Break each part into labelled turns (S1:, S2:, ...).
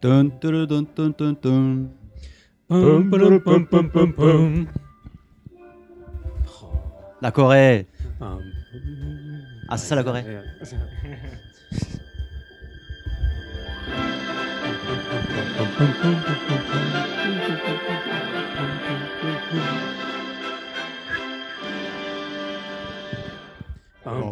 S1: Dun, dun, dun, dun, dun, dun.
S2: Pum, pum, pum, pum, pum, pum.
S1: La Corée
S2: Ah,
S1: Ah, c'est ça la Corée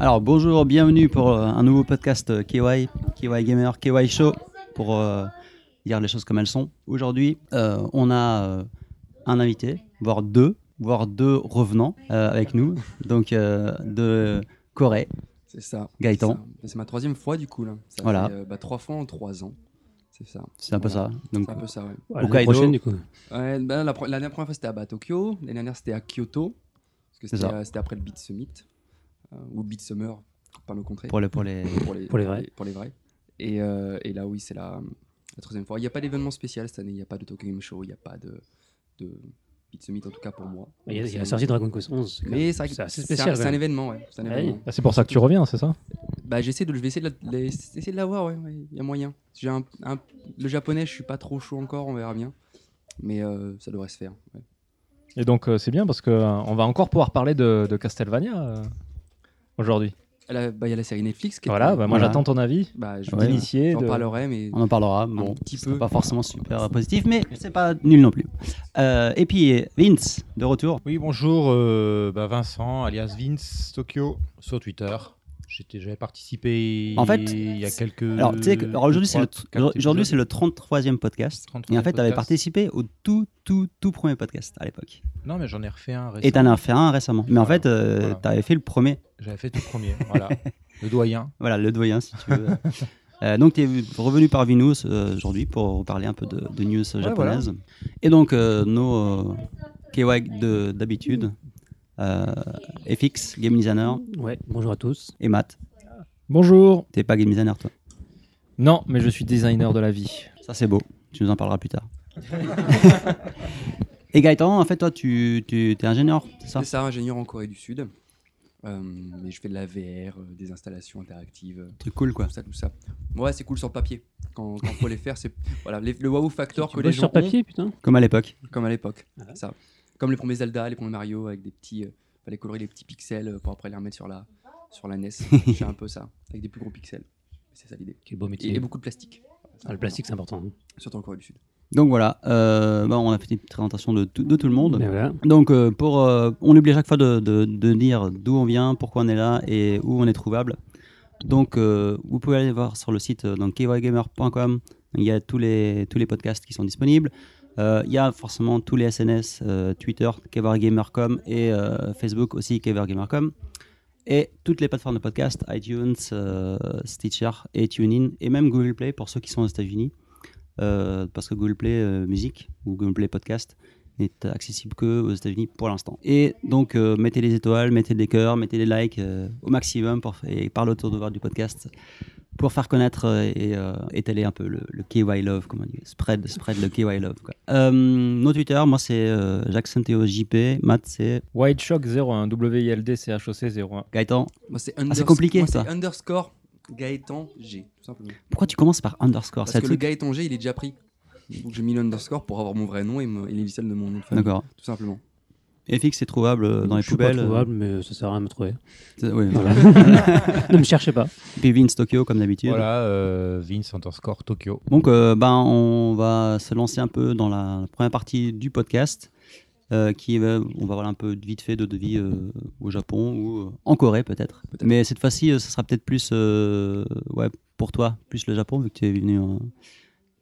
S1: Alors bonjour, bienvenue pour euh, un nouveau podcast euh, KY, KY Gamer, KY Show, pour euh, dire les choses comme elles sont. Aujourd'hui, euh, on a euh, un invité, voire deux, voire deux revenants euh, avec nous, donc euh, de Corée.
S3: C'est ça.
S1: Gaëtan.
S3: C'est ça. C'est ma troisième fois du coup là. Ça
S1: Voilà.
S3: fait, euh, bah, trois fois en trois ans. C'est ça.
S1: C'est un peu ça. Donc
S3: C'est un peu ça, ouais.
S2: Voilà, la
S1: Hokkaido.
S2: prochaine, du coup.
S3: Ouais, bah, la, pro- la dernière première fois c'était à bah, Tokyo, la dernière c'était à Kyoto, parce que
S1: C'est
S3: c'était
S1: ça.
S3: euh, c'était après le Beat Summit, euh, ou Beat Summer, par le contraire.
S1: pour les, pour les...
S3: les,
S2: Pour les vrais.
S3: Pour les vrais. Et, euh, et là oui, c'est la, la troisième fois. Il n'y a pas d'événement spécial cette année, il n'y a pas de Tokyo Game Show, il n'y a pas de, de Beat Summit en tout cas pour moi.
S2: Il y a- il y a la
S3: C'est-
S2: sortie de Dragon Quest 11. c'est quand même-
S3: Mais c'est vrai que
S2: c'est assez
S3: c'est un-
S2: spécial,
S3: C'est
S2: quand
S3: un
S2: même.
S3: événement, ouais. C'est un
S2: Ouais.
S3: événement.
S4: Ah, c'est pour ça que tu reviens, c'est ça
S3: Bah, j'essaie de le, je vais essayer de la, de la- essayer de la voir, ouais, ouais, il y a moyen. J'ai un, un- le japonais, je suis pas trop chaud encore, on verra bien. Mais euh, ça devrait se faire. ouais.
S4: Et donc, euh, c'est bien parce qu'on on va encore pouvoir parler de, de Castlevania euh, aujourd'hui.
S3: Elle a- bah, Il y a la série Netflix qui est.
S4: Voilà, bah, moi
S1: Voilà.
S4: j'attends ton avis.
S3: Bah, je
S1: Ouais.
S4: D'initié,
S3: J'en
S4: de-
S3: parlerai, mais.
S1: On en parlera, bon,
S3: petit
S1: c'est
S3: peu.
S1: pas forcément super euh, positif, mais c'est pas nul non plus. Euh, et puis euh, Vince, de retour.
S5: Oui, bonjour, euh, bah, Vincent, alias Vince Tokyo, sur Twitter. J'étais- J'avais participé
S1: En fait,
S5: il y a quelques.
S1: Alors, tu sais que- alors, aujourd'hui, c'est le,
S5: trois, quatre
S1: aujourd'hui, c'est
S5: épisodes.
S1: le 33e podcast. Et en
S5: 33e
S1: fait, tu avais
S5: podcast.
S1: participé au tout, tout, tout premier podcast à l'époque.
S5: Non, mais j'en ai refait un
S1: Et
S5: récemment.
S1: t'en as fait un récemment. Mais en
S5: Voilà,
S1: fait, euh,
S5: voilà.
S1: t'avais fait le premier.
S5: J'avais fait tout premier, voilà. Le doyen.
S1: Voilà, le doyen, si tu veux. Euh, donc, tu es revenu par Vinous euh, aujourd'hui pour parler un peu de, de news japonaises. Et donc, euh, nos euh, KY de- d'habitude, euh, FX, Game Designer
S2: Ouais, bonjour à tous.
S1: et Matt.
S4: Bonjour
S1: T'es pas Game Designer, toi.
S4: Non, mais je suis designer de la vie.
S1: Ça, c'est beau. Tu nous en parleras plus tard. et Gaëtan, en fait, toi, tu, tu es ingénieur, c'est ça
S3: C'est ça, ingénieur en Corée du Sud. Euh, mais je fais de la VR, euh, des installations interactives, euh,
S1: truc cool, quoi.
S3: tout ça, tout ça. Ouais, c'est cool sur le papier. Quand, quand faut les faire, c'est. Voilà, les- le wow factor
S2: Tu
S3: que les
S2: bosses
S3: gens
S2: sur papier, putain
S1: Comme à l'époque.
S3: ont, comme à l'époque. Ça. Comme les premiers Zelda, les premiers Mario, avec des petits. euh, fallait colorer les petits pixels euh, pour après les remettre sur la, sur la NES. J'ai un peu ça, avec des plus gros pixels. C'est ça l'idée.
S2: Quel beau
S3: Et,
S2: métier.
S3: et beaucoup de plastique.
S2: Ah, le plastique, c'est important. hein.
S3: Surtout en Corée du Sud.
S1: Donc voilà, euh, bah, on a fait une petite présentation de, tout- de tout le monde.
S2: Ben voilà.
S1: Donc, euh, pour, euh, on oublie à chaque fois de, de- de dire d'où on vient, pourquoi on est là et où on est trouvable. Donc, euh, vous pouvez aller voir sur le site euh, donc kygamer.com. Il y a tous les, tous les podcasts qui sont disponibles. Euh, il y a forcément tous les SNS, euh, Twitter, kygamer.com et euh, Facebook aussi, kygamer.com. Et toutes les plateformes de podcast, iTunes, euh, Stitcher et TuneIn, et même Google Play pour ceux qui sont aux États-Unis. Euh, parce que Google Play euh, Musique ou Google Play Podcast n'est accessible que aux États-Unis pour l'instant. Et donc, euh, mettez les étoiles, mettez des cœurs, mettez des likes euh, au maximum pour, et parlez autour de voir du podcast pour faire connaître euh, et euh, étaler un peu le, le KY Love, comment on dit, spread, spread le KY Love. Quoi. Euh, nos Twitter, moi c'est euh, Théo JP, Matt c'est
S4: White Shock 01, WILDCHOC 01.
S1: Gaëtan.
S3: Moi, c'est
S1: c'est compliqué,
S3: moi,
S1: ça.
S3: c'est underscore Gaëtan G, tout simplement.
S1: Pourquoi tu commences par underscore
S3: Parce
S1: c'est
S3: que le
S1: le truc
S3: Gaëtan G, il est déjà pris. Donc j'ai mis l'underscore pour avoir mon vrai nom et, me- et l'initiale de mon nom de famille,
S1: D'accord.
S3: tout simplement.
S1: FX c'est trouvable euh, dans les
S2: je suis pas
S1: poubelles. euh,
S2: trouvable, mais ça sert à rien de me trouver.
S1: c'est- ouais.
S2: Voilà. ne me cherchez pas.
S1: Puis Vince Tokyo comme d'habitude.
S5: Voilà, euh, Vince underscore Tokyo.
S1: Donc, euh, ben, on va se lancer un peu dans la première partie du podcast, euh, qui va- on va parler un peu de vite fait de devis euh, au Japon ou euh, en Corée peut-être.
S3: Peut-être.
S1: Mais cette fois-ci, euh, ça sera peut-être plus, euh, ouais, pour toi, plus le Japon vu que tu es venu, euh,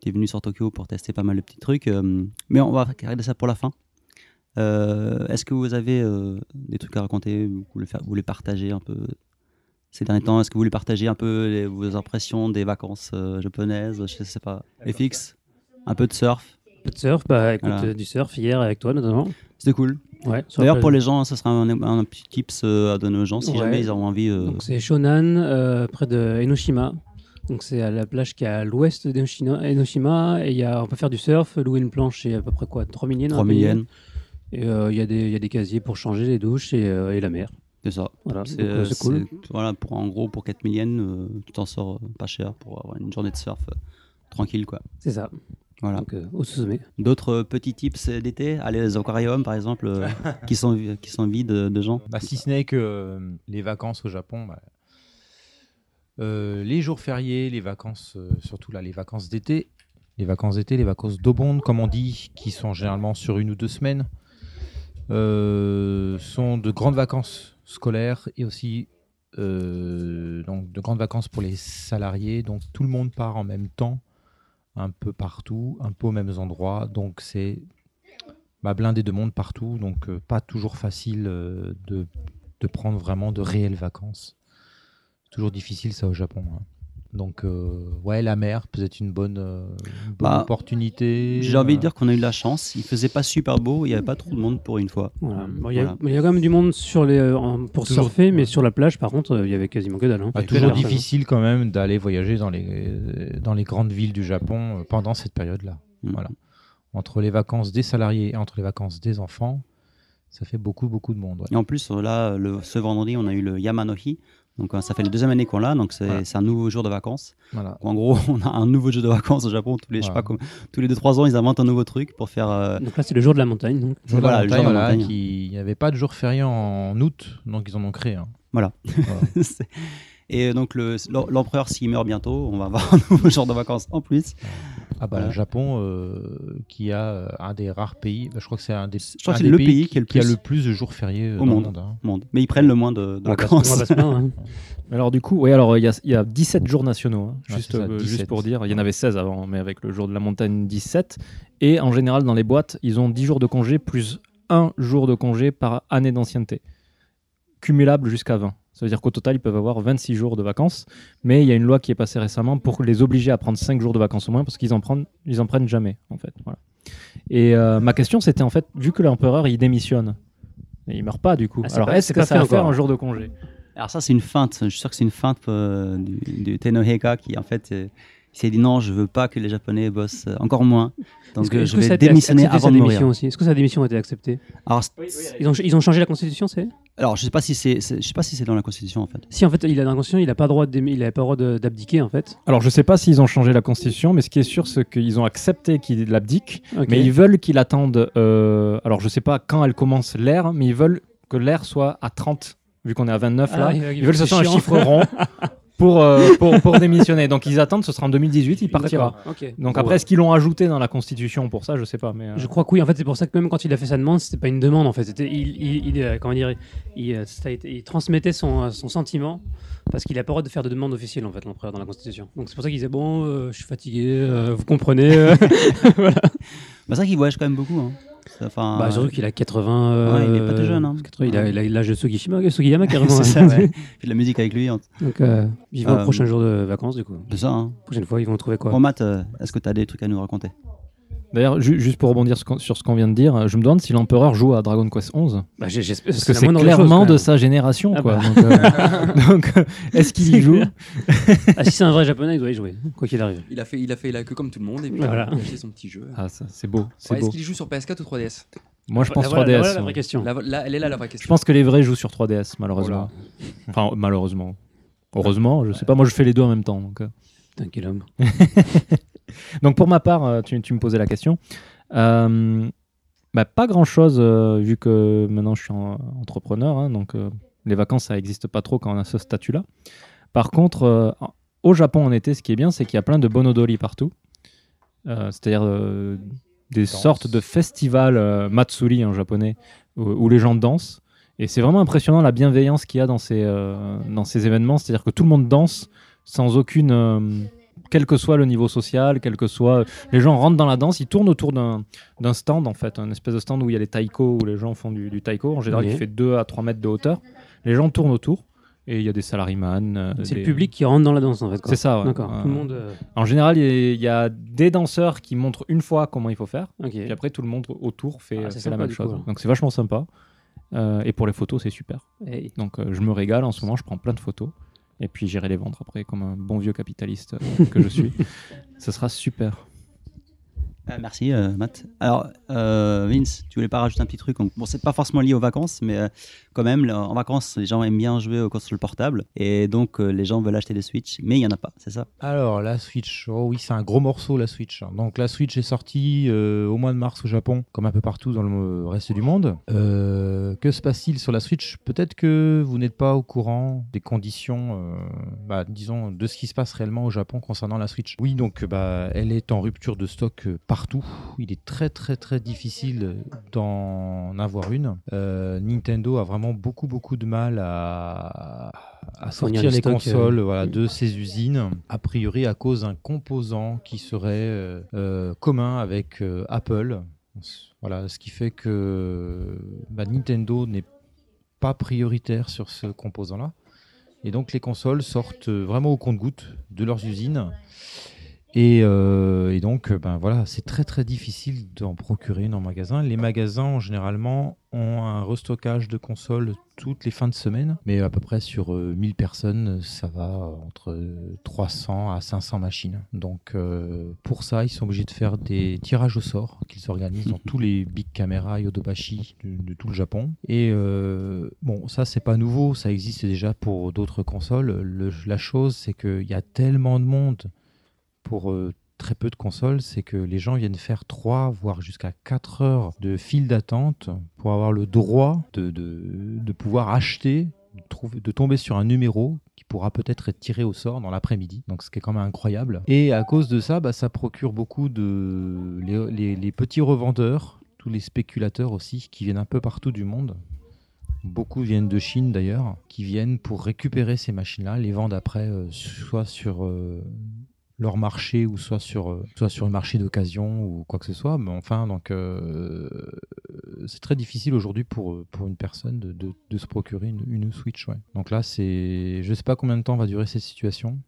S1: tu es venu sur Tokyo pour tester pas mal de petits trucs. euh, mais on va garder ça pour la fin. Euh, Est-ce que vous avez euh, des trucs à raconter ou vous voulez, faire- vous voulez partager un peu ces derniers temps Est-ce que vous voulez partager un peu les- vos impressions des vacances euh, japonaises Je sais pas. FX Un peu de surf
S2: Un peu de surf, bah écoute,
S1: Voilà.
S2: euh, du surf hier avec toi notamment.
S1: C'était cool.
S2: Ouais, sur la
S1: D'ailleurs,
S2: plage.
S1: pour les gens, ce sera un, un petit tips euh, à donner aux gens si
S2: Ouais.
S1: jamais ils ont envie. euh,
S2: Donc c'est Shonan, euh, près de Enoshima. Donc c'est à la plage qui est à l'ouest d'Enoshima. Enoshima, et il y a, on peut faire du surf, louer une planche, c'est à peu près quoi 3 000 yens
S1: 3
S2: un
S1: 000
S2: peu
S1: yens,
S2: Et euh, il y, a des- il y a des casiers pour changer les douches et, euh, et la mer.
S1: c'est ça.
S2: Voilà,
S1: C'est
S2: donc, euh, c'est cool.
S1: c'est- Voilà, pour, en gros, pour 4 000 yens, euh, tu t'en sors euh, pas cher pour avoir une journée de surf euh, tranquille. quoi.
S2: C'est ça.
S1: Voilà.
S2: Donc euh, au sommet.
S1: D'autres euh, petits tips euh, d'été Aller aux aquariums, par exemple, euh, qui, sont, vi- qui sont vides euh, de gens.
S5: Bah, si ce n'est que euh, les vacances au Japon, bah, euh, les jours fériés, les vacances, euh, surtout là, les vacances d'été, les vacances d'été, les vacances d'obonde, comme on dit, qui sont généralement sur une ou deux semaines, euh, sont de grandes vacances scolaires et aussi euh, donc de grandes vacances pour les salariés. Donc tout le monde part en même temps, un peu partout, un peu aux mêmes endroits. Donc c'est bah, blindé de monde partout, donc euh, pas toujours facile euh, de, de prendre vraiment de réelles vacances. Toujours difficile ça au Japon. hein. Donc euh, ouais, la mer peut être une bonne, euh, une bonne
S1: Bah,
S5: opportunité.
S1: J'ai envie
S5: euh,
S1: de dire qu'on a eu de la chance. Il faisait pas super beau, il y avait pas trop de monde pour une fois.
S2: Voilà. Bon, il y a-
S1: Mmh. Voilà.
S2: mais il y a quand même du monde sur les, euh, en- pour
S5: Toujours.
S2: surfer, mais
S5: Ouais.
S2: sur la plage, par contre, euh, il y avait quasiment que dalle. hein. Il y
S5: bah,
S2: avait
S5: toujours
S2: que dalle.
S5: difficile quand même d'aller voyager dans les, euh, dans les grandes villes du Japon euh, pendant cette période-là.
S1: Mm.
S5: Voilà. Entre les vacances des salariés et entre les vacances des enfants, ça fait beaucoup, beaucoup de monde. ouais.
S1: Et en plus, euh, là, le, ce vendredi, on a eu le Yamanohi. Donc, euh, ça fait la deuxième année qu'on l'a. Donc, c'est
S5: Voilà.
S1: c'est un nouveau jour de vacances.
S5: Voilà.
S1: En gros, on a un nouveau jeu de vacances au Japon. Tous les, je sais
S5: Voilà.
S1: pas, comme, tous les 2-3 ans, ils inventent un nouveau truc pour faire. euh,
S2: Donc là, c'est le jour de la montagne. donc.
S5: Jour de
S1: Voilà,
S5: la
S1: le
S5: montagne,
S1: jour de la
S5: voilà,
S1: montagne.
S5: qui- il n'y avait pas de jour férié en août, donc ils en ont créé. un.
S1: Voilà.
S5: Voilà.
S1: c'est- Et donc, le- l'em- l'empereur, s'il meurt bientôt, on va avoir un nouveau genre de vacances en plus.
S5: Ah bah
S1: Voilà.
S5: le Japon euh, qui a euh, un des rares pays, bah, je crois que c'est un des,
S1: Je crois
S5: un
S1: que c'est
S5: des
S1: le pays qui a le
S5: qui a
S1: plus-
S5: le plus de jours fériés euh,
S1: au
S5: dans le
S1: monde.
S5: monde. hein.
S1: Monde. Mais ils prennent le moins de, de
S2: On va pas se- on va
S1: vacances.
S2: pas se plaindre, hein.
S6: Alors du coup, oui, alors il y, a- il y a 17 jours nationaux, hein,
S5: Ouais,
S6: juste,
S5: c'est ça,
S6: euh, juste
S5: 17.
S6: pour dire. Il y en avait 16 avant, mais avec le jour de la montagne, 17. Et en général, dans les boîtes, ils ont 10 jours de congé plus un jour de congé par année d'ancienneté, cumulable jusqu'à 20. Ça veut dire qu'au total, ils peuvent avoir 26 jours de vacances, mais il y a une loi qui est passée récemment pour les obliger à prendre 5 jours de vacances au moins, parce qu'ils en prennent, ils en prennent jamais, en fait. Voilà. Et euh, ma question, c'était en fait, vu que l'empereur, il démissionne, et il meurt pas du coup.
S2: Ah, c'est
S6: alors
S2: pas-
S6: est-ce
S2: c'est
S6: que
S2: pas
S6: ça
S2: fait
S6: va faire
S2: encore.
S6: un jour de congé
S1: Alors, ça, c'est une feinte. Je suis sûr que c'est une feinte euh, du, du Tenoheka qui, en fait. euh, s'est dit non, je veux pas que les Japonais bossent euh, encore moins.
S2: Est-ce
S1: Donc
S2: que-
S1: euh,
S2: est-ce
S1: je
S2: que ça a
S1: vais
S2: été
S1: démissionner
S2: accepté, sa
S1: avant de
S2: démission
S1: mourir.
S2: aussi Est-ce que sa démission a été acceptée
S1: Alors, c-
S2: ils ont, ils ont changé la constitution, c'est
S1: Alors, je sais pas si c'est, c'est- je sais pas si c'est dans la constitution en fait. Bah,
S2: Si en fait, il a dans la constitution, il n'a pas droit de- il a pas droit de- d'abdiquer en fait.
S6: Alors, je sais pas s'ils ont changé la constitution, mais ce qui est sûr, c'est qu'ils ont accepté qu'il l'abdique,
S2: Ok.
S6: mais ils veulent qu'il attende. euh, alors, je sais pas quand elle commence l'ère, mais ils veulent que l'ère soit à 30, vu qu'on est à 29
S2: Ah,
S6: là.
S2: oui, oui,
S6: Ils veulent que ce
S2: c'est
S6: soit un
S2: chiant.
S6: chiffre rond pour, euh, pour, pour démissionner. Donc, ils attendent, ce sera en 2018, il partira.
S2: D'accord, ok.
S6: Donc,
S2: Bon,
S6: après, est-ce qu'ils l'ont ajouté dans la constitution pour ça Je sais pas, mais. euh,
S2: Je crois que oui, en fait, c'est pour ça que même quand il a fait sa demande, c'était pas une demande en fait. C'était, il, il, il, euh, comment dire, il, euh, ça a été- il transmettait son, euh, son sentiment parce qu'il a pas le droit de faire de demande officielle en fait, l'empereur dans la constitution. Donc c'est pour ça qu'il disait Bon, euh, je suis fatigué, euh, vous comprenez. euh.
S1: Bah, c'est vrai qu'il voyage quand même beaucoup. Hein. C'est- Enfin,
S2: Bah, surtout qu'il a 80. euh,
S1: Ouais, il est pas tout jeune, hein.
S2: 80, il, a, il a l'âge de Sugishima, Sugiyama
S1: euh,
S2: carrément.
S1: c'est ça, ouais. Il fait de la musique avec lui. hein.
S2: hein. Donc euh, vivons
S1: Euh,
S2: le prochain jour de vacances du coup.
S1: C'est ça. Hein.
S2: La prochaine fois, ils vont trouver quoi
S1: Bon, Matt, euh, est-ce que tu as des trucs à nous raconter
S6: D'ailleurs, ju- juste pour rebondir ce qu'on- sur ce qu'on vient de dire, euh, je me demande si l'empereur joue à Dragon Quest 11.
S2: Bah, j'ai- j'espère
S6: Parce que
S2: la
S6: c'est
S2: moindre des
S6: clairement
S2: choses, quand
S6: de
S2: même.
S6: sa génération,
S2: Ah
S6: quoi. Donc, euh, donc, euh, est-ce qu'il y joue
S2: Ah, si c'est un vrai japonais, il doit y jouer, quoi qu'il arrive.
S3: Il a fait, il a fait la queue comme tout le monde et puis
S2: Voilà.
S3: il a acheté son petit jeu.
S6: Ah, ça, c'est beau, c'est
S3: Ouais, Est-ce
S6: beau.
S3: qu'il joue sur PS4 ou 3DS
S6: Moi, je pense
S2: Là, Ah, voilà, là,
S6: 3DS.
S2: Voilà la
S6: ouais.
S2: vraie question.
S3: Là, là, elle est là la vraie
S6: Je
S3: question.
S6: pense que les vrais jouent sur 3DS, malheureusement. Enfin, malheureusement. Heureusement, je sais pas. Moi, je fais les deux en même temps. Donc, euh.
S2: Putain, quel homme.
S6: donc pour ma part, euh, tu, tu me posais la question. Euh, bah, pas grand-chose, euh, vu que maintenant je suis en- entrepreneur. hein, donc, euh, les vacances, ça n'existe pas trop quand on a ce statut-là. Par contre, euh, en- au Japon en été, ce qui est bien, c'est qu'il y a plein de bonodori partout. Euh, C'est-à-dire euh, des sortes de festivals euh, matsuri en japonais, où, où les gens dansent. Et c'est vraiment impressionnant la bienveillance qu'il y a dans ces, euh, dans ces événements. C'est-à-dire que tout le monde danse sans aucune. euh, quel que soit le niveau social, quel que soit. Les gens rentrent dans la danse, ils tournent autour d'un d'un stand, en fait, un espèce de stand où il y a les taiko, où les gens font du, du taiko. En général,
S2: Ok.
S6: qui fait 2 à 3 mètres de hauteur. Les gens tournent autour. Et il y a des salaryman. euh,
S2: C'est le
S6: des-
S2: public qui rentre dans la danse en fait. quoi.
S6: C'est ça, ouais.
S2: D'accord.
S6: Euh,
S2: Tout le monde. euh,
S6: En général, il y a- il y, a des danseurs qui montrent une fois comment il faut faire.
S2: Ok.
S6: Et puis après, tout le monde autour fait, euh,
S2: Ah,
S6: fait
S2: c'est
S6: la
S2: sympa,
S6: même
S2: du
S6: chose.
S2: coup, alors.
S6: Donc c'est vachement sympa. Euh, et pour les photos, c'est super.
S2: Hey.
S6: Donc euh, je me régale en ce moment, je prends plein de photos. Et puis j'irai les vendre après, comme un bon vieux capitaliste euh, que je suis. Ce sera super.
S1: Euh, merci, euh, Matt. Alors, euh, Vince, tu voulais pas rajouter un petit truc Bon, c'est pas forcément lié aux vacances, mais euh, quand même, là, en vacances, les gens aiment bien jouer aux consoles portables. Et donc, euh, les gens veulent acheter des Switch, mais il y en a pas, c'est ça
S5: Alors, la Switch, oh oui, c'est un gros morceau, la Switch. Donc, la Switch est sortie euh, au mois de mars au Japon, comme un peu partout dans le reste du monde. Euh, que se passe-t-il sur la Switch Peut-être que vous n'êtes pas au courant des conditions, euh, bah, disons, de ce qui se passe réellement au Japon concernant la Switch. Oui, donc, bah, elle est en rupture de stock euh, partout. Il est très, très, très difficile d'en avoir une. Euh, Nintendo a vraiment beaucoup, beaucoup de mal à, à sortir
S2: du
S5: les
S2: stock, euh,
S5: consoles consoles, voilà, de ces usines, a priori à cause d'un composant qui serait euh, euh, commun avec euh, Apple. Voilà, ce qui fait que bah, Nintendo n'est pas prioritaire sur ce composant-là. Et donc les consoles sortent euh, vraiment au compte-goutte de leurs usines. Et, euh, et donc, euh, ben voilà, c'est très très difficile d'en procurer une en magasin. Les magasins, généralement, ont un restockage de consoles toutes les fins de semaine. Mais à peu près sur euh, 1000 personnes, ça va euh, entre 300 à 500 machines. Donc, euh, pour ça, ils sont obligés de faire des tirages au sort qu'ils organisent dans tous les big caméras Yodobashi de, de tout le Japon. Et euh, bon, ça, c'est pas nouveau. Ça existe déjà pour d'autres consoles. Le- la chose, c'est qu'il y a tellement de monde pour euh, très peu de consoles, c'est que les gens viennent faire 3, voire jusqu'à 4 heures de file d'attente pour avoir le droit de, de- de pouvoir acheter, de, trouver- de tomber sur un numéro qui pourra peut-être être tiré au sort dans l'après-midi, donc ce qui est quand même incroyable. Et à cause de ça, bah, ça procure beaucoup de les, les- les petits revendeurs, tous les spéculateurs aussi, qui viennent un peu partout du monde. Beaucoup viennent de Chine d'ailleurs, qui viennent pour récupérer ces machines-là, les vendent après, euh, soit sur euh, leur marché ou soit sur, euh, soit sur le marché d'occasion ou quoi que ce soit. Mais enfin, donc, euh, euh, c'est très difficile aujourd'hui pour, euh, pour une personne de, de- de se procurer une, une Switch. ouais. Donc là, c'est, je ne sais pas combien de temps va durer cette situation.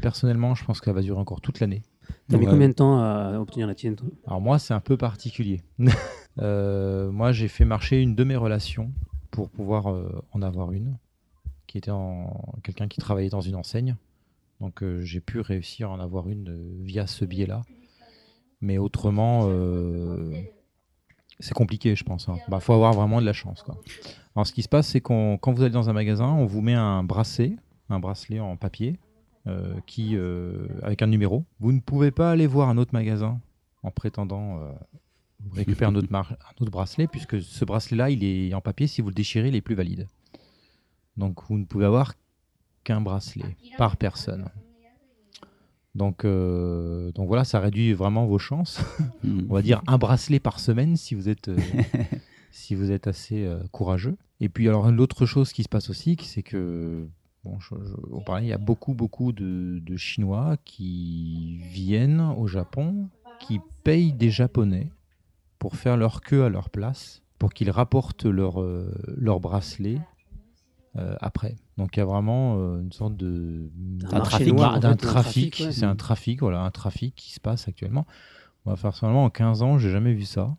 S5: Personnellement, je pense qu'elle va durer encore toute l'année.
S2: T'as mis
S5: Ouais.
S2: combien de temps à obtenir la tienne toi
S5: Alors moi, c'est un peu particulier. Euh, moi, j'ai fait marcher une de mes relations pour pouvoir euh, en avoir une, qui était en... quelqu'un qui travaillait dans une enseigne. Donc euh, j'ai pu réussir à en avoir une euh, via ce biais-là. Mais autrement, euh, c'est compliqué, je pense. Il faut avoir vraiment de la chance. Quoi. Alors ce qui se passe, c'est qu'on quand vous allez dans un magasin, on vous met un bracelet, un bracelet en papier, euh, qui euh, avec un numéro. Vous ne pouvez pas aller voir un autre magasin en prétendant euh, récupérer un autre, mar- un autre bracelet, puisque ce bracelet-là, il est en papier. Si vous le déchirez, il est plus valide. Donc, vous ne pouvez avoir qu'un bracelet par personne. Donc, euh, donc voilà, ça réduit vraiment vos chances.
S1: Hmm.
S5: On va dire un bracelet par semaine si vous êtes, euh, si vous êtes assez euh, courageux. Et puis, alors, l'autre chose qui se passe aussi, qui- c'est que, bon, je- je- on parlait, il y a beaucoup, beaucoup de, de Chinois qui viennent au Japon, qui payent des Japonais pour faire leur queue à leur place, pour qu'ils rapportent leur, euh, leur bracelet euh, après. Donc, il y a vraiment euh, une sorte de. d'un
S2: marché
S5: trafic,
S2: noir, en
S5: d'un
S2: fait, un trafic,
S5: trafic,
S2: ouais.
S5: c'est un trafic, voilà, un trafic qui se passe actuellement. Moi, personnellement, en 15 ans, j'ai jamais vu ça.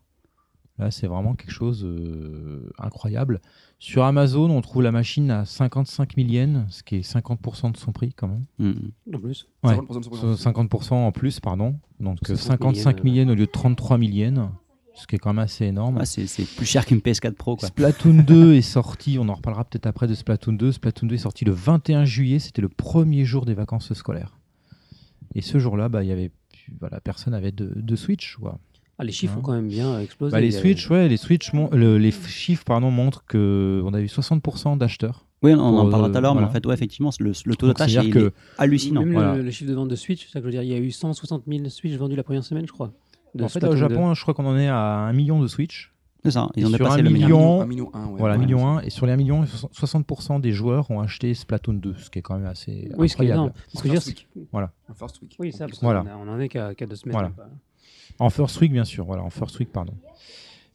S5: Là, c'est vraiment quelque chose euh, incroyable. Sur Amazon, on trouve la machine à 55 000 yens, ce qui est 50% de son prix quand même.
S1: Hmm.
S2: En plus.
S5: Ouais.
S3: 50% de son
S5: So-
S3: présent.
S5: 50% en plus, pardon. Donc euh,
S2: 50 000 yens,
S5: 55 000 yens au lieu de 33 000 yens, ce qui est quand même assez énorme.
S1: Ah, c'est c'est plus cher qu'une PS4 Pro, quoi.
S5: Splatoon 2 est sorti, on en reparlera peut-être après de Splatoon 2. Splatoon 2 est sorti le 21 juillet, c'était le premier jour des vacances scolaires. Et ce jour-là, bah, il y avait, voilà, personne n'avait de, de Switch. quoi.
S2: Ah, les chiffres
S5: Hein.
S2: ont quand même bien euh, explosé.
S5: Bah, les
S2: Il y a-
S5: Switch, ouais, les Switch, mon- le- les f- chiffres pardon, montrent que on a eu 60% d'acheteurs.
S1: Oui, on en
S5: Pour,
S1: parlera
S5: euh,
S1: tout à l'heure, mais en
S5: voilà.
S1: fait, ouais, effectivement, le, le taux
S5: Donc,
S1: d'attache
S5: C'est-à-dire
S1: il
S5: que
S1: est hallucinant.
S2: Même le-
S5: Voilà.
S2: le, chiffre de vente de Switch, c'est ça que je veux dire, il y a eu 160 000 Switch vendus la première semaine, je crois. de
S5: en fait,
S2: Splatoon
S5: au
S2: 2.
S5: Japon, hein, je crois qu'on en est à un million de Switch.
S1: C'est ça, ils ont
S5: Sur
S1: dépassé
S5: un
S1: le
S5: million,
S1: milliard.
S5: million.
S3: Un million, un, ouais.
S5: voilà, un
S3: Ouais.
S5: million un. Et sur les 1 million, 60% des joueurs ont acheté Splatoon 2, ce qui est quand même assez
S2: Oui, ce qui est énorme.
S5: incroyable.
S2: Ce que je veux dire, c'est que-
S3: Un first week.
S2: Oui, ça, parce qu'on
S5: Voilà.
S2: a- on en est qu'à qu'à deux semaines.
S5: Voilà.
S2: même pas.
S5: En first week, bien sûr. Voilà, en first week, pardon.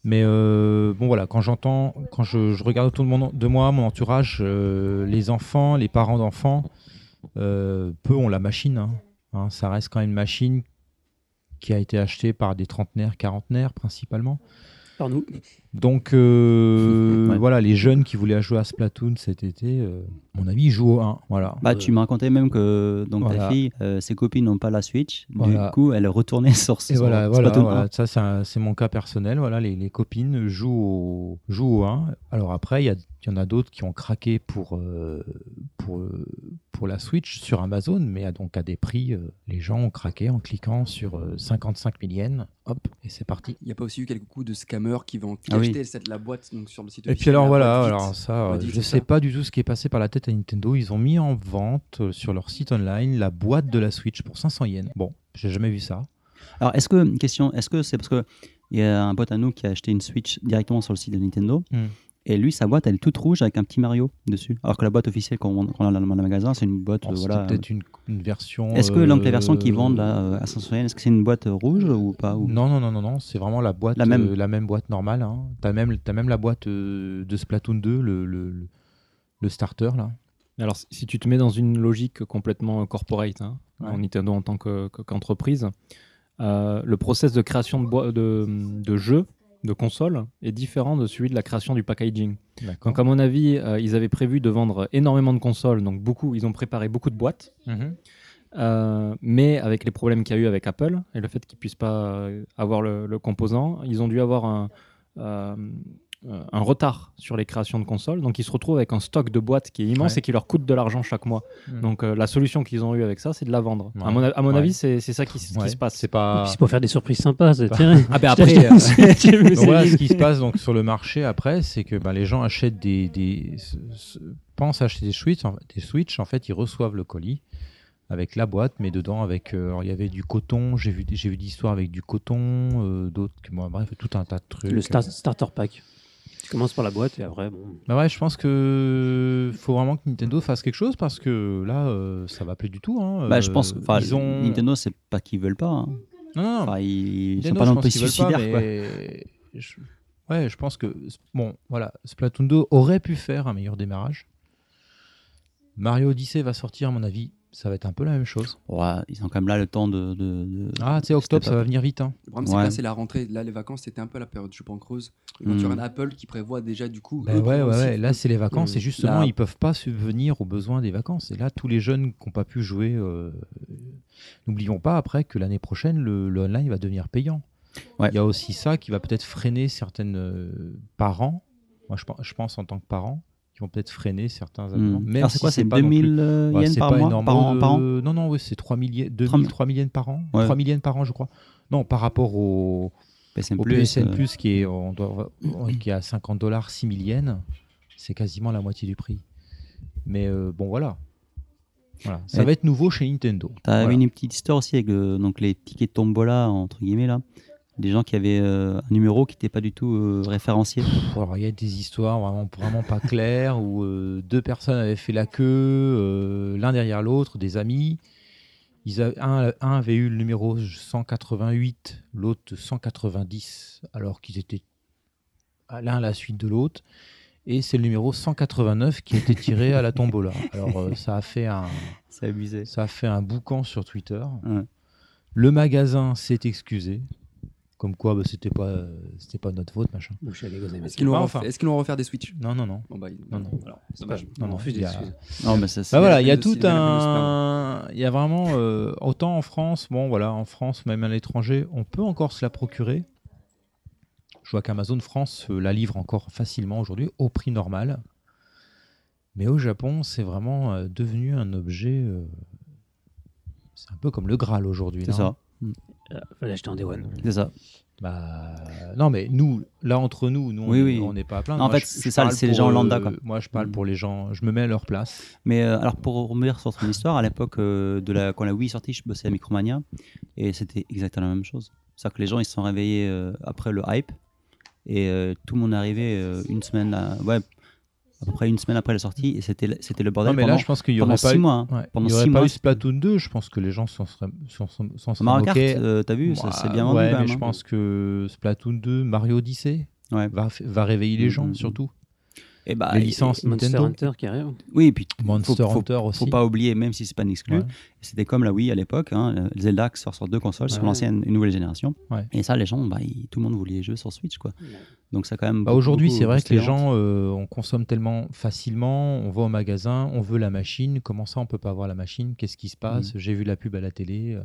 S5: Mais euh, bon, voilà, quand j'entends, quand je, je regarde autour de, mon, de moi, mon entourage, euh, les enfants, les parents d'enfants, euh, peu ont la machine. hein. Hein, ça reste quand même une machine qui a été achetée par des trentenaires, quarantenaires principalement.
S2: Par nous.
S5: Donc euh,
S1: Ouais.
S5: voilà, les jeunes qui voulaient jouer à Splatoon cet été, euh, à mon avis, ils jouent au 1. Voilà.
S1: Bah, tu me racontais même que donc, ta
S5: Voilà.
S1: fille, euh, ses copines n'ont pas la Switch.
S5: Voilà.
S1: Du coup, elle est retournée sur,
S5: Et
S1: sur
S5: voilà, voilà,
S1: Splatoon
S5: voilà.
S1: 1.
S5: ça c'est un- c'est mon cas personnel. Voilà, les, les copines jouent au, jouent au 1. Alors après, il y, a- il y en a d'autres qui ont craqué pour, euh, pour, euh, pour la Switch sur Amazon, mais à, donc à des prix, euh, les gens ont craqué en cliquant sur euh, 55 000 yens. Hop, et c'est parti.
S3: Il n'y a pas aussi eu quelques coups de scammers qui vont qui
S1: Ah oui.
S3: achetaient cette, la boîte donc, sur le site
S5: Et puis
S3: officiel,
S5: alors
S3: la
S5: voilà,
S3: boîte
S5: alors
S3: vite.
S5: ça, euh,
S3: Reddit,
S5: je
S3: c'est
S5: sais
S3: ça.
S5: pas du tout ce qui est passé par la tête à Nintendo. Ils ont mis en vente euh, sur leur site online la boîte de la Switch pour 500 yens. Bon, j'ai jamais vu ça.
S1: Alors, est-ce que, question, est-ce que c'est parce que il y a un pote à nous qui a acheté une Switch directement sur le site de Nintendo
S5: Hmm.
S1: et lui, sa boîte, elle est toute rouge avec un petit Mario dessus. Alors que la boîte officielle qu'on vend- qu'on a dans le magasin, c'est une boîte.
S5: Bon,
S1: euh,
S5: c'était
S1: voilà,
S5: Oh, peut-être une, une version.
S1: Est-ce que
S5: euh,
S1: donc, les versions qu'ils vendent là, euh, à 500 yens, est-ce que c'est une boîte euh, rouge ou pas ou-
S5: Non, non, non, non, non, c'est vraiment la boîte,
S1: La
S5: la
S1: même.
S5: même, la même boîte normale. Hein. T'as même, t'as même la boîte euh, de Splatoon 2, le, le, le- le starter là.
S6: Alors, si- si tu te mets dans une logique complètement euh, corporate, hein, en Nintendo en tant que- que- qu'entreprise, euh, le process de création de, boi- de, de jeux, de consoles, est différent de celui de la création du packaging.
S5: D'accord.
S6: Donc, à mon avis, euh, ils avaient prévu de vendre énormément de consoles, donc beaucoup, ils ont préparé beaucoup de boîtes. Euh, mais avec les problèmes qu'il y a eu avec Apple et le fait qu'ils puissent pas euh, avoir le, le composant, ils ont dû avoir un, euh, euh, un retard sur les créations de consoles. Donc ils se retrouvent avec un stock de boîtes qui est immense
S5: Ouais.
S6: et qui leur coûte de l'argent chaque mois.
S5: Mm.
S6: Donc euh, la solution qu'ils ont eue avec ça, c'est de la vendre.
S5: Ouais.
S6: À mon, a- à mon
S5: Ouais.
S6: avis, c'est c'est ça qui, s- qui
S5: Ouais,
S6: se passe.
S5: C'est pas.
S2: C'est pour faire des surprises sympas. c'est- Tiens,
S6: Ah ben
S2: je t'ai
S6: après,
S2: acheté une Switch, j'ai vu
S5: euh, Donc
S2: ça.
S5: voilà ce qui se passe donc sur le marché après, c'est que ben, les gens achètent des, des se- se- pensent acheter des Switch, en, des Switch, en fait ils reçoivent le colis avec la boîte, mais dedans avec euh, alors, il y avait du coton, j'ai vu des- j'ai vu d'histoires avec du coton, euh, d'autres, que- bon, bref tout un tas de trucs.
S2: Le star- starter pack. Tu commences par la boîte et après, bon.
S5: Bah ouais, je pense que faut vraiment que Nintendo fasse quelque chose parce que là, euh, ça va plus du tout. Hein.
S1: Bah, je pense
S5: Euh,
S1: enfin,
S5: ils ont...
S1: Nintendo, c'est pas qu'ils veulent pas. hein.
S5: Non, non, non.
S1: Enfin, ils, ils sont
S5: Nintendo,
S1: pas
S5: je
S1: non
S5: pense
S1: plus
S5: qu'ils veulent
S1: suicidaires.
S5: pas,
S1: quoi.
S5: mais je- Ouais, je pense que bon, voilà, Splatoon 2 aurait pu faire un meilleur démarrage. Mario Odyssey va sortir, à mon avis, ça va être un peu la même chose.
S1: Ouais, ils ont quand même là le temps de. de- de-
S5: Ah, tu sais, octobre,
S1: C'était
S5: ça va venir vite. Hein.
S3: Le problème, c'est
S1: Ouais.
S3: que là, c'est la rentrée. Là, les vacances, c'était un peu la période, je pense, creuse. Et Quand
S1: Hmm.
S3: tu regardes Apple qui prévoit déjà, du coup.
S5: Ben
S3: eux
S5: ouais, ouais,
S3: prévoient aussi-
S5: ouais, Là, c'est les vacances
S1: Mmh.
S2: Mm.
S5: et justement,
S3: Là-
S5: ils peuvent pas subvenir aux besoins des vacances. Et là, tous les jeunes qui n'ont pas pu jouer, euh, n'oublions pas après que l'année prochaine, le, le online va devenir payant.
S1: Ouais.
S5: Il y a aussi ça qui va peut-être freiner certaines euh, parents. Moi, je, pen- je pense en tant que parent, qui vont peut-être freiner certains
S1: Hmm.
S5: adultes. Même
S1: Alors, c'est
S5: si
S1: quoi C'est
S5: pas non plus-
S1: 2000 euh,
S5: Ouais,
S1: yens
S5: c'est
S1: par
S5: pas
S1: mois
S5: énorme.
S1: Par an,
S5: Euh,
S1: par an
S5: Non, non, oui, c'est 3 000 yens,
S1: 30
S5: 2000, 3 000 yens par an.
S1: Ouais.
S5: 3 000 yens par an, je crois. Non, par rapport au,
S1: PSN
S5: au
S1: Plus,
S5: PSN
S1: euh,
S5: Plus qui est, on doit, on- qui est à 50 dollars, 6 000 yens, c'est quasiment la moitié du prix. Mais euh, bon, voilà. Voilà. Ça
S1: Et-
S5: va être nouveau chez Nintendo.
S1: T'avais
S5: Voilà.
S1: une petite histoire aussi avec le- donc les tickets tombola entre guillemets là, des gens qui avaient euh, un numéro qui n'était pas du tout euh, référencié.
S5: Pff, alors, il y a des histoires vraiment, vraiment pas claires où euh, deux personnes avaient fait la queue, euh, l'un derrière l'autre, des amis. Ils avaient, un, un avait eu le numéro 188, l'autre 190, alors qu'ils étaient à l'un à la suite de l'autre. Et c'est le numéro 189 qui a été tiré à la tombola. Alors, euh, ça a fait un,
S1: C'est abusé.
S5: ça a fait un boucan sur Twitter.
S1: Ouais.
S5: Le magasin s'est excusé, comme quoi bah, c'était pas, euh, c'était pas notre faute, machin.
S2: Bon, je suis allé gosser, mais
S3: Est-ce qu'ils nous
S5: Bah,
S3: vont
S5: enfin.
S3: refaire- est-ce qu'ils nous vont refaire des Switch
S5: Non, non, non.
S3: Bon, bah, ils-
S5: Non, non.
S3: Voilà, c'est dommage.
S5: Non,
S2: On
S5: non,
S2: refuse
S5: il y a-
S2: d'excuser.
S1: Non mais ça c'est.
S5: Bah voilà,
S3: la
S5: il y a
S3: peine de
S5: tout
S3: cibler la police,
S5: un. Il y a vraiment. euh, autant en France, bon voilà, en France, même à l'étranger, on peut encore se la procurer. Je vois qu'Amazon France euh, la livre encore facilement aujourd'hui, au prix normal. Mais au Japon, c'est vraiment euh, devenu un objet. euh, C'est un peu comme le Graal aujourd'hui.
S1: C'est
S5: non
S1: ça,
S2: Euh, Fallait acheter en Day One.
S1: c'est ça.
S5: Bah, non, mais nous, là, entre nous, nous, on
S1: Oui,
S5: est-
S1: oui.
S5: on n'est pas à plaindre.
S1: En
S5: Moi,
S1: fait,
S5: je-
S1: c'est
S5: je
S1: ça,
S5: parle
S1: c'est les
S5: pour,
S1: gens
S5: euh,
S1: lambda, quoi.
S5: Moi, je parle
S1: Mm.
S5: pour les gens, je me mets à leur place.
S1: Mais euh, alors pour revenir sur ton histoire, à l'époque euh, de la quand la Wii est sortie, je bossais à Micromania et c'était exactement la même chose. C'est-à-dire que les gens ils se sont réveillés euh, après le hype et euh, tout le monde est arrivé euh, une semaine, à... ouais, à peu près une semaine après la sortie et c'était le- c'était le bordel
S5: Non, mais
S1: pendant,
S5: là, je pense qu'il y
S1: pendant
S5: aurait pas
S1: six
S5: eu.
S1: mois. hein.
S5: Ouais,
S1: Pendant
S5: il n'y aurait
S1: six
S5: pas
S1: mois,
S5: eu Splatoon 2, je pense que les gens s'en seraient, s'en, s'en- s'en seraient
S1: Mario Kart,
S5: moqués.
S1: euh, t'as vu, ça
S5: Ouah,
S1: c'est bien vendu
S5: ouais,
S1: quand
S5: mais
S1: même,
S5: je
S1: hein.
S5: pense que Splatoon 2, Mario Odyssey,
S1: Ouais.
S5: va, f- va réveiller les gens
S1: Mhm.
S5: surtout.
S1: Et bah,
S5: les licences
S2: Monster
S5: Nintendo,
S2: Hunter qui arrive.
S1: Oui, et puis
S5: Monster
S1: faut-
S5: Hunter aussi.
S1: faut pas oublier, même si c'est pas un exclu,
S5: Ouais.
S1: c'était comme la Wii à l'époque, hein, le Zelda qui sort sur deux consoles, sur
S2: Ouais.
S1: l'ancienne et nouvelle génération.
S5: Ouais.
S1: Et ça, les gens, bah, ils- tout le monde voulait les jeux sur Switch, quoi.
S2: Ouais.
S1: Donc ça quand même.
S5: Bah,
S1: beaucoup,
S5: Aujourd'hui,
S1: beaucoup
S5: c'est vrai que les
S1: boosté
S5: gens, euh, on consomme tellement facilement, on va au magasin, on veut la machine, comment ça on peut pas avoir la machine, qu'est-ce
S1: Mm.
S5: qui se passe, j'ai vu la pub à la télé, euh,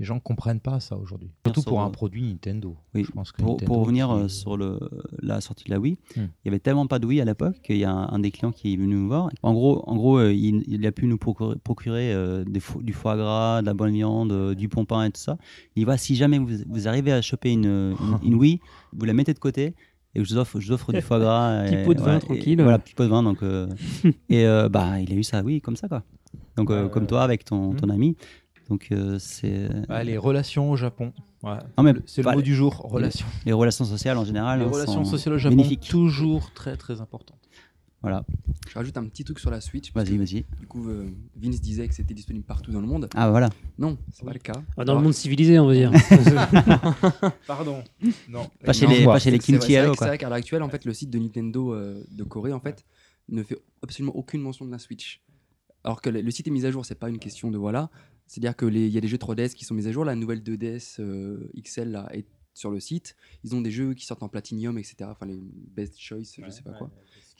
S5: les gens comprennent pas ça aujourd'hui.
S1: Bien
S5: Surtout
S1: sûr,
S5: pour un
S1: euh,
S5: produit Nintendo.
S1: oui,
S5: Je pense que
S1: Pour,
S5: Nintendo
S1: pour revenir
S5: qui-
S1: euh, sur le, la sortie de la Wii,
S5: Hmm.
S1: il y avait tellement pas de Wii à l'époque qu'il y a un, un des clients qui est venu nous voir. En gros, en gros euh, il, il a pu nous procurer, procurer, euh, des fo- du foie gras, de la bonne viande, euh, du pompin et tout ça. Il va, si jamais vous, vous arrivez à choper une, une, une Wii, vous la mettez de côté et je vous offre, je vous offre du foie gras.
S2: Petit
S1: et-
S2: pot de vin
S1: et-
S2: tranquille.
S1: voilà, petit pot de vin. Donc, euh, et euh, bah, il a eu ça, oui, comme ça. quoi. Donc, euh,
S5: Ouais,
S1: comme
S5: ouais,
S1: toi avec ton,
S5: Hmm.
S1: ton ami. Donc, euh, c'est.
S5: Ah, les relations au Japon. Ouais.
S1: Non, mais
S5: Le- C'est le
S1: bah,
S5: mot du jour, relations.
S1: les relations sociales en général.
S5: Les
S1: hein,
S5: relations
S1: sont-
S5: sociales au Japon,
S1: bénéfiques.
S5: toujours très très importantes.
S1: Voilà,
S3: Je rajoute un petit truc sur la Switch. parce
S1: vas-y,
S3: que,
S1: vas-y.
S3: Du coup, euh, Vince disait que c'était disponible partout dans le monde.
S1: Ah, voilà.
S3: Non, c'est pas le cas.
S2: Ah, Dans le
S3: Alors,
S2: monde civilisé, on va dire.
S5: Pardon. Non.
S1: Pas chez
S3: Non,
S1: les,
S3: je
S1: pas
S3: vois.
S1: chez les
S3: C'est vrai-
S1: Kimchi
S3: c'est vrai
S1: Hello,
S3: que C'est
S1: quoi.
S3: vrai qu'à l'heure actuelle, en fait, le site de Nintendo euh, de Corée, en fait, ne fait absolument aucune mention de la Switch. Alors que le le site est mis à jour, c'est pas une question de voilà. C'est-à-dire que les- il y a des jeux 3DS qui sont mis à jour, la nouvelle 2DS euh, XL là, est sur le site. Ils ont des jeux qui sortent en platinium, etc. Enfin, les best choice, je sais pas quoi.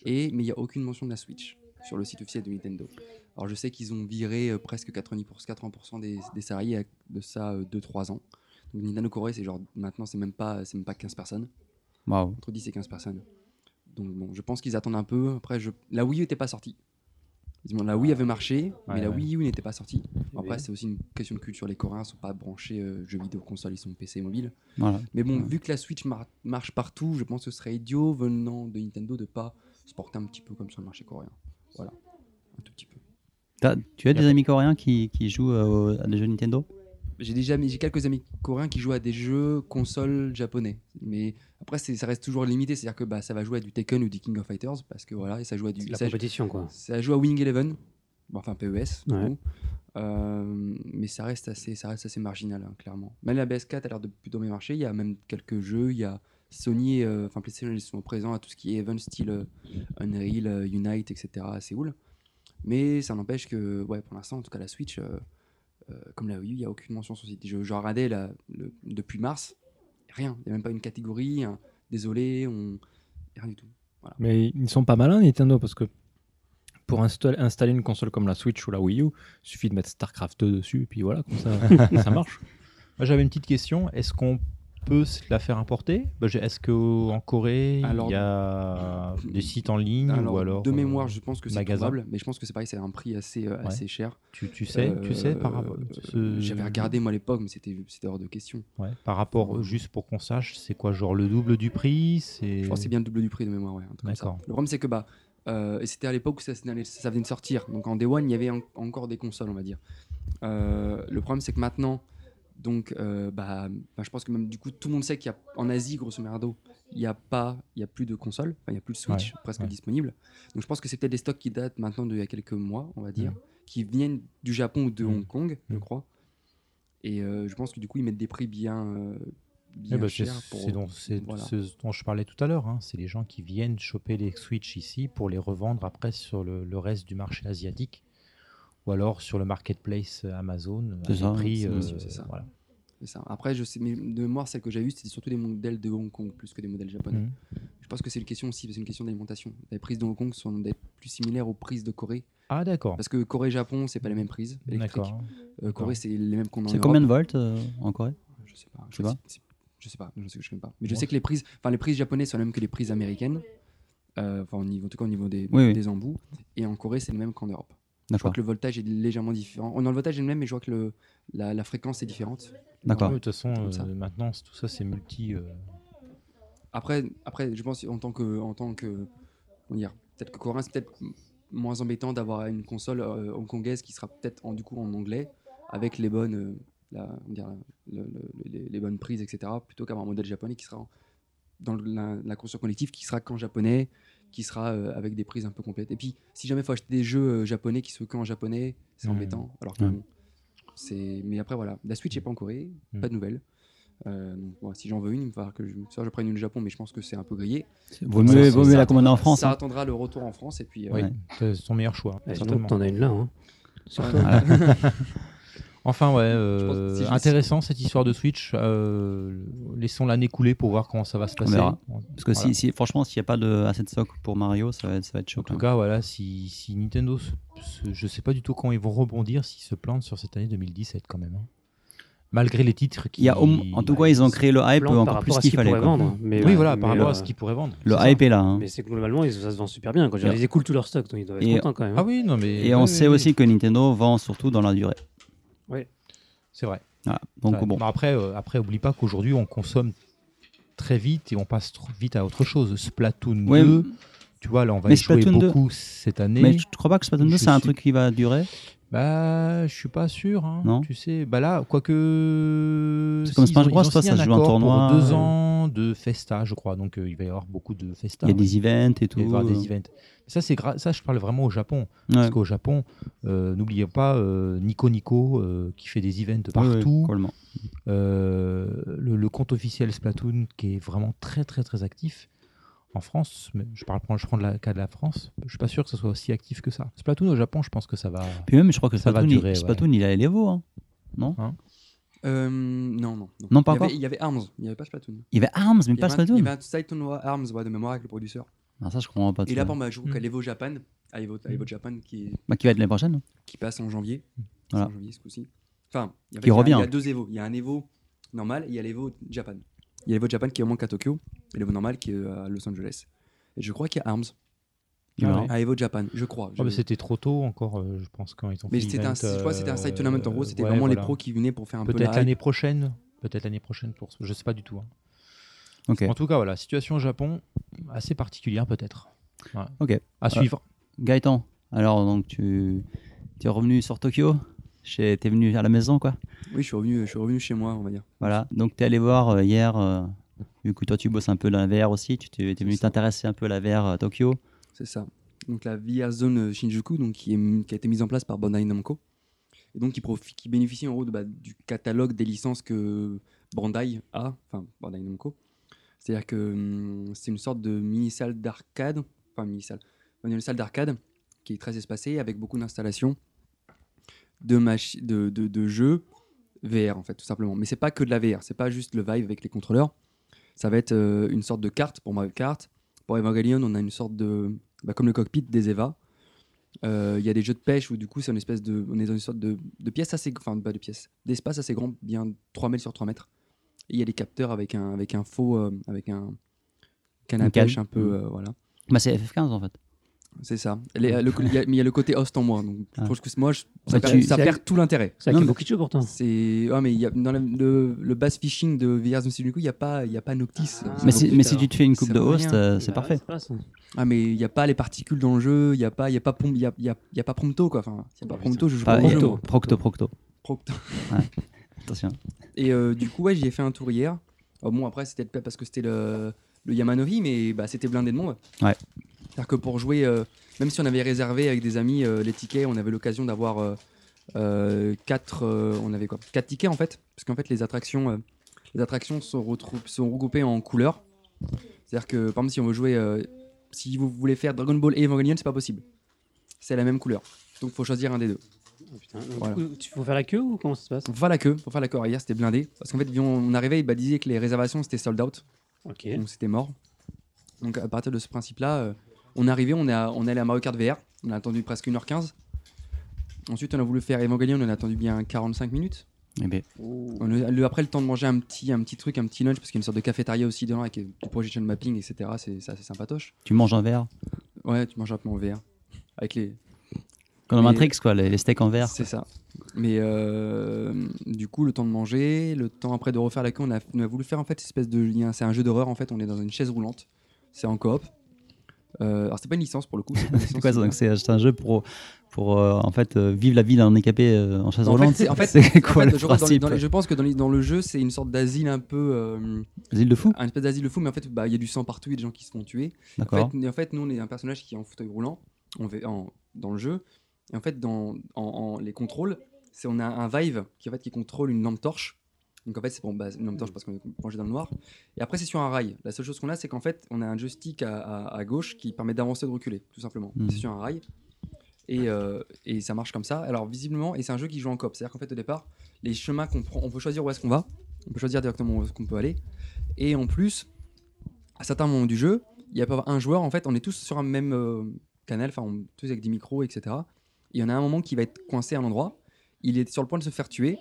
S3: Et mais il y a aucune mention de la Switch sur le site officiel de Nintendo. Alors je sais qu'ils ont viré euh, presque 90 pour- 80% des, des salariés à- de ça 2-3 ans. Donc Nintendo Corée, c'est genre maintenant c'est même pas c'est même pas 15 personnes
S1: Waouh.
S3: entre 10 et 15 personnes. Donc bon, je pense qu'ils attendent un peu. Après, je... la Wii U n'était pas sortie. Ils ont- La Wii avait marché, mais
S6: Ah Ouais,
S3: la
S6: ouais.
S3: Wii U n'était pas sortie. Bon,
S6: Oui.
S3: après, c'est aussi une question de culture. Les Coréens sont pas branchés euh, jeux vidéo, console, ils sont PC et mobile.
S1: Voilà.
S3: Mais bon,
S1: Ouais.
S3: vu que la Switch mar- marche partout, je pense que ce serait idiot venant de Nintendo de pas se porter un petit peu comme sur le marché coréen. Voilà, un tout petit peu.
S1: T'as- tu as des amis coréens qui, qui jouent euh, au- à des jeux Nintendo
S3: J'ai déjà j'ai quelques amis coréens qui jouent à des jeux consoles japonais. Mais après, c'est- ça reste toujours limité. C'est-à-dire que bah, ça va jouer à du Tekken ou du King of Fighters parce que voilà, et ça joue à du.
S2: C'est la
S3: ça-
S2: compétition, quoi.
S3: Ça joue à Winning Eleven, Bon, enfin PES, du
S2: Ouais.
S3: coup. Euh, mais ça reste assez, ça reste assez marginal, hein, clairement. Même la BS4 a l'air de plutôt bien marcher. Il y a même quelques jeux, il y a Sony, et, euh, enfin PlayStation, ils sont présents à tout ce qui est event style euh, Unreal, euh, Unite, etc. à Séoul. Mais ça n'empêche que, ouais, pour l'instant, en tout cas la Switch, euh, euh, comme la Wii U, il n'y a aucune mention sur le site. Je, je regardais la- le- depuis mars, rien. Il n'y a même pas une catégorie. un désolé, on... rien du tout.
S6: Mais ils sont pas malins, Nintendo, parce que pour install- installer une console comme la Switch ou la Wii U, il suffit de mettre StarCraft 2 dessus, et puis voilà, comme ça, ça marche.
S5: Moi, j'avais une petite question. Est-ce qu'on peut se la faire importer Bah, j'ai- Est-ce qu'en Corée,
S3: Alors-
S5: il y a des sites en ligne
S3: Alors,
S5: ou alors
S3: de
S5: euh,
S3: mémoire, je pense que c'est
S5: magasin.
S3: probable, mais je pense que c'est pareil, c'est un prix assez, euh,
S5: Ouais.
S3: assez cher.
S5: tu, tu sais, tu sais par
S3: Euh,
S5: rapport.
S3: euh,
S5: ce-
S3: J'avais regardé moi à l'époque, mais c'était c'était hors de question.
S5: Ouais, par rapport juste pour qu'on sache, c'est quoi genre le double du prix C'est
S3: Je pense que c'est bien le double du prix de mémoire, ouais, un truc comme ça.
S5: D'accord.
S3: Le problème c'est que bah, euh, et c'était à l'époque où ça, venait- ça venait de sortir, donc en Day One il y avait en- encore des consoles, on va dire. Euh, le problème c'est que maintenant, donc euh, bah, bah, je pense que même du coup tout le monde sait qu'il y a en Asie grosso merdo, il n'y a pas, il y a plus de consoles, enfin, il n'y a plus de Switch presque
S5: ouais.
S3: disponible. Donc je pense que c'est peut-être des stocks qui datent maintenant d'il y a quelques mois, on va dire, qui viennent du Japon ou de
S5: Mm.
S3: Hong Kong, je
S5: Mm.
S3: crois. Et euh, je pense que du coup ils mettent des prix bien, euh,
S5: Eh
S3: bien
S5: ben, c'est
S3: chers pour.
S5: c'est dont- c'est-
S3: voilà.
S5: c'est ce dont je parlais tout à l'heure. hein. C'est les gens qui viennent choper les Switch ici pour les revendre après sur le, le reste du marché asiatique ou alors sur le marketplace euh, Amazon à
S1: C'est
S5: des
S1: ça,
S5: prix.
S3: c'est
S5: euh,
S3: possible, c'est ça.
S5: voilà.
S3: C'est ça. Après, je sais, mais de mémoire, celle que j'ai vue, c'était surtout des modèles de Hong Kong plus que des modèles japonais.
S5: Mhm.
S3: Je pense que c'est une question aussi, c'est une question d'alimentation. Les prises de Hong Kong sont d'être plus similaires aux prises de Corée.
S5: Ah d'accord.
S3: Parce que Corée-Japon, c'est pas les mêmes prises. électriques.
S5: D'accord.
S3: Euh, Corée, c'est les mêmes qu'on a en
S1: C'est
S3: Europe.
S1: combien de volts euh, en Corée
S3: Je sais pas. Je,
S1: Tu
S3: crois
S1: vois
S3: que c'est- c'est- je sais pas. Je sais que je connais pas. Mais je
S5: Bon.
S3: sais que les prises, enfin les prises japonaises sont les mêmes que les prises américaines. Euh, Enfin, au niveau, en tout cas au niveau des,
S1: Oui, Ah. oui.
S3: des embouts. Et en Corée, c'est le même qu'en Europe. Je crois
S1: D'accord.
S3: que le voltage est légèrement différent. On a le voltage est le même, mais je crois que le, la, la fréquence est différente.
S5: Ouais,
S1: D'accord.
S5: De toute façon,
S3: Comme
S5: euh,
S3: ça.
S5: maintenant c'est- tout ça c'est multi. euh,
S3: Après, après, je pense en tant que, en tant que, comment dire, peut-être que Corin, c'est peut-être m- moins embêtant d'avoir une console euh, hongkongaise qui sera peut-être en, du coup en anglais avec les bonnes, euh, la- comment dire, le- le- les, les bonnes prises, etc. Plutôt qu'avoir un modèle japonais qui sera en- dans le- la, la console collective qui sera qu'en japonais, qui sera euh, avec des prises un peu complètes. Et puis, si jamais il faut acheter des jeux euh, japonais qui sont qu'en japonais, c'est
S5: Mhm.
S3: embêtant. Alors que
S1: Ouais.
S3: bon, c'est. Mais après voilà, la Switch n'est pas en Corée,
S5: Mhm.
S3: pas de nouvelles. Euh, donc, bon, si j'en veux une, il va falloir que je, soit je prenne une Japon, mais je pense que c'est un peu grillé.
S1: Vaut mieux, vaut mieux la commander en France.
S3: Ça
S1: hein.
S3: attendra le retour en France et puis. euh,
S5: Oui,
S1: Ouais.
S5: c'est son meilleur choix.
S2: Eh, surtout que
S5: certainement.
S2: t'en as une là. hein. Surtout.
S1: Voilà.
S5: Enfin, ouais,
S3: Je pense que
S5: euh,
S3: si je-
S5: intéressant cette histoire de Switch. euh, laissons l'année couler pour voir comment ça va se passer.
S1: verra.
S5: En
S1: Parce que si,
S5: Voilà.
S1: si- franchement, s'il n'y a pas de assez de stock pour Mario, ça va être, ça va être chaud.
S5: tout
S1: quand
S5: cas, voilà, si, si Nintendo, se- se- je sais pas du tout quand ils vont rebondir, s'ils se plantent sur cette année 2017 quand même. hein. Malgré les titres qui.
S1: Il y a, au m- en tout cas, ils ont créé le hype
S2: Plan
S1: encore
S2: par
S1: plus
S2: rapport à ce
S1: qu'il
S2: qu'ils
S1: fallait.
S2: pourraient
S1: quoi.
S2: vendre. Mais,
S5: Oui, voilà, par
S2: mais
S5: rapport à
S2: le-
S5: ce qu'ils pourraient vendre.
S1: Le
S5: c'est ça.
S1: hype est là. hein.
S2: Mais c'est que globalement, ils, ça se vend super bien. Quand je veux dire, ils écoulent tout leur stock, donc ils doivent être
S1: Et-
S2: contents quand même.
S5: Ah oui, non, mais.
S1: Et on
S5: oui,
S1: sait
S5: oui,
S1: aussi que Nintendo vend surtout dans la durée.
S5: C'est vrai.
S1: Voilà. Donc
S5: Ouais.
S1: bon,
S5: Non, après, euh, après, oublie pas qu'aujourd'hui, on consomme très vite et on passe trop vite à autre chose. Splatoon
S1: Ouais.
S5: 2, tu vois, là, on va
S1: Mais
S5: y jouer
S1: Splatoon 2.
S5: beaucoup cette année.
S1: Mais je ne crois pas que Splatoon 2,
S5: je
S1: c'est un
S5: suis-
S1: truc qui va durer.
S5: Bah, je suis pas sûr. hein.
S1: Non.
S5: Tu sais, bah là, quoique.
S1: C'est comme
S5: s'ils ont-
S1: Smash Bros,
S5: ils ont
S1: toi,
S5: signé
S1: ça
S5: un
S1: se joue en
S5: accord
S1: tournoi,
S5: Pour deux
S1: euh.
S5: ans de Festa, je crois. Donc, euh, il va y avoir beaucoup de Festa.
S1: Il y a
S5: ouais.
S1: des events et tout. euh,
S5: Il va y avoir des events. Ça, c'est gra- ça, je parle vraiment au Japon.
S1: Ouais.
S5: Parce qu'au Japon, euh, n'oubliez pas euh, Nico Nico euh, qui fait des events
S1: Ouais,
S5: partout.
S1: complètement.
S5: Euh, le, le compte officiel Splatoon qui est vraiment très très très actif en France. Mais je parle, je prends le cas de la France. Je suis pas sûr que ce soit aussi actif que ça. Splatoon au Japon, je pense que ça va.
S1: Puis même, je crois que
S5: Ça va
S1: Splatoon,
S5: durer,
S1: il,
S5: ouais.
S1: Splatoon, il a les veaux. hein.
S3: euh, non, non,
S1: Non, pas
S3: il y, avait,
S1: encore.
S3: il y avait Arms, il n'y avait pas Splatoon.
S1: Il y avait Arms, mais
S3: Il y
S1: pas
S3: avait un- il y
S1: Splatoon.
S3: avait un side tournoi Arms ouais, de mémoire avec le producteur.
S1: Ah, ça, je comprends pas.
S3: Et
S1: tu
S3: là,
S1: vois.
S3: pour ma joue,
S5: Mm.
S3: qu'à l'Evo Japan, à Evo, à Evo Japan qui,
S1: Bah, qui va être l'année prochaine.
S3: qui passe en
S5: Mm.
S3: janvier.
S1: Voilà.
S3: C'est En janvier, ce coup-ci. Enfin, il y a-
S1: Qui
S3: il y a-
S1: revient. hein.
S3: Il y a deux Evo. Il y a un Evo normal et il y a l'Evo Japan. Il y a l'Evo Japan qui est au manque à Tokyo et l'Evo normal qui est à Los Angeles. Et je crois qu'il y a Arms
S1: Il va-
S3: à Evo Japan, je crois.
S5: Ah,
S3: Je-
S5: mais c'était trop tôt encore, euh, je pense, quand ils ont
S3: mais
S5: fait
S3: c'était un,
S5: l'event,
S3: je crois que c'était un side
S5: euh,
S3: tournament en gros. C'était
S5: ouais,
S3: vraiment les
S5: voilà.
S3: pros qui venaient pour faire un peu
S5: Peut-être
S3: la hype.
S5: l'année prochaine. Peut-être l'année prochaine pour. Je sais pas du tout. hein.
S1: Ok.
S5: En tout cas, voilà, situation au Japon assez particulière peut-être. Voilà.
S1: Ok.
S5: À suivre.
S1: Gaëtan, alors, donc, tu, tu es revenu sur Tokyo Chez- T'es venu à la maison, quoi
S3: Oui, je suis revenu, je suis revenu chez moi, on va dire.
S1: Voilà, donc tu es allé voir euh, hier, euh, vu que toi tu bosses un peu dans la VR aussi, tu t'es t'es venu
S3: ça.
S1: t'intéresser un peu à la VR à Tokyo.
S3: C'est ça. Donc la VR Zone Shinjuku, donc, qui, est- qui a été mise en place par Bandai Namco, et donc qui, profi- qui bénéficie en gros de- bah, du catalogue des licences que Bandai a, enfin Bandai Namco. C'est-à-dire que hum, c'est une sorte de mini-salle d'arcade, enfin mini-salle, une salle d'arcade qui est très espacée avec beaucoup d'installations de, machi- de, de, de jeux VR en fait, tout simplement. Mais c'est pas que de la VR, c'est pas juste le Vive avec les contrôleurs. Ça va être euh, une sorte de carte pour Mario Kart. Pour Evangelion, on a une sorte de. bah, comme le cockpit des EVA. Euh, Il y a des jeux de pêche où du coup, c'est une espèce de. On est dans une sorte de, de pièce assez. Enfin, pas de pièce. D'espace assez grand, bien 3 mètres sur 3 mètres. Et il y a des capteurs avec un, avec un faux. euh, avec un. canne à
S1: Une canne.
S3: pêche un peu. euh, voilà.
S1: Bah c'est FF15 en fait.
S3: C'est ça. Les- euh, le- il y a- mais il y a le côté host en moi. Donc,
S1: Ah.
S3: je pense que moi, je-
S1: Bah,
S3: ça, perd,
S1: tu-
S3: ça
S2: c'est-
S3: perd tout l'intérêt.
S2: C'est
S1: Non,
S2: avec
S1: mais-
S2: Bokicho pourtant.
S3: C'est. Ah, mais il y a, dans la- le, le bass fishing de VR Zone du coup, il n'y a, pas- il y a pas Noctis.
S2: Ah.
S1: mais
S2: bon,
S1: si,
S2: putain.
S1: mais si tu te fais une coupe
S3: Ça
S1: de
S3: vaut
S1: host,
S3: rien.
S1: euh, c'est
S2: Bah,
S1: parfait.
S2: pas ça.
S3: Ah mais il n'y a pas les particules dans le jeu, il n'y a pas, il y a pas, prom- y a, y a- y a pas Prompto quoi. Enfin, il y a pas Prompto, je joue
S1: Enfin,
S3: Bah, pas au
S1: il y a-
S3: jeu.
S2: Procto.
S1: Procto,
S3: moi.
S1: Procto.
S3: Prompto.
S1: Attention.
S3: Et euh, du coup ouais, j'y ai fait un tour hier. Euh, bon après c'était peut-être parce que c'était le, le Yamanovi, mais bah c'était blindé de monde.
S1: Ouais.
S3: C'est-à-dire que pour jouer, euh, même si on avait réservé avec des amis euh, les tickets, on avait l'occasion d'avoir euh, euh, quatre, euh, on avait quoi, quatre tickets en fait, parce qu'en fait les attractions, euh, les attractions sont, retrou- sont regroupées en couleurs. C'est-à-dire que par exemple si on veut jouer, euh, si vous voulez faire Dragon Ball et Evangelion, c'est pas possible. C'est la même couleur. Donc faut choisir un des deux.
S2: Ah, putain. Donc,
S3: Voilà.
S2: du coup, Tu faut faire la queue ou comment ça se passe
S3: Faut faire la queue, faut faire la queue hier, c'était blindé. Parce qu'en fait, on arrivait, ils disaient que les réservations c'était sold out.
S2: Ok.
S3: Donc c'était mort. Donc à partir de ce principe-là, euh, on est arrivé, on est, à- on est allé à Mario Kart VR, on a attendu presque 1h15. Ensuite, on a voulu faire Evangelion, on a attendu bien 45 minutes.
S1: Eh ben,
S3: On a eu après le temps de manger un petit, un petit truc, un petit lunch, parce qu'il y a une sorte de cafétéria aussi dedans avec euh, du projection mapping, etc. C'est c'est assez sympatoche.
S1: tu manges un verre.
S3: Ouais, tu manges un peu en VR. Avec les,
S1: Comme dans
S3: Mais-
S1: Matrix quoi, les, les steaks en verre.
S3: C'est ça. Mais euh, du coup, le temps de manger, le temps après de refaire la queue, on a, on a voulu faire en fait une espèce de lien. C'est un jeu d'horreur en fait. On est dans une chaise roulante. C'est en coop. Euh, alors c'est pas une licence pour le coup. pas une
S1: C'est
S3: licence.
S1: quoi ça Donc c'est c'est un jeu pour pour euh, en fait euh, vivre la vie d'un handicapé euh, en chaise
S3: En fait,
S1: roulante.
S3: c'est- en fait-
S1: c'est
S3: En
S1: quoi
S3: fait,
S1: le
S3: je, crois dans les-
S1: principe
S3: dans les- je pense que dans, les- dans le jeu, c'est une sorte d'asile un peu, euh,
S1: Les îles de fou,
S3: un espèce d'asile de fou, mais en fait, bah, il y a du sang partout, il y a des gens qui se font tuer. En
S1: d'accord.
S3: fait, mais en fait, nous, on est un personnage qui est en fauteuil roulant on va- en- dans le jeu. Et en fait, dans en- en- les contrôles, c'est on a un Vive qui, en fait, qui contrôle une lampe torche Donc en fait, c'est bon, bah, en même temps, je pense qu'on est plongé dans le noir. Et après, c'est sur un rail. La seule chose qu'on a, c'est qu'en fait, on a un joystick à, à- à gauche qui permet d'avancer ou de reculer, tout simplement.
S1: Mm.
S3: C'est sur un rail. Et, euh, et ça marche comme ça. Alors visiblement, et c'est un jeu qui joue en coop. C'est-à-dire qu'en fait, au départ, les chemins qu'on prend, on peut choisir où est-ce qu'on va. On peut choisir directement où est-ce qu'on peut aller. Et en plus, à certains moments du jeu, il y a pas un joueur, en fait, on est tous sur un même euh, canal, enfin, on- tous avec des micros, etc. Il y en a un moment qui va être coincé à un endroit, il est sur le point de se faire tuer,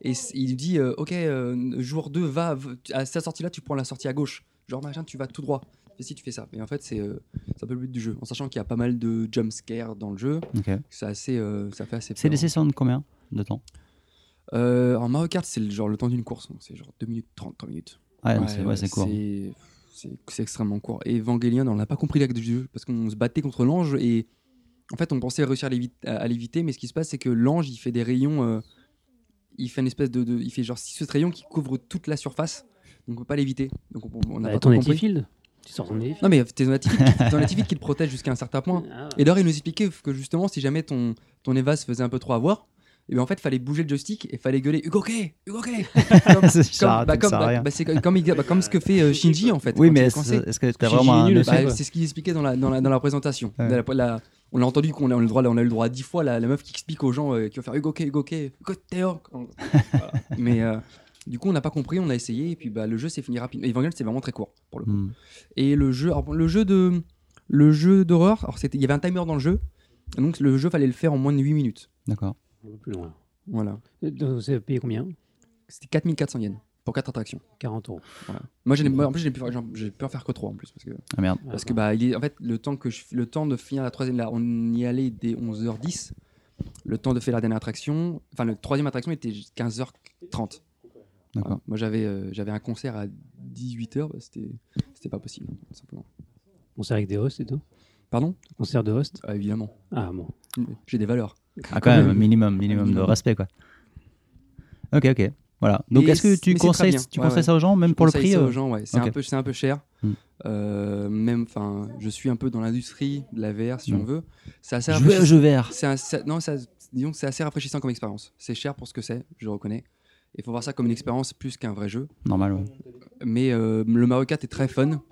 S3: et s- il lui dit euh, Ok, euh, jour 2, va, v- à cette sortie-là, tu prends la sortie à gauche. Genre, machin, tu vas tout droit. Et si tu fais ça. Et en fait, c'est euh, c'est un peu le but du jeu, en sachant qu'il y a pas mal de jump scares dans le jeu,
S1: Ok.
S3: c'est assez, euh, ça fait assez peur.
S1: CDC Sound, combien de temps
S3: Euh, en Mario Kart, c'est le- genre le temps d'une course, donc c'est genre 2 minutes 30, 3 minutes.
S1: Ah, donc
S3: Ouais,
S1: c'est ouais,
S3: ouais,
S1: c'est court.
S3: c'est- C'est c'est extrêmement court. Et Evangelion, on n'a pas compris l'acte du jeu parce qu'on se battait contre l'ange et en fait, on pensait réussir à l'évi- à à l'éviter, mais ce qui se passe, c'est que l'ange, il fait des rayons. euh, il fait une espèce de, de- Il fait genre 6 rayons qui couvrent toute la surface. Donc on peut pas l'éviter. Donc on- on n'a
S2: Bah,
S3: pas
S2: ton
S3: trop
S2: native
S3: compris.
S2: field Tu sors ton native
S3: Non, mais t'es dans la tifite- dans la tifite qui te protège jusqu'à un certain point.
S2: Ah,
S3: Et d'ailleurs, il nous expliquait que justement, si jamais ton, ton Eva se faisait un peu trop avoir, et bien en fait, fallait bouger le joystick et fallait gueuler Hugo K Hugo K Comme-
S1: Ça
S3: comme,
S1: sert
S3: bah,
S1: à
S3: comme, bah,
S1: rien.
S3: bah, c'est comme, comme il- bah, comme ce que fait euh, Shinji en fait.
S1: Oui,
S3: quand il
S1: mais
S3: est
S1: est-ce
S3: coincé.
S1: est-ce que t'as
S2: Shinji
S1: vraiment un
S2: nul
S1: effet,
S2: aussi.
S1: quoi
S3: Bah, c'est ce qu'il expliquait dans la, dans la, dans la présentation.
S1: Ouais.
S3: Dans la- la- on a entendu qu'on a, on a le droit, on a eu le droit à dix fois la, la meuf qui explique aux gens euh, qui va faire Hugo K, Hugo K, Hugo Théor. Voilà. Mais euh, du coup, on n'a pas compris, on a essayé et puis bah, le jeu s'est fini rapidement. Evangelion, c'est vraiment très court pour le coup.
S1: Hmm.
S3: Et le jeu, alors, bon, le jeu de le jeu d'horreur, alors c'était- il y avait un timer dans le jeu, donc le jeu fallait le faire en moins de 8 minutes.
S1: D'accord.
S2: on va plus loin.
S3: Voilà.
S2: Euh, donc, Vous avez payé combien
S3: C'était 4400 yens pour 4 attractions.
S2: 40 euros.
S3: Voilà. Moi, j'en ai- moi, en plus, j'ai pu, faire- j'en- j'ai pu en faire que 3 en plus. Parce que,
S1: Ah merde.
S3: parce que bah, il est, en fait, le temps, que je- le temps de finir la troisième, là, on y allait dès 11h10. Le temps de faire la dernière attraction, enfin, la troisième attraction était 15h30.
S1: D'accord.
S3: Moi, j'avais euh, j'avais un concert à 18h, bah, c'était c'était pas possible, tout simplement.
S2: Concert avec des hosts et tout
S3: Pardon
S2: Concert de hosts
S3: Ah, Évidemment.
S2: Ah bon.
S3: J'ai des valeurs.
S1: Ah, quand même, minimum, minimum de
S3: Minimum.
S1: respect, quoi. Ok, ok. Voilà. Donc,
S3: Mais
S1: est-ce que
S3: c'est-
S1: tu
S3: mais c'est très
S1: conseilles,
S3: bien.
S1: tu
S3: Ouais,
S1: conseilles
S3: ouais.
S1: ça aux gens, même pour le
S3: conseille
S1: prix
S3: ça
S1: euh,
S3: aux gens, ouais. C'est
S1: ok.
S3: un peu, c'est un peu cher.
S1: Mm.
S3: Euh, même, enfin, je suis un peu dans l'industrie de la VR, si
S1: Mm.
S3: on veut. C'est assez
S1: Je veux un
S3: rafraîchissant.
S1: jeu vert.
S3: C'est un- c'est- non, ça- disons que c'est assez rafraîchissant comme expérience. C'est cher pour ce que c'est, je reconnais. Il faut voir ça comme une expérience plus qu'un vrai jeu.
S1: Normal, ouais.
S3: Mais euh, le Mario Kart est très fun.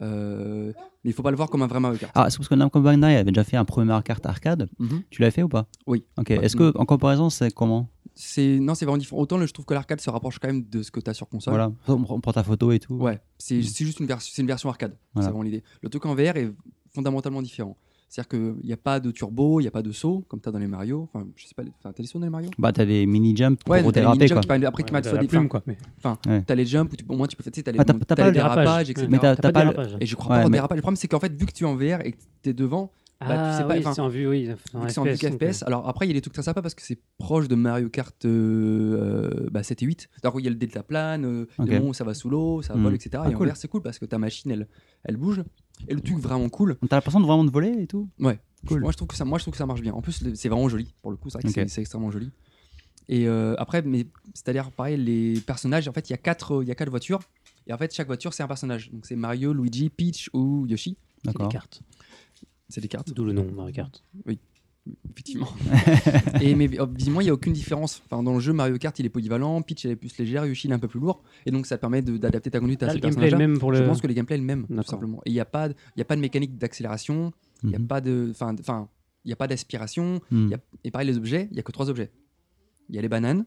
S3: Euh, mais il faut pas le voir comme un vrai Mario Kart.
S1: Ah, c'est parce que Namco Bandai avait déjà fait un premier Mario Kart arcade.
S3: Mhm.
S1: Tu l'as fait ou pas
S3: Oui. Bah,
S1: Ok.
S3: Ouais.
S1: Est-ce que, en comparaison, c'est comment
S3: C'est non, c'est vraiment différent. Autant le- je trouve que l'arcade se rapproche quand même de ce que tu as sur console.
S1: Voilà. On prend on prend ta photo et tout.
S3: Ouais, c'est
S1: Mm.
S3: c'est juste une, vers- c'est une version arcade.
S1: Voilà.
S3: C'est vraiment l'idée. Le truc en VR est fondamentalement différent. C'est-à-dire qu'il n'y a pas de turbo, il n'y a pas de saut, comme tu as dans les Mario. Enfin, je sais pas, les- enfin, t'as les sauts dans les Mario
S1: Bah, t'as des mini jumps pour
S3: Ouais, t'as les
S1: déraper, quoi.
S3: mini-jumps qui permettent- après qui
S2: Ouais,
S3: mettent
S2: t'as
S3: soit
S2: la
S3: des
S2: plume,
S3: fins.
S2: quoi. Mais
S3: T'as les jumps, où tu- au moins tu peux faire, tu sais, t'as les,
S1: Ah, t'as- t'as
S3: t'as
S1: pas
S3: les
S1: le
S3: dérapages,
S2: dérapage,
S3: etc.
S1: Mais t'as
S2: T'as
S1: t'as
S2: pas
S1: pas
S2: de
S1: le.
S2: dérapage. hein.
S3: Et je crois
S1: Ouais,
S3: pas au
S1: mais-
S3: dérapage. Le problème, c'est qu'en fait, vu que tu es en VR et que tu es devant, bah,
S2: Ah,
S3: tu sais pas,
S2: oui,
S3: enfin,
S2: c'est en vue, oui. en
S3: vu que c'est en vue
S2: FPS, donc,
S3: FPS, alors après, il y a des trucs très sympas parce que c'est proche de Mario Kart euh, euh, bah, 7 et 8. Alors, il y a le delta plane, euh, le
S1: Ok.
S3: moment où ça va sous l'eau, ça
S1: Mm.
S3: vole, etc.
S1: Ah,
S3: et en
S1: cool.
S3: VR, c'est cool parce que ta machine, elle, elle bouge. Et le truc vraiment cool,
S1: T'as l'impression de vraiment de voler et tout Cool.
S3: Moi je trouve que ça, moi je trouve que ça marche bien. En plus, le- c'est vraiment joli pour le coup. C'est vrai que
S1: Ok.
S3: c'est- c'est extrêmement joli. Et euh, après, mais c'est-à-dire pareil, les personnages. En fait, il y a quatre, il y a quatre voitures. Et en fait, chaque voiture c'est un personnage. Donc c'est Mario, Luigi, Peach ou Yoshi.
S2: euh, c'est des
S1: D'accord.
S2: cartes.
S3: C'est des cartes,
S2: D'où le nom, Mario Kart.
S3: effectivement. et mais euh, visiblement, il y a aucune différence. Enfin, dans le jeu Mario Kart, il est polyvalent. Peach elle est plus légère, Yoshi il est un peu plus lourd. Et donc ça te permet de- d'adapter ta conduite à
S2: Là,
S3: ces
S2: le gameplay est
S3: personnages.
S2: le même pour
S3: Je
S2: le.
S3: pense que le gameplay est le même, tout
S2: D'accord.
S3: simplement. Et il n'y a, pas de- il y a pas de mécanique d'accélération, il n'y a
S1: Mhm.
S3: pas de. Enfin, de- enfin, il n'y a pas d'aspiration.
S1: Mhm.
S3: il y a- Et pareil, les objets, il n'y a que trois objets. Il y a les bananes,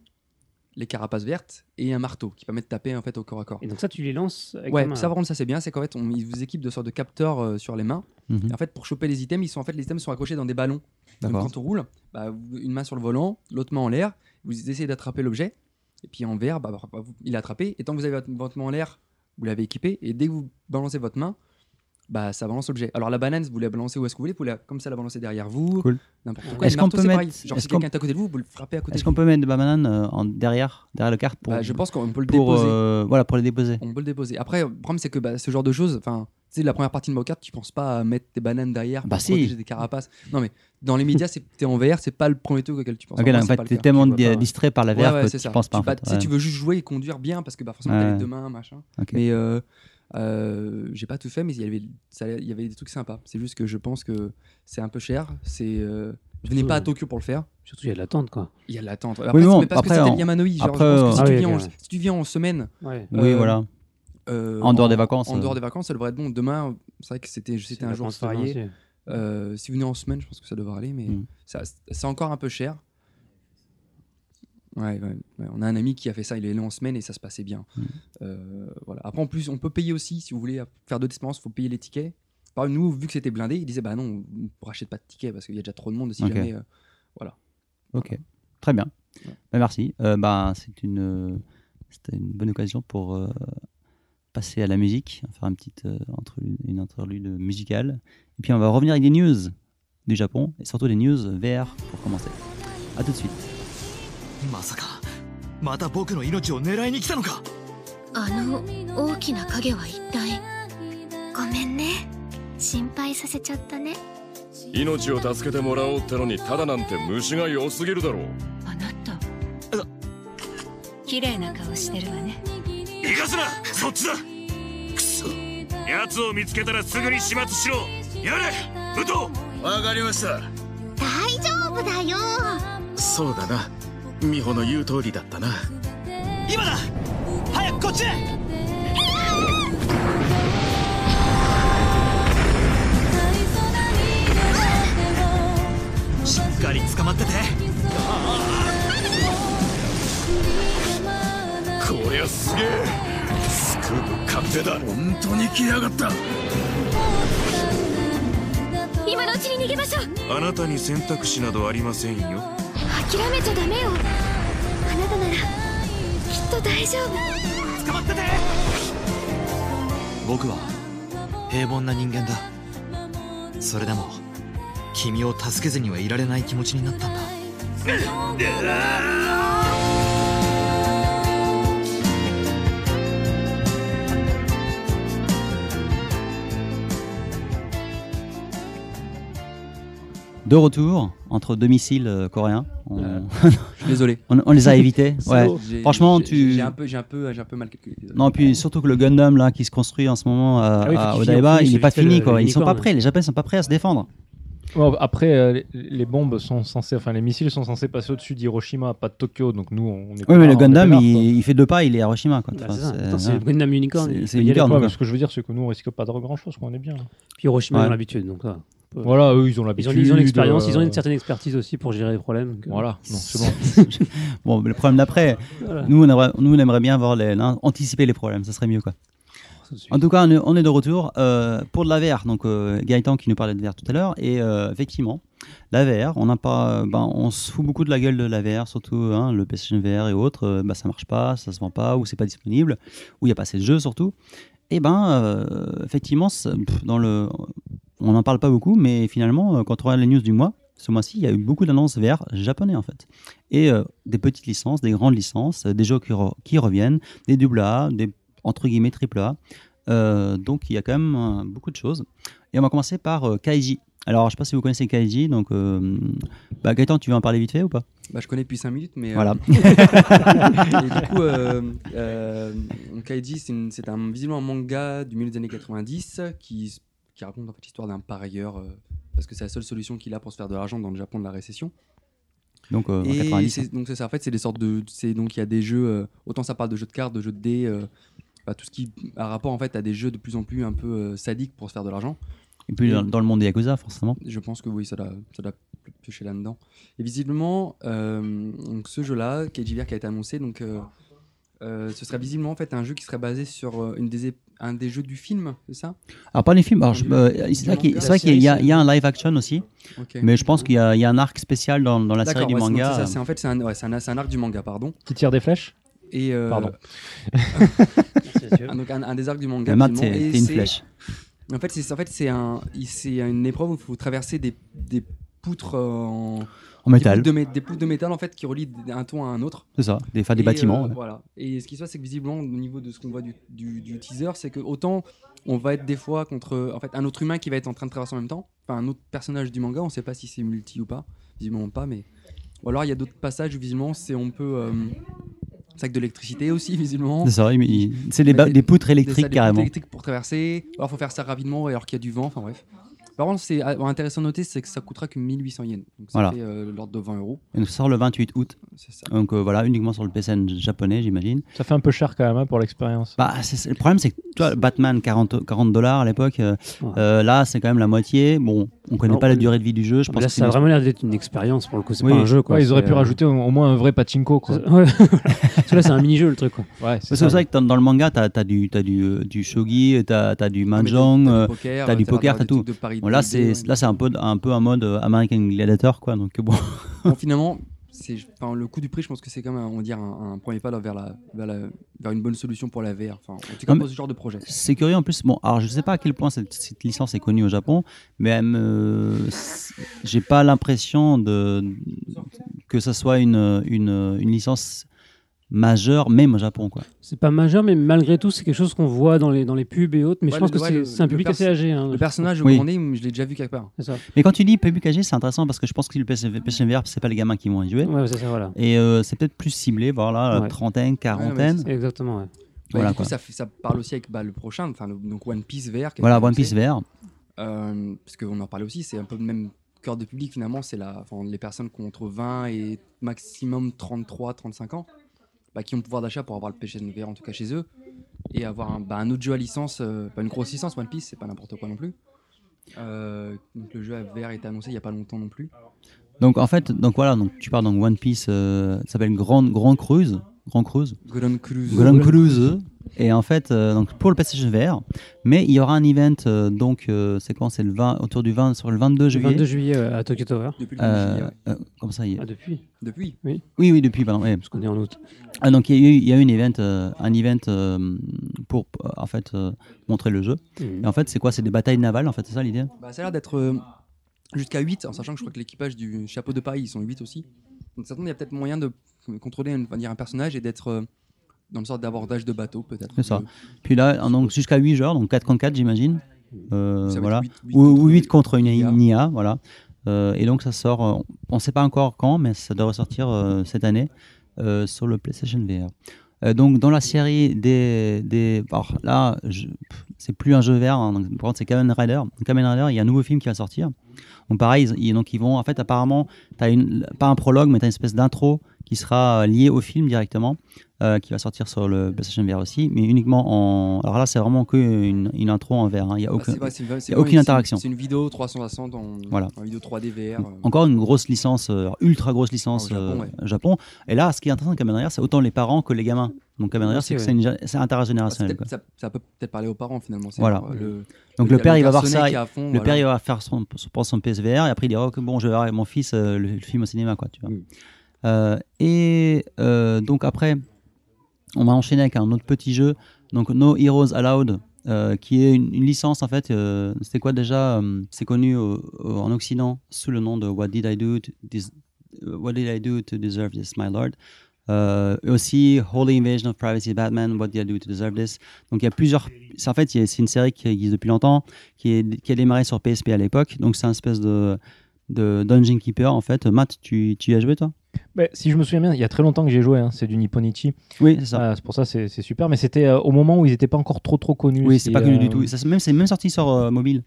S3: les carapaces vertes et un marteau qui permet de taper en fait au corps à corps.
S2: Et donc ça, tu les lances avec
S3: Ouais,
S2: ta main,
S3: ça par contre, ça c'est bien, c'est qu'en fait, on, ils vous équipent de sortes de capteurs euh, sur les mains.
S1: Mhm.
S3: Et en fait, pour choper les items, ils sont en fait les items sont accrochés dans des ballons. Donc
S1: D'accord.
S3: quand on roule, bah, vous- une main sur le volant, l'autre main en l'air, vous essayez d'attraper l'objet, et puis en vert, bah, bah, vous- il est attrapé, et tant que vous avez votre, votre main en l'air, vous l'avez équipé, et dès que vous balancez votre main, bah, ça balance l'objet. Alors la banane, vous la balancez où est-ce que vous voulez, vous pouvez la, comme ça la balancer derrière vous,
S1: Cool.
S3: n'importe quoi.
S1: Est-ce
S3: Et le
S1: qu'on
S3: marteau,
S1: peut
S3: c'est
S1: mettre-
S3: pareil. Genre
S1: est-ce
S3: si quelqu'un est à côté de vous, vous le frappez à côté
S1: Est-ce
S3: de
S1: qu'on
S3: vous.
S1: peut mettre des bananes euh, en derrière, derrière le carte pour,
S3: Bah, je pense qu'on peut le
S1: pour,
S3: déposer.
S1: euh, voilà, pour les déposer
S3: On peut le déposer. Après, le problème, c'est que bah, ce genre de choses, enfin, tu sais, la première partie de Mario Kart, tu penses pas à mettre des bananes derrière pour
S1: Bah, si.
S3: protéger des carapaces. Non, mais dans les médias, c'est- t'es en VR, c'est pas le premier truc auquel tu
S1: Ok,
S3: penses. Enfin,
S1: donc,
S3: moi,
S1: en
S3: c'est pas
S1: fait,
S3: le
S1: t'es
S3: cas.
S1: tellement
S3: Je vois
S1: di-
S3: pas.
S1: distrait par la
S3: Ouais,
S1: VR
S3: ouais,
S1: que
S3: c'est
S1: tu
S3: ça.
S1: penses pas. en
S3: tu, vas-
S1: fait,
S3: tu sais,
S1: ouais.
S3: tu veux juste jouer et conduire bien parce que bah, forcément
S1: Ouais.
S3: t'as les deux mains machin.
S1: Ok.
S3: Mais euh, euh, j'ai pas tout fait, mais il y avait, ça- il y avait des trucs sympas. C'est juste que je pense que c'est un peu cher. C'est euh, je venais
S2: Surtout,
S3: pas à
S2: ouais.
S3: Tokyo pour le faire.
S2: Surtout, il y a de l'attente, quoi.
S3: Il y a de l'attente. Alors, Après,
S1: non,
S3: c'est- mais parce
S1: après,
S3: que c'était
S1: on-
S3: le Yamanoï. Genre,
S1: après,
S3: je pense que si,
S2: euh,
S3: tu
S2: Ah oui,
S3: viens en,
S2: ok, ouais.
S3: si tu viens en semaine,
S2: Ouais.
S1: Oui,
S3: Euh,
S1: voilà.
S3: euh,
S1: En dehors des vacances.
S3: en
S1: euh,
S3: dehors des vacances, ça devrait être bon. Demain, c'est vrai que c'était, c'était un jour férié. Euh, si vous venez en semaine, je pense que ça devrait aller, mais
S1: Mm.
S3: ça, c'est encore un peu cher. Ouais, ouais, ouais. on a un ami qui a fait ça, il est allé en semaine et ça se passait bien.
S1: Mm.
S3: Euh, voilà. Après, en plus, on peut payer aussi, si vous voulez faire d'autres expériences, il faut payer les tickets. Par exemple, nous, vu que c'était blindé, ils disaient bah non, on rachète pas de tickets parce qu'il y a déjà trop de monde. Si
S1: Ok.
S3: jamais, euh,
S1: Ok, très bien. Bah, merci. Euh, bah, c'est une, euh, c'était une bonne occasion pour euh, passer à la musique, faire un petit, euh, interlude- une interlude musicale. Et puis on va revenir avec des news du Japon et surtout des news VR pour commencer. À tout de suite.
S7: まさかまた僕の命を狙いに来たのか
S8: あの大きな影は一体ごめんね心配させちゃったね
S9: 命を助けてもらおうってのにただなんて虫が良すぎるだろう
S8: あなた綺麗な顔してるわね
S9: 逃がすなそっちだくそ奴を見つけたらすぐに始末しろやれ武藤わかりました
S8: 大丈夫だよ
S7: そうだな美穂の言う通りだったな今だ早くこっちへしっかり捕まってて
S9: こりゃすげえスクープ勝手だ
S7: 本当に来やがった
S8: 今のうちに逃げましょう
S9: あなたに選択肢などありませんよ
S8: 諦めちゃダメよあなたならきっと大丈夫
S7: 捕まってて僕は平凡な人間だそれでも君を助けずにはいられない気持ちになったんだ
S1: De retour entre deux missiles euh, coréens. On,
S2: Euh.
S3: je suis désolé.
S1: on- on les a évités. Ouais.
S3: J'ai-
S1: Franchement,
S3: j'ai-
S1: tu-
S3: J'ai un peu, j'ai un peu, j'ai un peu mal calculé. désolé.
S1: Non, puis surtout que le Gundam là qui se construit en ce moment à,
S4: Ah oui, faut
S1: à
S4: qu'il
S1: Odaiba,
S2: finisse,
S1: il n'est pas
S2: vite fait,
S1: fini
S2: le-
S1: quoi. Ils sont pas
S2: l'unicorne.
S1: prêts. Les Japonais sont pas prêts à se défendre.
S4: Bon, après, euh, les, les bombes sont censées, enfin les missiles sont censés passer au-dessus d'Hiroshima, pas de Tokyo, donc nous on est.
S1: Oui, mais le Gundam,
S4: il
S1: il, il fait deux pas, il est à Hiroshima quoi.
S2: Bah,
S1: Enfin,
S2: c'est ça.
S1: c'est-
S2: Attends, C'est
S1: ouais.
S2: le Gundam Unicorn.
S1: C'est-
S2: il
S1: c'est
S2: faut y aller,
S1: Unicorn,
S2: quoi.
S4: mais ce que je veux dire, c'est que nous on risque pas de grand chose, on est bien. hein. là.
S2: Puis Hiroshima, ils
S1: Ouais.
S2: ont l'habitude. Donc, ça.
S4: Voilà, eux ils ont
S2: Ils
S4: l'habitude.
S2: ont ils ont l'expérience,
S4: euh,
S2: ils ont une certaine expertise aussi pour gérer les problèmes. que-
S4: Voilà, non, c'est bon.
S1: bon, le problème d'après,
S2: Voilà.
S1: nous, on aimerait, nous, on aimerait bien voir les, l'un- anticiper les problèmes, ça serait mieux quoi.
S2: Tout de suite.
S1: En tout cas, on est, on est de retour euh, pour de la VR. Donc euh, Gaëtan qui nous parlait de VR tout à l'heure, et euh, effectivement, la VR, on n'a pas, euh, ben, on se fout beaucoup de la gueule de la VR, surtout hein, le PlayStation VR et autres, euh, ben, ça marche pas, ça se vend pas, ou c'est pas disponible, ou il y a pas assez de jeux surtout. Et ben, euh, effectivement, c'est- pff, dans le, on n'en parle pas beaucoup, mais finalement, euh, quand on regarde les news du mois, ce mois-ci, il y a eu beaucoup d'annonces VR japonais en fait, et euh, des petites licences, des grandes licences, euh, des jeux qui, re- qui reviennent, des double A, des entre guillemets triple A. Euh, donc il y a quand même euh, beaucoup de choses. Et on va commencer par euh, Kaiji. Alors je sais pas si vous connaissez Kaiji, donc euh, bah, Gaëtan, tu veux en parler vite fait ou pas
S3: Bah, je connais depuis 5 minutes, mais. euh,
S1: Voilà.
S3: Et du coup, euh, euh, donc Kaiji, c'est une- c'est un, visiblement un manga du milieu des années 90 qui, s- qui raconte en fait l'histoire d'un parieur, euh, parce que c'est la seule solution qu'il a pour se faire de l'argent dans le Japon de la récession.
S1: Donc euh, en
S3: et
S1: 90.
S3: c'est- donc c'est ça, en fait, c'est des sortes de. c'est- Donc il y a des jeux, euh, autant ça parle de jeux de cartes, de jeux de dés, euh, bah, tout ce qui a rapport en fait à des jeux de plus en plus un peu euh, sadiques pour se faire de l'argent.
S1: hein. Et puis dans, dans le monde des Yakuza, forcément.
S3: Je pense que oui, ça doit, ça doit piocher là-dedans. Et visiblement, euh, donc ce jeu-là, KGVR qui a été annoncé, donc, euh, euh, ce serait visiblement en fait un jeu qui serait basé sur euh, une des, ép- un des jeux du film, c'est ça
S1: Alors pas les films, alors, je-
S3: Du-
S1: euh,
S3: du
S1: c'est vrai qu'il
S3: manga,
S1: c'est vrai qu'il y, a- il y a un live action aussi,
S3: Ok.
S1: mais je pense qu'il y, a il y a un arc spécial dans, dans la série
S3: D'accord,
S1: du
S3: ouais, c'est- donc
S1: manga.
S3: c'est ça, c'est- en fait, c'est un, ouais, c'est un, c'est un arc du manga, pardon.
S4: Qui tire des flèches
S3: Et, euh,
S4: Pardon.
S2: Merci, monsieur.
S3: un- donc un, un des arcs du manga.
S1: Mais Matt,
S3: visiblement.
S1: t'es
S3: Et
S1: t'es une
S3: c'est-
S1: flèche.
S3: En fait, c'est en fait, c'est un, il- c'est une épreuve où il faut traverser des, des poutres euh, en
S1: En métal,
S3: Des poutres, de, mé- des poutres de métal en fait qui relient un ton à un autre.
S1: c'est ça. Des, enfin, des
S3: Et,
S1: bâtiments.
S3: euh,
S1: ouais.
S3: Voilà. Et ce qui se passe, c'est que visiblement, au niveau de ce qu'on voit du, du- du teaser, c'est que autant on va être des fois contre en fait, un autre humain qui va être en train de traverser en même temps, enfin un autre personnage du manga, on sait pas si c'est multi ou pas, visiblement pas, mais. Ou alors il y a d'autres passages où visiblement c'est on peut. euh, sac de l'électricité aussi, visiblement.
S1: C'est ça, il- il- c'est des, ba-
S3: Des-
S1: des poutres
S3: Des- ça,
S1: électriques
S3: des poutres
S1: carrément.
S3: électriques pour traverser. Alors faut faire ça rapidement alors qu'il y a du vent, enfin bref. Par contre, c'est ah, intéressant de noter, c'est que ça coûtera que 1800 yens. Donc ça
S1: Voilà.
S3: fait euh, l'ordre de 20 euros.
S1: Et nous sort le 28 août.
S3: C'est ça.
S1: Donc euh, voilà, uniquement sur le PSN japonais, j'imagine.
S6: Ça fait un peu cher quand même hein, pour l'expérience.
S1: Bah, c'est- c'est- le problème, c'est que toi, Batman, 40 40 dollars à l'époque. euh,
S2: Ouais.
S1: euh, là, c'est quand même la moitié. Bon, on connaît
S2: Non,
S1: pas la
S2: mais-
S1: durée de vie du jeu. Je pense
S2: Là,
S1: que c'est
S2: ça a
S1: une-
S2: vraiment l'air d'être une expérience pour le coup. C'est
S1: Oui.
S2: pas un jeu quoi.
S6: Ouais, ils auraient
S2: C'est,
S6: pu
S2: euh,
S6: rajouter au, au moins un vrai pachinko. Quoi.
S2: c'est- ouais, Celui-là, c'est un mini-jeu le truc quoi.
S6: Ouais,
S1: Parce que c'est vrai que dans, dans le manga, t'as as du, t'as du, euh, du shogi, t'as as du mahjong. euh,
S3: poker,
S1: t'as du
S3: t'as
S1: poker,
S3: des
S1: t'as
S3: trucs
S1: tout.
S3: de paris
S1: bon, là,
S3: 2D, ouais.
S1: c'est là, c'est un peu un peu un mode euh, American Gladiator, quoi. Donc bon.
S3: Bon, finalement, c'est enfin, le coût du prix. Je pense que c'est quand même, on va dire, un, un premier pas là, vers la, vers la- vers une bonne solution pour la VR. Enfin, en tout cas
S1: Non, mais-
S3: pour ce genre de projet.
S1: C'est curieux en plus. Bon, alors je sais pas à quel point cette, cette licence est connue au Japon, mais elle me- c'est- j'ai pas l'impression de que ça soit une, une, une licence majeure, même au Japon, quoi.
S2: C'est pas majeur, mais malgré tout, c'est quelque chose qu'on voit dans les, dans les pubs et autres. Mais
S3: Ouais,
S2: je pense
S3: le-
S2: que
S3: ouais,
S2: c'est-
S3: le-
S2: c'est un
S3: le
S2: public
S3: pers-
S2: assez âgé. hein.
S3: Le personnage,
S1: Oui.
S3: où on est, je l'ai déjà vu quelque part.
S2: C'est ça.
S1: Mais quand tu dis PUBG, c'est intéressant parce que je pense que le PS- PSVR, c'est pas les gamins qui vont y jouer.
S2: Ouais, c'est ça, voilà.
S1: Et euh, c'est peut-être plus ciblé, voilà,
S2: Ouais.
S1: trentaine, quarantaine.
S3: Ouais,
S2: Exactement, ouais.
S3: Bah,
S1: Voilà,
S3: du coup,
S1: quoi.
S3: ça, fait- ça parle aussi avec bah, le prochain, enfin, le- donc One Piece VR. qui a
S1: voilà,
S3: été
S1: One
S3: annoncé.
S1: Piece VR.
S3: Euh, parce qu'on en parlait aussi, c'est un peu le même cœur de public finalement, c'est la, enfin, les personnes qui ont entre 20 et maximum 33, 35 ans, bah, qui ont le pouvoir d'achat pour avoir le PSN VR en tout cas chez eux, et avoir un, bah, un autre jeu à licence, euh, pas une grosse licence, One Piece, c'est pas n'importe quoi non plus. Euh, donc le jeu à VR était annoncé il y a pas longtemps non plus.
S1: Donc en fait, donc voilà, donc tu pars dans One Piece, euh, ça s'appelle Grand Grand Cruise, Grand Cruise,
S3: Golden Cruise.
S1: Grand Cruise. Et en fait, euh, donc pour le PlayStation VR, mais il y aura un event euh, donc euh, c'est quand c'est le 20 autour du 20 sur le 22
S2: Le
S1: juillet.
S2: 22 juillet euh, à Tokyo Tower.
S3: Depuis le
S1: Euh,
S3: 15 juillet, ouais.
S1: euh, comme ça, il y a-
S2: Ah, depuis
S3: Depuis.
S1: oui, oui, depuis, pardon. ouais.
S2: Parce qu'on est en août.
S1: Ah, donc il y a eu, il y a eu une event, euh, un event euh, pour euh, en fait euh, montrer le jeu. Et en fait, c'est quoi C'est des batailles navales, en fait, c'est ça l'idée
S3: Bah, ça a l'air d'être euh, jusqu'à 8, en sachant que je crois que l'équipage du chapeau de paille, ils sont 8 aussi. Donc certainement, il y a peut-être moyen de euh, contrôler une- on va dire, un personnage et d'être euh, dans une sorte d'abordage de bateau, peut-être.
S1: C'est ça.
S3: Euh,
S1: Puis là, donc jusqu'à 8 joueurs, donc 4 contre 4, j'imagine. Euh,
S3: ça va être
S1: voilà.
S3: huit- huit
S1: ou,
S3: contre-
S1: 8 contre une,
S3: IA.
S1: une IA, voilà. Euh, et donc ça sort, euh, on ne sait pas encore quand, mais ça devrait sortir euh, cette année euh, sur le PlayStation VR. Euh, donc dans la série des, des alors là je- pff, c'est plus un jeu vert, hein, donc, par contre c'est Kamen Rider. Donc, Kamen Rider, il y a un nouveau film qui va sortir. Donc pareil, ils, ils- donc ils vont en fait apparemment, t'as une pas un prologue, mais t'as une espèce d'intro qui sera euh, liée au film directement, euh, qui va sortir sur le PlayStation VR aussi, mais uniquement en. Alors là c'est vraiment que une, une intro en VR, hein, il y a
S3: Bah,
S1: aucun,
S3: c'est vrai, c'est vrai,
S1: y
S3: c'est
S1: a
S3: vrai,
S1: aucune
S3: c'est-
S1: interaction.
S3: C'est une vidéo 360 en,
S1: Voilà.
S3: en vidéo 3D VR. euh,
S1: encore une grosse licence, euh, ultra grosse licence
S3: Ah, au Japon,
S1: euh,
S3: ouais.
S1: Japon. Et là, ce qui est intéressant avec Kamen Rider, c'est autant les parents que les gamins. Donc Kamen Rider,
S2: Aussi,
S3: Ah,
S1: c'est que
S2: ouais.
S1: c'est une gé- c'est
S3: bah, c'est
S1: intergénérationnel.
S3: peut-être- ça, ça peut peut-être parler aux parents finalement. c'est
S1: Voilà.
S3: genre, euh, le-
S1: quoi. Donc le père, il va voir
S3: garçonnet
S1: ça.
S3: qui est
S1: il-
S3: à fond,
S1: Le
S3: voilà.
S1: père, il va faire son, son, prendre son PSVR et après, il dira oh, que bon, je vais voir avec mon fils euh, le, le film au cinéma, quoi. Tu vois.
S3: Mm.
S1: Euh, et euh, donc après, on va enchaîner avec un autre petit jeu, donc No Heroes Allowed, euh, qui est une, une licence en fait. euh, C'était quoi déjà euh, C'est connu au- au- en Occident sous le nom de What Did I Do to, Des- euh, What Did I Do to Deserve This, My Lord. Euh, et aussi Holy Invasion of Privacy Batman, What Did I Do to Deserve This. Donc il y a plusieurs. c'est- En fait, il y a- c'est une série qui existe depuis longtemps, qui, est, qui a démarré sur PSP à l'époque. Donc c'est un espèce de, de Dungeon Keeper en fait. Matt, tu, tu y as joué toi
S6: Mais si je me souviens bien, il y a très longtemps que j'ai joué. hein, c'est du Nipponichi.
S1: Oui, c'est ça.
S6: Ah, c'est pour ça, c'est c'est super. Mais c'était euh, au moment où ils n'étaient pas encore trop trop connus.
S1: Oui, c'est pas connu
S6: euh,
S1: du tout. Ça, c'est même, c'est même sorti sur euh, mobile.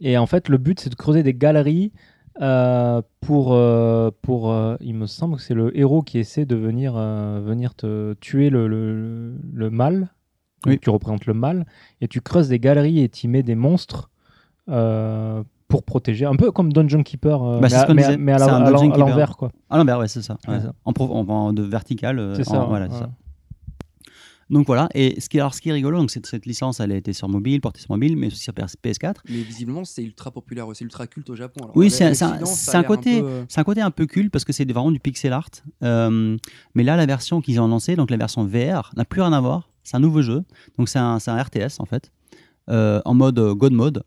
S6: Et en fait, le but, c'est de creuser des galeries euh, pour, euh, pour euh, il me semble que c'est le héros qui essaie de venir, euh, venir te tuer le, le, le mal.
S1: Oui.
S6: Donc, Tu représentes le mal. Et tu creuses des galeries et tu mets des monstres euh, pour protéger. Un peu comme Dungeon Keeper, euh,
S1: Bah, c'est
S6: mais,
S1: ce qu'on
S6: à- mais à-
S1: disait.
S6: mais à la-
S1: C'est un
S6: à l'en-
S1: Dungeon
S6: à
S1: Keeper.
S6: l'envers. quoi.
S1: À l'envers, Ah bah ouais, c'est ça. ouais.
S6: Ouais, ça.
S1: En, pro- en- en- de vertical. euh,
S6: C'est
S1: en-
S6: ça.
S1: voilà, c'est
S6: ouais.
S1: ça. Donc voilà. Et ce qui, alors, ce qui est rigolo, donc cette, cette licence, elle a été sur mobile, portée sur mobile, mais aussi sur PS- PS4.
S3: Mais visiblement, c'est ultra populaire, c'est ultra culte au Japon. Alors,
S1: Oui,
S3: à
S1: c'est un- c'est un-
S3: l'Occident, ça a
S1: c'est un
S3: l'air
S1: côté-
S3: peu, euh,
S1: C'est un côté un peu cul parce que c'est vraiment du pixel art. Euh, mais là, la version qu'ils ont lancée, donc la version VR, n'a plus rien à voir. C'est un nouveau jeu. Donc c'est un, c'est un RTS en fait, euh, en mode euh, God mode.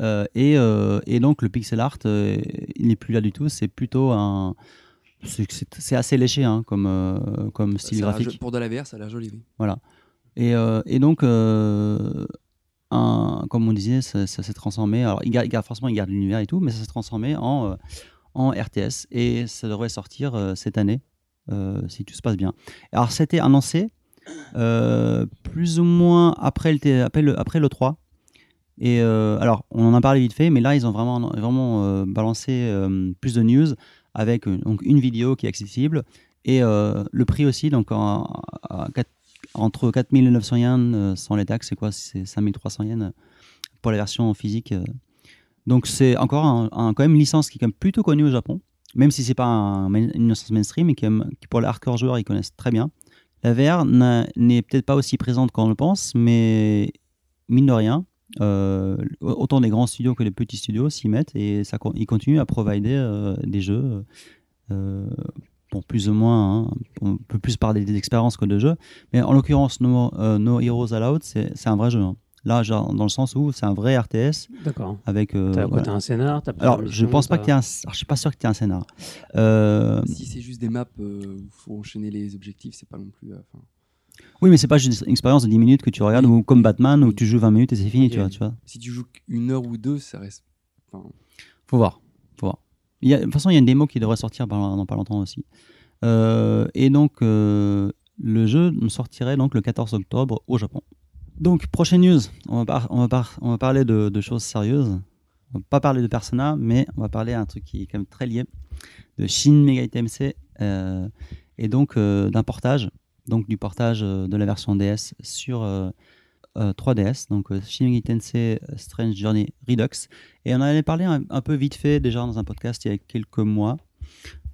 S1: Euh, et, euh, et donc le pixel art, euh, il n'est plus là du tout. C'est plutôt un. c'est- C'est c'est assez léché hein, comme, euh, comme style
S3: ça a l'air
S1: graphique.
S3: jo- Pour de la VR, ça a l'air joli. oui.
S1: Et, euh, et donc, euh, un- comme on disait, ça, ça s'est transformé. Alors, il garde, il garde- forcément, il garde l'univers et tout, mais ça s'est transformé en, euh, en RTS. Et ça devrait sortir euh, cette année, euh, si tout se passe bien. Alors, c'était annoncé euh, plus ou moins après le, T- après le, après le 3. Et euh, alors, on en a parlé vite fait, mais là, ils ont vraiment, vraiment euh, balancé euh, plus de news avec euh, donc, une vidéo qui est accessible et euh, le prix aussi, donc en, à quatre- entre 4900 yens euh, sans les taxes, c'est quoi C'est 5300 yens euh, pour la version physique. euh. Donc, c'est encore un- un- quand même une licence qui est quand même plutôt connue au Japon, même si c'est pas un main- une licence mainstream, mais qui, est- qui pour les hardcore joueurs, ils connaissent très bien. La VR n'a- n'est peut-être pas aussi présente qu'on le pense, mais mine de rien, euh, autant les grands studios que les petits studios s'y mettent et ça, con- ils continuent à provider euh, des jeux, euh, bon, plus ou moins, hein, on peut plus parler des expériences que de jeux, mais en l'occurrence, no, euh, No Heroes Allowed, c'est c'est un vrai jeu. hein. Là, genre, dans le sens où c'est un vrai RTS.
S2: D'accord.
S1: Avec, euh,
S2: T'as quoi,
S1: voilà.
S2: t'as un scénar, t'as pas
S1: Alors,
S2: de
S1: je
S2: mission,
S1: pense pas
S2: t'as-
S1: qu'il y ait un. alors, je suis pas sûr qu'il y ait un scénar. Euh,
S3: Si c'est juste des maps euh, où faut enchaîner les objectifs, c'est pas non plus. euh, enfin,
S1: Oui, mais c'est pas juste une expérience de 10 minutes que tu regardes, ou comme Batman, où tu joues 20 minutes et c'est fini,
S3: Ok.
S1: tu vois. Tu vois.
S3: si tu joues une heure ou deux, ça reste. enfin,
S1: Faut voir. Faut voir. Il y a- de toute façon, il y a une démo qui devrait sortir par- dans pas longtemps aussi. Euh, et donc, euh, le jeu sortirait donc le 14 octobre au Japon. Donc, prochaine news. On va, par- on va, par- on va parler de, de choses sérieuses. On va pas parler de Persona, mais on va parler d'un truc qui est quand même très lié de Shin Megami Tensei euh, et donc euh, d'un portage, donc du portage euh, de la version DS sur euh, euh, 3DS, donc euh, Shin Megami Tensei Strange Journey Redux. Et on en avait parlé un, un peu vite fait déjà dans un podcast il y a quelques mois,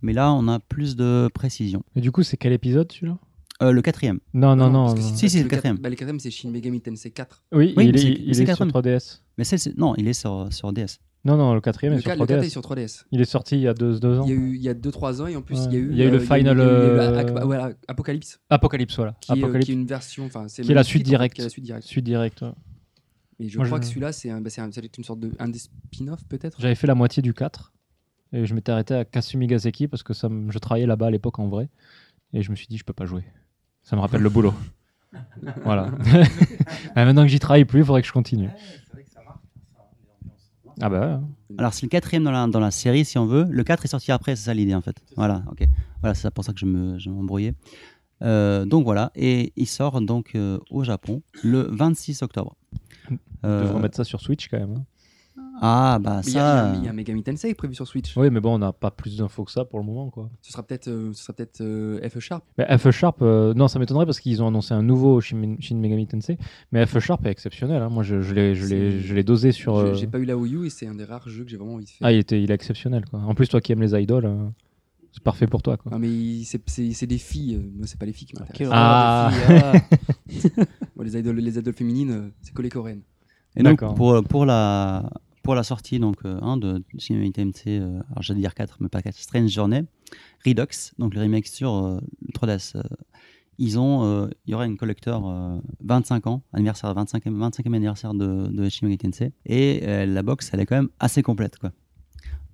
S1: mais là on a plus de précision.
S4: Et du coup, c'est quel épisode celui-là
S1: Euh, le quatrième.
S4: Non, non, non.
S3: parce que
S4: non.
S1: Si, si,
S3: le
S1: le
S3: quat-
S1: quatrième.
S3: bah, le quatrième, c'est Shin Megami Tensei 4.
S4: Oui,
S1: Oui,
S4: il
S1: mais
S4: est,
S1: c'est-
S4: il
S1: c'est
S4: est sur
S1: quatrième.
S4: 3DS.
S1: Mais c'est- c'est- non, il est sur, sur DS.
S4: Non, non, le quatrième
S3: Le,
S4: est sur
S3: ca- le 4 est
S4: 3DS.
S3: sur 3DS.
S4: Il est sorti il y a deux, deux ans.
S3: Il y a eu il y a 2-3 ans et en plus
S4: Ouais.
S3: il y a eu.
S4: Il y a eu
S3: euh,
S4: le
S3: eu-
S4: Final,
S3: il y a eu la-
S4: euh,
S3: Ac- voilà, Apocalypse.
S4: Apocalypse, voilà.
S3: Qui, est, euh,
S4: Apocalypse.
S3: qui est une version. enfin, c'est
S4: Qui est la
S3: magnifique,
S4: suite
S3: en fait,
S4: directe.
S3: Qui est la suite directe.
S4: Suite directe. ouais.
S3: Et je
S4: Moi,
S3: crois
S4: je- Ah,
S3: que celui-là, c'est un, bah, c'est un- c'est une sorte de. Un des spin-offs peut-être
S4: J'avais fait la moitié du 4 et je m'étais arrêté à Kasumigaseki parce que ça, me- je travaillais là-bas à l'époque en vrai et je me suis dit je peux pas jouer. Ça me rappelle le boulot. voilà. Ah, maintenant que j'y travaille plus, il faudrait que je continue. Ah bah ouais, hein.
S1: Alors c'est le quatrième dans la, dans la série si on veut. Le 4 est sorti après, c'est ça l'idée en fait. Voilà, ok. Voilà, c'est pour ça que je me- je m'embrouillais. Euh, donc voilà, et il sort donc euh, au Japon le 26 octobre.
S4: on devrait
S1: Euh,
S4: mettre ça sur Switch quand même. hein.
S1: ah bah
S3: Mais il y a-
S1: ça,
S3: Il y a- il y a Megami Tensei prévu sur Switch.
S4: Oui, mais bon, on n'a pas plus d'infos que ça pour le moment quoi.
S3: Ce sera peut-être euh, ce sera peut-être euh, FE Sharp.
S4: Mais FE Sharp, euh, non, ça m'étonnerait parce qu'ils ont annoncé un nouveau Shin Men- Shin Megami Tensei. Mais FE Sharp est exceptionnel. hein. Moi, je, je l'ai- je l'ai
S3: C'est-
S4: je l'ai dosé sur.
S3: Je-
S4: euh,
S3: J'ai pas eu la Wii U et c'est un des rares jeux que j'ai vraiment envie de faire.
S4: Ah, il, était, il est exceptionnel. Quoi. En plus, toi qui aimes les idoles, euh, c'est parfait pour toi. Quoi.
S3: Non, mais il- c'est- c'est c'est des filles. euh, Moi, c'est pas les filles qui m'intéressent.
S4: Ah.
S2: hein.
S1: hein.
S3: Moi, les idoles, les idoles féminines, euh, c'est que les coréennes.
S1: Et donc,
S4: D'accord.
S1: pour, pour, la, pour la sortie donc, euh, hein, de Shin Megami Tensei, euh, alors j'allais dire 4, mais pas 4, Strange Journey, Redux, donc le remake sur euh, le 3DS, euh, ils ont, euh, il y aura une collector euh, 25 ans, anniversaire, 25e, 25e anniversaire de, de Shin Megami Tensei, et euh, la box, elle est quand même assez complète, quoi.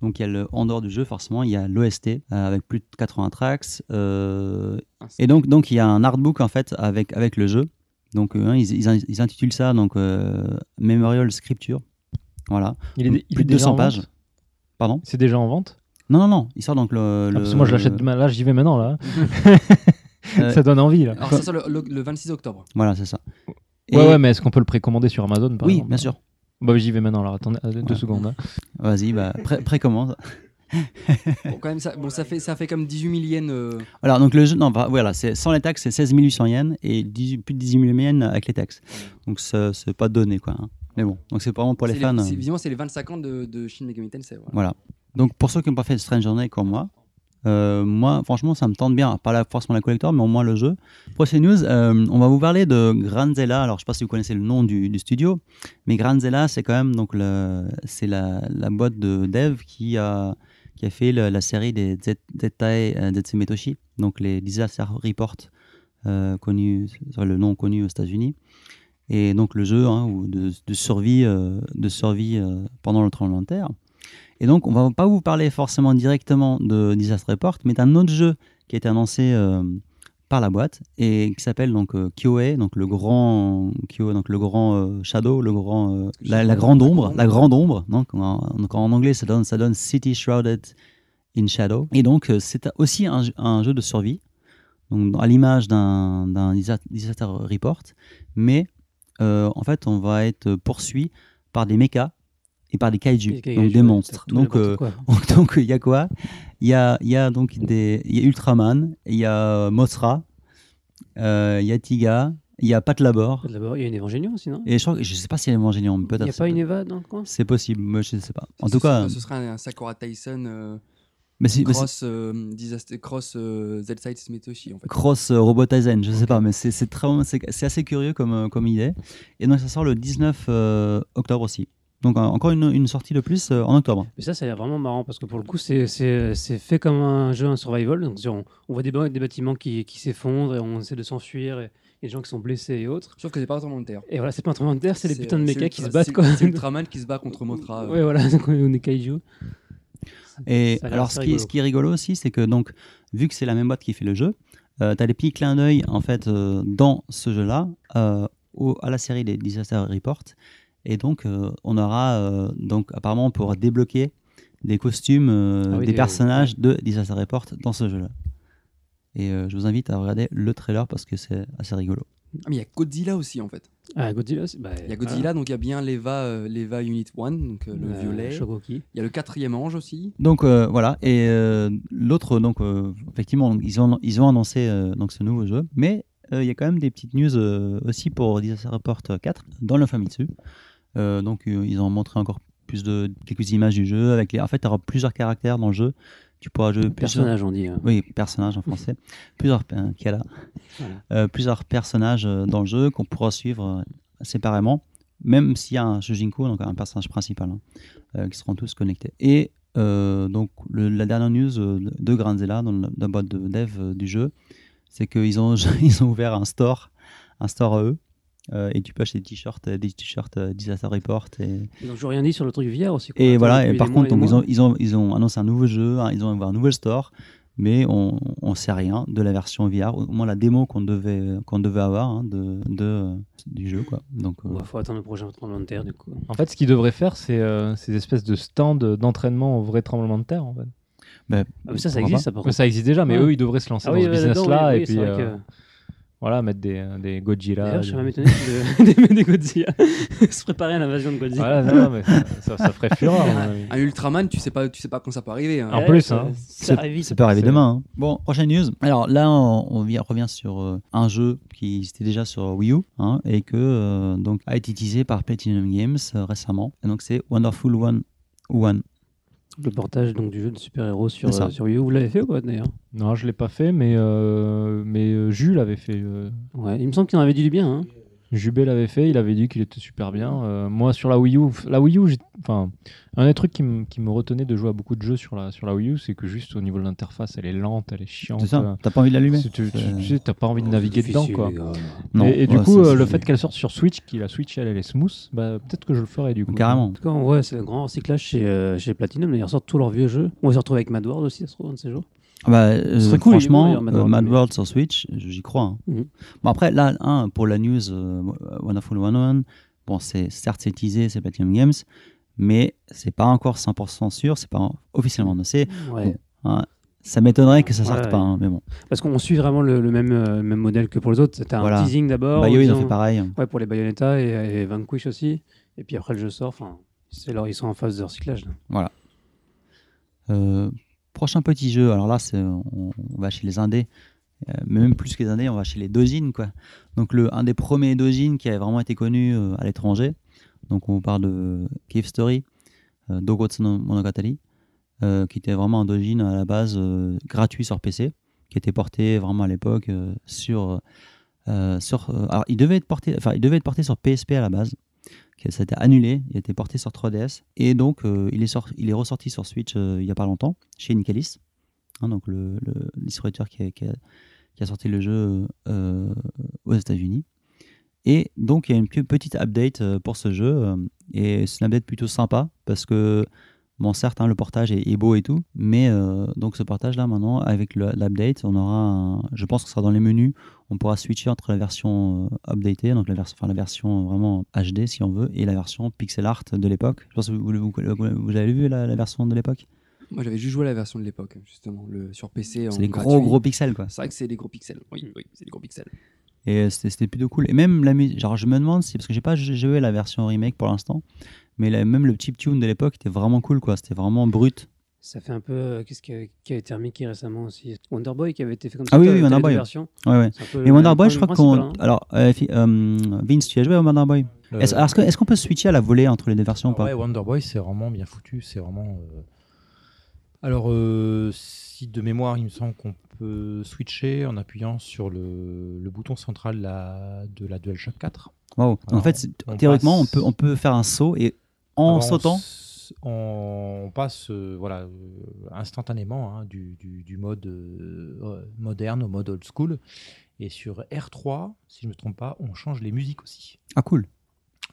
S1: Donc, il y a le, en dehors du jeu, forcément, il y a l'OST euh, avec plus de 80 tracks. euh,
S3: Ah,
S1: et donc, donc, il y a un artbook en fait avec, avec le jeu. Donc, euh, hein, ils, ils, ils intitulent ça donc, euh, Memorial Scripture. Voilà.
S4: Il est, il
S1: plus
S4: est
S1: de
S4: déjà
S1: 200
S4: en
S1: pages.
S4: vente
S1: Pardon
S4: C'est déjà en vente
S1: Non, non, non. Il sort donc le.
S4: Ah,
S1: le-
S4: Parce que moi, je l'achète demain. Là, j'y vais maintenant. Là.
S1: Euh,
S4: ça donne envie. Là.
S2: Ah,
S3: Alors, ça sort le, le- le 26 octobre.
S1: Voilà, c'est ça. Et-
S4: Ouais, ouais, mais est-ce qu'on peut le précommander sur Amazon par
S1: oui,
S4: exemple
S1: bien sûr.
S4: Bah, j'y vais maintenant. Alors, attendez euh, deux
S1: Ouais.
S4: secondes. hein.
S1: Vas-y, bah, pré- précommande.
S3: Bon, quand même, ça, bon, ça, fait, ça fait comme 18 000 yens. euh,
S1: Alors, donc le jeu, non, bah, voilà, c'est sans les taxes, c'est 16 800 yens et 18 plus de 18 000 yens avec les taxes. Donc, ça- c'est pas donné, quoi. hein. Mais bon, donc c'est vraiment pour les
S3: c'est
S1: fans.
S3: c'est-
S1: euh,
S3: Visiblement, c'est les 25 ans de, de Shin Megami Tensei. voilà.
S1: Voilà. Donc pour ceux qui n'ont pas fait de Strange Journey comme moi, euh, moi franchement ça me tente bien, pas la, forcément la collector, mais au moins le jeu. Prochaine news, euh, on va vous parler de Granzella. Alors je ne sais pas si vous connaissez le nom du, du studio, mais Granzella c'est quand même donc le, c'est la, la boîte de dev qui a qui a fait le- la série des Z- Zetai euh, Zetsumetoshi, donc les Disaster Report euh, connus, enfin, le nom connu aux États-Unis. Et donc le jeu hein, où de, de survie, euh, de survie euh, pendant le tremblement de terre. Et donc, on va pas vous parler forcément directement de Disaster Report, mais d'un autre jeu qui a été annoncé euh, par la boîte et qui s'appelle donc euh, KOA, donc le grand KOA, donc le grand euh, shadow, le grand euh, la, la grande ombre, la grande ombre. Donc en, donc, en anglais, ça donne ça donne City Shrouded in Shadow. Et donc, euh, c'est aussi un, jeu- un jeu de survie, donc à l'image d'un d'un Disa- Disaster Report, mais euh, en fait, on va être poursuivi par des mechas et par des kaiju,
S2: Des kaiju,
S1: donc des
S2: ouais,
S1: monstres.
S2: tout et
S1: Donc,
S2: n'importe
S1: euh,
S2: quoi.
S1: donc il y a quoi Il y a, il y a donc des, il y a Ultraman, il y a Mothra, euh, il y a Tiga, il y a Pat Labor.
S2: D'abord, il y a une évangélion aussi, non
S1: Et je crois que- je sais pas si elle est évangélion, mais
S2: Il
S1: peut-être.
S2: n'y a pas une Eva dans le coin
S1: C'est possible, mais je sais pas. En
S3: Ce-
S1: tout
S3: ce-
S1: cas,
S3: ce sera un Sakura Tyson euh,
S1: mais si- mais si-
S3: cross euh, disaster cross euh, Z-Side Smetoshi en fait.
S1: Cross euh, Robotizen, je sais pas, mais c'est c'est très, c'est c'est assez curieux comme, euh, comme idée. Et donc ça sort le 19 euh, octobre aussi. Donc en- encore une, une sortie de plus euh, en octobre.
S2: Mais ça, ça a l'air vraiment marrant parce que pour le coup, c'est- c'est c'est fait comme un jeu, un survival. Donc, c'est- on, on voit des, ba- des bâtiments qui, qui s'effondrent et on essaie de s'enfuir et il y a des gens qui sont blessés et autres.
S3: Sauf que c'est pas vraiment terre.
S2: Et voilà, c'est pas un tremblement de terre, c'est des putains de
S3: euh,
S2: mechas
S3: c'est
S2: qui se
S3: Ultra-
S2: battent
S3: c'est-
S2: quoi.
S3: C'est Ultraman qui se bat contre Motra. euh.
S2: Ouais, voilà, donc on est- on est kaiju.
S1: Et
S2: Ça a l'air
S1: alors
S2: assez
S1: ce qui, est-
S2: rigolo.
S1: ce qui est rigolo aussi, c'est que donc vu que c'est la même boîte qui fait le jeu, euh, t'as des petits clins d'œil en fait euh, dans ce jeu-là euh, au- à la série des Disaster Report. Et donc euh, on aura euh, donc apparemment on pourra débloquer des costumes euh,
S2: Ah oui,
S1: des,
S2: des-
S1: personnages de Disaster Report dans ce jeu-là. Et euh, je vous invite à regarder le trailer parce que c'est assez rigolo.
S3: Ah, mais il y a Godzilla aussi en fait.
S2: Ah, Godzilla, c'est- bah,
S3: Il y a Godzilla donc il y a bien l'Eva euh, l'Eva Unit 1 donc euh,
S2: voilà.
S3: le
S2: Euh,
S3: violet.
S2: Shogoki.
S3: Il y a le quatrième ange aussi.
S1: Donc euh, voilà, et euh, l'autre, donc euh, effectivement, ils ont, ils ont annoncé euh, donc, ce nouveau jeu, mais euh, il y a quand même des petites news euh, aussi pour Disaster Report 4 dans le Famitsu. Euh, donc euh, ils ont montré encore plus de quelques images du jeu. Avec les... En fait, tu auras plusieurs caractères dans le jeu. Tu pourras jouer plusieurs-
S2: Personnage, on dit. hein.
S1: oui, personnages en français. plusieurs, euh, qui est là.
S2: Voilà.
S1: Euh, plusieurs personnages euh, dans le jeu qu'on pourra suivre euh, séparément, même s'il y a un Shujinko, donc un personnage principal, hein, euh, qui seront tous connectés. Et euh, donc, le- la dernière news euh, de Granzella, dans le- dans la boîte de dev euh, du jeu, c'est qu'ils ont, ils ont ouvert un store, un store à eux. euh, et tu peux acheter des t-shirts, euh, des t-shirts euh, Disaster Report et,
S2: Ils n'ont toujours rien dit sur le truc du VR aussi. quoi.
S1: et
S2: Attends,
S1: voilà,
S2: depuis
S1: et
S2: des
S1: par
S2: mois
S1: contre, donc,
S2: des
S1: ils,
S2: mois.
S1: ont, ils, ont, ils ont annoncé un nouveau jeu, un- ils ont un nouvel store, mais on ne sait rien de la version VR, au moins la démo qu'on devait, qu'on devait avoir hein, de, de, euh, du jeu. Quoi. Donc, euh,
S2: Bah, faut attendre le prochain tremblement de terre du coup.
S4: En fait, ce qu'ils devraient faire, c'est euh, ces espèces de stands d'entraînement au vrai tremblement de terre. En fait.
S1: ben,
S2: Ah, mais ça, ça
S1: pourquoi
S2: existe, ça par
S4: Mais
S2: contre.
S4: ça existe déjà, mais
S2: Ouais.
S4: eux, ils devraient se lancer
S2: Ah
S4: dans
S2: oui,
S4: ce
S2: ouais, là-dedans,
S4: business-là
S2: oui,
S4: et
S2: oui, c'est
S4: puis
S2: vrai
S4: euh, voilà, mettre des, euh, des
S2: que-
S4: Godzilla.
S2: D'ailleurs, je suis
S4: des-
S2: même étonné de- d'aimer des Godzilla. Se préparer à l'invasion de Godzilla.
S4: Voilà, non, non, mais ça, ça- ça ferait fureur. à mon avis.
S3: Un Ultraman tu sais pas tu sais pas quand ça peut arriver. hein.
S4: En
S2: Ouais,
S4: plus,
S2: ça-
S4: hein,
S2: ça arrive
S1: pas-
S2: vite.
S1: ça peut arriver
S4: C'est-
S1: demain. hein. Bon, prochaine news. Alors là, on, on vient- revient sur euh, un jeu qui était déjà sur Wii U hein, et que euh, donc a été teasé par Platinum Games euh, récemment. Et donc c'est Wonderful One One.
S2: Le portage donc, du jeu de super-héros sur,
S1: C'est ça.
S2: euh, sur Wii U, vous l'avez fait ou pas d'ailleurs
S4: Non, je l'ai pas fait, mais, euh, mais euh, Jules avait fait. euh,
S2: Ouais, il me semble qu'il en avait dit du bien. Hein.
S4: Jubé l'avait fait, il avait dit qu'il était super bien. Euh, moi, sur la Wii U, la Wii U, j'ai- enfin, un des trucs qui, me- qui me retenait de jouer à beaucoup de jeux sur la, sur la Wii U, c'est que juste au niveau de l'interface, elle est lente, elle est chiante. euh,
S1: C'est ça T'as pas envie de l'allumer
S4: C'est- Tu, tu-
S1: C'est-
S4: tu sais, t'as pas envie de naviguer dedans, quoi.
S2: euh,
S1: Non.
S4: et et du
S1: Ouais,
S4: coup,
S1: ça,
S4: euh,
S1: c'est-
S4: le fait qu'elle sorte sur Switch, qui la Switch, elle, elle est smooth, bah, peut-être que je le ferai du coup.
S1: Carrément.
S2: En tout cas, on voit, c'est un grand recyclage chez, euh, chez Platinum. Ils ressortent tous leurs vieux jeux. On va se retrouver avec Mad World aussi, ça se trouve, un de ces jours.
S1: Ah Bah, euh,
S2: serait cool,
S1: franchement,
S2: il est bon,
S1: euh,
S2: d'ailleurs,
S1: Mad
S2: Mad World,
S1: World,
S2: mais-
S1: sur Switch, j'y crois. hein.
S2: Mhm.
S1: Bon, après, là, hein, pour la news euh, Wonderful 101, bon, c'est, certes, c'est teasé, c'est Platinum Games, mais c'est pas encore 100% sûr, c'est pas en- officiellement annoncé.
S2: Ouais.
S1: hein. Ça m'étonnerait que ça sorte
S2: Ouais,
S1: pas,
S2: ouais.
S1: hein, mais bon.
S2: Parce qu'on suit vraiment le, le même, euh, même modèle que pour les autres. C'était un
S1: Voilà.
S2: teasing d'abord.
S1: Bayo,
S2: en
S1: Bah, ils ont
S2: disant-
S1: fait pareil.
S2: Ouais, pour les Bayonetta et, et Vanquish aussi. Et puis après, le jeu sort. Enfin, c'est leur, ils sont en phase de recyclage. là.
S1: Euh, prochain petit jeu, alors là, c'est, on, on va chez les indés, euh, mais même plus que les indés, on va chez les dojins, quoi. Donc, le, un des premiers dojins qui avait vraiment été connu euh, à l'étranger. Donc, on vous parle de Cave Story, euh, Dogotsu no Monogatari, euh, qui était vraiment un dojin à la base euh, gratuit sur PC, qui était porté vraiment à l'époque euh, sur. euh, sur euh, alors, il devait, être porté, enfin, il devait être porté sur PSP à la base. qui- Ça a été annulé, il a été porté sur 3DS et donc euh, il, est sor- il est ressorti sur Switch euh, il n'y a pas longtemps chez Nicalis, hein, donc le, le distributeur qui a, qui a- qui a sorti le jeu euh, aux États-Unis. Et donc il y a une pe- petite update euh, pour ce jeu euh, et c'est une update plutôt sympa parce que bon certes hein, le portage est, est beau et tout, mais euh, donc ce portage là maintenant avec le- l'update on aura, un- je pense que ce sera dans les menus, on pourra switcher entre la version euh, updatée donc la version, enfin la version vraiment HD si on veut et la version pixel art de l'époque. Je pense que vous, vous, vous- vous avez vu la- la version de l'époque.
S3: Moi j'avais juste joué à la version de l'époque justement le sur PC en
S1: C'est des gros
S3: gratuit.
S1: gros pixels quoi.
S3: C'est vrai que c'est des gros pixels. Oui oui, c'est des gros pixels.
S1: Et euh, c'était c'était plutôt cool. Et même la musique, genre je me demande si, parce que j'ai pas joué la version remake pour l'instant, Mais là, même le chip tune de l'époque était vraiment cool, quoi. C'était vraiment brut.
S2: Ça fait un peu. euh, Qu'est-ce qui a, qui a été remixé récemment aussi Wonderboy qui avait été fait comme
S1: Ah
S2: ça.
S1: oui,
S2: t'as-
S1: oui,
S2: t'avais
S1: Wonderboy.
S2: deux versions.
S1: Ouais, ouais.
S2: C'est un peu
S5: Euh,
S1: Et
S2: le
S1: Wonder
S2: même-
S1: Boy,
S2: le
S1: je
S2: même
S1: crois
S2: principe, hein.
S1: qu'on. Alors, euh, fi- euh, Vince, tu as joué à Wonder Boy Est-ce alors, est-ce que- est-ce qu'on peut switcher à la volée entre les deux versions ou
S5: Euh,
S1: pas
S5: Ah ouais, Wonderboy, c'est vraiment bien foutu. C'est vraiment. euh, Alors, euh, si de mémoire, il me semble qu'on peut switcher en appuyant sur le, le bouton central de la, de la DualShock 4.
S1: Waouh. En
S5: Alors,
S1: fait, c'est-
S5: on
S1: théoriquement, on
S5: passe-
S1: peut, on peut faire un saut et en
S5: Alors, on
S1: sautant.
S5: s- On, passe euh, voilà, euh, instantanément hein, du, du- du mode euh, euh, moderne au mode old school. Et sur R3, si je ne me trompe pas, on change les musiques aussi.
S1: Ah, cool.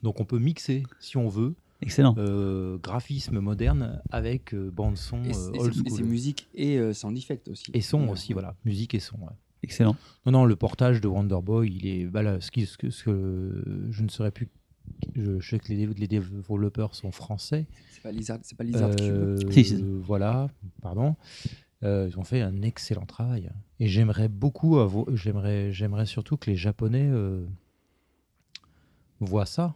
S5: Donc on peut mixer, si on veut,
S1: Excellent.
S5: euh, graphisme moderne avec euh, bande-son
S3: Et,
S5: euh,
S3: c'est- et
S5: old
S3: c'est- et c'est
S5: school.
S3: musique et euh, sound effect aussi.
S5: Et son aussi, voilà. Musique et son. ouais.
S1: Excellent.
S5: Non, non, le portage de Wonderboy, il est. bah là, ce, qui- ce que, ce que je ne saurais plus. Je, je sais que les, dé- les développeurs sont français.
S3: C'est pas Lizard, c'est pas Lizard Cube.
S5: Euh,
S1: Si, si.
S5: Voilà, pardon. Euh, ils ont fait un excellent travail. Et j'aimerais beaucoup, avo- j'aimerais, j'aimerais surtout que les Japonais euh, voient ça,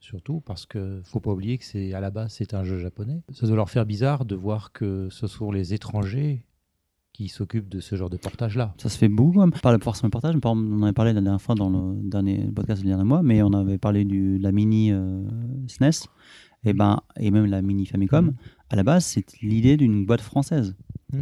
S5: surtout parce que faut pas oublier que c'est à la base c'est un jeu japonais. Ça doit leur faire bizarre de voir que ce sont les étrangers qui s'occupent de ce genre de portage-là.
S1: Ça se fait beaucoup quand même. Par le force de portage, par- on en avait parlé la dernière fois dans le dernier podcast du dernier mois, mais on avait parlé du, de la mini euh, SNES et, ben, et même la mini Famicom.
S5: Mhm.
S1: À la base, c'est l'idée d'une boîte française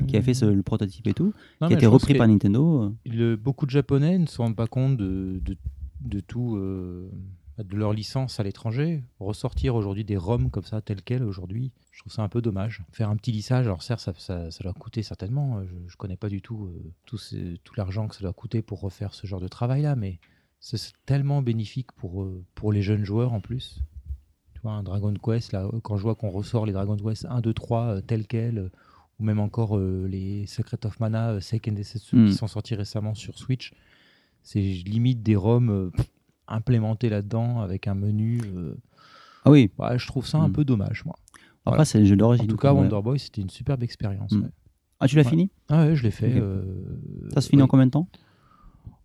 S1: qui a fait ce- le prototype et tout, qui
S5: Non, Mhm. Ah, mais
S1: a été
S5: je pense
S1: repris
S5: que
S1: par Nintendo.
S5: le- beaucoup de Japonais ne se rendent pas compte de, de- de tout, euh, de leur licence à l'étranger. Ressortir aujourd'hui des ROM comme ça, tels quels aujourd'hui, je trouve ça un peu dommage. Faire un petit lissage, alors certes, ça, ça, ça doit coûter certainement. euh, Je, je connais pas du tout euh, tout, ce- tout l'argent que ça doit coûter pour refaire ce genre de travail-là, mais c'est c'est tellement bénéfique pour, euh, pour les jeunes joueurs en plus. Tu vois, un Dragon Quest, là, euh, quand je vois qu'on ressort les Dragon Quest 1, 2, 3 euh, tels quels, euh, ou même encore euh, les Secret of Mana, euh, Seiken Densetsu
S1: Mm.
S5: qui sont sortis récemment sur Switch, c'est limite des ROM euh, pff, implémentés là-dedans avec un menu. euh,
S1: Ah oui,
S5: ouais, je trouve ça un
S1: Mm.
S5: peu dommage, moi.
S1: après,
S5: Voilà.
S1: c'est le jeu
S5: En
S1: d'origine.
S5: tout cas,
S1: quoi, ouais.
S5: Wonder Boy, c'était une superbe expérience.
S1: Mm.
S5: ouais.
S1: Ah, tu l'as
S5: Ouais.
S1: fini
S5: Ah ouais, je l'ai
S1: Ok.
S5: fait. euh,
S1: Ça se finit en
S5: oui.
S1: combien de temps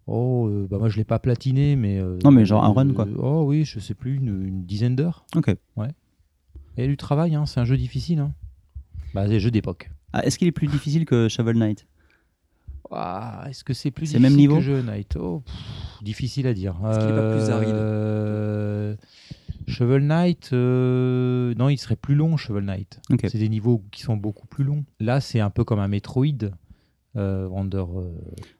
S5: Oh, euh, bah moi je l'ai pas platiné, mais. euh,
S1: Non, mais genre un
S5: euh,
S1: run, quoi.
S5: Oh oui, je sais plus, une, une dizaine d'heures.
S1: Ok.
S5: Il y a du travail, hein, c'est un jeu difficile. Hein. Bah, c'est un jeu d'époque.
S1: Ah, Est-ce qu'il est plus difficile que Shovel Knight
S5: Ah, Est-ce que c'est plus
S1: C'est
S5: difficile
S1: le même niveau
S5: que jeu Knight Oh, pff, Difficile à dire.
S3: Est-ce qu'il est pas plus aride
S5: Euh, Shovel Knight, euh, non, il serait plus long, Shovel Knight.
S1: Ok.
S5: C'est des niveaux qui sont beaucoup plus longs. Là, c'est un peu comme un Metroid. euh, Wonder, euh,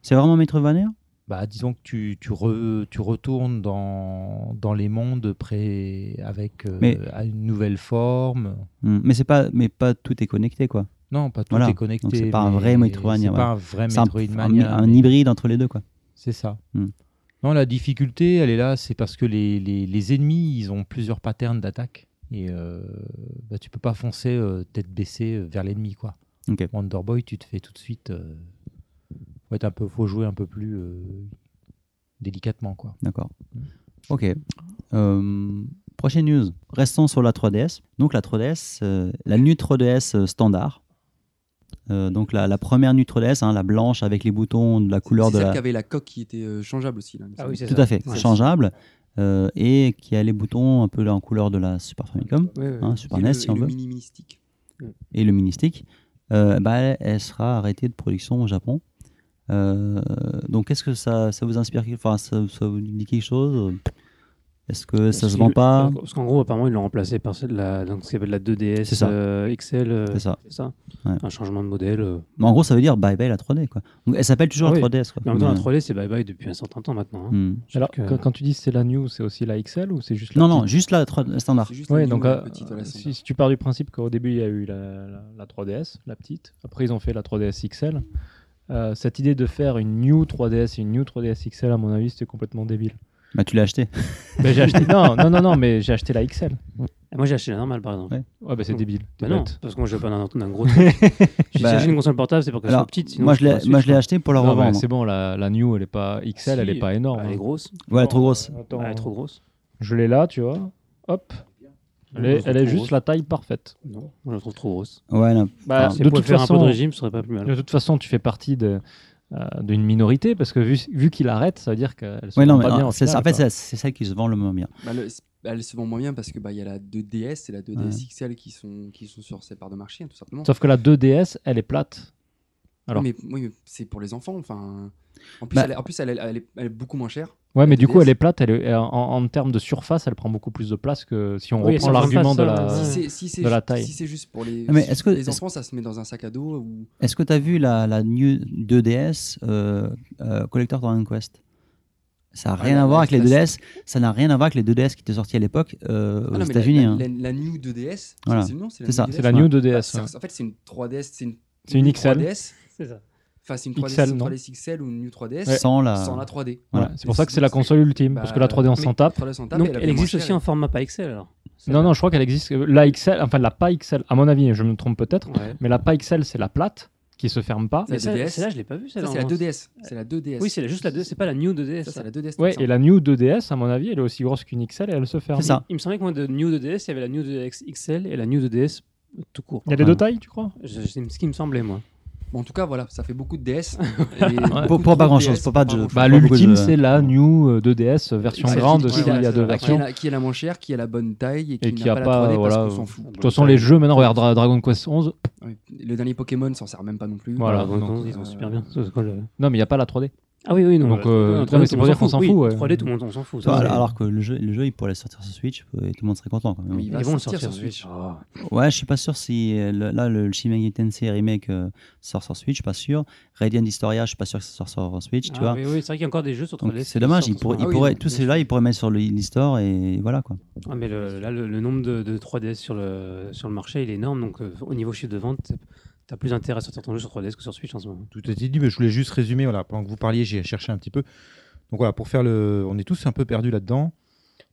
S1: C'est vraiment Metroidvania
S5: bah, disons que tu, tu, re- tu retournes dans, dans les mondes près, avec euh,
S1: Mais-
S5: à une nouvelle forme.
S1: Hmm, Mais c'est pas, mais pas tout est connecté quoi.
S5: Non, pas tout
S1: Voilà.
S5: est connecté.
S1: Donc, c'est pas un
S5: mais
S1: vrai Metroidvania,
S5: C'est pas un vrai
S1: C'est un,
S5: Metroidvania.
S1: un- un
S5: mais
S1: hybride entre les deux quoi.
S5: C'est ça.
S1: Hmm.
S5: Non, la difficulté, elle est là, c'est parce que les, les- les ennemis, ils ont plusieurs patterns d'attaque. Et euh, bah, tu peux pas foncer euh, tête baissée euh, vers l'ennemi, quoi.
S1: Ok.
S5: Wonder Boy, tu te fais tout de suite. euh, faut, être un peu, faut jouer un peu plus euh, délicatement, quoi.
S1: D'accord. Ok. Euh, prochaine news. Restons sur la 3DS. Donc la 3DS, euh, la New 3DS euh, standard. Euh, donc la, la première New 3DS, hein, la blanche avec les boutons de la couleur
S3: C'est
S1: de
S3: celle
S1: la.
S3: qui avait la coque qui était euh, changeable aussi. Là, il me
S2: Ah oui, c'est
S3: semble.
S1: Tout
S2: ça.
S1: à fait,
S2: Ouais.
S1: changeable. euh, et qui a les boutons un peu en couleur de la Super Famicom,
S2: Ouais, ouais.
S1: hein, Super
S3: Euh, Et
S1: NES
S3: le-
S1: si
S3: et
S1: on
S3: le
S1: veut,
S3: mini mystique.
S1: et le mini stick. Euh, bah, elle- elle sera arrêtée de production au Japon. Euh, donc, est-ce que ça, ça vous inspire Enfin, ça, ça vous dit quelque chose Est-ce que ça
S2: Parce
S1: se
S2: qu'il-
S1: vend pas
S2: Parce qu'en gros, apparemment, ils l'ont remplacé par celle de la, donc, ce qu'il y avait de la 2DS
S1: C'est ça.
S2: euh, XL. euh,
S1: C'est ça.
S2: C'est ça.
S1: Ouais.
S2: Un changement de modèle. euh.
S1: Mais en gros, ça veut dire bye bye la 3D. Quoi. Donc, elle s'appelle toujours
S2: Ah oui.
S1: la 3DS. Quoi.
S2: Mais en même temps, la
S1: Mais,
S2: 3D, c'est bye-bye depuis un certain temps maintenant. hein.
S1: hmm.
S2: Je
S6: Alors,
S2: trouve que-
S6: quand, quand tu dis c'est la new, c'est aussi la XL ou c'est juste la
S1: Non,
S6: petite
S1: non, juste la 3 standard.
S3: C'est juste
S6: Ouais,
S3: la
S6: donc
S3: mini, la
S6: euh,
S3: petite, voilà, c'est
S6: si, si tu pars du principe qu'au début il y a eu la, la- la 3DS, la petite, après ils ont fait la 3DS XL, euh, cette idée de faire une new 3DS et une new 3DS XL, à mon avis, c'était complètement débile.
S1: Bah, tu l'as acheté.
S6: Mais j'ai acheté, non, non, non, non, mais j'ai acheté la XL.
S2: Ah, Moi, j'ai acheté la normale, par exemple.
S1: Ouais.
S6: Ouais, bah c'est
S2: Mm.
S6: débile.
S2: Bah
S6: t'es
S2: non,
S6: bête.
S2: parce que moi, je veux pas d'un d'un gros truc. J'ai
S1: Bah,
S2: acheté une console portable, c'est pour qu'elle
S1: Alors,
S2: soit petite. sinon
S1: moi, je
S2: peux
S1: l'ai
S2: pas
S1: moi, je
S2: suivre. hein.
S1: l'ai acheté pour la
S6: Non, mais
S1: revendre.
S6: c'est bon, la, la new elle est pas XL, elle
S2: Si,
S6: est pas énorme.
S2: Elle est
S6: hein.
S2: grosse.
S1: Ouais, elle est trop grosse.
S6: Attends,
S2: Elle est trop grosse.
S6: Je l'ai là, tu vois. Hop. Elle est, elle est
S2: Trop
S6: juste
S2: grosse.
S6: la taille parfaite.
S2: Non, moi, je la trouve trop grosse.
S1: Ouais, non.
S6: Bah,
S2: si de toute faire un peu de régime, ce serait pas plus
S6: De
S2: mal.
S6: toute façon, tu fais partie de euh, d'une minorité parce que vu, vu qu'il arrête, ça veut dire qu'elle se
S1: Ouais, non,
S6: rend
S1: mais,
S6: pas bien.
S1: ah,
S6: au
S1: c'est-
S6: final,
S1: en fait, c'est
S6: quoi.
S1: c'est celle qui se vend le moins bien.
S3: ça. Bah, le- c'est bah, elle se vend moins bien parce que bah il y a la 2DS et la 2DS
S1: Ouais.
S3: XL qui sont qui sont sur ses parts de marché hein, tout simplement.
S6: Sauf que la 2DS, elle est plate. alors-
S3: Mais oui, mais c'est pour les enfants. Enfin, en plus,
S1: Bah-
S3: elle, est- en plus elle, est- elle est, elle est beaucoup moins chère.
S6: Ouais,
S3: La
S6: mais du coup,
S3: 2DS.
S6: elle est plate. Elle est- en, en termes de surface, elle prend beaucoup plus de place que si on
S2: Oui,
S6: reprend
S2: ça
S6: l'argument
S2: passe,
S6: de
S2: ça,
S6: la.
S2: ouais.
S3: euh, Si c'est si c'est
S6: de la
S3: ju-
S6: taille.
S3: si c'est juste pour les,
S1: Mais est-ce que-
S3: les
S1: est-ce-
S3: enfants, ça se met dans un sac à dos ou
S1: Est-ce que tu as vu la, la New 2DS euh, euh, Collector Dragon Quest Ça n'a
S3: Ah,
S1: rien
S3: la-
S1: à voir
S3: la-
S1: avec les
S3: la-
S1: 2DS. Ça n'a rien à voir avec les 2DS qui étaient sortis à l'époque euh,
S3: Ah
S1: aux
S3: non, mais la-
S1: États-Unis.
S3: la,
S1: hein.
S3: la, la New 2DS.
S1: Voilà.
S3: C'est le nom,
S1: C'est ça,
S3: New
S6: C'est la
S1: Ouais.
S6: New
S3: Bah,
S6: 2DS.
S3: c'est-
S6: ouais.
S3: En fait, c'est une 3DS, c'est une,
S6: C'est une XL.
S3: 3DS.
S2: C'est ça.
S3: Enfin, c'est une 3DS,
S6: XL,
S3: une
S6: non
S3: 3DS XL ou une New 3DS
S1: Sans la.
S3: sans la 3D.
S6: Voilà.
S1: Ouais.
S6: C'est pour ça que c'est la console ultime. Parce que la 3D, on
S3: en
S6: s'en tape.
S2: Donc, elle existe aussi en format pas Excel alors.
S6: Non, non, je crois qu'elle existe. euh, La XL, enfin la pas XL, à mon avis, je me trompe peut-être,
S2: Ouais.
S6: mais la pas XL, c'est la plate qui se ferme pas.
S3: C'est la
S2: Ah, Mais ça-
S3: 2DS.
S2: Celle-là, je l'ai pas vue.
S3: Ça,
S2: celle-là,
S3: c'est la
S2: en-
S3: 2DS. C'est la 2DS.
S2: Oui, c'est la- juste la 2DS, c'est pas la New 2DS.
S3: Ça, c'est la 2DS.
S6: Ouais,
S3: il me
S6: et la New 2DS, à mon avis, elle est aussi grosse qu'une XL et elle se ferme.
S1: C'est ça.
S2: Il me semblait que moi, de New 2DS, il y avait la New 2DS XL et la New 2DS tout court.
S6: Il y a les
S1: Ouais.
S6: deux tailles, tu crois
S2: Je- je- C'est ce qui me semblait, moi.
S3: semble. Bon, en tout cas, voilà, ça fait beaucoup de DS.
S1: Pour- pour pas grand-chose, pour pas de-
S6: Bah,
S1: Je crois beaucoup
S6: l'ultime,
S1: de-
S6: c'est la New euh, 2DS version
S2: Excel,
S6: grande,
S2: ouais,
S6: s'il
S2: ouais,
S6: y a
S2: c'est
S6: deux
S2: vrai.
S6: versions.
S3: Qui est, la, qui est la moins chère, qui a la bonne taille et qui,
S6: Et qui
S3: n'a
S6: a
S3: pas,
S6: pas,
S3: la 3D
S6: voilà, euh,
S3: parce qu'on s'en fout.
S6: De toute façon, les jeux, maintenant, regarde Dra- Dragon Quest 11.
S3: Oui. Le dernier Pokémon s'en sert même pas non plus.
S6: Voilà.
S2: Voilà, donc,
S3: donc,
S2: ils sont
S3: euh,
S2: super bien. Sauf que le-
S6: Non, mais il n'y a pas la 3D.
S2: Ah oui, oui, non.
S6: Donc,
S2: voilà.
S6: euh,
S2: Non,
S6: non,
S2: 3D,
S6: mais
S2: tout
S6: c'est
S2: le
S6: pour
S2: monde
S6: dire qu'on s'en
S2: Oui,
S6: fout, ouais.
S2: 3D, tout le monde on s'en fout.
S1: Tu vois,
S2: ça,
S1: alors,
S2: c'est-
S1: alors que le jeu, le jeu, il pourrait sortir sur Switch euh, et tout le monde serait content. Quand même.
S3: Oui, il
S2: Ils
S3: va
S2: vont le
S3: sortir
S2: sortir
S3: sur
S2: sur Switch.
S1: Ouais, je suis pas sûr si euh, le- là le Shimegi Tensei remake euh, sort sur Switch, pas sûr. Radiant Historia, je suis pas sûr que ça sort sur Switch, tu
S2: Ah
S1: vois.
S2: oui, oui, c'est vrai qu'il y a encore des jeux sur
S1: Donc,
S2: 3DS. qui
S1: c'est dommage,
S2: sortent
S1: il
S2: en ce
S1: pourrait,
S2: moment.
S1: il
S3: Ah oui,
S1: pourrait-
S3: donc,
S1: tous
S3: bien
S1: ces là, ils pourraient mettre sur le l'e-store et voilà quoi.
S2: Ah, mais le- là, le, le nombre de, de 3DS sur le, sur le marché, il est énorme. Donc, euh, au niveau chiffre de vente, t'as- t'as plus intérêt à sortir ton jeu sur 3DS que sur Switch en ce moment.
S5: Tout a été dit, mais je voulais juste résumer. Voilà, pendant que vous parliez, j'ai cherché un petit peu. Donc voilà, pour faire le. On est tous un peu perdus là-dedans.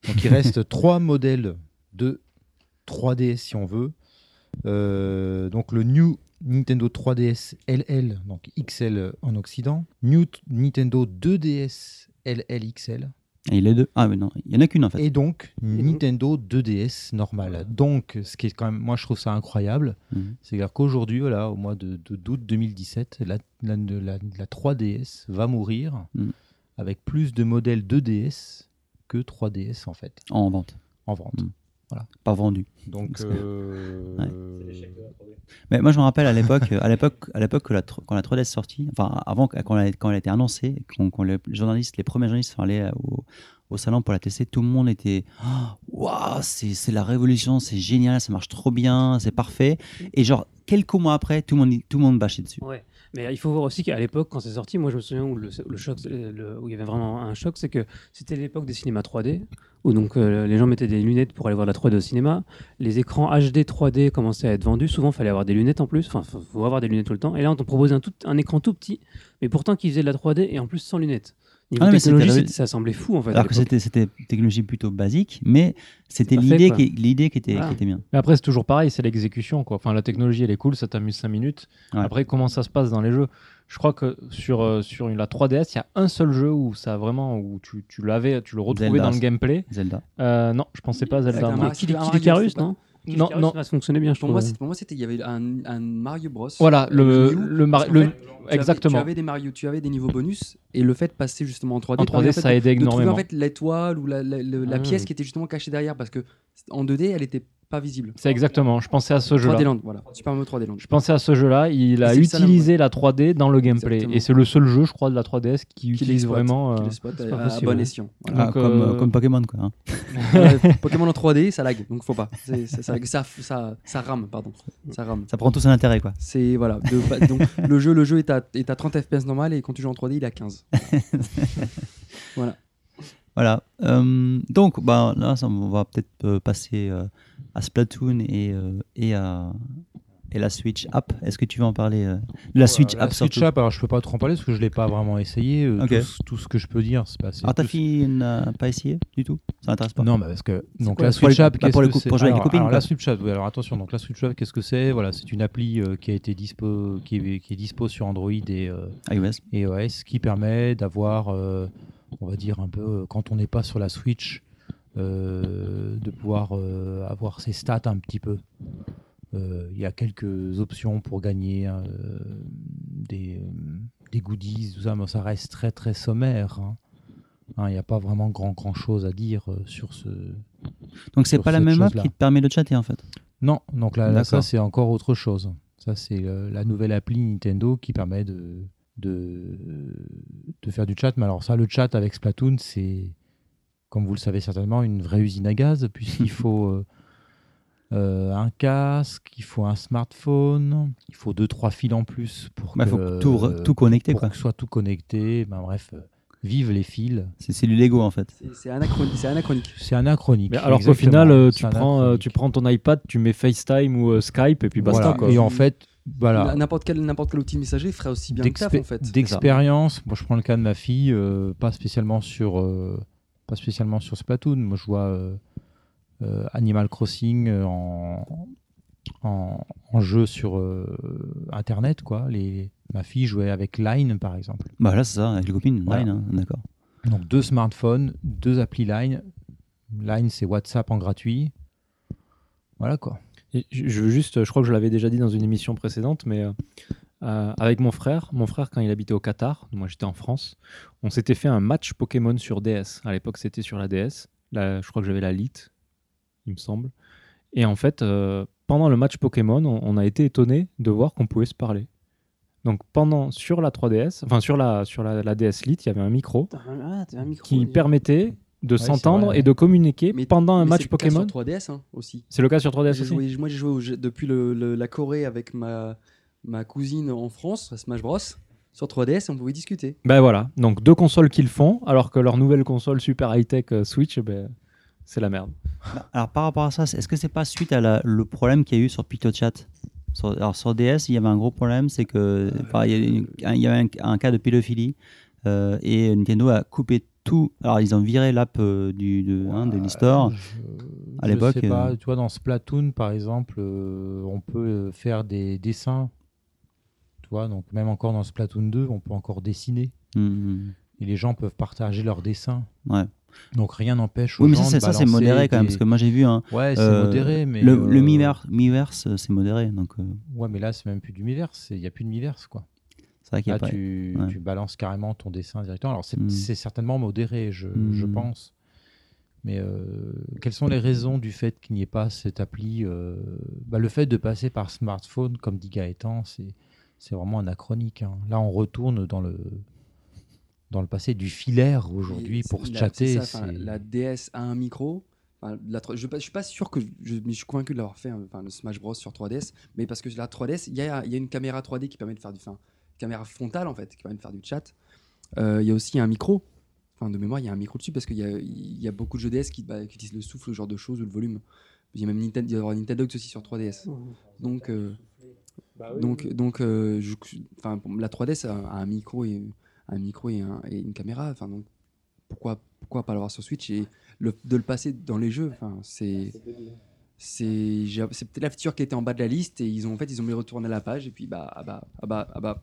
S5: Donc il reste trois modèles de 3DS si on veut. Euh, donc le New Nintendo 3DS LL, donc XL en Occident. New t- Nintendo 2DS LL XL.
S1: Et les deux. Ah, mais non, il y en a qu'une en fait.
S5: Et donc
S1: Mhm.
S2: donc-
S5: Nintendo 2DS normal. Donc ce qui est quand même. Moi je trouve ça incroyable.
S1: Mhm.
S5: C'est-à-dire qu'aujourd'hui, voilà, au mois de, de- d'août 2017, la, la, la- la 3DS va mourir
S1: Mm.
S5: avec plus de modèles 2DS que 3DS en fait,
S1: En vente,
S5: en vente.
S1: Mm. pas vendu.
S5: Donc,
S1: C'est-
S5: euh,
S1: Ouais. Mais moi, je me rappelle à l'époque, euh, à l'époque, à l'époque que la tro- quand la 3DS sortie, enfin avant que- quand elle, quand elle a été annoncée, quand, quand les journalistes, les premiers journalistes sont allés euh, au, au salon pour la tester, tout le monde était Ah, waouh, c'est c'est la révolution, c'est génial, ça marche trop bien, c'est parfait. Et genre quelques mois après, tout le monde tout le monde bâchait dessus.
S2: Ouais, mais il faut voir aussi qu'à l'époque, quand c'est sorti, moi je me souviens où, le, où le choc, euh, le- où il y avait vraiment un choc, c'est que c'était l'époque des cinémas 3D, où donc euh, les gens mettaient des lunettes pour aller voir de la 3D au cinéma. Les écrans HD 3D commençaient à être vendus. Souvent, il fallait avoir des lunettes en plus. Enfin, faut, faut avoir des lunettes tout le temps. Et là, on te proposait un, tout, un écran tout petit, mais pourtant qui faisait de la 3D et en plus sans lunettes. Niveau
S1: Ah, mais c'était
S2: technologie,
S1: la-
S2: c'était- ça semblait fou en fait. à
S1: Alors que
S2: l'époque.
S1: c'était c'était une technologie plutôt basique, mais c'était
S2: parfait,
S1: l'idée
S2: quoi.
S1: qui l'idée qui était
S2: Ah.
S1: qui était bien.
S6: Mais après, c'est toujours pareil, c'est l'exécution. quoi. Enfin, la technologie, elle est cool, ça t'amuse 5 minutes.
S1: Ouais.
S6: Après, comment ça se passe dans les jeux Je crois que sur, euh, sur une- la 3DS, il y a un seul jeu où ça vraiment où tu, tu l'avais, tu le retrouvais
S1: Zelda.
S6: dans le gameplay.
S1: Zelda.
S6: Euh, non, je pensais pas à Zelda.
S3: Zelda.
S6: moi.
S3: Ah,
S2: Kid-
S3: un
S2: Kid
S3: Mario,
S2: Icarus,
S3: c'est pas-
S2: non Kid
S6: Non,
S2: Icarus,
S6: non.
S2: ça fonctionnait bien, je
S3: Pour
S2: trouve.
S3: moi, c'est- pour moi, c'était il y avait un, un Mario Bros.
S6: Voilà,
S3: Euh,
S6: le,
S3: Wii U.
S6: le,
S3: Parce
S6: mari-
S3: qu'en
S6: le-
S3: fait, Tu avais-
S6: exactement.
S3: tu avais des Mario, tu avais des niveaux bonus et le fait de passer justement en 3D.
S6: en
S3: permet,
S6: 3D,
S3: fait,
S6: ça aidait
S3: de trouver
S6: énormément.
S3: en fait l'étoile ou la, la- la- la
S2: Ah.
S3: pièce qui était justement cachée derrière parce que en 2D elle était pas visible.
S6: C'est exactement. Je pensais à ce
S3: 3D
S6: jeu-là.
S3: Land, voilà. Super Mario 3D Land.
S6: Je pensais à ce jeu-là. Il
S3: Et
S6: a
S3: c'est le seul à me-
S6: utilisé la 3D dans le gameplay.
S3: Exactement.
S6: Et c'est le seul jeu, je crois, de la 3DS qui
S3: Qui
S6: utilise
S3: l'exploite,
S6: vraiment.
S3: Qui
S6: euh,
S3: le spot
S2: c'est
S3: à-
S2: pas
S3: à
S2: possible, hein.
S3: bon
S2: ouais.
S3: escient. Voilà.
S6: Donc,
S1: Ah, comme,
S6: euh,
S1: euh, comme Pokémon quoi. hein.
S3: Euh, Pokémon en 3D, ça lag, donc faut pas. C'est- Ça, ça, ça, ça- ça rame, pardon. Ça rame.
S1: Ça prend tout son intérêt quoi.
S3: C'est voilà. de- bah, donc, le jeu, le jeu est à, est à 30 FPS normal et quand tu joues en 3D, il est à 15.
S1: Voilà. Euh, donc, bah, là, ça, on va peut-être euh, passer euh, à Splatoon et, euh, et, à, et la Switch App. Est-ce que tu veux en parler euh, de La Switch
S5: voilà,
S1: App,
S5: Oh, la Switch
S1: surtout.
S5: App, alors je peux pas trop en parler parce que je l'ai pas vraiment essayé. Euh,
S1: Ok. Ah,
S5: tout, ce- tout ce que je peux dire, c'est pas. c'est
S1: Alors, ta
S5: tout ce-
S1: fille n'a pas essayé du tout Ça n'intéresse pas
S5: Non, mais parce que donc
S1: quoi,
S5: la
S1: le- pour
S5: Switch
S1: les-
S5: App,
S1: bah,
S5: qu'est-ce
S1: pour les
S5: que
S1: cou-
S5: c'est
S1: pour jouer avec les
S5: Alors-
S1: copines,
S5: Alors, la
S1: quoi.
S5: Switch App, oui, alors attention, donc la Switch App, qu'est-ce que c'est Voilà, c'est une appli euh, qui a été dispo, qui est, qui est dispo sur Android et euh,
S1: Ah, iOS.
S5: et iOS qui permet d'avoir, euh, on va dire un peu, euh, quand on n'est pas sur la Switch, euh, de pouvoir euh, avoir ses stats un petit peu. Euh, Il y a quelques options pour gagner euh, des, euh, des goodies, tout ça, mais ça reste très très sommaire. hein. Hein, Il n'y a pas vraiment grand, grand chose à dire euh, sur ce.
S1: Donc c'est
S5: sur
S1: pas la
S5: cette
S1: même app
S5: chose-là.
S1: qui te permet de chatter en fait.
S5: Non, donc là, là, ça
S1: D'accord.
S5: c'est encore autre chose. Ça c'est euh, la nouvelle appli Nintendo qui permet de, de, de faire du chat. Mais alors ça, le chat avec Splatoon, c'est, comme vous le savez certainement, une vraie usine à gaz, puisqu'il faut euh, euh, un casque, il faut un smartphone, il faut deux, trois fils en plus pour
S1: Bah,
S5: que,
S1: faut que tout, re-
S5: euh,
S1: tout connecter
S5: pour
S1: quoi.
S5: que soit tout connecté. Ben, bref, euh, vive les fils.
S1: C'est c'est du Lego en fait.
S3: C'est- C'est anachronique. C'est anachronique.
S5: C'est anachronique.
S6: Mais alors qu'au
S5: exactement.
S6: final, euh,
S5: C'est
S6: tu prends, euh,
S5: anachronique.
S6: tu prends ton iPad, tu mets FaceTime ou euh, Skype et puis basta
S5: Voilà.
S6: quoi.
S5: Et en fait, voilà.
S3: N- N'importe quel, n'importe quel outil messager ferait aussi bien que taf,
S5: d'expé-
S3: en fait.
S5: D'expérience, moi je prends le cas de ma fille, euh, pas spécialement sur euh, pas spécialement sur Splatoon. Moi je vois euh, euh, Animal Crossing euh, en, en, en jeu sur euh, internet quoi. Les, ma fille jouait avec Line par exemple.
S1: Bah là c'est ça, avec les copines,
S5: Voilà.
S1: Line, hein, d'accord.
S5: Donc deux smartphones, deux applis Line. Line c'est WhatsApp en gratuit. Voilà quoi.
S6: Et je je veux juste, je crois que je l'avais déjà dit dans une émission précédente, mais euh, euh, avec mon frère, mon frère quand il habitait au Qatar, moi j'étais en France, on s'était fait un match Pokémon sur DS. À l'époque c'était sur la DS, Là, je crois que j'avais la Lite, il me semble. Et en fait, euh, pendant le match Pokémon, on, on a été étonné de voir qu'on pouvait se parler. Donc pendant sur la 3DS, enfin sur la sur la, la DS Lite, il y avait un micro
S3: Putain, ah, t'as un micro,
S6: qui
S3: dis-
S6: permettait de
S5: c'est
S6: s'entendre
S5: vrai.
S6: et de communiquer
S3: Mais-
S6: pendant un
S3: mais
S6: match
S3: c'est le cas
S6: Pokémon.
S3: sur 3DS hein, aussi.
S6: C'est le cas sur 3DS
S3: J'ai
S6: aussi.
S3: joué- moi, j'ai joué au jeu- depuis le- le- la Corée avec ma, ma cousine en France, à Smash Bros. Sur 3DS, on pouvait discuter.
S6: Ben voilà, donc deux consoles qu'ils font, alors que leur nouvelle console super high-tech euh, Switch, ben, c'est la merde.
S1: Alors par rapport à ça, c'est- est-ce que c'est pas suite à la- le problème qu'il y a eu sur PictoChat sur, Alors sur DS, il y avait un gros problème, c'est que enfin, il y a eu une- un- il y avait un, un cas de pédophilie euh, et Nintendo a coupé tout. Alors ils ont viré l'app euh, du de, hein, de l'e-store.
S5: Je-
S1: à
S5: je
S1: l'époque,
S5: sais pas,
S1: euh,
S5: tu vois, dans Splatoon, par exemple, euh, on peut euh, faire des dessins. Tu vois, donc même encore dans Splatoon 2, on peut encore dessiner.
S1: Mhm.
S5: Et les gens peuvent partager leurs dessins.
S1: Ouais.
S5: Donc rien n'empêche. aux
S1: Oui, mais ça,
S5: gens de
S1: c'est- ça c'est
S5: balancer
S1: modéré quand même,
S5: des-
S1: parce que moi j'ai vu un.
S5: Ouais, c'est
S1: euh,
S5: modéré, mais.
S1: le,
S5: euh,
S1: le Miiver- Miiverse, euh, c'est modéré, donc euh,
S5: Ouais, mais là, c'est même plus du miverse. Il n'y a plus de miverse, quoi.
S1: c'est vrai qu'il y a
S5: Là,
S1: pas.
S5: Ah, tu,
S1: ouais.
S5: tu balances carrément ton dessin directement. Alors, c'est
S1: Mm.
S5: c'est certainement modéré, je, je
S1: Mm.
S5: pense. Mais euh, quelles sont les raisons du fait qu'il n'y ait pas cette appli euh, bah, Le fait de passer par smartphone, comme dit Gaëtan, c'est c'est vraiment anachronique. hein. Là, on retourne dans le, dans le passé du filaire aujourd'hui
S3: Et
S5: pour
S3: c'est-
S5: se
S3: la-
S5: chatter.
S3: c'est ça, enfin,
S5: c'est-
S3: la DS a un micro. Enfin, la tro- je ne suis pas sûr que. Je, mais je suis convaincu de l'avoir fait, hein, enfin, le Smash Bros sur 3DS. Mais parce que la 3DS, il y a, il y a une caméra 3D qui permet de faire du. Enfin, caméra frontale, en fait, qui permet de faire du chat. Euh, Il y a aussi un micro. Enfin, de mémoire, il y a un micro dessus parce qu'il y a, il y a beaucoup de jeux DS qui, bah, qui utilisent le souffle, ce genre de choses, ou le volume. Il y a même Nintendo, il y aura Nintendo aussi sur 3DS. Donc. euh, donc, donc euh, je- enfin, pour- la 3DS a, a un micro et un micro et, un- et une caméra. Enfin, donc pourquoi pourquoi pas l'avoir sur Switch et le- de le passer dans les jeux. Enfin, c'est c'est j'ai- c'est peut-être la feature qui était en bas de la liste et ils ont en fait ils ont mis retourné la page et puis bah ah bah ah bah ah bah.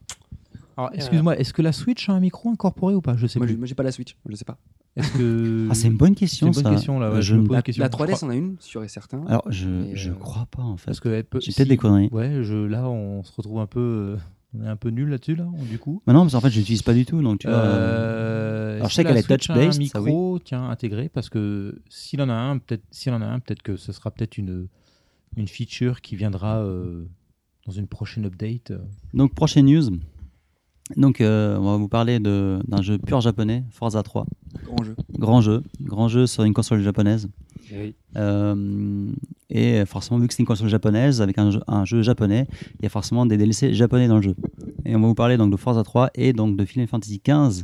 S5: Alors, excuse-moi, est-ce que la Switch a un micro incorporé ou pas Je sais
S3: Moi,
S5: plus.
S3: j'ai- moi j'ai pas la Switch, je sais pas.
S5: Est-ce que...
S1: Ah, c'est une bonne
S5: c'est
S1: question
S5: une bonne
S1: ça.
S5: question, là. ouais,
S1: Euh,
S5: je
S1: je
S5: me
S1: ne-
S5: pose une question.
S3: La
S5: Je
S3: 3DS
S5: crois-
S3: on a une, sûr et certain.
S1: Alors je
S3: Mais,
S1: je
S3: euh,
S1: crois pas en fait.
S5: Parce que elle peut-
S1: J'ai peut-être
S5: si-
S1: des conneries.
S5: Ouais, je, là, on se retrouve un peu. euh, on est un peu nul là-dessus, là, on- du coup.
S1: Mais non, parce qu'en fait, je l'utilise pas du tout, donc tu vois. euh,
S5: Euh,
S1: Alors, je
S5: est-ce
S1: sais
S5: que
S1: qu'elle
S5: la
S1: est
S5: Switch a
S1: touch-based,
S5: Un
S1: ça,
S5: micro, tiens, intégré, parce que s'il en a un, peut-être, s'il en a un, peut-être que ce sera peut-être une une feature qui viendra euh, dans une prochaine update. euh.
S1: Donc, prochaine news. Donc, euh, on va vous parler de- d'un jeu pur japonais, Forza 3.
S3: Grand jeu.
S1: Grand jeu, grand jeu sur une console japonaise. Euh, et forcément, vu que c'est une console japonaise, avec un jeu, un jeu japonais, il y a forcément des DLC japonais dans le jeu. Et on va vous parler donc de Forza 3 et donc de Final Fantasy XV.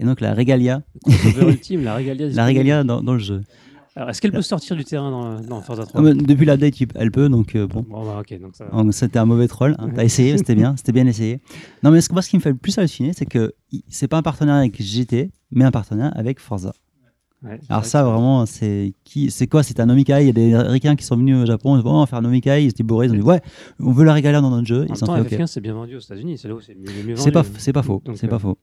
S1: Et donc la Regalia,
S2: Sauveur ultime, la Regalia.
S1: la
S2: disponible.
S1: Regalia dans, dans le jeu.
S2: Alors, est-ce qu'elle peut sortir du terrain dans, dans Forza 3
S1: Ah, mais depuis l'update, il- elle peut, donc euh, bon.
S2: Bon, bah, ok, donc ça. va.
S1: Donc, C'était un mauvais troll. hein. T'as essayé, mais c'était bien, c'était bien essayé. Non, mais ce, que- moi, ce qui me fait le plus halluciner, c'est que i- c'est pas un partenariat avec GT, mais un partenariat avec Forza.
S2: Ouais, c'est
S1: Alors
S2: vrai
S1: ça, vraiment, c'est qui, c'est quoi C'est un Nomikai. Il y a des Ricains qui sont venus au Japon. Ils ont dit, on va faire un Nomikai. Ils se disent bourrés. Ils ont dit ouais, on veut la régaler dans notre jeu.
S2: que- En
S1: Ils
S2: même temps,
S1: ont fait
S2: FF15
S1: ok.
S2: c'est bien vendu aux États-Unis, c'est là où c'est mieux, mieux vendu.
S1: C'est pas, c'est pas faux.
S2: Donc,
S1: C'est
S2: euh,
S1: pas faux.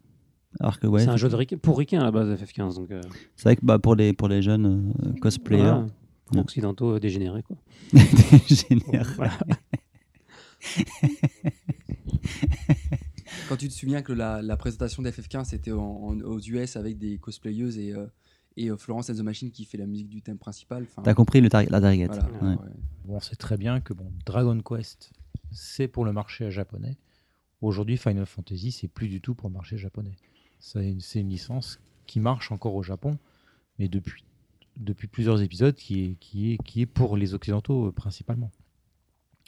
S1: Alors que ouais,
S2: C'est un jeu de Ric- pour Ricain à la base, FF15. Donc, euh,
S1: c'est vrai que bah, pour les pour les jeunes euh, cosplayers,
S2: voilà. Pour occidentaux euh, dégénérés. Quoi.
S1: génère.
S2: Voilà.
S3: Quand tu te souviens que la, la présentation d'FF15 c'était en- en- aux US avec des cosplayeuses et, euh, et euh, Florence and the Machine qui fait la musique du thème principal. enfin,
S1: T'as compris le tar- la target.
S3: voilà,
S1: ouais.
S3: ouais.
S5: Bon, on sait très bien que bon, Dragon Quest, c'est pour le marché japonais. Aujourd'hui, Final Fantasy, c'est plus du tout pour le marché japonais. C'est une, c'est une licence qui marche encore au Japon, mais depuis, depuis plusieurs épisodes, qui est, qui, est, qui est pour les Occidentaux euh, principalement.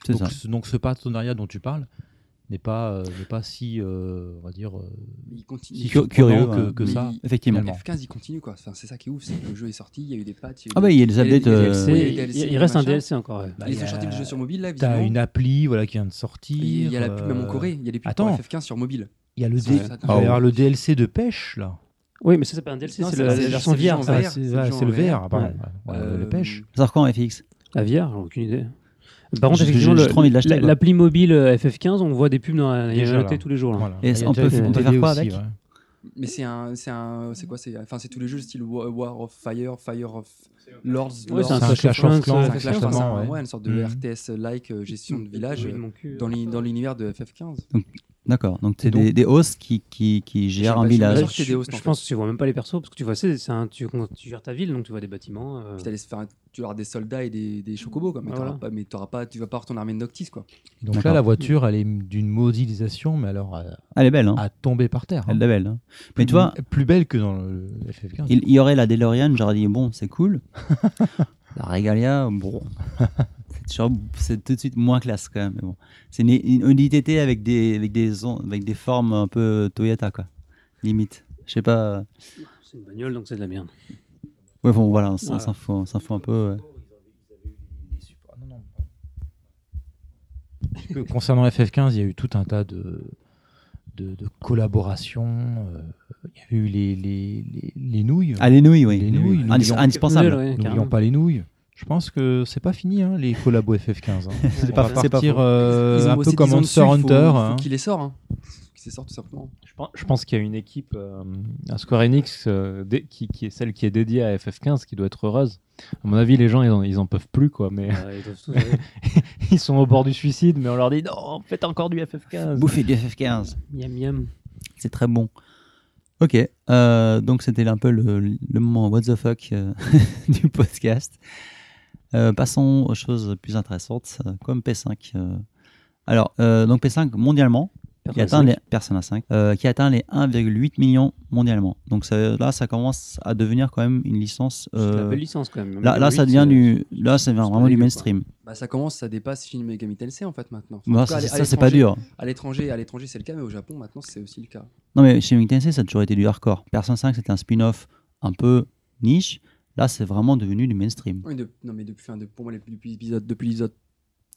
S1: C'est
S5: donc,
S1: ça.
S5: ce- donc ce partenariat dont tu parles n'est pas, euh, n'est pas si, euh, on va dire, euh,
S3: Il continue.
S5: si
S1: Cu-
S5: surprenant
S1: curieux, hein.
S5: que,
S1: ouais.
S5: hein, que
S3: Mais
S5: ça.
S3: il-
S1: Effectivement.
S5: Finalement.
S3: F15 il continue quoi. Enfin, c'est ça qui est ouf, c'est que le jeu est sorti, il y a eu des patchs. il y a eu
S1: Ah
S3: des-
S1: bah, il y a les
S3: il y a des-
S1: updates.
S3: il y a des
S1: euh,
S2: C'est-
S3: DLC,
S2: il,
S3: DLC,
S2: il reste un
S3: machin.
S2: DLC encore. ouais.
S5: Bah,
S3: Ils
S5: il y
S3: ont
S5: a-
S3: sorti le jeu sur mobile là,
S5: T'as
S3: visiblement.
S5: une appli voilà, qui vient de sortir.
S3: Il y a la pub même en
S5: euh,
S3: Corée, il y a des pubs
S5: attends.
S3: pour FF15 sur mobile.
S5: Il y a le,
S3: Ouais.
S5: dé- Ah
S3: Ça,
S1: Ah
S5: il va y avoir le DLC de pêche, là.
S2: Oui, mais ça, c'est pas un DLC,
S3: Non,
S2: c'est
S3: c'est
S2: la
S3: la-
S2: la version
S3: c'est le
S2: VR.
S3: genre
S2: ça.
S5: Ah,
S3: VR,
S5: c'est
S3: c'est
S5: ah,
S3: le
S5: c'est le
S3: genre
S5: VR, pardon. Ouais,
S3: Euh,
S5: le pêche.
S1: Ça sort quand FX
S2: La VR, aucune idée. Par contre,
S1: J'ai-
S2: effectivement,
S1: j'ai
S2: le-
S1: trop envie de l'acheter,
S2: la-
S1: quoi.
S2: l'appli mobile euh, FF15, on voit des pubs dans la il y en a
S5: Déjà,
S2: noté
S5: là.
S2: tous les jours. là.
S5: Voilà. Bah,
S1: Et
S5: Il y a
S1: on
S5: déjà
S1: peut-
S5: fait
S1: on peut
S5: TD
S1: faire quoi
S5: aussi,
S1: avec
S5: ouais.
S3: Mais c'est un, c'est un, c'est quoi C'est enfin c'est tous les jeux style Wa- War of Fire, Fire of Lords,
S2: Ouais,
S3: Lords,
S2: c'est un
S5: C'est un
S2: Clash
S5: Clash
S2: of
S5: of
S2: Clans,
S5: Clans,
S3: c'est un
S2: Clash
S3: clash,
S2: of
S3: enfin, c'est
S5: forcément,
S3: un-
S5: ouais.
S3: ouais, une sorte de
S5: Mhm.
S3: RTS-like euh, gestion de village
S2: Oui,
S3: euh,
S2: mon cul,
S3: dans
S2: euh,
S3: l'uni- dans l'univers de FF15.
S1: D'accord. Donc, c'est
S5: Donc-
S1: des, des hosts qui, qui, qui gèrent
S3: pas
S1: un
S3: si on a
S2: Là,
S3: Bien
S1: village.
S3: sûr que c'est des
S2: je-
S3: hosts, en
S2: Je
S3: fait.
S2: pense que tu vois même pas les persos parce que tu vois, c'est c'est un, tu, tu gères ta ville donc tu vois des bâtiments. euh,
S3: Puis t'as les- enfin, Tu auras des soldats et des, des chocobos, quoi, mais,
S5: Ah
S2: Voilà.
S3: t'auras pas, mais t'auras pas, tu vas pas avoir ton armée de Noctis. Quoi.
S5: Donc
S1: D'accord.
S5: là, la voiture, elle est d'une modélisation, mais alors euh,
S1: Elle est belle, hein
S5: à tomber par terre. hein.
S1: Elle est belle. hein.
S5: Plus-
S1: Mais tu vois,
S5: plus belle que dans le le FF15.
S1: il il y aurait la DeLorean, j'aurais dit bon, c'est cool. la Regalia, bon. C'est toujours- C'est tout de suite moins classe quand même. mais bon. C'est une, une, une ITT avec des, avec, des, on- avec des formes un peu Toyota, quoi. Limite. Je sais pas.
S2: C'est une bagnole donc c'est de la merde.
S1: Ouais, bon, voilà, on, s'en-
S2: Voilà.
S1: on s'en fout, on s'en fout un peu. ouais.
S5: Que Concernant FF15, il y a eu tout un tas de, de, de collaborations. euh, Il y a eu les, les, les, les nouilles.
S1: Ah, les nouilles, oui.
S5: Les nouilles,
S1: Indis-
S5: n'oublions-
S1: indispensable.
S2: Noël, ouais,
S5: N'oublions
S2: carrément.
S5: pas les nouilles. Je pense que c'est pas fini, hein, les collabos FF15. hein.
S2: C'est
S5: On
S2: pas-
S5: va
S1: c'est pas
S5: partir
S1: faux.
S5: euh,
S3: Ils ont
S5: un
S3: bossé
S5: peu comme
S3: 10 ans
S5: Monster
S3: dessus, il faut-
S5: Hunter.
S3: faut
S5: hein.
S3: qu'ils les sortent. Hein. Faut qu'ils les sortent tout simplement.
S6: Je pense, je pense qu'il y a une équipe euh, à Square Enix euh, dé- qui, qui est celle qui est dédiée à FF15 qui doit être heureuse. À mon avis, les gens ils en, ils en peuvent plus quoi, mais
S2: Ah, ils doivent tous avoir-
S6: ils sont au bord du suicide, mais on leur dit non, faites encore du FF15.
S1: Bouffer du FF15.
S2: Miam
S1: Euh,
S2: miam.
S1: C'est très bon. Ok, euh, donc c'était un peu le, le moment what the fuck euh, du podcast. Euh, passons aux choses plus intéressantes, euh, comme P5. euh. Alors, euh, donc P5 mondialement, qui atteint les Persona 5, euh, qui atteint les 1,8 millions mondialement. Donc ça- là, ça commence à devenir quand même une licence.
S2: C'est de
S1: euh,
S2: la belle licence quand même. euh,
S1: là, là, ça devient du, là, ça devient
S2: c'est
S1: vraiment du
S2: dégueu, quoi.
S1: mainstream.
S3: Bah, ça commence, ça dépasse Shin Megami Tensei en fait maintenant. Enfin, en
S1: Bah,
S3: tout cas, à
S1: ça,
S3: l'é- à
S1: ça, c'est pas
S3: l'étranger-
S1: dur.
S3: À l'étranger, à l'étranger c'est le cas, mais au Japon maintenant c'est aussi le cas.
S1: Non, mais chez Ming Tensei, ça a toujours été du hardcore. Persona 5, c'était un spin-off un peu niche. Là, c'est vraiment devenu du mainstream.
S3: Oui, de- non mais depuis, enfin, de- pour moi les- depuis l'épisode depuis l'épisode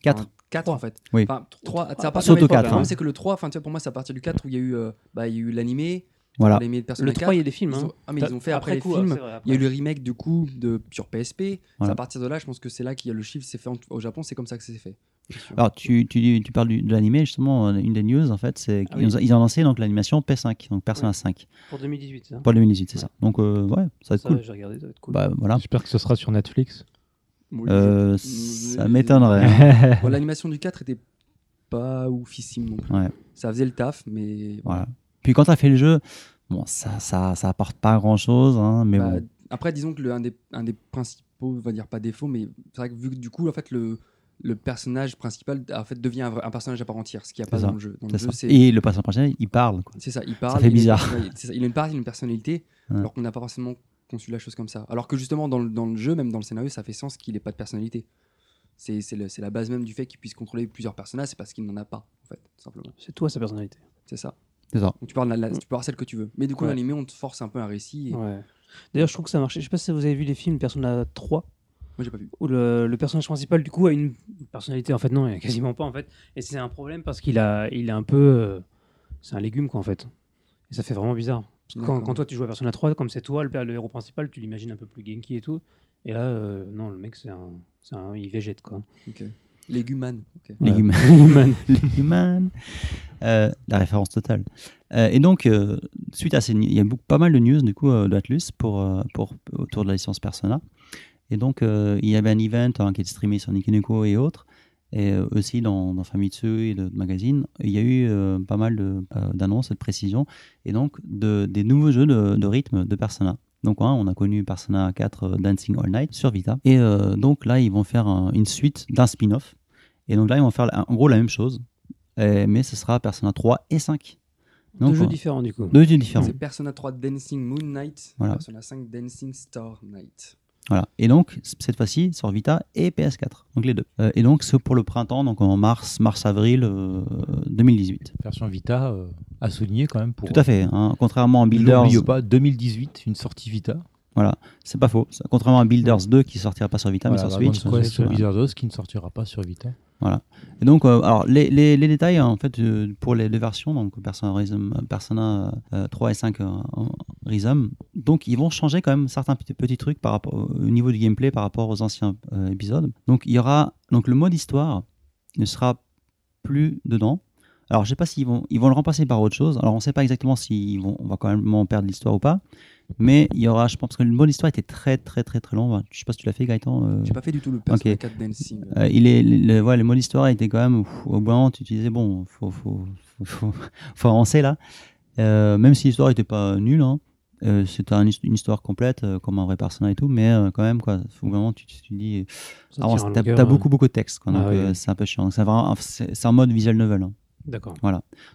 S1: 4.
S3: 4 en fait.
S1: Oui.
S3: Enfin 3, c'est à
S2: Surtout
S3: partir du
S1: quatre, hein.
S3: c'est que le 3 enfin tu vois pour moi c'est à partir du 4 où il y a eu euh, bah il y a eu l'animé,
S1: Voilà.
S3: l'animé de Persona
S2: Le
S3: 4.
S2: 3, il y a des films.
S3: ils
S2: hein.
S3: ont- ah, mais ils ont fait après, les
S2: coup,
S3: films.
S2: c'est vrai, après.
S3: Il y a eu le remake du coup de sur PSP. C'est
S1: Voilà.
S3: à partir de là, je pense que c'est là qu'il y a le chiffre s'est fait en- au Japon, c'est comme ça que c'est fait. Je suis sûr.
S1: Alors, tu, tu, dis- tu parles du- de l'animé, justement, euh, une des news, en fait, c'est
S2: Ah
S1: qu'ils
S2: oui.
S1: ont- ils ont lancé donc, l'animation P5, donc Persona 5,
S2: Pour 2018, ça.
S1: pour 2018, c'est ça. Donc, euh, ouais, ça va être
S2: Ça,
S1: cool.
S2: j'ai regardé, ça va être cool.
S1: Bah, voilà.
S6: J'espère que ce sera sur Netflix.
S3: Moi, je-
S1: Euh,
S3: je-
S1: ça m'étonnerait. hein.
S3: Bon, L'animation du 4 était pas oufissime non plus.
S1: Ouais.
S3: Ça faisait le taf, mais
S1: Voilà. Puis, quand tu as fait le jeu, bon, ça, ça, ça apporte pas grand chose, mais
S3: Bah,
S1: bon.
S3: Après, disons que le, un, des, un des principaux, on va dire pas défaut, mais c'est vrai que vu que du coup, en fait, le, le personnage principal en fait, devient un, vrai- un personnage à part entière, ce qu'il n'y a pas
S1: C'est ça.
S3: dans le jeu. Dans le
S1: c'est
S3: jeu,
S1: ça.
S3: c'est
S1: Et le personnage prochain, il parle. Quoi.
S3: c'est ça, il parle.
S1: fait
S3: il a une
S1: bizarre.
S3: personnali- c'est ça, il a une part, il a une personnalité,
S1: Ouais.
S3: alors qu'on n'a pas forcément conçu la chose comme ça. Alors que justement, dans le, dans le jeu, même dans le scénario, ça fait sens qu'il n'ait pas de personnalité. C'est c'est le- c'est la base même du fait qu'il puisse contrôler plusieurs personnages, c'est parce qu'il n'en a pas, en fait, tout simplement.
S2: C'est toi, sa personnalité.
S3: C'est ça.
S1: C'est ça.
S3: Donc, tu, parles de la- la- tu peux avoir celle que tu veux. Mais du coup,
S2: Mm. Ouais.
S3: l'animé, on te force un peu un récit. et-
S2: Ouais. D'ailleurs, je trouve que ça marchait. Je sais pas si vous avez vu les films Persona 3,
S3: Moi, j'ai pas vu.
S2: où le, le personnage principal, du coup, a une personnalité. En fait, non, il a quasiment pas, en fait. Et c'est un problème parce qu'il a, il est un peu. euh, c'est un légume, quoi, en fait. Et ça fait vraiment bizarre. Parce que Quand,
S3: D'accord.
S2: quand toi, tu joues à Persona 3, comme c'est toi le, le héros principal, tu l'imagines un peu plus genki et tout. Et là, euh, non, le mec, c'est un, c'est un. Il végète, quoi.
S3: Ok. Légumane. ok.
S1: Les guillemets.
S2: Human.
S1: Human. Euh, la référence totale. Euh, et donc, euh, suite à ces, nu- il y a beaucoup, pas mal de news du coup euh, d'Atlus pour, euh, pour autour de la licence Persona. Et donc, euh, il y avait un event hein, qui était streamé sur Nikinuko et autres. Et euh, aussi dans, dans Famitsu et le magazine, il y a eu euh, pas mal de, euh, d'annonces et de précisions, et donc de, des nouveaux jeux de, de rythme de Persona. Donc hein, on a connu Persona 4 euh, Dancing All Night sur Vita, et euh, donc là ils vont faire un- une suite d'un spin-off, et donc là ils vont faire la- en gros la même chose, Et- mais ce sera Persona 3 et 5.
S2: Deux jeux
S1: on-
S2: différents du coup.
S1: Deux jeux différents.
S3: C'est Persona 3 Dancing Moon Knight,
S1: Voilà.
S3: Persona 5 Dancing Star Knight.
S1: Voilà. Et donc, c- cette fois-ci, sur Vita et PS4. Donc, les deux. Euh, et donc, c'est pour le printemps, donc en mars, mars-avril euh, 2018.
S10: Version Vita euh, à souligner quand même. Pour,
S1: Tout à fait. hein. Contrairement à Builders,
S10: N'oubliez pas, 2018, une sortie Vita.
S1: c'est pas faux. Ça- Contrairement à Builders 2 qui sortira pas sur Vita
S10: Voilà, bah,
S1: mais sur
S10: Dragon's
S1: Switch.
S10: Quest
S1: Voilà.
S10: Wizardos qui ne sortira pas sur Vita.
S1: Et donc, euh, alors, les, les- les détails, hein, en fait, euh, pour les deux versions, donc Persona, Rhythm- euh, Persona euh, 3 et 5 euh, en Rhythm, donc ils vont changer quand même certains petits, petits trucs par rapport, au niveau du gameplay par rapport aux anciens euh, épisodes. Donc, il y aura, donc le mode histoire ne sera plus dedans. Alors, je sais pas s'ils vont, ils vont le remplacer par autre chose. Alors, on sait pas exactement si vont, on va quand même en perdre l'histoire ou pas. Mais il y aura, je pense, parce que le mode histoire était très, très, très, très long. Je sais pas si tu l'as fait, Gaëtan. euh,
S3: J'ai pas fait du tout le Persona 4 Dancing.
S1: euh, il est, le, le- ouais, le mode histoire était quand même, ouf, au bout d'un moment, tu te disais, bon, faut, faut, faut, faut- faut avancer là. Euh, même si l'histoire n'était pas nulle, hein, euh, c'était un his- une histoire complète, euh, comme un vrai personnage et tout, mais euh, quand même, quoi, au bout d'un moment, tu, tu tu dis,
S2: Ça
S1: avance,
S2: tire à
S1: t'as
S2: longueur,
S1: t'as
S2: hein.
S1: beaucoup, beaucoup de texte, quoi,
S2: Ah
S1: donc
S2: oui,
S1: euh,
S2: oui.
S1: c'est un peu chiant. Donc, C'est vraiment- c'est- c'est un mode visual novel. hein.
S2: D'accord.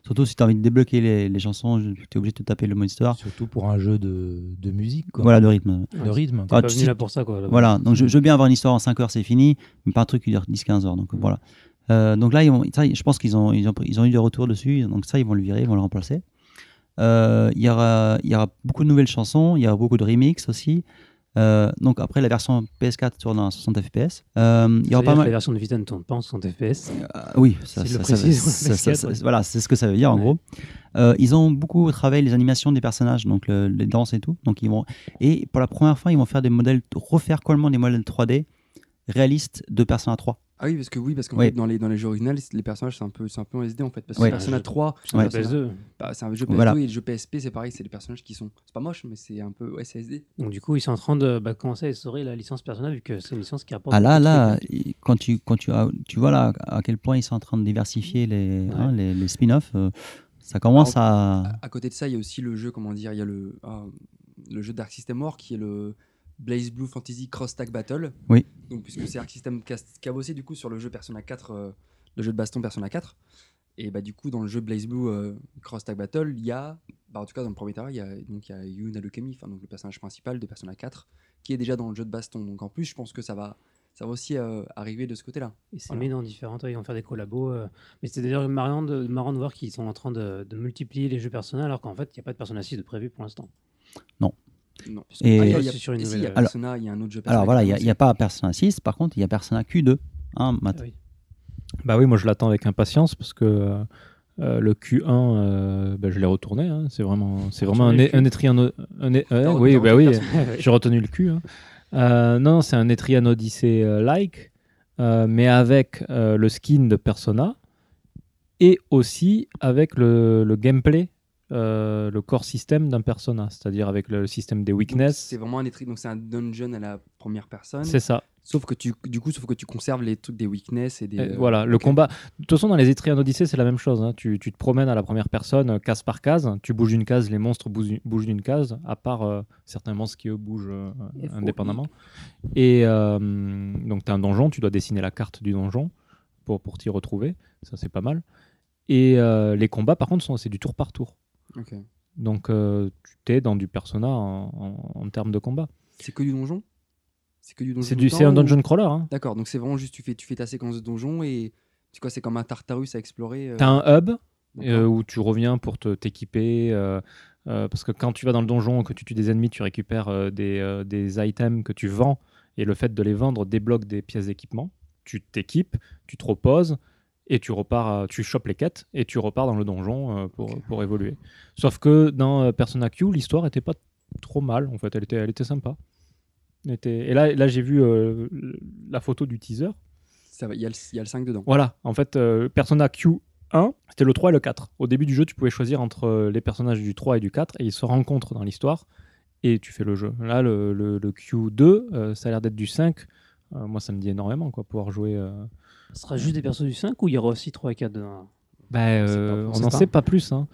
S1: Surtout si tu as envie de débloquer les, les chansons, tu es obligé de te taper le mode histoire.
S10: Surtout pour un jeu de, de musique, quoi.
S1: Ah. Voilà, de rythme.
S10: de rythme.
S1: Ah,
S2: pas
S1: tu
S2: venu
S1: sais-
S2: là pour ça quoi. là-bas.
S1: Voilà, donc je, je veux bien avoir une histoire en 5 heures, c'est fini, mais pas un truc qui dure 10-15 heures. Donc euh, voilà. Euh, donc là, ils ont, ça, je pense qu'ils ont, ils ont, pris- ils ont eu des retours dessus, donc ça, ils vont le virer, ils vont le remplacer. Euh, Il y, aura, il y aura beaucoup de nouvelles chansons, il y aura beaucoup de remixes aussi. Euh, donc après, la version PS4 tourne à 60 FPS. Euh, il y
S2: Ça
S1: aura
S2: veut dire
S1: pas
S2: que La
S1: mal.
S2: version de Vita ne tourne pas en 60 FPS.
S1: Ah, oui, ça,
S2: S'il
S1: ça-
S2: le
S1: ça-
S2: précise,
S1: ça-
S2: ouais,
S1: ça-
S2: PS4,
S1: ça-
S2: ouais.
S1: voilà, c'est ce que ça veut dire en
S2: Ouais.
S1: gros. Euh, ils ont beaucoup travaillé les animations des personnages, donc le- les danses et tout. Donc ils vont et pour la première fois, ils vont faire des modèles refaire complètement des modèles 3D réalistes de Persona 3.
S3: Ah oui, parce que oui, parce qu'en
S1: Oui.
S3: fait, dans les, dans les jeux originaux, les personnages, c'est un peu, c'est un peu en SD en fait. Parce que
S1: Oui.
S3: Persona 3,
S2: Ouais.
S1: Ouais.
S3: Persona-
S2: PS2.
S3: bah, c'est un jeu PS2
S1: Voilà.
S3: et le jeu PSP, c'est pareil, c'est des personnages qui sont. C'est pas moche, mais c'est un peu. Ouais, c'est SD.
S2: Donc du coup, ils sont en train de bah, commencer à essorer la licence Persona vu que Oh, c'est une licence qui rapporte.
S1: Ah là
S2: beaucoup de
S1: là,
S2: trucs.
S1: il- quand tu quand tu as- tu vois là à quel point ils sont en train de diversifier les hein, les, les spin-offs, euh, ça commence
S2: euh,
S1: à
S3: À, à côté de ça, il y a aussi le jeu, comment dire, il y a le, ah, le jeu Dark System War qui est le Blaze Blue Fantasy Cross Tag Battle.
S1: Oui.
S3: Donc, puisque c'est Arc System cas- cabossé du coup sur le jeu Persona 4, euh, le jeu de baston Persona 4. Et bah, du coup, dans le jeu Blaze Blue euh, Cross Tag Battle, il y a, bah, en tout cas dans le premier trailer, il y a, donc, il y a Yu Narukami, enfin, donc, le personnage principal de Persona 4, qui est déjà dans le jeu de baston. Donc, en plus, je pense que ça va, ça va aussi euh, arriver de ce côté-là.
S2: Et c'est
S3: Voilà.
S2: mis dans différentes, ouais, ils vont faire des collabos. euh, Mais c'est d'ailleurs marrant de, marrant de voir qu'ils sont en train de, de multiplier les jeux Persona alors qu'en fait, il n'y a pas de Persona 6 de prévu pour l'instant.
S3: Non.
S1: Et- euh,
S3: Ah, il y a- il y a-
S2: C'est sur une
S3: et si, il y a
S2: nouvelle- euh,
S3: Persona, il y a un autre jeu Persona
S1: alors voilà, il
S3: qui
S1: y
S3: est
S1: a, il y a pas Persona 6, par contre, il y a Persona Q2. Hein,
S2: Ah
S1: maintenant.
S2: oui.
S5: Bah oui, moi je l'attends avec impatience parce que euh, euh, le Q1, euh, bah, je l'ai retourné. hein. C'est vraiment, c'est vraiment un,
S2: Retourné
S5: é-
S2: le
S5: un étrier ano- un é- ouais,
S3: T'as re-
S5: oui,
S3: t'as
S5: bah
S3: retenu
S5: oui,
S3: Persona.
S5: j'ai retenu le Q. hein. Euh, non, c'est un Etrian Odyssey euh, like, euh, mais avec euh, le skin de Persona et aussi avec le, le gameplay, euh, le core système d'un Persona, c'est-à-dire avec le système des
S3: Donc,
S5: weakness.
S3: C'est vraiment un étrier, donc c'est un dungeon à la première personne.
S5: C'est ça.
S3: Sauf que tu, du coup, sauf que tu conserves les trucs des weakness et des.
S5: Et
S3: euh,
S5: voilà, le
S3: ok.
S5: combat. De toute façon, dans les Etrian Odyssey, c'est la même chose. hein. Tu, tu te promènes à la première personne, euh, case par case. Tu bouges d'une case, les monstres bougent, bougent d'une case, à part euh, certains monstres qui, eux, bougent euh,
S2: Et faut-
S5: indépendamment. Et euh, donc, tu as un donjon, tu dois dessiner la carte du donjon pour, pour t'y retrouver. Ça, c'est pas mal. Et euh, les combats, par contre, sont- c'est du tour par tour.
S3: Ok.
S5: Donc, euh, tu t'es dans du persona en, en- en termes de combat.
S3: C'est que du donjon C'est que du donjon.
S5: C'est
S3: tout
S5: du-
S3: le
S5: c'est
S3: temps
S5: un
S3: ou-
S5: dungeon crawler. hein.
S3: D'accord, donc c'est vraiment juste tu fais, tu fais ta séquence de donjon et. C'est quoi C'est comme un Tartarus à explorer. euh, hein,
S5: T'as un hub
S3: d'accord.
S5: euh, où tu reviens pour te- t'équiper. euh, euh, parce que quand tu vas dans le donjon, que tu tues des ennemis, tu récupères euh, des, euh, des items que tu vends. Et le fait de les vendre débloque des pièces d'équipement. Tu t'équipes, tu te reposes et tu repars, euh, tu chopes les quêtes et tu repars dans le donjon euh, pour,
S3: Ok.
S5: pour évoluer. Sauf que dans euh, Persona Q, l'histoire était pas trop mal. En fait, elle était, elle était sympa. Elle était- Et là, là j'ai vu euh, la photo du teaser.
S3: Ça va, Il y, a le- il y a le 5 dedans.
S5: Voilà, en fait, euh, Persona Q1, c'était le 3 et le 4. Au début du jeu, tu pouvais choisir entre euh, les personnages du 3 et du 4, et ils se rencontrent dans l'histoire, et tu fais le jeu. Là, le, le- le Q2, euh, ça a l'air d'être du 5.
S6: euh, moi, ça me dit énormément, quoi, pouvoir jouer. euh,
S2: Ce sera juste des persos du 5 ou il y aura aussi 3 et 4 dedans
S6: bah, euh,
S2: pas-
S6: on
S2: c'est
S6: n'en
S2: pas-
S6: sait pas plus. hein.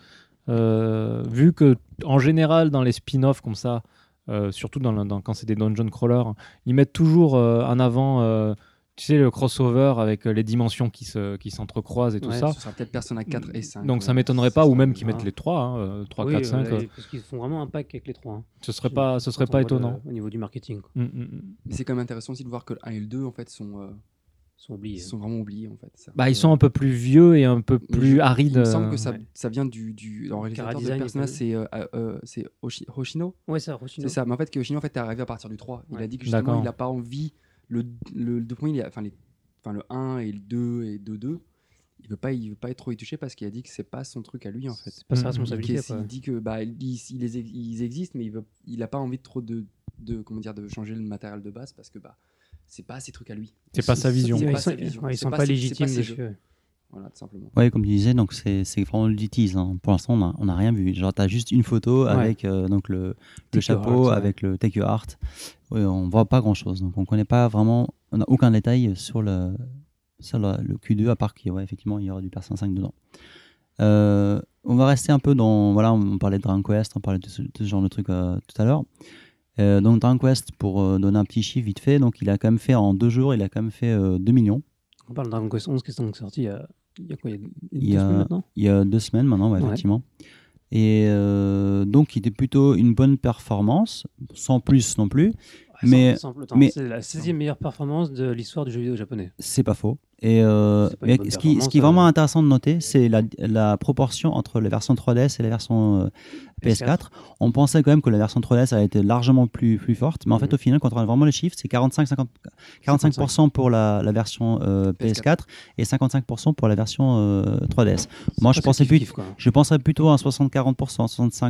S6: Euh, vu que, en général, dans les spin-offs comme ça, euh, surtout dans, le- dans- quand c'est des dungeon crawlers, ils mettent toujours euh, en avant, euh, tu sais, le crossover avec euh, les dimensions qui se- qui s'entrecroisent et tout
S2: Ouais,
S6: ça.
S3: Ce sera peut-être Persona 4 et euh, 5.
S6: Mm. Donc ça m'étonnerait pas, ou même qu'ils mettent les hein, euh, 3, 3, 4, 5.
S2: Parce qu'ils font vraiment un pack avec les 3. hein.
S6: Ce serait pas, ce
S2: Quand euh,
S6: serait
S2: on
S6: pas
S2: voit le-
S6: étonnant.
S2: Au niveau du marketing, quoi.
S6: Mm, mm, mm.
S3: Mais c'est quand même intéressant aussi de voir que le 1 et le 2 en fait sont, euh,
S2: Ils sont oubliés.
S3: ils sont vraiment oubliés en fait. Ça-
S6: Bah, ils sont un peu plus vieux et un peu
S3: Mais
S6: plus
S3: je-
S6: arides.
S3: Il me semble
S6: euh,
S3: que ça,
S2: ouais.
S3: ça vient du, du le réalisateur de
S2: Chara-design,
S3: Persona,
S2: il
S3: c'est euh, euh, c'est Hoshi- Hoshino.
S2: hein. Ouais, ça, Roshino.
S3: C'est ça, mais en fait que Hoshino en fait est arrivé à partir du 3. Il
S2: Ouais.
S3: a dit que justement
S6: D'accord.
S3: il n'a pas envie le le, le premier, il a- enfin les enfin le 1 et le 2 et 2 2. Il veut pas il veut pas être trop y touché parce qu'il a dit que c'est pas son truc à lui en fait.
S2: C'est pas
S6: Mm,
S2: sa
S6: mm,
S2: responsabilité.
S3: Qu'est-ce-
S2: quoi.
S3: il dit que bah il- il- il les ex- ils existent mais il veut il a pas envie de trop de, de comment dire de changer le matériel de base parce que bah c'est pas ses trucs à lui.
S6: C'est pas sa vision.
S3: C'est
S2: Ouais,
S3: pas
S2: Ils sont,
S3: sa vision.
S2: ouais, ils
S3: C'est
S2: sont
S3: pas
S2: pas,
S3: ses- c'est
S2: légitimes
S3: pas ses
S2: dessus.
S3: jeux.
S2: ouais.
S3: Voilà, tout simplement.
S1: Ouais, comme tu disais, donc c'est c'est vraiment du tease. hein. Pour l'instant, on a- on n'a rien vu. Genre, t'as juste une photo avec euh, donc le, le
S6: Take your
S1: chapeau,
S6: heart, ouais.
S1: avec le Take Your Heart. Ouais, on voit pas grand chose. Donc, on connaît pas vraiment, on n'a aucun détail sur le, sur le, le Q2, à part qu'il ouais, effectivement, il y aura du Persona 5 dedans. Euh, on va rester un peu dans. Voilà, on parlait de Dragon Quest, on parlait de ce, de ce genre de truc euh, tout à l'heure. Euh, donc, Dragon Quest, pour euh, donner un petit chiffre vite fait, donc il a quand même fait en deux jours, il a quand même fait euh, 2 millions.
S2: On parle de Dragon Quest 11 qui sont sortis il y a, il y a quoi Il y a une-
S1: Il
S2: deux semaines maintenant
S1: y a- Il y a deux semaines maintenant, ouais,
S2: Ouais.
S1: effectivement. Et euh, donc, il était plutôt une bonne performance, sans plus non plus. Mais-
S2: Sans- sans-
S1: mais-
S2: C'est la 16e meilleure performance de l'histoire du jeu vidéo japonais.
S1: C'est pas faux. Et euh,
S2: C'est pas une
S1: mais
S2: bonne
S1: ce, qui, ce qui est
S2: performance,
S1: vraiment
S2: euh.
S1: intéressant de noter, c'est la, la proportion entre la version 3DS et la version euh, PS4. On pensait quand même que la version 3DS allait être largement plus, plus forte, mais en fait,
S2: Mhm.
S1: au final, quand on regarde vraiment les chiffres, c'est 45, 50 45% pour la, la version euh, PS4 et 55% pour la version euh, 3DS. Moi, je pensais plus-
S2: kiff,
S1: Je penserais plutôt à un 60-40%,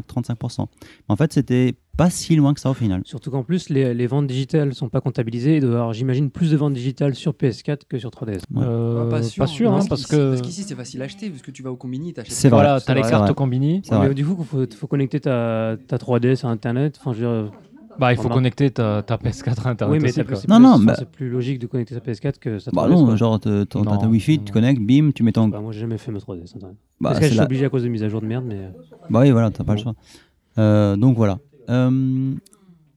S1: 65-35%. Mais en fait, c'était pas si loin que ça au final.
S2: Surtout qu'en plus, les, les ventes digitales sont pas comptabilisées. Il doit y avoir, j'imagine, plus de ventes digitales sur PS4 que sur 3DS.
S6: euh,
S3: Ah,
S6: pas sûr, hein,
S3: parce
S6: parce
S3: qu'ici-
S6: que
S3: parce qu'ici c'est facile à acheter parce que tu vas au combini, t'achètes.
S1: C'est vrai.
S6: voilà,
S1: c'est
S6: t'as les
S1: vrai,
S6: cartes
S1: c'est
S6: au combini.
S1: C'est
S2: Ouais,
S1: vrai.
S2: mais du coup, il faut, faut connecter ta, ta 3DS à Internet. Enfin, je veux dire,
S3: hein.
S6: Bah, il faut
S2: Voilà.
S6: connecter ta, ta PS4 à Internet.
S2: oui, mais
S6: aussi,
S2: t'as-
S6: quoi.
S2: c'est
S1: Non,
S2: plus,
S1: non,
S2: enfin,
S1: bah-
S2: c'est plus logique de connecter sa PS4 que sa 3DS.
S1: Bah non,
S2: quoi.
S1: genre, t'as t'as- t'as ta
S6: Non,
S1: Wi-Fi,
S6: non.
S1: tu connectes, bim, tu mets ton.
S2: Bah, moi, j'ai jamais fait ma 3DS. Internet.
S1: Bah,
S2: Parce
S1: c'est
S2: que je suis
S1: la-
S2: obligé à cause de mise à jour de merde, mais euh,
S1: Bah oui, voilà, t'as pas le choix. Euh, donc voilà. Euh,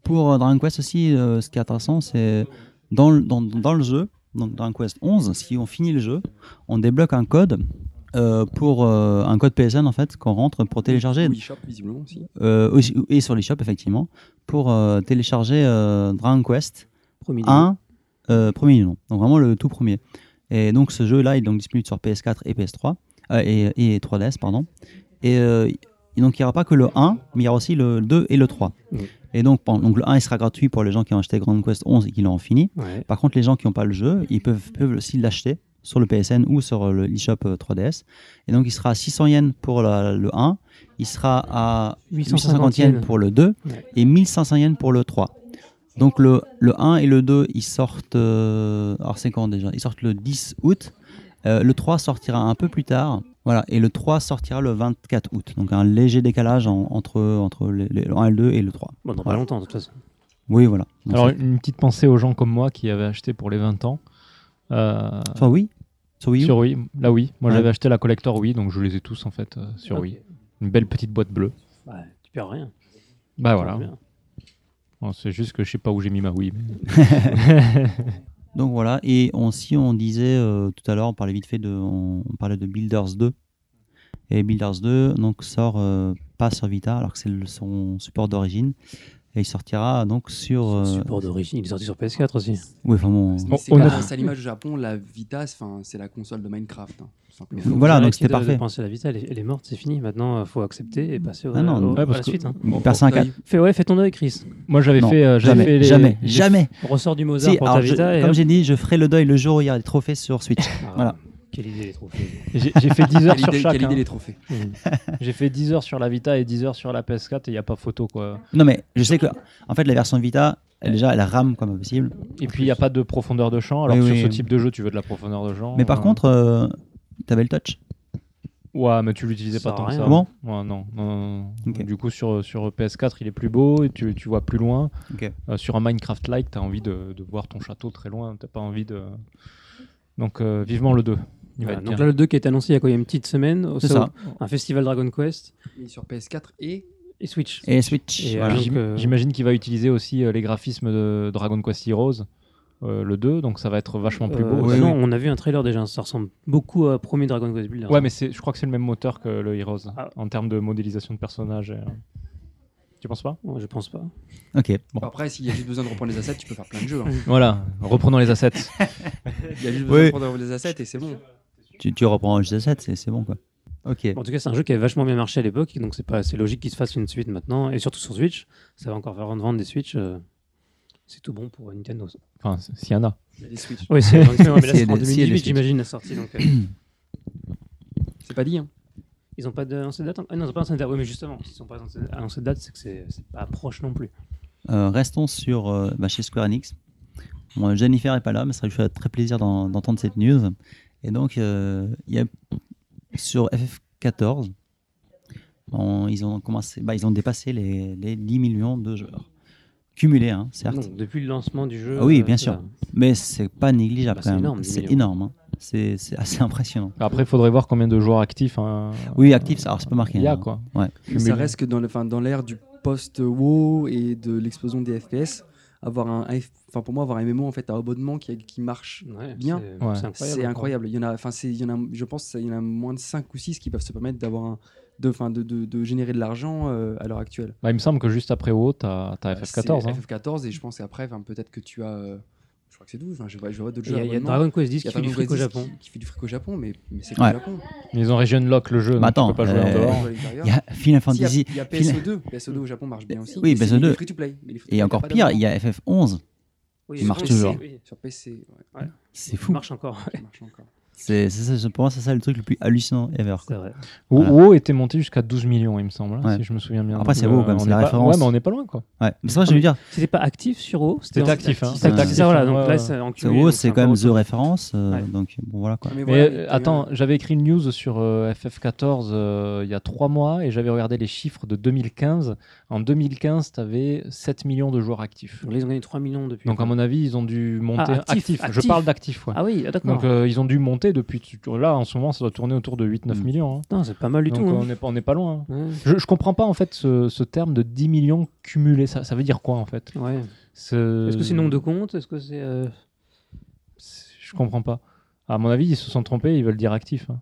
S1: pour euh, Dragon Quest aussi, euh, ce qui est intéressant, c'est dans, le- dans, dans le jeu, dans Dragon Quest 11, si on finit le jeu, on débloque un code. euh, pour euh, un code PSN en fait qu'on rentre pour télécharger
S3: Oui, shop visiblement aussi.
S1: euh, aussi- et sur l'eShop effectivement pour euh, télécharger euh, Dragon Quest
S2: promis.
S1: 1 euh, premier du nom donc vraiment le tout premier et donc ce jeu là il est donc disponible sur PS4 et PS3 euh, et, et 3DS pardon et euh, et donc il n'y aura pas que le 1 mais il y aura aussi le 2 et le 3
S2: Oui.
S1: et donc, bon, donc le 1 il sera gratuit pour les gens qui ont acheté Grand Quest 11 et qui l'ont fini
S2: Ouais.
S1: par contre les gens qui n'ont pas le jeu ils peuvent, peuvent aussi l'acheter sur le PSN ou sur le eShop euh, 3DS et donc il sera à 600 yens pour la- le 1 il sera à 850 yens pour le 2
S2: Ouais.
S1: et 1500 yens pour le 3. Donc le, le 1 et le 2, ils sortent... euh, alors c'est quand déjà Ils sortent le 10 août. Euh, le 3 sortira un peu plus tard. Voilà, et le 3 sortira le 24 août. Donc un léger décalage en- entre, entre les- les- le 1 et le 2 et le 3.
S2: Bon, dans pas
S1: Voilà.
S2: longtemps, de toute façon.
S1: Oui, voilà. Donc,
S6: Alors,
S1: c'est-
S6: une petite pensée aux gens comme moi qui avaient acheté pour les 20 ans. Euh,
S1: sur oui Sur Wii U
S6: sur Wii, là oui. Moi
S1: Ouais.
S6: j'avais acheté la collector Wii, donc je les ai tous en fait euh, sur
S2: Ok.
S6: Wii. Une belle petite boîte bleue.
S2: Bah, tu perds rien.
S6: Bah
S2: Tant
S6: voilà.
S2: mieux.
S6: Bon, c'est juste que je sais pas où j'ai mis ma Wii. mais-
S1: Donc voilà, et on, si on disait euh, tout à l'heure, on parlait vite fait de, on, on parlait de Builders 2. Et Builders 2 donc sort euh, pas sur Vita, alors que c'est le- son support d'origine, et il sortira donc sur. euh,
S2: Support d'origine, il est sorti sur PS4 aussi.
S1: oui, enfin bon.
S3: Mais
S6: Bon,
S3: c'est quand
S6: honnête-
S3: même- c'est à l'image du Japon, la Vita, enfin, c'est la console de Minecraft. hein, tout simplement.
S1: Faut voilà, donc
S2: Arrêtez
S1: c'était
S2: de- de
S1: parfait.
S2: penser à la Vita, elle est, elle est morte, c'est fini. Maintenant, il faut accepter et bah, passer au,
S1: Ah non,
S2: au-
S1: non.
S2: à
S6: Ouais,
S2: la
S6: parce que-
S2: suite. hein.
S1: Persona
S3: Bon,
S1: 4.
S2: Fais, ouais, fais ton deuil, Chris.
S6: Moi j'avais
S1: Non,
S6: fait, euh, j'avais
S1: jamais,
S6: fait les-
S1: jamais,
S6: j'ai-
S1: jamais.
S2: Ressors du Mozart
S1: Si,
S2: pour
S1: alors
S2: ta
S1: je-
S2: Vita. et
S1: comme
S2: hop.
S1: j'ai dit, je ferai le deuil le jour où il y a des trophées sur Switch.
S2: Ah,
S1: voilà.
S2: Quelle idée, les trophées.
S6: J'ai j'ai fait 10 heures
S3: Quelle
S6: sur
S3: idée,
S6: chaque.
S3: quelle idée
S6: hein.
S3: les trophées
S6: J'ai fait 10 heures sur la Vita et 10 heures sur la PS4 et il y a pas photo quoi.
S1: Non mais je sais que, en fait, la version Vita, elle, déjà, elle rame comme possible.
S6: Et puis il y a pas de profondeur de champ. Alors
S1: Oui,
S6: que sur
S1: oui.
S6: euh, ce type de jeu, tu veux de la profondeur de champ.
S1: Mais par
S6: euh,
S1: contre, euh, t'avais le touch.
S5: Ouais, mais tu l'utilisais
S2: Ça
S5: pas tant
S2: sert à
S5: que ça.
S2: rien.
S1: Bon.
S5: Ouais, non. non, non, non.
S1: Ok.
S5: Du coup, sur, sur PS4, il est plus beau, et tu, tu vois plus loin.
S1: Ok.
S5: Euh, sur un Minecraft Lite, tu as envie de, de voir ton château très loin, t'as pas envie de. Donc, euh, vivement le 2. Il va
S2: Voilà,
S5: être
S2: donc
S5: bien.
S2: là, le 2 qui est annoncé il y a quoi Il y a une petite semaine au
S1: C'est
S2: salon-
S1: ça.
S2: Un festival Dragon Quest
S3: Et sur PS4 et
S2: et Switch.
S1: Et Switch.
S2: Et, euh,
S1: voilà.
S2: donc,
S5: J'im-
S2: euh,
S5: J'imagine qu'il va utiliser aussi euh, les graphismes de Dragon Quest Heroes, euh, le 2, donc ça va être vachement plus beau.
S2: Euh,
S1: oui,
S2: non,
S1: oui.
S2: on a vu un trailer déjà, ça ressemble beaucoup à premier Dragon Quest Builder.
S5: Ouais, mais c'est- je crois que c'est le même moteur que le Heroes
S2: Ah.
S5: en termes de modélisation de personnages. et, euh, Tu penses pas
S2: Ouais, je pense pas.
S1: Ok, bon.
S3: Après, s'il y a juste besoin de reprendre les assets, tu peux faire plein de jeux. hein.
S5: Voilà, reprenons les assets.
S3: Il y a juste besoin
S1: Oui.
S3: de reprendre les assets et c'est bon.
S1: Tu, tu reprends H7, c'est c'est bon quoi. Ok.
S2: Bon, en tout cas, c'est un jeu qui a vachement bien marché à l'époque, donc c'est pas assez logique qu'il se fasse une suite maintenant, et surtout sur Switch, ça va encore faire vendre des Switch. euh, C'est tout bon pour Nintendo. ça.
S5: Enfin, c- s'il y en a.
S3: Il y a des Switch.
S2: Oui, c'est mais là,
S1: Si
S2: c'est
S1: elle
S2: en
S1: est- si elle est
S2: 2018,
S1: Switch.
S2: j'imagine, la sortie. Donc, euh,
S3: C'est pas dit. Hein.
S2: ils n'ont pas de- annoncé de date. en- Ah non, ils n'ont pas annoncé de date. Oui, mais justement, s'ils n'ont pas annoncé- annoncé de date, c'est que c'est c'est pas proche non plus.
S1: Euh, restons sur euh, bah, chez Square Enix. Bon, Jennifer est pas là, mais ça lui fait très plaisir d'en- d'entendre cette news. Et donc, euh, il y a sur FF14, on- ils ont commencé, bah, ils ont dépassé les, les 10 millions de joueurs cumulés, hein, certes.
S2: Donc, depuis le lancement du jeu.
S1: Ah oui,
S2: euh,
S1: bien
S2: c'est
S1: sûr.
S2: ça.
S1: Mais c'est pas négligeable
S2: Bah, c'est
S1: quand
S2: énorme,
S1: même.
S2: 10
S1: C'est
S2: millions.
S1: énorme. hein. C'est c'est assez impressionnant.
S2: Euh.
S5: Après, il faudrait voir combien de joueurs actifs. hein,
S1: Oui, actif, ça, alors, c'est pas marqué.
S5: Il y a
S1: hein.
S5: quoi.
S3: Mais ça reste que dans le- enfin, dans l'ère du post-WoW et de l'explosion des FPS, avoir un, AF enfin pour moi avoir un MMO en fait à abonnement qui, qui marche,
S2: Ouais,
S3: Bien.
S2: c'est-
S5: Ouais.
S2: C'est incroyable.
S6: hein.
S3: c'est incroyable. Il y en a, enfin c'est, il y en a, je pense qu'il y en a moins de 5 ou 6 qui peuvent se permettre d'avoir un, de, enfin, de, de- de générer de l'argent euh, à l'heure actuelle.
S5: Bah, il me semble que juste après WoW, t'as
S2: Bah,
S5: t'as FF14.
S3: Bah, C'est
S5: hein.
S3: FF14 et je pense qu'après enfin, peut-être que tu as, euh, je crois que c'est 12. enfin, je vois, je vois d'autres
S2: Il y a,
S3: jeux.
S2: il y a
S3: abonnement.
S2: Dragon Quest
S3: Il
S2: X
S3: y a
S2: qui fait du
S3: Dragon
S2: fric au
S3: Quest
S2: Japon.
S3: Qui, qui fait du fric au Japon, mais, mais c'est
S1: Ouais.
S3: au Japon.
S5: Mais Ils ont region lock le jeu. donc
S1: attends,
S5: tu peux pas jouer en
S1: euh,
S5: dehors.
S3: Ouais,
S1: Il y a Final
S3: Si, Il y a-
S1: Fantasy.
S3: il y, a
S1: Final-
S3: PSO2. PSO2 au Japon marche bien aussi.
S1: Oui,
S3: Mais c'est-
S1: PSO2.
S3: mais il est free-to-play. Mais il est free-to-play, il y
S1: Et
S3: a
S1: encore
S3: pas
S1: pire,
S3: d'abonnement.
S1: il y a FF11.
S2: Oui,
S1: marche
S2: oui,
S1: toujours.
S2: oui,
S3: Sur PC, ouais,
S1: C'est
S2: Il
S1: fou.
S2: marche encore.
S3: ça marche encore.
S1: C'est c'est ça, pour moi, c'est ça le truc le plus hallucinant ever. quoi.
S2: C'est vrai.
S5: WoW
S1: Voilà.
S5: WoW était monté jusqu'à 12 millions, il me semble, hein,
S1: ah. Ouais.
S5: si je me souviens bien.
S1: Après,
S5: Donc,
S1: c'est
S5: euh,
S1: WoW, quand même,
S5: on
S1: c'est
S5: est
S1: la
S5: pas-
S1: référence.
S5: Ouais, mais on n'est pas loin, quoi.
S1: Ouais. Mais c'est vrai, je veux dire,
S2: C'était pas actif sur WoW
S5: C'était actif, hein.
S2: C'était actif,
S1: Ouais.
S2: ça, voilà.
S5: Ouais,
S2: Donc là,
S5: ouais.
S2: c'est
S1: c'est
S2: enculé.
S1: gros,
S2: donc
S1: c'est
S2: un
S1: quand
S2: peu
S1: même
S2: autre
S1: The Référence. euh,
S2: Ouais.
S1: Donc, bon, voilà quoi.
S3: Mais
S5: Mais
S3: voilà,
S5: euh,
S3: t'as
S5: attends,
S3: bien-
S5: j'avais écrit une news sur euh, FF14 euh, il y a 3 mois et j'avais regardé les chiffres de 2015. En 2015, tu avais 7 millions de joueurs actifs.
S2: Donc là, ils ont gagné 3 millions depuis.
S5: Donc à mon avis, ils ont dû monter
S2: Ah, actif,
S5: Je
S2: actif.
S5: parle d'actifs, ouais.
S2: Ah oui, ah, d'accord.
S5: Donc euh, ils ont dû monter depuis là en ce moment, ça doit tourner autour de 8-9
S1: Mm.
S5: millions. hein.
S2: Putain, c'est pas mal du
S5: Donc
S2: tout. hein.
S5: on n'est pas, on n'est pas loin. hein.
S2: Ouais.
S5: Je, je comprends pas en fait ce, ce terme de 10 millions cumulés. Ça, ça veut dire quoi en Euh, fait
S2: Ouais.
S5: Ce-
S2: Est-ce que c'est nombre de comptes Est-ce que c'est. euh,
S5: Je comprends pas. À mon avis, ils se sont trompés, ils veulent dire actifs. hein.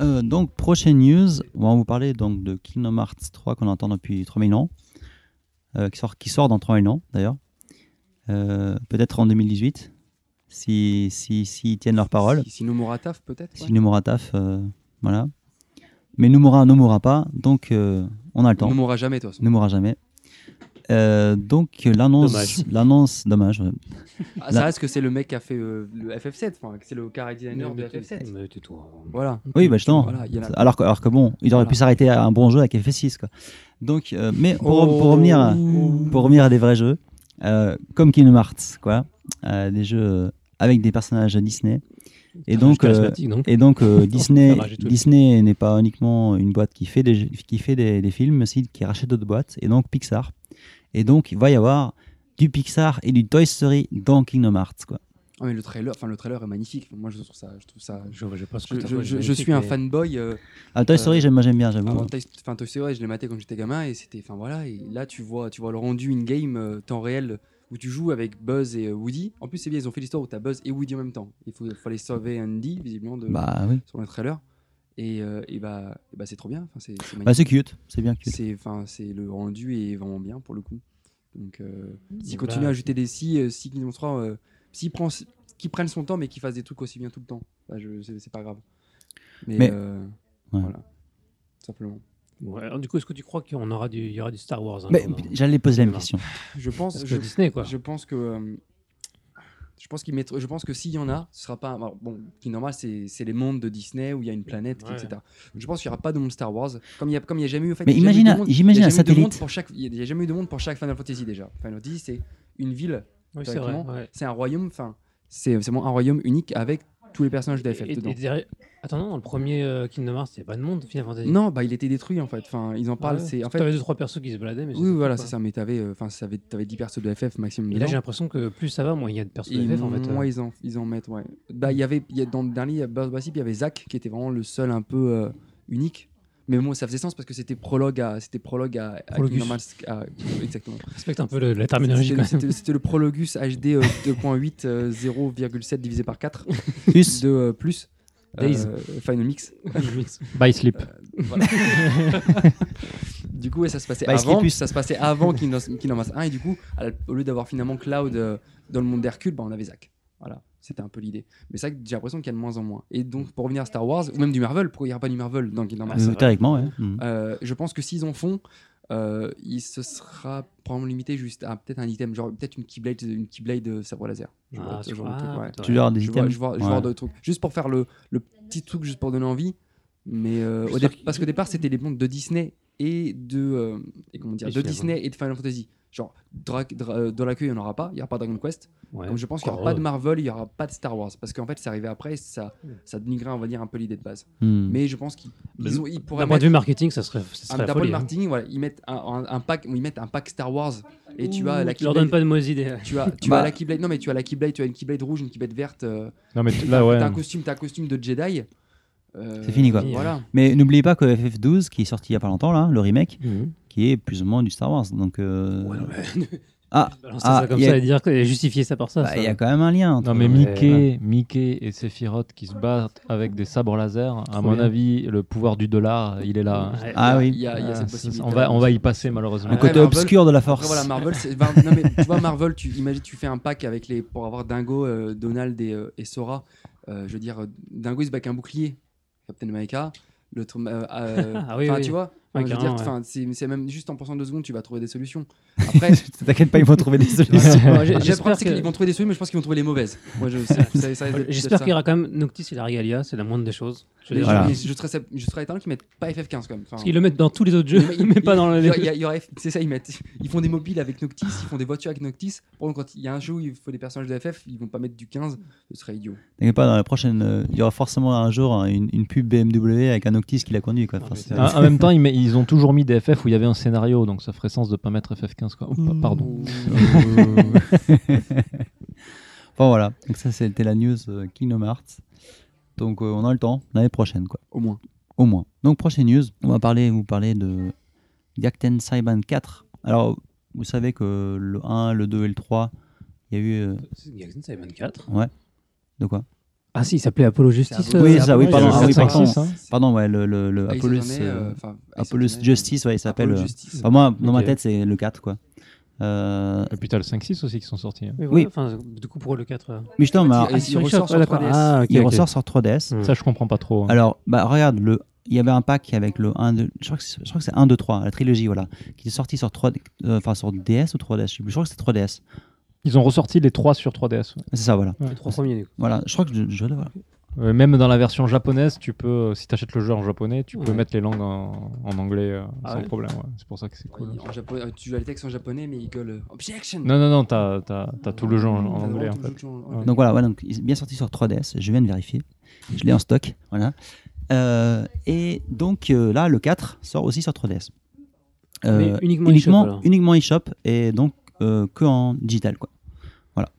S1: Euh, donc, prochaine news, on va vous parler donc, de Kingdom Hearts 3 qu'on entend depuis 3000 ans, euh, qui, sort, qui sort dans 3000 ans d'ailleurs, Euh, peut-être en 2018, si, si, si ils tiennent leur parole,
S3: Si, si Nomura taf, peut-être.
S1: si
S3: ouais.
S1: Nomura taf, euh, voilà. Mais Nomura, Nomura pas, donc euh, on a le temps,
S3: Nomura jamais, toi.
S1: Nomura jamais. Euh, donc euh, l'annonce,
S2: Dommage.
S1: l'annonce, dommage. ouais.
S3: Ah, ça reste que c'est le mec qui a fait euh, le FF7. Enfin, que c'est le chara designer de FF7.
S2: Mais tais-toi.
S3: Voilà.
S1: Oui, bah justement.
S3: Voilà, il y en a-
S1: Alors que, alors que bon, il aurait pu
S2: Voilà.
S1: s'arrêter à un bon jeu avec FF6. Quoi. Donc, euh, mais pour, pour
S3: Oh.
S1: revenir, à-
S3: Oh.
S1: pour revenir à des vrais jeux, euh, comme Kingdom Hearts, quoi, euh, des jeux avec des personnages Disney. Et donc, euh,
S2: Charismatique, donc.
S1: et donc euh, Disney,
S2: Oh, Ça va, j'ai tout dit.
S1: Disney n'est pas uniquement une boîte qui fait des, jeux- qui fait des, des films, mais aussi qui rachète d'autres boîtes, et donc Pixar. Et donc, il va y avoir du Pixar et du Toy Story dans Kingdom Hearts. Quoi.
S3: Ah, mais le trailer, enfin le trailer est magnifique. Enfin, Moi, je trouve ça, je trouve ça.
S2: Je, je pense que
S3: Je,
S2: t'as
S3: je-
S2: pas
S3: je-
S2: une
S3: je suis un
S2: magnifique,
S3: fanboy. euh,
S1: Ah, bah Toy Story,
S3: Euh,
S1: j'aime moi, j'aime bien,
S3: avant
S1: j'avoue.
S3: Toy- Enfin, Toy Story, je l'ai maté quand j'étais gamin et c'était, enfin voilà. Et là, tu vois, tu vois le rendu in game temps réel où tu joues avec Buzz et euh, Woody. En plus, c'est bien, ils ont fait l'histoire où t'as Buzz et Woody en même temps. Il faut, fallait sauver Andy visiblement de,
S1: Bah oui.
S3: sur le trailer. Et, euh, et bah, et bah, c'est trop bien. Enfin, c'est c'est
S1: Bah,
S3: magnifique.
S1: c'est cute, c'est bien cute.
S3: C'est, enfin, c'est le rendu est vraiment bien pour le coup. Donc, euh, s'ils
S2: Bah.
S3: continuent à ajouter des si, euh, si Kingdom Hearts 3, euh, s'ils prennent, qu'ils prennent son temps, mais qu'ils fassent des trucs aussi bien tout le temps, Bah, je, c'est, c'est pas grave. Mais,
S1: Mais-
S3: euh,
S1: Ouais.
S3: voilà, simplement.
S2: mais- Ouais, alors, du coup, est-ce que tu crois qu'il y aura du, il y aura du Star Wars hein,
S1: Mais
S2: dans-
S1: j'allais poser la même
S2: Voilà.
S1: question.
S3: Je pense,
S2: Parce
S3: je,
S2: que Disney, quoi.
S3: je pense que, euh, je pense qu'ils mettraient- je pense que s'il y en a, ce sera pas, alors, bon, qui est normal, c'est, c'est les mondes de Disney où il y a une planète,
S2: Ouais.
S3: etc. Donc, je pense qu'il y aura pas de monde Star Wars, comme il y a, comme il y a jamais eu. En fait,
S1: Mais
S3: il y a jamais
S1: imagine
S3: eu de
S1: un-
S3: monde-
S1: imagine
S3: il y a
S1: un
S3: jamais eu de monde
S1: satellite.
S3: pour chaque, il y a jamais eu de monde pour chaque Final Fantasy déjà. Final Fantasy, c'est une ville
S2: Oui, c'est vrai.
S3: directement.
S2: ouais.
S3: c'est un royaume, enfin, c'est c'est vraiment un royaume unique avec tous les personnages de FF
S2: Et- et
S3: dedans.
S2: derrière- Attends, non, dans le premier euh, Kingdom Hearts, il n'y a pas de monde, Final Fantasy.
S3: Non, bah, il était détruit en fait. Enfin, ils en parlent. c'est en fait.
S2: T'avais deux, trois persos qui se baladaient, mais
S3: Oui, voilà, c'est
S2: ça.
S3: ça. Mais t'avais, euh, enfin, ça avait- t'avais 10 persos de FF maximum.
S2: Et là,
S3: dedans.
S2: j'ai l'impression que plus ça va, moins il y a de persos
S3: Et
S2: FF en fait.
S3: moins
S2: euh. Mm.
S3: ils en, ils en mettent, ouais. Bah, il y avait, il y a- dans le dernier, il y a Birth by Sleep, il y avait Zack qui était vraiment le seul un peu euh, unique. Mais bon, ça faisait sens parce que c'était prologue à, c'était prologue à, à
S2: Prologus. Ah,
S3: Kingdom Hearts- à- exactement.
S2: Respecte un peu le- la terminologie
S3: C'était-
S2: quand même.
S3: C'était c'était le Prologus HD euh, 2.8 euh, 0,7 divisé par 4
S1: Plus.
S3: de euh, plus.
S2: Days.
S3: Euh, Final Mix. Euh,
S6: By Sleep.
S3: Voilà. du coup, ouais, ça se passait
S1: Bah, il se
S3: avant.
S1: répulse.
S3: Ça se passait avant Kingdom, Kingdom Hearts 1 et du coup, à la- au lieu d'avoir finalement Cloud euh, dans le monde d'Hercule, bah, on avait Zack. Voilà, c'était un peu l'idée. Mais ça, j'ai l'impression qu'il y a de moins en moins. Et donc, pour revenir à Star Wars ou même du Marvel, pourquoi il n'y aura pas du Marvel dans Kingdom Hearts
S1: Euh, Théoriquement, ouais. Mm.
S3: euh, je pense que s'ils en font, euh, il se sera probablement limité juste à peut-être un item, genre peut-être une Keyblade, une Keyblade euh, sabre laser. Je vois-
S2: Ah,
S3: je
S2: tu
S3: vois
S2: vois,
S3: un truc,
S2: ah,
S3: ouais.
S2: putain.
S1: Tu leur des
S3: Je vois,
S1: items.
S3: je vois, je
S1: Ouais.
S3: vois d'autres trucs. Juste pour faire le, le petit truc, juste pour donner envie. Mais euh, au
S2: sûr
S3: dé- parce qu'au départ, c'était les mondes de Disney et de euh, et comment dire,
S2: Et
S3: de
S2: Final
S3: Disney et de Final Fantasy. Genre Dra Dra- euh, Dracul, il n'y en aura pas. Il n'y aura pas Dragon Quest.
S2: Ouais. Oh.
S3: Donc je pense qu'il n'y aura
S2: Encore
S3: pas
S2: heureux.
S3: de Marvel, il n'y aura pas de Star Wars. Parce qu'en fait, c'est arrivé après, ça ça dénigrait, on va dire, un peu l'idée de base.
S1: Mm.
S3: Mais je pense qu'ils
S2: Mais
S3: ils ont- ils pourraient
S2: D'un point de
S3: mettre-
S2: vue marketing, ça serait, ça
S3: ah,
S2: serait la
S3: D'un point de
S2: folie.
S3: vue
S2: hein.
S3: marketing, voilà, ils mettent un, un- un pack, ils mettent un pack Star Wars et tu
S2: hein. Ouh,
S3: as la
S2: tu leur donnes
S3: Keyblade.
S2: pas de mauvaises idées. hein.
S3: Tu as, tu
S1: Bah.
S3: as la Keyblade, non mais tu as la Keyblade, tu as une Keyblade rouge, une Keyblade verte. euh,
S6: Non, mais
S3: t'as-
S6: là, ouais.
S3: T'as un costume, t'as un costume de Jedi. euh,
S1: C'est fini, quoi.
S3: Voilà.
S1: Mais n'oubliez pas que FF12, qui est sorti il y a pas longtemps, là, le remake,
S3: Bah,
S1: qui est plus ou moins du Star Wars. Donc, euh, Ah,
S2: Balancer
S1: ah,
S2: ça comme
S1: y a-
S2: ça et dire que- et justifier ça par ça.
S1: bah,
S2: ça.
S1: il y a quand même un lien. entre-
S6: Non mais
S1: Ouais.
S6: Mickey, Mickey et Sephiroth qui se battent avec des sabres laser. À mon
S2: bien.
S6: avis, le pouvoir du dollar, il est là.
S2: Ouais.
S1: Ah oui.
S3: Il y a, il y a
S6: Ah,
S3: cette
S6: ça, ça,
S3: possibilité.
S6: on va, on va y passer malheureusement.
S1: Le
S3: Ouais,
S1: côté
S3: Marvel-
S1: obscur de la force.
S3: Après, voilà, Marvel, c'est- bah, non, mais, tu vois, Marvel, tu imagines, tu fais un pack avec les pour avoir Dingo, euh, Donald et, euh, et Sora. Euh, je veux dire, euh, Dingo il se bat avec un bouclier, Captain America. L'autre, euh, euh,
S2: Ah oui,
S3: enfin,
S2: oui.
S3: tu vois,
S2: Ouais,
S3: enfin, je veux dire,
S2: carrément, ouais.
S3: enfin, c'est c'est même juste en pensant deux secondes, tu vas trouver des solutions. Après,
S1: T'inquiète pas, ils vont trouver des solutions.
S2: Voilà. J'ai-
S3: J'espère
S2: J'espère
S3: qu'ils
S2: que-
S3: vont trouver des solutions, mais je pense qu'ils vont trouver les mauvaises. Moi, je, c'est- ça- ça risque d'être-
S2: J'espère
S3: d'être
S2: qu'il y aura quand même Noctis et la Regalia, c'est la moindre des choses. Je veux
S3: ça. Mais
S2: dire,
S1: Voilà.
S3: je, mais je serais, je serais étonnant qu'ils mettent pas FF15 quand même. Enfin,
S2: Parce qu'ils le mettent dans tous les autres jeux,
S3: il-
S2: mais pas dans
S3: il
S2: les.
S3: y a- il y a- il y aura F- c'est ça, ils mettent. Ils font des mobiles avec Noctis, ils font des voitures avec Noctis. Par contre, quand il y a un jeu où il faut des personnages de FF, ils vont pas mettre du 15, ce serait idiot.
S1: T'inquiète pas, dans la prochaine, euh, il y aura forcément un jour hein, une, une pub BMW avec un Noctis qui l'a conduit. Quoi.
S2: Ah,
S1: Enfin,
S2: mais
S1: c'est-
S6: Ah, en même temps, ils, met- ils ont toujours mis des FF où il y avait un scénario, donc ça ferait sens de pas mettre FF15 quoi. Oh, pa-
S2: Mm.
S6: pardon.
S1: Euh, Bon, voilà, donc ça c'était la news euh, Kingdom Hearts. Donc euh, on a le temps l'année prochaine, quoi,
S3: Au moins.
S1: au moins. Donc prochaine news, on va parler, vous parler de Yakten Saiban 4. Alors vous savez que le 1, le 2 et le 3, il y a eu euh,
S2: Galaxy Cyber 24.
S1: de quoi
S2: Ah si, il s'appelait Apollo Justice.
S1: Oui, ça, oui, pardon. Ah oui, pardon.
S6: hein.
S1: Pardon, ouais, le, le-
S3: Ah,
S1: le Apollos, euh, Apollos Justice, ouais, il s'appelle. euh,
S3: Justice.
S1: Enfin, moi, dans ma
S6: Ok.
S1: tête, c'est le 4, quoi. Euh,
S6: Et puis t'as le 5-6 aussi qui sont sortis. hein.
S2: Oui,
S1: Oui.
S2: voilà, enfin, du coup, pour le 4. euh,
S1: mais justement,
S3: Ah,
S1: bah,
S3: il- il
S2: sur
S3: ressort
S2: eShop,
S3: sur
S2: d'accord.
S3: 3DS.
S2: Ah, ok,
S1: il
S2: ok.
S1: ressort sur 3DS.
S2: Hmm.
S6: Ça je comprends pas trop. hein.
S1: Alors, bah, regarde, le, il y avait un pack avec le 1, 2, je crois que c'est je crois que c'est 1, 2, 3, la trilogie, voilà, qui est sorti sur, 3, euh, enfin, sur DS ou 3DS, je sais plus, je crois que c'est 3DS.
S6: Ils ont ressorti les 3 sur 3DS. ouais.
S1: Ah, C'est ça, voilà.
S2: Les trois premiers, du coup.
S1: voilà. Je crois que je, je dois voilà.
S6: Euh, même dans la version japonaise, tu peux, euh, si t'achètes le jeu en japonais, tu peux
S2: Ouais.
S6: mettre les langues en, en anglais euh,
S2: Ah
S6: sans
S2: ouais.
S6: problème. ouais. C'est pour ça que c'est cool.
S3: En japonais, euh, tu as les textes en japonais, mais ils gueulent euh, Objection
S6: Non, non, non, t'as t'as- t'as tout le jeu en, en
S3: Ah,
S6: anglais en
S3: tout le
S6: fait.
S3: jeu en-
S6: Ouais.
S1: Donc voilà, ouais, donc, il est bien sorti sur 3DS, je viens de vérifier. Je l'ai en stock, voilà. Euh, et donc euh, là, le 4 sort aussi sur 3DS. Euh,
S2: Mais uniquement eShop,
S1: uniquement
S2: alors.
S1: uniquement eShop et donc euh, que en digital quoi. Voilà.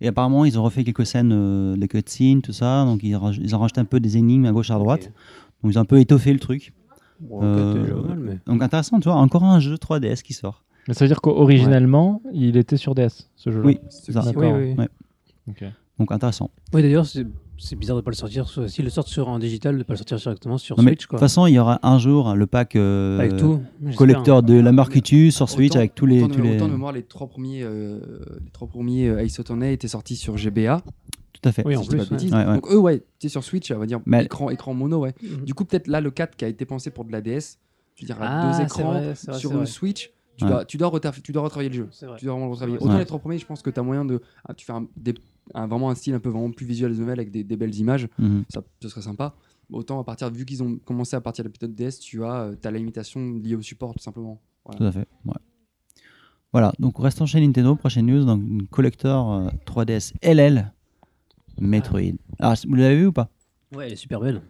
S1: Et apparemment ils ont refait quelques scènes, euh, des cutscenes, tout ça, donc ils, raj- ils ont rajouté un peu des énigmes à gauche à droite.
S2: Ok.
S1: Donc ils ont un peu étoffé le truc.
S2: Bon,
S1: Euh,
S2: quatre, déjà pas mal, mais-
S1: Donc intéressant, tu vois, encore un jeu 3DS qui sort.
S6: Mais ça veut dire qu'originalement, il était sur DS ce jeu-là.
S1: Oui,
S3: Ceux
S1: ça.
S3: qui-
S2: Oui, oui.
S1: Ouais.
S6: Ok.
S1: Donc intéressant.
S2: Oui, d'ailleurs, c'est c'est bizarre de pas le sortir. sur- S'ils le sortent sur en digital, de pas le sortir directement sur
S1: Non, mais, de
S2: Switch,
S1: toute
S2: quoi.
S1: façon, il y aura un jour le pack euh,
S2: Avec tout. j'espère. hein.
S1: collecteur de la Marcutu sur Switch
S3: Autant-
S1: avec tous les
S3: autant de-
S1: tous les
S3: autant de mémoire, les trois premiers, euh, les trois premiers euh, Ace Attorney étaient sortis sur GBA.
S1: tout à fait.
S2: Oui, en
S3: si je dis
S2: plus.
S3: pas de
S2: ouais.
S3: bêtises.
S1: Ouais, ouais.
S3: Donc eux, ouais, tu sais, sur Switch, on va dire
S1: Mais-
S3: écran, écran mono, ouais.
S2: Mhm.
S3: Du coup, peut-être là, le 4 qui a été pensé pour de la DS, je veux dire, à
S2: Ah,
S3: deux
S2: c'est
S3: écrans
S2: vrai, c'est vrai,
S3: sur
S2: c'est
S3: une
S2: vrai.
S3: Switch, tu,
S1: Ouais.
S3: dois, tu, dois retrava- tu dois retravailler le jeu.
S2: C'est vrai.
S3: Tu dois vraiment le retravailler.
S2: Ouais.
S3: Autant
S1: Ouais.
S3: les trois premiers, je pense que tu as moyen de. ah, tu fais un, des- un- vraiment un style un peu vraiment plus visuel novel avec des, des belles images,
S1: Mhm.
S3: ça, ce serait sympa. Autant à partir, vu qu'ils ont commencé à partir de la méthode DS, tu as, euh, t'as la limitation liée au support, tout simplement.
S1: Tout à fait. ouais. Voilà, donc restons chez Nintendo. Prochaine news, donc une collector euh, 3DS LL Metroid. Alors, vous l'avez vu ou pas
S2: Ouais, elle est super belle.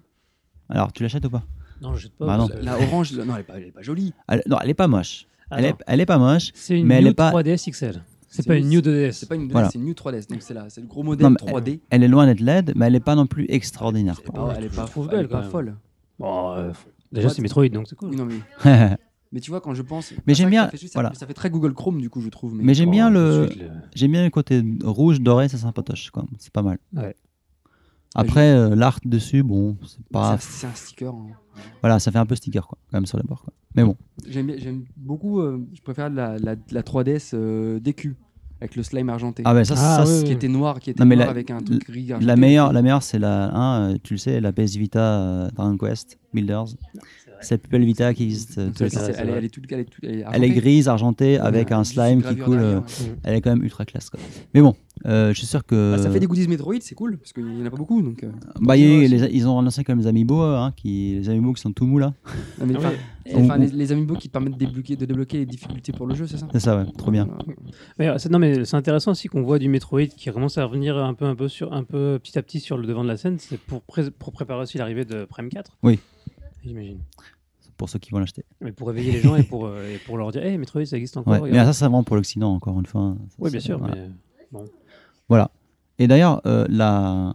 S1: Alors, tu l'achètes ou pas
S2: Non, je jette pas.
S1: Bah non.
S2: parce que-
S3: La orange, non, elle est pas, elle est pas jolie.
S1: elle, Non, elle est pas moche.
S2: Ah
S1: elle,
S2: non.
S1: est, elle est pas moche.
S2: C'est une
S1: mais elle
S2: New
S1: est pas-
S2: 3DS XL. C'est
S3: C'est
S2: pas une
S3: une-
S2: New 2DS.
S3: C'est pas une 2DS,
S1: Voilà.
S3: c'est une New 3DS. Donc c'est la- c'est le gros
S1: Non,
S3: modèle
S1: mais-
S3: 3D.
S1: Elle est loin d'être laide, mais elle est pas non plus extraordinaire.
S3: Elle est
S1: quoi.
S3: pas,
S2: je
S3: Ah elle est
S2: trouve-
S3: pas,
S2: je trouve
S3: elle est
S2: belle, quand
S3: pas
S2: même.
S3: folle.
S2: Bon, euh, déjà, c'est Metroid, donc c'est cool.
S3: Oui, non, mais, mais tu vois, quand je pense.
S1: Mais
S3: Ah,
S1: j'aime
S3: ça,
S1: bien-
S3: Ça fait, juste- ça-
S1: voilà.
S3: ça fait très Google Chrome, du coup, je trouve.
S1: mais j'aime
S2: Oh,
S1: bien
S2: tout de
S1: le,
S2: suite,
S1: j'aime bien le côté rouge doré, c'est sympatoche. quoi. C'est pas mal.
S2: Ouais.
S1: Après, euh, l'art dessus, bon, c'est
S3: C'est
S1: pas.
S3: un- C'est un sticker. hein.
S1: Voilà, ça fait un peu sticker quoi, quand même sur les bords. Quoi. Mais bon,
S3: J'aime bien- j'aime beaucoup. euh, je préfère la, la, la 3DS euh, DQ avec le slime argenté.
S1: ah ben ça,
S2: Ah,
S1: ça,
S2: oui,
S1: c'est-
S3: Qui était noir, qui était
S1: Non, mais
S3: noir
S1: la-
S3: avec un truc gris. argenté.
S1: la meilleure, la meilleure, c'est la, hein, euh, tu le sais, la PS Vita euh, Dragon Quest Builders. C'est la plus belle Vita qui existe. euh, tous les
S3: C'est-
S1: temps.
S3: c'est-
S2: c'est
S3: Elle est-
S2: vrai.
S3: elle est toute- elle est toute- elle est
S1: Elle est
S3: argentée.
S1: grise, argentée, avec
S3: Ouais,
S1: un
S3: juste
S1: slime qui
S3: gravure
S1: coule. euh,
S3: derrière, ouais.
S1: Elle est quand même ultra classe. Quoi. Mais bon, euh, je suis sûr que.
S3: Bah, ça fait des goodies Metroid, c'est cool, parce qu'il n'y en a pas beaucoup. Donc, euh.
S1: Bah, il y a eu les- ils ont lancé quand même les amiibo, hein, qui, les amiibo qui sont tout mous là.
S3: Non, mais enfin,
S1: On-
S3: enfin, les, les amiibo qui te permettent de débloquer, de débloquer les difficultés pour le jeu, c'est ça
S1: C'est ça, ouais, trop bien.
S3: Euh,
S2: Mais, euh, c'est- non, mais c'est intéressant aussi qu'on voit du Metroid qui commence à revenir un peu, un peu, sur, un peu petit à petit sur le devant de la scène. C'est pour, pré- pour préparer aussi l'arrivée de Prime 4.
S1: Oui.
S2: J'imagine.
S1: Pour ceux qui vont l'acheter.
S2: Mais pour réveiller les gens et pour, euh, et pour leur dire, hey, Metroid, ça existe encore.
S1: Ouais.
S2: regarde.
S1: Mais ça, c'est vraiment pour l'Occident, encore une fois. Ça,
S2: oui, bien
S1: c'est-
S2: sûr.
S1: voilà.
S2: Mais...
S1: Et d'ailleurs, euh, la,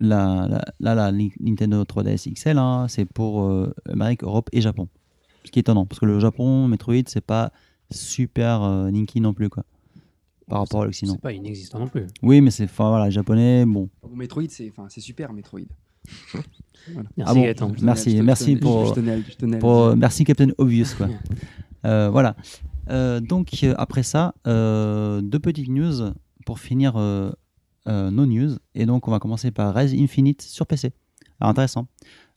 S1: la, la, là, la Ni- Nintendo 3DS XL, hein, c'est pour euh, Amérique, Europe et Japon. Ce qui est étonnant, parce que le Japon, Metroid, c'est pas super euh, Ninki non plus, quoi. Par rapport à l'Occident.
S2: C'est pas inexistant non plus.
S1: Oui, mais c'est. Enfin, voilà, japonais, bon.
S3: Bon, Metroid, c'est enfin, c'est super, Metroid.
S2: Merci
S1: Ah bon,
S2: Gaëtan.
S3: Je tenais à-
S1: Merci,
S3: je te-
S1: merci
S3: je te-
S1: pour-
S3: je tenais à- je tenais à le
S1: Pour-
S3: dire.
S1: merci Captain Obvious quoi. Euh, voilà. Euh, donc euh, après ça, euh, deux petites news pour finir euh, euh, nos news. Et donc on va commencer par Res Infinite sur PC. Alors intéressant.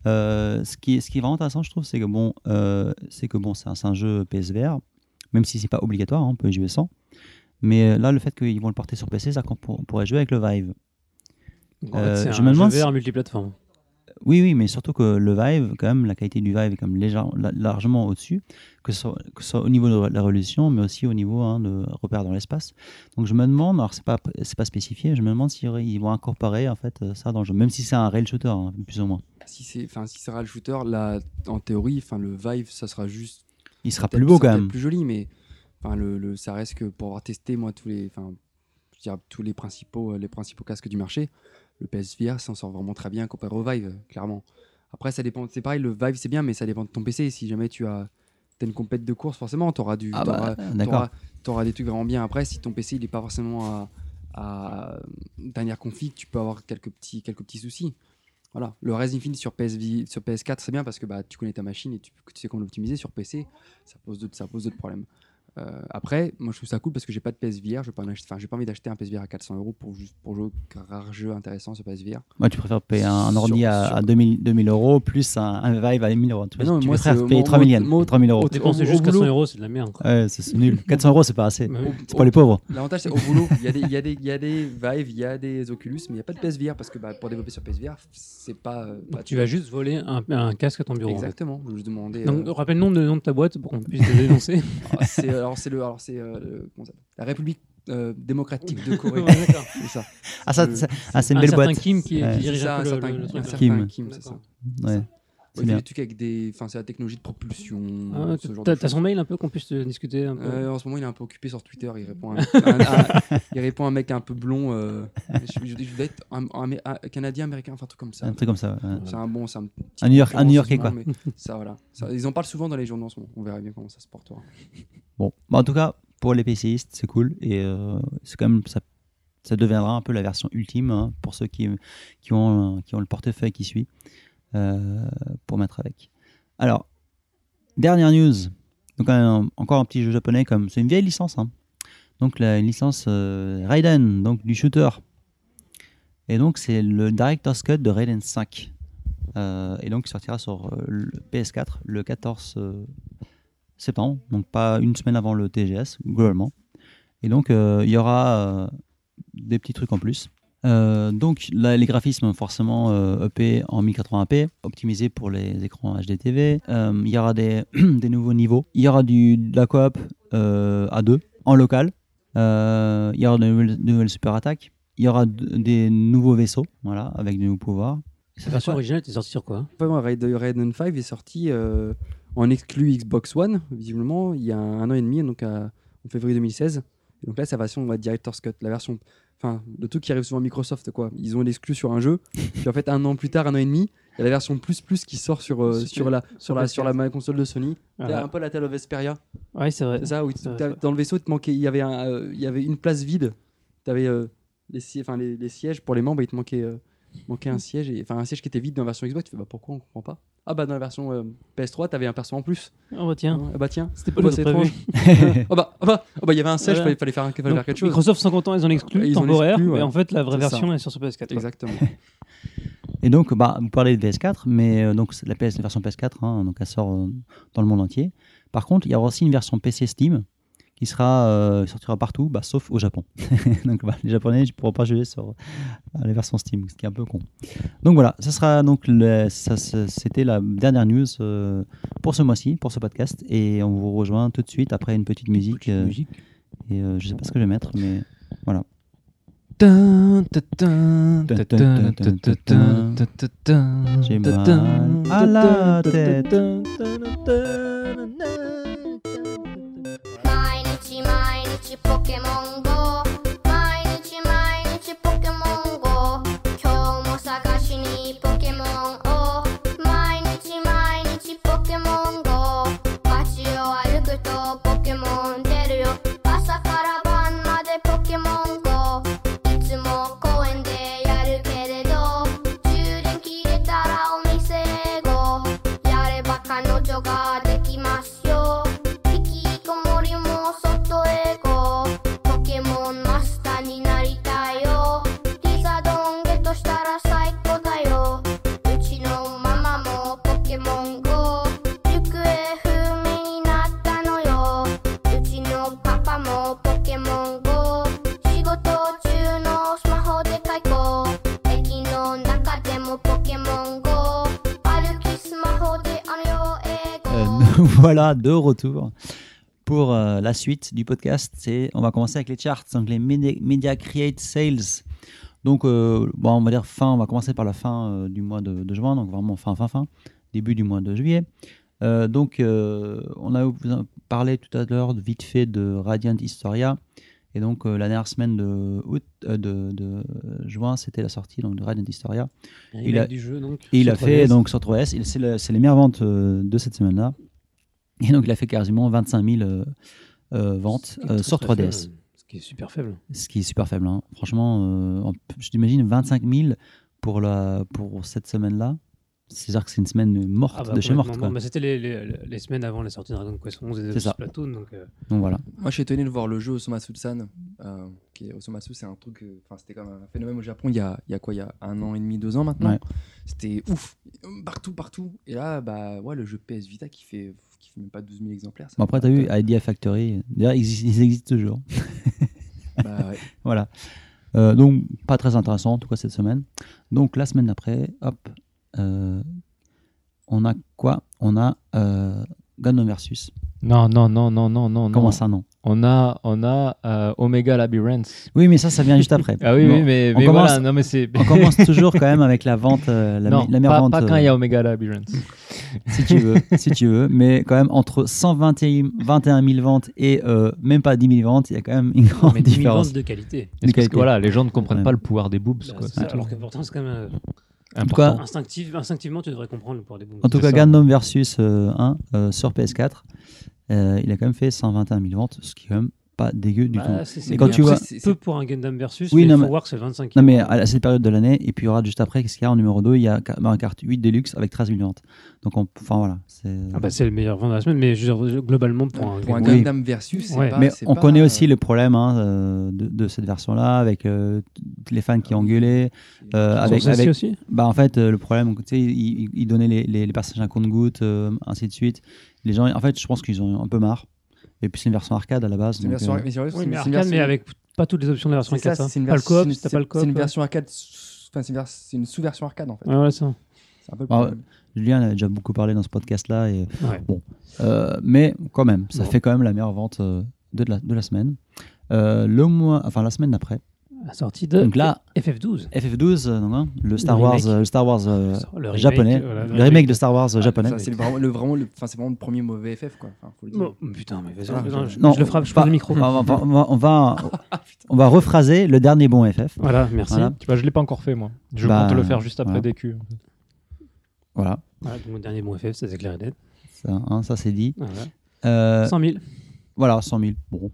S1: Euh, ce, qui, ce qui est vraiment intéressant je trouve, c'est que bon, euh, c'est que bon, c'est un, c'est un jeu PSVR, même si c'est pas obligatoire, hein, on peut y jouer sans. Mais euh, là, le fait qu'ils vont le porter sur PC, ça qu'on pour- on pourrait jouer avec le Vive.
S2: Donc, en
S1: Euh,
S2: fait, c'est
S1: je
S2: un
S1: me
S2: jeu
S1: demande
S2: VR
S1: si- Oh,
S2: multiplateforme.
S1: Oui, oui, mais surtout que le Vive, quand même, la qualité du Vive est quand même légère- la- largement au-dessus, que ce, soit, que ce soit au niveau de la résolution, mais aussi au niveau hein, de repères dans l'espace. Donc je me demande, alors c'est pas, c'est pas spécifié, je me demande s'ils auraient- ils vont incorporer en fait euh, ça dans le jeu, même si c'est un rail shooter, hein, plus ou moins.
S3: Si c'est, enfin, si sera le shooter, là, en théorie, enfin, le Vive, ça sera juste.
S1: Il sera
S3: peut-être-
S1: plus beau
S3: ça sera
S1: quand
S3: peut-être
S1: même.
S3: Plus joli, mais enfin, le, le- ça reste que pour avoir testé moi tous les, enfin, je dirais tous les principaux, euh, les principaux casques du marché, le PSVR s'en sort vraiment très bien comparé au Vive, clairement. Après, ça dépend. C'est pareil, le Vive c'est bien, mais ça dépend de ton PC. Si jamais tu as t'as une compète de course, forcément, t'auras du,
S1: Ah bah,
S3: t'auras-
S1: d'accord.
S3: tu auras des trucs vraiment bien après. Si ton PC il n'est pas forcément à, à euh, dernière config, tu peux avoir quelques petits, quelques petits soucis. Voilà. Le Res Infinite sur, PSV, sur PS4, c'est bien parce que bah, tu connais ta machine et tu, tu sais comment l'optimiser. Sur PC, ça pose d'autres ça pose d'autres problèmes. Euh, après, moi je trouve ça cool parce que j'ai pas de PSVR, j'ai pas, en ach- enfin, j'ai pas envie d'acheter un PSVR à 400 euros pour juste pour jouer au rare jeu intéressant sur PSVR.
S1: Moi, tu préfères payer un, un ordi
S3: Sur-
S1: à,
S3: sur-
S1: à 2000, 2000 euros plus un, un Vive à 1000 euros. Tu,
S3: Mais non, mais
S1: tu
S3: moi,
S1: préfères
S3: c'est-
S1: payer
S3: moi,
S1: 3000 yens,
S3: moi,
S1: 3000 euros.
S3: au-
S2: Dépenser
S1: oh,
S2: juste
S3: boulot-
S2: 400 euros, c'est de la merde. quoi.
S1: Ouais, c'est c'est nul. 400 euros, c'est pas assez.
S2: Ouais.
S1: C'est pour les pauvres.
S3: L'avantage, c'est au boulot, il y, a des- il y, a des- il y a des Vive, il y a des Oculus, mais il n'y a pas de PSVR parce que bah, pour développer sur PSVR, c'est pas. euh, pas
S2: Donc, tu vas juste voler un, un casque à ton bureau. en fait.
S3: Exactement, je vous demandais.
S2: Donc, rappelle le nom de, nom de ta boîte pour qu'on puisse te dénoncer.
S3: c'est alors c'est le alors c'est euh, le- comment ça s'appelle la République euh, démocratique de Corée.
S2: Ouais, d'accord.
S3: c'est ça.
S1: Ah, ça,
S3: le-
S1: ça- ah, c'est une
S2: un
S1: belle
S2: certain
S1: boîte.
S2: Kim qui, qui
S1: Ouais.
S2: dirige
S3: C'est ça,
S2: un peu
S3: un
S2: le-
S3: certain,
S2: le, le
S3: un
S2: truc. là.
S3: certain
S1: Kim.
S3: Kim, c'est ça.
S2: D'accord.
S1: Ouais.
S3: Ouais,
S1: C'est
S3: il fait
S1: bien.
S3: des trucs avec des enfin c'est la technologie de propulsion.
S2: Ah,
S3: ce genre
S2: t'as-
S3: de
S2: T'as
S3: choses.
S2: son mail un peu qu'on puisse te discuter un peu.
S3: Euh, en ce moment, il est un peu occupé sur Twitter. Il répond à un, à- à- il répond à un mec un peu blond. euh, je, je- je dois être un, un- un- un Canadien, américain, enfin un truc comme ça.
S1: Un truc comme ça. ouais.
S3: C'est un bon, c'est un petit
S1: Un New York-
S3: concurrent
S1: un New
S3: en ce
S1: Yorkais,
S3: moment, mais Ça voilà. Ça, ils en parlent souvent dans les journaux en ce moment. On verra bien comment ça se portera.
S1: Bon, Bah, en tout cas, pour les PCistes, c'est cool. Et euh, c'est quand même, ça, ça deviendra un peu la version ultime hein, pour ceux qui, qui, ont, euh, qui ont le portefeuille qui suit euh, pour mettre avec. Alors, dernière news. Donc, un- encore un petit jeu japonais comme. C'est une vieille licence. hein. Donc, la, une licence euh, Raiden, donc du shooter. Et donc, c'est le Director's Cut de Raiden 5. Euh, et donc, il sortira sur euh, le PS4 le 14 euh, septembre, donc pas une semaine avant le TGS, globalement. Et donc, euh, il y aura euh, des petits trucs en plus. Euh, donc, là, les graphismes, forcément, euh, EP en 1080p, optimisés pour les écrans HDTV. Euh, il y aura des, des nouveaux niveaux. Il y aura du, de la coop euh, à deux, en local. Euh, il y aura de nouvelles, de nouvelles super attaques. Il y aura de- des nouveaux vaisseaux, voilà, avec de nouveaux pouvoirs.
S2: La version originale était sortie sur quoi hein
S3: Vraiment, Red Dead Redemption 5 est sorti euh, en exclu Xbox One, visiblement, il y a un an et demi, donc à- en février 2016. Et donc là, sa version, on va dire Director's Cut, la version. Enfin, le truc qui arrive souvent à Microsoft, quoi. Ils ont l'exclu sur un jeu, puis en fait, un an plus tard, un an et demi, il y a la version plus plus qui sort sur, euh,
S2: Sur-
S3: sur, la, sur, la,
S2: PS4.
S3: sur la ma- console de Sony.
S2: Ah.
S3: C'est Un peu la telle of Vesperia.
S2: Ouais, c'est vrai.
S3: C'est ça, où
S2: Ça-
S3: t'as- dans le vaisseau, il te manquait, il y avait, un, euh, il y avait une place vide. Tu avais les, si- enfin, les, les sièges pour les membres, il te manquait, euh, manquait un siège, et- enfin un siège qui était vide dans la version Xbox. Tu fais bah pourquoi on comprend pas Ah bah dans la version euh, PS3, t'avais un perso en plus.
S2: Oh, bah, tiens.
S3: Ah bah tiens,
S2: C'était pas le
S3: oh, bah,
S2: jeu
S3: c'est
S2: prévu.
S3: étrange. Ah bah ah bah ah bah, il y avait un siège, il
S2: Voilà.
S3: fallait, fallait faire, un- fallait faire
S2: Donc,
S3: quelque chose.
S2: Microsoft sont contents, ils ont l'exclu
S3: Ouais, ils ont
S2: temporaire,
S3: l'exclu, ouais.
S2: mais en fait la vraie
S3: C'est ça.
S2: version est sur ce PS4. quoi.
S3: Exactement.
S1: Et donc, bah, vous parlez de PS4, mais euh, donc c'est la, PS, la version PS4, hein, donc elle sort euh, dans le monde entier. Par contre, il y aura aussi une version PC Steam qui sera euh, sortira partout, bah, sauf au Japon. donc bah, les Japonais ne pourront pas jouer sur euh, les versions Steam, ce qui est un peu con. Donc voilà, ça sera donc le- ça, ça- c'était la dernière news euh, pour ce mois-ci, pour ce podcast, et on vous rejoint tout de suite après une petite musique. euh, et euh, je sais pas ce que je vais mettre, mais voilà. J'ai mal à la tête.
S11: 毎日毎日ポケモン GO 毎日毎日ポケモン GO 今日も探しにポケモンを毎日毎日ポケモン GO 街を歩くとポケモン出るよ朝から晩までポケモン GO いつも公園でやるけれど充電切れたらお店へ GO やれば彼女ができますよ引きこもりも外へ GO ポケモンマスターになりたいよリザドンゲットしたら最高だようちのママもポケモン GO 行方不明になったのようちのパパもポケモン GO 仕事中のスマホで解雇駅の中でもポケモン GO 歩きスマホであのよ英語
S1: Euh, nous voilà de retour pour euh, la suite du podcast. C'est, on va commencer avec les charts, donc les Medi- Media Create Sales. Donc, euh, bon, on va dire fin, on va commencer par la fin euh, du mois de, de juin, donc vraiment fin, fin, fin, début du mois de juillet. Euh, donc, euh, on a vous en parlé tout à l'heure de- vite fait de Radiant Historia. Et donc, euh, la dernière semaine de, août, euh, de, de, euh, juin, c'était la sortie donc, de Radiant Historia.
S2: Un
S1: Il
S2: remake
S1: a-
S2: du jeu, donc,
S1: Et il
S2: sur
S1: a fait
S2: 3DS.
S1: donc sur 3S, il- c'est le- c'est les meilleures ventes euh, de cette semaine-là. Et donc il a fait quasiment 25 000 euh, euh, ventes
S2: Ce qui est
S1: euh,
S2: très,
S1: sur
S2: très
S1: 3DS,
S2: faible, Ce qui est super faible.
S1: ce qui est super faible. hein. Franchement, euh, en- je t'imagine 25 000 pour, la, pour cette semaine-là. C'est-à-dire que c'est une semaine morte
S2: Ah bah,
S1: de chez morte.
S2: complètement.
S1: quoi.
S2: Bah, C'était les, les, les semaines avant la sortie de Dragon Quest 11 et de
S1: C'est ça.
S2: Splatoon. Donc, euh,
S1: Donc voilà.
S3: Moi, je suis étonné de voir le jeu Osomatsu-san. Euh, qui est- Osomatsu, c'est un truc. euh, Enfin, c'était comme un phénomène au Japon il y a, il y a quoi Il y a un an et demi, deux ans maintenant.
S1: Ouais.
S3: C'était ouf. Partout, partout. Et là, bah ouais, le jeu PS Vita qui fait, qui fait même pas 12 000 exemplaires. ça
S1: Bon,
S3: fait
S1: après,
S3: pas
S1: tu as vu
S3: de-
S1: Idea Factory. D'ailleurs, ils, exi- ils existent toujours. ah,
S3: Bah, ouais.
S1: Voilà. Euh, donc, pas très intéressant, en tout cas, cette semaine. Donc, la semaine d'après, hop, euh, on a quoi On a euh, Gundam Versus.
S4: Non, non, non, non, non, non.
S1: Comment
S4: non.
S1: ça, non
S4: On a, on a euh, Omega Labyrinth.
S1: Oui, mais ça, ça vient juste après.
S4: Ah oui,
S1: Bon,
S4: oui, mais,
S1: on
S4: mais
S1: commence-
S4: voilà, non, mais c'est.
S1: On commence toujours quand même avec la vente, euh, la,
S4: non,
S1: me- la meilleure
S4: pas,
S1: vente,
S4: pas quand il y
S1: euh,
S4: a Omega Labyrinth.
S1: si tu veux, si tu veux, mais quand même entre 121 21 000 ventes et euh, même pas 10 000 ventes, il y a quand même une grande
S2: mais 10 000
S1: différence.
S2: ventes de qualité.
S4: Parce que
S1: qualité.
S4: voilà, les gens ne comprennent
S1: Ouais.
S4: pas le pouvoir des boobs.
S2: Bah,
S4: quoi.
S2: c'est ça,
S4: C'est
S2: alors que pourtant, c'est quand même euh,
S1: En tout
S4: important.
S1: cas,
S2: instinctif, instinctivement, tu devrais comprendre le pouvoir des booms.
S1: En tout
S4: C'est
S1: cas,
S4: ça.
S1: Gundam versus euh, 1 euh, sur PS4, euh, il a quand même fait 121 000 ventes, ce qui est quand même pas dégueu
S3: Bah,
S1: du tout.
S2: Bah, C'est
S1: Et quand
S2: bien.
S1: tu
S2: Après,
S1: vois-
S2: c'est peu pour un Gundam versus.
S1: Oui,
S2: mais
S1: non,
S2: il faut
S1: mais-
S2: voir que c'est 25.
S1: Non, mais à à cette période de l'année, et puis il y aura juste après, qu'est-ce qu'il y a en numéro 2 Il y a bah, Ca- Mario Kart 8 Deluxe avec 13 000 ventes. Donc, on- enfin voilà. c'est-
S2: Ah bah, c'est le meilleur vent de la semaine, mais je veux dire, globalement, pour un
S3: Pour un
S2: Gundam-
S1: Oui.
S3: Gundam Versus, c'est
S2: Ouais.
S3: pas-
S1: mais
S3: c'est
S1: on
S3: pas,
S1: connaît
S3: euh,
S1: aussi le problème hein, euh, de, de cette version-là, avec euh, t- les fans qui ont gueulé.
S3: Ah
S1: euh,
S2: Sur
S1: avec,
S2: celle-ci
S1: avec-
S2: aussi
S1: bah, en fait, euh, le problème, tu sais, ils il, donnaient les, les, les personnages à compte-gouttes, euh, ainsi de suite. Les gens, en fait, je pense qu'ils ont un peu marre. Et puis, c'est une version arcade à la base.
S3: C'est une
S1: donc,
S3: version
S1: euh,
S3: mais c'est vrai, c'est
S2: Oui,
S3: une-
S2: mais
S3: c'est une
S2: arcade, mais
S3: version-
S2: avec pas toutes les options de la version
S3: C'est ça,
S2: 4.
S3: c'est une
S2: Pas le
S3: version-
S2: coop, si
S3: c'est-
S2: t'as pas le coop.
S3: C'est une
S2: ouais.
S3: version arcade. Enfin, c'est une vers- c'est une sous-version arcade en fait.
S2: Ouais, voilà, ça.
S3: C'est un peu le
S1: Ah ouais.
S3: problème.
S1: Julien en a déjà beaucoup parlé dans ce podcast-là. Et...
S2: Ouais.
S1: Bon. Euh, mais quand même, ça
S2: Bon.
S1: fait quand même la meilleure vente euh, de la, de la semaine. Euh, le mois, enfin la semaine d'après,
S2: sortie de
S1: Donc là,
S2: FF12.
S1: FF12, euh, donc, hein, le Star
S2: Le
S1: Wars,
S2: remake.
S1: euh, le Star Wars euh,
S2: Le remake,
S1: japonais,
S2: voilà, Ah,
S1: le remake de Star Wars euh, japonais.
S3: Ça, c'est vraiment le vraiment le, enfin, c'est vraiment le premier mauvais FF quoi. Enfin, faut le dire.
S2: Bon, putain, mais vas-y,
S3: Ah,
S2: vas-y,
S3: je-
S2: je- je le frappe, je
S1: pas-
S2: prends le micro.
S1: On va, on va- on va- on va- on va rephraser le dernier bon FF.
S2: Voilà, merci.
S1: Voilà.
S4: Tu vois, je l'ai pas encore fait, moi. Je
S1: Bah,
S4: compte le faire juste après
S1: voilà.
S4: DQ.
S1: Voilà,
S2: Voilà, donc mon dernier bon FF, c'est Clair et Net.
S1: ça, hein, ça c'est dit.
S2: Voilà.
S1: Euh,
S2: 100 000.
S1: Voilà, 100 000. Bon.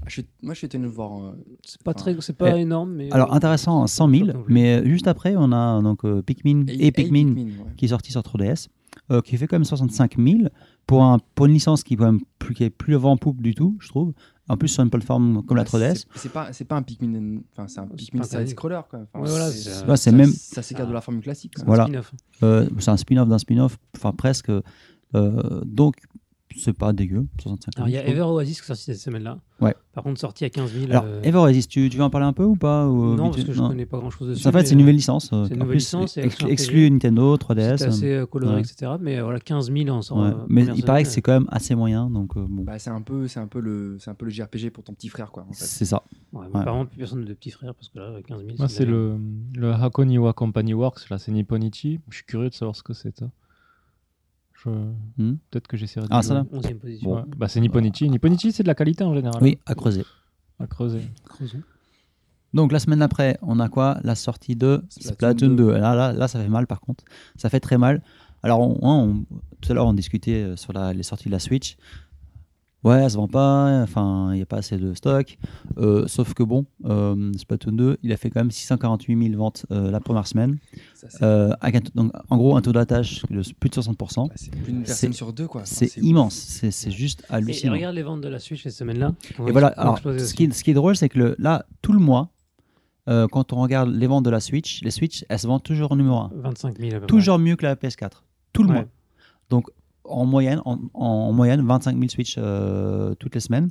S3: Ah, je suis- moi, je suis étonné de voir. euh,
S2: C'est pas, très, c'est pas énorme, mais.
S1: Eh, Alors intéressant, 100 000, mais euh, juste après, on a donc euh, Pikmin
S3: Hey-
S1: et,
S3: Hey
S1: Pikmin,
S3: ouais.
S1: qui est sorti sur 3DS, euh, qui fait quand même 65 000 pour, un, pour une licence qui est quand même plus, qui est plus le vent en poupe du tout, je trouve. En plus sur une plateforme comme la
S3: Ah,
S1: 3DS.
S3: c'est- C'est pas, c'est pas un Pikmin, enfin c'est un Pikmin
S2: pas un
S3: side scroller quoi. Enfin,
S2: Ouais, voilà,
S3: c'est-
S2: c'est-
S1: Ouais, c'est
S3: ça-
S1: même- Ah.
S3: Ça s'écarte de la formule classique. quoi.
S1: Voilà.
S2: Spin-off.
S1: Euh, c'est un spin-off d'un spin-off, enfin presque. Euh, donc, c'est pas dégueu, 65 000.
S2: Alors Ah, il y a
S1: je trouve.
S2: Ever Oasis qui est sorti cette semaine-là.
S1: Ouais.
S2: Par contre, sorti à 15 000.
S1: Alors,
S2: euh,
S1: Ever Resist, tu, tu veux en parler un peu ou pas ou, euh,
S2: non,
S1: vite-
S2: parce que je
S1: non.
S2: connais pas grand chose dessus.
S1: En fait,
S2: mais,
S1: c'est une nouvelle licence. euh,
S2: c'est une
S1: en
S2: nouvelle
S1: plus,
S2: licence et
S1: ex-
S2: action
S1: exclu
S2: RPG.
S1: Nintendo, 3DS.
S2: C'est assez
S1: euh,
S2: euh, coloré,
S1: ouais.
S2: etc. Mais voilà, 15 000 en sort.
S1: ouais.
S2: euh,
S1: Mais
S2: première
S1: il paraît que c'est
S2: semaine.
S1: quand même assez moyen, donc euh, bon,
S3: Bah, c'est un peu, c'est un peu le, c'est un peu le JRPG pour ton petit frère quoi. En fait.
S1: c'est ça.
S2: Ouais, mais
S1: ouais.
S2: Apparemment, plus personne de petits frères parce que là, 15 000.
S4: Moi, c'est
S2: de la
S4: le, le Hakoniwa Company Works, là, c'est Nipponichi. Je suis curieux de savoir ce que c'est, ça. Je- Peut-être que j'essaierai de
S1: Ah,
S4: le-
S1: ça là
S2: merde. 11e position.
S4: Ouais. Bah, c'est Nipponichi. Nipponichi, c'est de la qualité en général.
S1: Oui, à creuser.
S4: À creuser.
S2: Creusons.
S1: Donc la semaine d'après, on a quoi La sortie de
S3: Splatoon
S1: Splatoon 2.
S3: 2.
S1: Là, là, là, ça fait mal par contre. Ça fait très mal. Alors, on- hein, on- tout à l'heure, on discutait euh, sur la- les sorties de la Switch. Ouais, elle se vend pas, enfin, il n'y a pas assez de stock. Euh, sauf que bon, euh, Splatoon 2, il a fait quand même 648 000 ventes euh, la première semaine.
S3: Ça, c'est-
S1: Euh, avec un taux- donc, en gros, un taux d'attache de plus de 60%.
S3: bah, c'est plus d'une personne sur deux quoi. Enfin,
S1: C'est
S3: ouf.
S1: immense, c'est c'est juste
S2: Et, et
S1: hallucinant.
S2: regarde les ventes de la Switch cette semaine-là.
S1: Et voilà, alors, ce qui, est- ce qui est drôle, c'est que le- là, tout le mois, euh, quand on regarde les ventes de la Switch, les Switch, elles se vendent toujours en numéro 1.
S2: 25 000 à peu près.
S1: Toujours mieux que la PS4. Tout le
S2: Ouais.
S1: mois. Donc, en moyenne, en, en- en moyenne 25 000 Switch euh, toutes les semaines.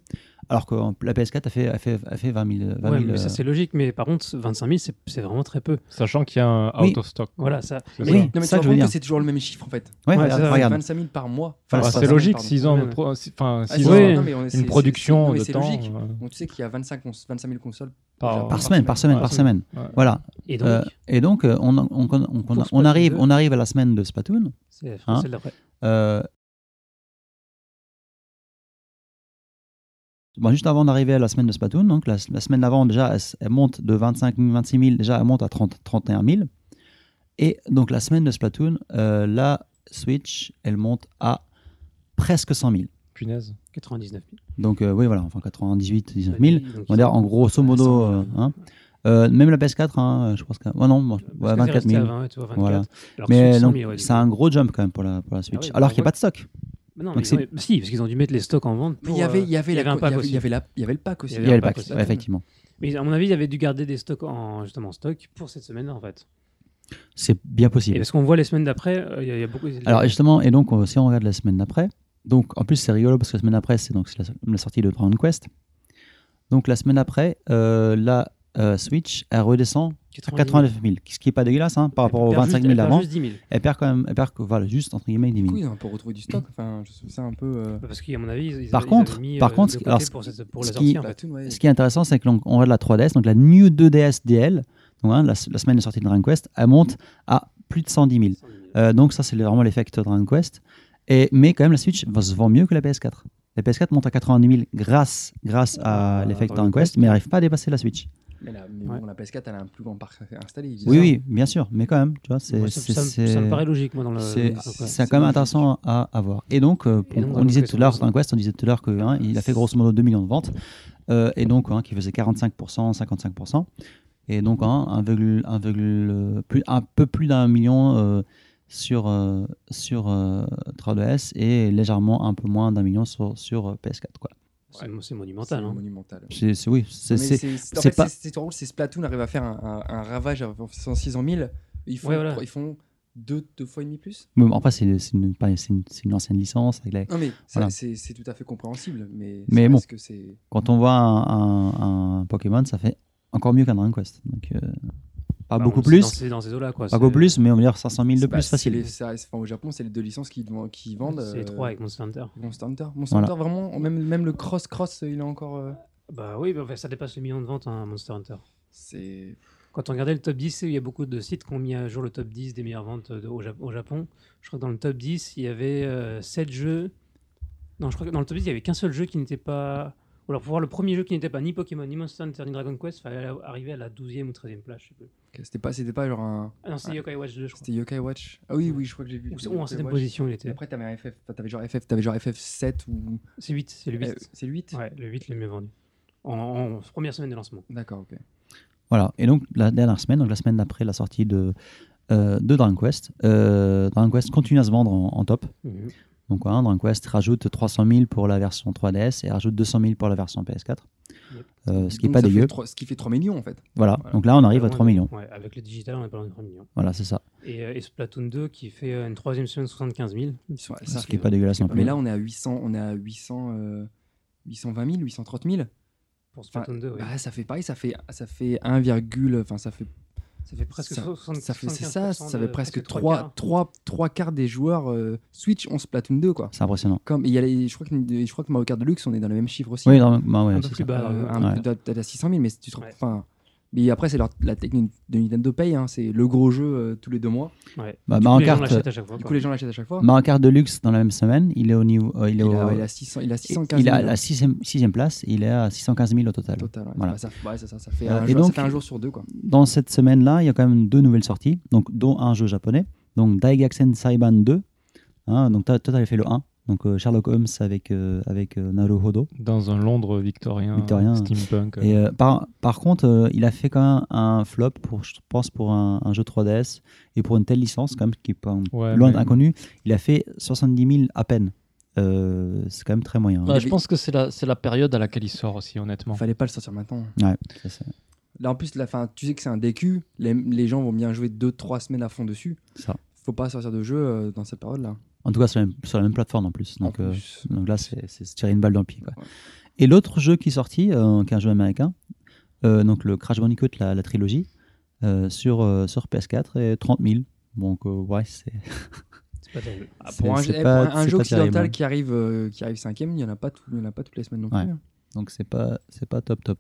S1: Alors que en- la PS4 a fait, a fait, a fait 20 000. 20
S2: Ouais,
S1: 000,
S2: mais ça,
S1: euh,
S2: c'est logique. Mais par contre, 25 000, c'est- c'est vraiment très peu.
S4: Sachant qu'il y a un
S1: Oui.
S4: out of stock.
S2: Voilà, ça.
S4: C'est
S2: mais-
S4: ça.
S1: Oui,
S3: Non mais
S1: ça
S3: ça,
S1: que
S3: je
S1: je veux dire.
S3: c'est toujours le même chiffre en fait.
S1: Ouais,
S2: Ouais,
S1: euh, regarde.
S2: ça,
S1: regarde.
S3: 25 000 par mois.
S1: Voilà,
S4: Bah,
S1: ça-
S4: c'est
S1: ça-
S4: logique
S3: pardon.
S4: s'ils ont,
S2: Ouais,
S4: une
S2: ouais.
S4: pro- si- enfin,
S3: Ah,
S4: s'ils
S3: c'est-
S4: ont
S2: ouais.
S3: non, mais on est- c'est-
S4: une
S3: c'est-
S4: production
S3: non, mais
S4: de
S3: c'est
S4: temps
S3: logique.
S4: euh,
S3: On sait qu'il y a 25, cons- 25 000 consoles
S4: par,
S1: Par semaine, par semaine,
S4: Ouais.
S1: par semaine.
S4: Ouais.
S1: Voilà.
S2: Et donc,
S1: Euh, et donc, euh, on, on- on- on- on
S2: Splatoon
S1: arrive,
S2: 2.
S1: on arrive à la semaine de Splatoon.
S2: c'est la
S1: hein.
S2: celle d'après.
S1: Euh, bon, juste avant d'arriver à la semaine de Splatoon, donc la, la semaine d'avant, déjà, elle, s- elle monte de 25 000, 26 000, déjà, elle monte à 30, 31 000. Et donc, la semaine de Splatoon, euh, la Switch, elle monte à presque 100 000.
S4: Ah, Punaise.
S2: 99 000.
S1: Donc, euh, oui, voilà, enfin 98, 19 000.
S2: Donc,
S1: On va dire, en grosso modo, euh, hein. Euh, même la PS4, hein, je pense que. ouais, non, bon,
S2: Parce que
S1: ouais,
S2: c'est
S1: 24
S2: resté
S1: 000.
S2: à 20, ouais, tu vois, 24.
S1: Voilà.
S2: Alors,
S1: Mais
S2: sur 100
S1: donc,
S2: 000, ouais, du
S1: c'est
S2: coup.
S1: un gros jump quand même pour la, pour la Switch.
S2: oui, bah,
S1: Alors qu'il n'y
S3: ouais.
S1: a pas de stock.
S2: Mais non,
S1: donc
S2: mais
S1: c'est-
S2: ils ont- mais si, parce qu'ils ont dû mettre les stocks en vente.
S3: Mais il
S2: pour,
S3: y avait,
S2: euh,
S3: il y avait
S2: il y
S3: la
S2: avait un
S3: co-
S2: pack
S3: il y avait-
S2: aussi.
S3: il y avait la, il y avait le pack aussi.
S2: Il
S1: Il y a le
S2: pack
S1: pack,
S2: aussi.
S1: ouais, effectivement.
S2: euh, Mais à mon avis, ils avaient dû garder des stocks en justement en stock pour cette semaine en fait.
S1: C'est bien
S2: Et
S1: possible.
S2: parce qu'on voit les semaines d'après, euh, il y, a- il y a beaucoup.
S1: Alors et justement, et donc on- si on regarde la semaine d'après, donc en plus c'est rigolo parce que la semaine d'après c'est donc c'est la, la sortie de Dragon Quest. Donc la semaine d'après, euh, la euh, Switch elle redescend à 89 000, ce qui est pas dégueulasse hein, par rapport aux 25 000 d'avant.
S2: Juste 10 000.
S1: Elle perd quand même, elle perd que- voilà, juste entre guillemets 10
S3: Bah,
S1: 000.
S3: Du coup, ils ont un peu retrouvé du stock. Enfin, je trouve ça un peu. euh,
S2: Parce qu'à mon avis, ils- ils
S1: Par
S2: avaient-
S1: contre-
S2: ils avaient mis,
S1: par
S2: euh,
S1: contre,
S2: de
S1: alors,
S2: côté
S1: ce
S2: pour,
S1: qui-
S2: cette- pour
S1: ce
S2: la
S1: qui-
S2: sortie en fait.
S3: Splatoon, ouais.
S1: Ce qui est intéressant, c'est que l'on on regarde la 3DS, donc la New 2DS DL, donc, hein, la, la semaine de sortie de Dragon Quest, elle monte à plus de 110 000. Euh, donc ça, c'est vraiment l'effet que Dragon Quest. Et, mais quand même, la Switch va- se vend mieux que la PS4. La PS4 monte à 90 000 grâce, grâce à
S4: Ah,
S1: l'effet
S4: Dragon
S1: Dragon Quest, mais n'arrive pas à dépasser la Switch.
S3: Mais la, mais
S2: Ouais.
S3: bon, la PS4, elle a un plus grand parc installé.
S1: Oui, oui, bien sûr, mais quand même, tu vois, c'est
S2: Moi, ça,
S1: c'est-
S2: ça me-
S1: c'est-
S2: ça me paraît logique moi dans le.
S1: Euh, c'est-
S2: dans le-
S1: c'est quand même intéressant à, à voir. Et donc, euh,
S2: Et donc,
S1: on- on,
S2: Dragon
S1: disait
S2: Quest,
S1: tout à l'heure,
S2: on-
S1: Dragon Quest, on disait tout à l'heure qu'il a fait grosso modo 2 millions de ventes, euh, et donc hein, qui faisait 45%, 55%, et donc hein, un, virgule- un virgule, euh, plus, un peu plus d'un million euh, sur, euh, sur euh, 3DS et légèrement un peu moins d'un million sur, sur euh, PS4. quoi.
S2: C'est c'est monumental. hein.
S3: Monumental.
S1: C'est c'est- oui, c'est-
S3: Mais
S1: c'est-
S3: en
S1: c'est
S3: fait,
S1: pas-
S3: c'est- C'est trop drôle, c'est Splatoon arrive à faire un, un- un ravage à 106 en 1000. Ils font,
S2: Ouais, voilà.
S3: ils font deux, deux fois et demi plus.
S1: bon, après, c'est c'est une, pareil, c'est une- c'est une ancienne licence avec la,
S3: Non, mais ça,
S1: Voilà.
S3: c'est c'est tout à fait compréhensible. Mais,
S1: Mais
S3: c'est
S1: bon.
S3: parce que c'est.
S1: quand on voit un, un- un Pokémon, ça fait encore mieux qu'un Dragon Quest. Donc, euh, pas
S2: Bah,
S1: beaucoup
S2: on- c'est
S1: plus,
S2: dans ces- dans ces eaux-là, quoi.
S1: pas beaucoup
S2: C'est-
S1: plus, mais on va dire 500 000 de
S3: bah,
S1: plus
S3: c'est
S1: facile.
S3: les- ça- c'est- enfin, au Japon, c'est les deux licences qui, vend- qui vendent.
S2: C'est
S3: euh,
S2: trois avec Monster Hunter.
S3: Monster Hunter. Monster
S1: Voilà.
S3: Hunter, vraiment, même, même le cross-cross, il est encore. euh,
S2: Bah oui, bah, ça dépasse le million de ventes, hein, Monster Hunter.
S3: C'est
S2: Quand on regardait le top 10, il y a beaucoup de sites qui ont mis à jour le top 10 des meilleures ventes de- au, Ja- au Japon. Je crois que dans le top 10, il y avait 7 jeux. Non, je crois que dans le top 10, il y avait qu'un seul jeu qui n'était pas. Ou alors pour voir le premier jeu qui n'était pas ni Pokémon, ni Monster Hunter, ni Dragon Quest, il fallait aller- arriver à la 12e ou 13e place, je sais plus.
S3: que c'était pas c'était pas genre un
S2: Ah non, c'est Yokai Watch 2, je crois.
S3: c'était Yokai Watch. Ah oui oui, je crois que j'ai vu.
S2: Ou c'est-
S3: Yokai
S2: ou en septième
S3: Watch.
S2: position, il était.
S3: Après t'avais un FF, enfin, t'avais genre FF, t'avais genre FF 7 ou
S2: C'est 8, c'est le 8.
S3: Euh, c'est le 8
S2: Ouais, le 8 le mieux vendu. En, en première semaine de lancement.
S3: D'accord, OK.
S1: Euh, Voilà, et donc la dernière semaine, donc la semaine d'après la sortie de, euh, de Dragon Quest, euh, Dragon Quest continue à se vendre en, en top.
S2: Mhm.
S1: Donc voilà, Dragon Quest rajoute 300 000 pour la version 3DS et rajoute 200 000 pour la version PS4,
S2: Yep.
S1: Euh, ce qui n'est
S3: Donc,
S1: pas
S3: ça fait
S1: dégueu.
S3: trois- ce qui fait 3 millions en fait.
S1: Voilà.
S3: Voilà.
S1: donc là on arrive à
S2: Pas
S1: 3
S2: loin de-
S1: millions.
S2: Ouais, avec le digital, on est pas loin de 3 millions.
S1: Voilà, c'est ça.
S2: Et, euh, et Splatoon 2 qui fait euh, une troisième semaine 75 000.
S3: Ils sont à-
S1: Ce
S3: ça
S1: qui n'est
S3: fait-
S1: pas dégueulasse non
S3: Mais
S1: plus.
S3: là on est à 800 on est à 800 euh, 820 000, 830 000.
S2: Pour Splatoon 2, ouais.
S3: Bah, ça fait pareil, ça fait ça fait 1, virgule- enfin ça fait
S2: ça fait presque
S3: ça-
S2: 60
S3: ça fait c'est ça,
S2: 75%
S3: ça fait
S2: de-
S3: presque
S2: trois
S3: 3
S2: quarts.
S3: 3 3 quarts des joueurs euh, Switch ont Splatoon 2 quoi.
S1: C'est impressionnant.
S3: Comme il y a les- je crois que je crois que Mario Kart Deluxe on est dans le même chiffre aussi.
S1: Oui, non, bah ouais,
S2: un
S1: c'est
S2: peu plus
S1: ça.
S2: bas.
S3: Euh,
S2: euh,
S3: un-
S1: Ouais.
S3: t'as- t'as 600 000, mais si tu te
S2: Ouais.
S3: enfin, mais après, c'est leur- la technique de Nintendo Pay, hein, c'est le gros jeu euh, tous les deux mois.
S2: ouais.
S1: Bah,
S2: Du coup,
S1: Mario
S2: les gens
S1: Kart,
S2: l'achètent à chaque fois.
S3: Du
S2: quoi.
S3: coup, les gens l'achètent à chaque fois.
S1: Mario Kart Deluxe dans la même semaine, il est au niveau. euh, il, est
S3: il,
S1: au-
S3: a, il, a 600, il a 615
S1: il est à
S3: 000,
S1: la
S3: hein,
S1: 6 place et il est à 615 000 au total.
S3: total. ouais.
S1: Voilà.
S3: Bah, ça, ouais, ça, ça- ça fait
S1: Euh,
S3: un
S1: et
S3: jour,
S1: donc-
S3: ça fait un jour sur deux. Quoi.
S1: Dans cette semaine-là, il y a quand même deux nouvelles sorties, donc, dont un jeu japonais, donc Daigakusen Saiban 2. Hein, donc toi, toi, t'avais fait le 1, donc euh, Sherlock Holmes avec, euh, avec euh, Naruhodo.
S4: Dans un Londres victorien,
S1: Victorien.
S4: steampunk.
S1: Et euh, par, par contre, euh, il a fait quand même un flop, pour, je pense, pour un, un jeu 3DS et pour une telle licence, quand même, qui est pas
S4: Ouais,
S1: loin
S4: mais-
S1: d'inconnu. Il a fait 70 000 à peine. Euh, c'est quand même très moyen. hein.
S6: Bah,
S4: Ouais, je pense que c'est la, c'est la période à laquelle il sort aussi, honnêtement.
S3: Fallait pas le sortir maintenant.
S1: Ouais, ça, c'est-
S3: Là, en plus, la fin, tu sais que c'est un DQ. Les, les gens vont bien jouer 2-3 semaines à fond dessus.
S1: Ça.
S3: Faut pas sortir de jeu euh, dans cette période-là.
S1: En tout cas, sur la même, sur la même plateforme en plus. Donc,
S3: En
S1: euh,
S3: plus.
S1: donc là, c'est c'est se tirer une balle dans le pied. quoi.
S3: Ouais.
S1: Et l'autre jeu qui est sorti, euh, qui est un jeu américain, euh, donc le Crash Bandicoot, la, la trilogie, euh, sur, euh, sur PS4, et 30 000. Donc, euh, ouais, c'est.
S2: C'est pas terrible.
S3: Ah,
S1: C'est-
S3: Pour un,
S1: c'est
S3: eh,
S1: pas-
S3: pour un
S1: c'est
S3: jeu
S1: pas
S3: occidental
S1: terrible, hein.
S3: qui arrive euh, qui arrive cinquième, il n'y en, a pas tout- il y en a pas toutes les semaines non plus.
S1: Ouais.
S3: hein.
S1: Donc, c'est pas, c'est pas top top.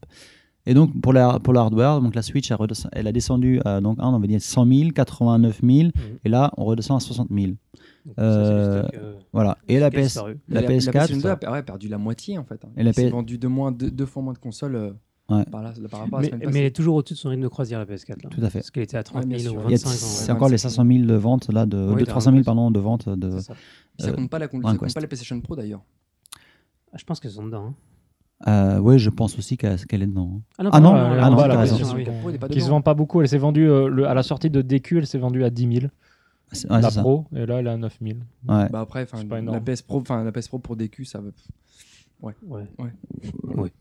S1: Et donc, pour la, pour la hardware, donc la Switch, elle, redescend- elle a descendu à donc, hein, on va dire 100 000, 89 000,
S2: Mhm.
S1: et là, on redescend à 60 000.
S2: Donc, ça, c'est
S1: Euh,
S2: le stock, euh,
S1: Voilà. Et la,
S2: qui a
S1: PS,
S2: disparu.
S1: la,
S3: la
S1: PS4.
S3: PlayStation 2 a per- ouais, perdu la moitié en fait. hein.
S1: Et la
S3: Il s'est
S1: P-
S3: vendu deux, moins, deux, deux fois moins de consoles euh,
S1: Ouais.
S3: par, là, par rapport à la
S2: Mais,
S3: semaine
S2: mais elle
S3: passée.
S2: est toujours au-dessus de son rythme de croisière, la PS4. là.
S1: Tout à fait.
S2: hein. Parce qu'elle était à 30
S3: Ouais, bien
S2: 000 ou
S3: sûr.
S1: il y a-
S2: 25 ans.
S1: C'est
S3: ouais.
S1: encore les 500 000 de ventes, là, de,
S2: Oui,
S1: de
S2: t'as
S1: 300 000
S2: raison.
S1: pardon, de ventes de,
S2: C'est ça.
S3: Puis ça
S1: euh,
S3: compte pas la, con- ça
S1: Dragon
S3: compte
S1: Quest.
S3: pas la PlayStation Pro d'ailleurs.
S2: Ah, je pense qu'elles sont dedans. hein.
S1: Euh, ouais, je pense aussi qu'elle qu'elle est dedans. Ah
S2: pardon,
S1: non,
S2: elle est
S1: ah
S2: en
S1: non,
S2: bas,
S1: t'as
S2: la
S1: raison.
S2: PlayStation, oui.
S3: La Pro n'est pas
S4: Qui se
S3: dedans.
S4: vend pas beaucoup. Elle s'est vendue euh, le- à la sortie de DQ, elle s'est vendue à 10 000,
S1: Ah, C'est- ouais,
S4: la
S1: c'est ça.
S4: pro, et là elle est à 9 000.
S1: Ouais.
S3: Bah après, enfin,
S4: C'est pas
S3: la
S4: énorme.
S3: PS Pro, enfin la PS Pro pour DQ, ça veut.
S2: Ouais.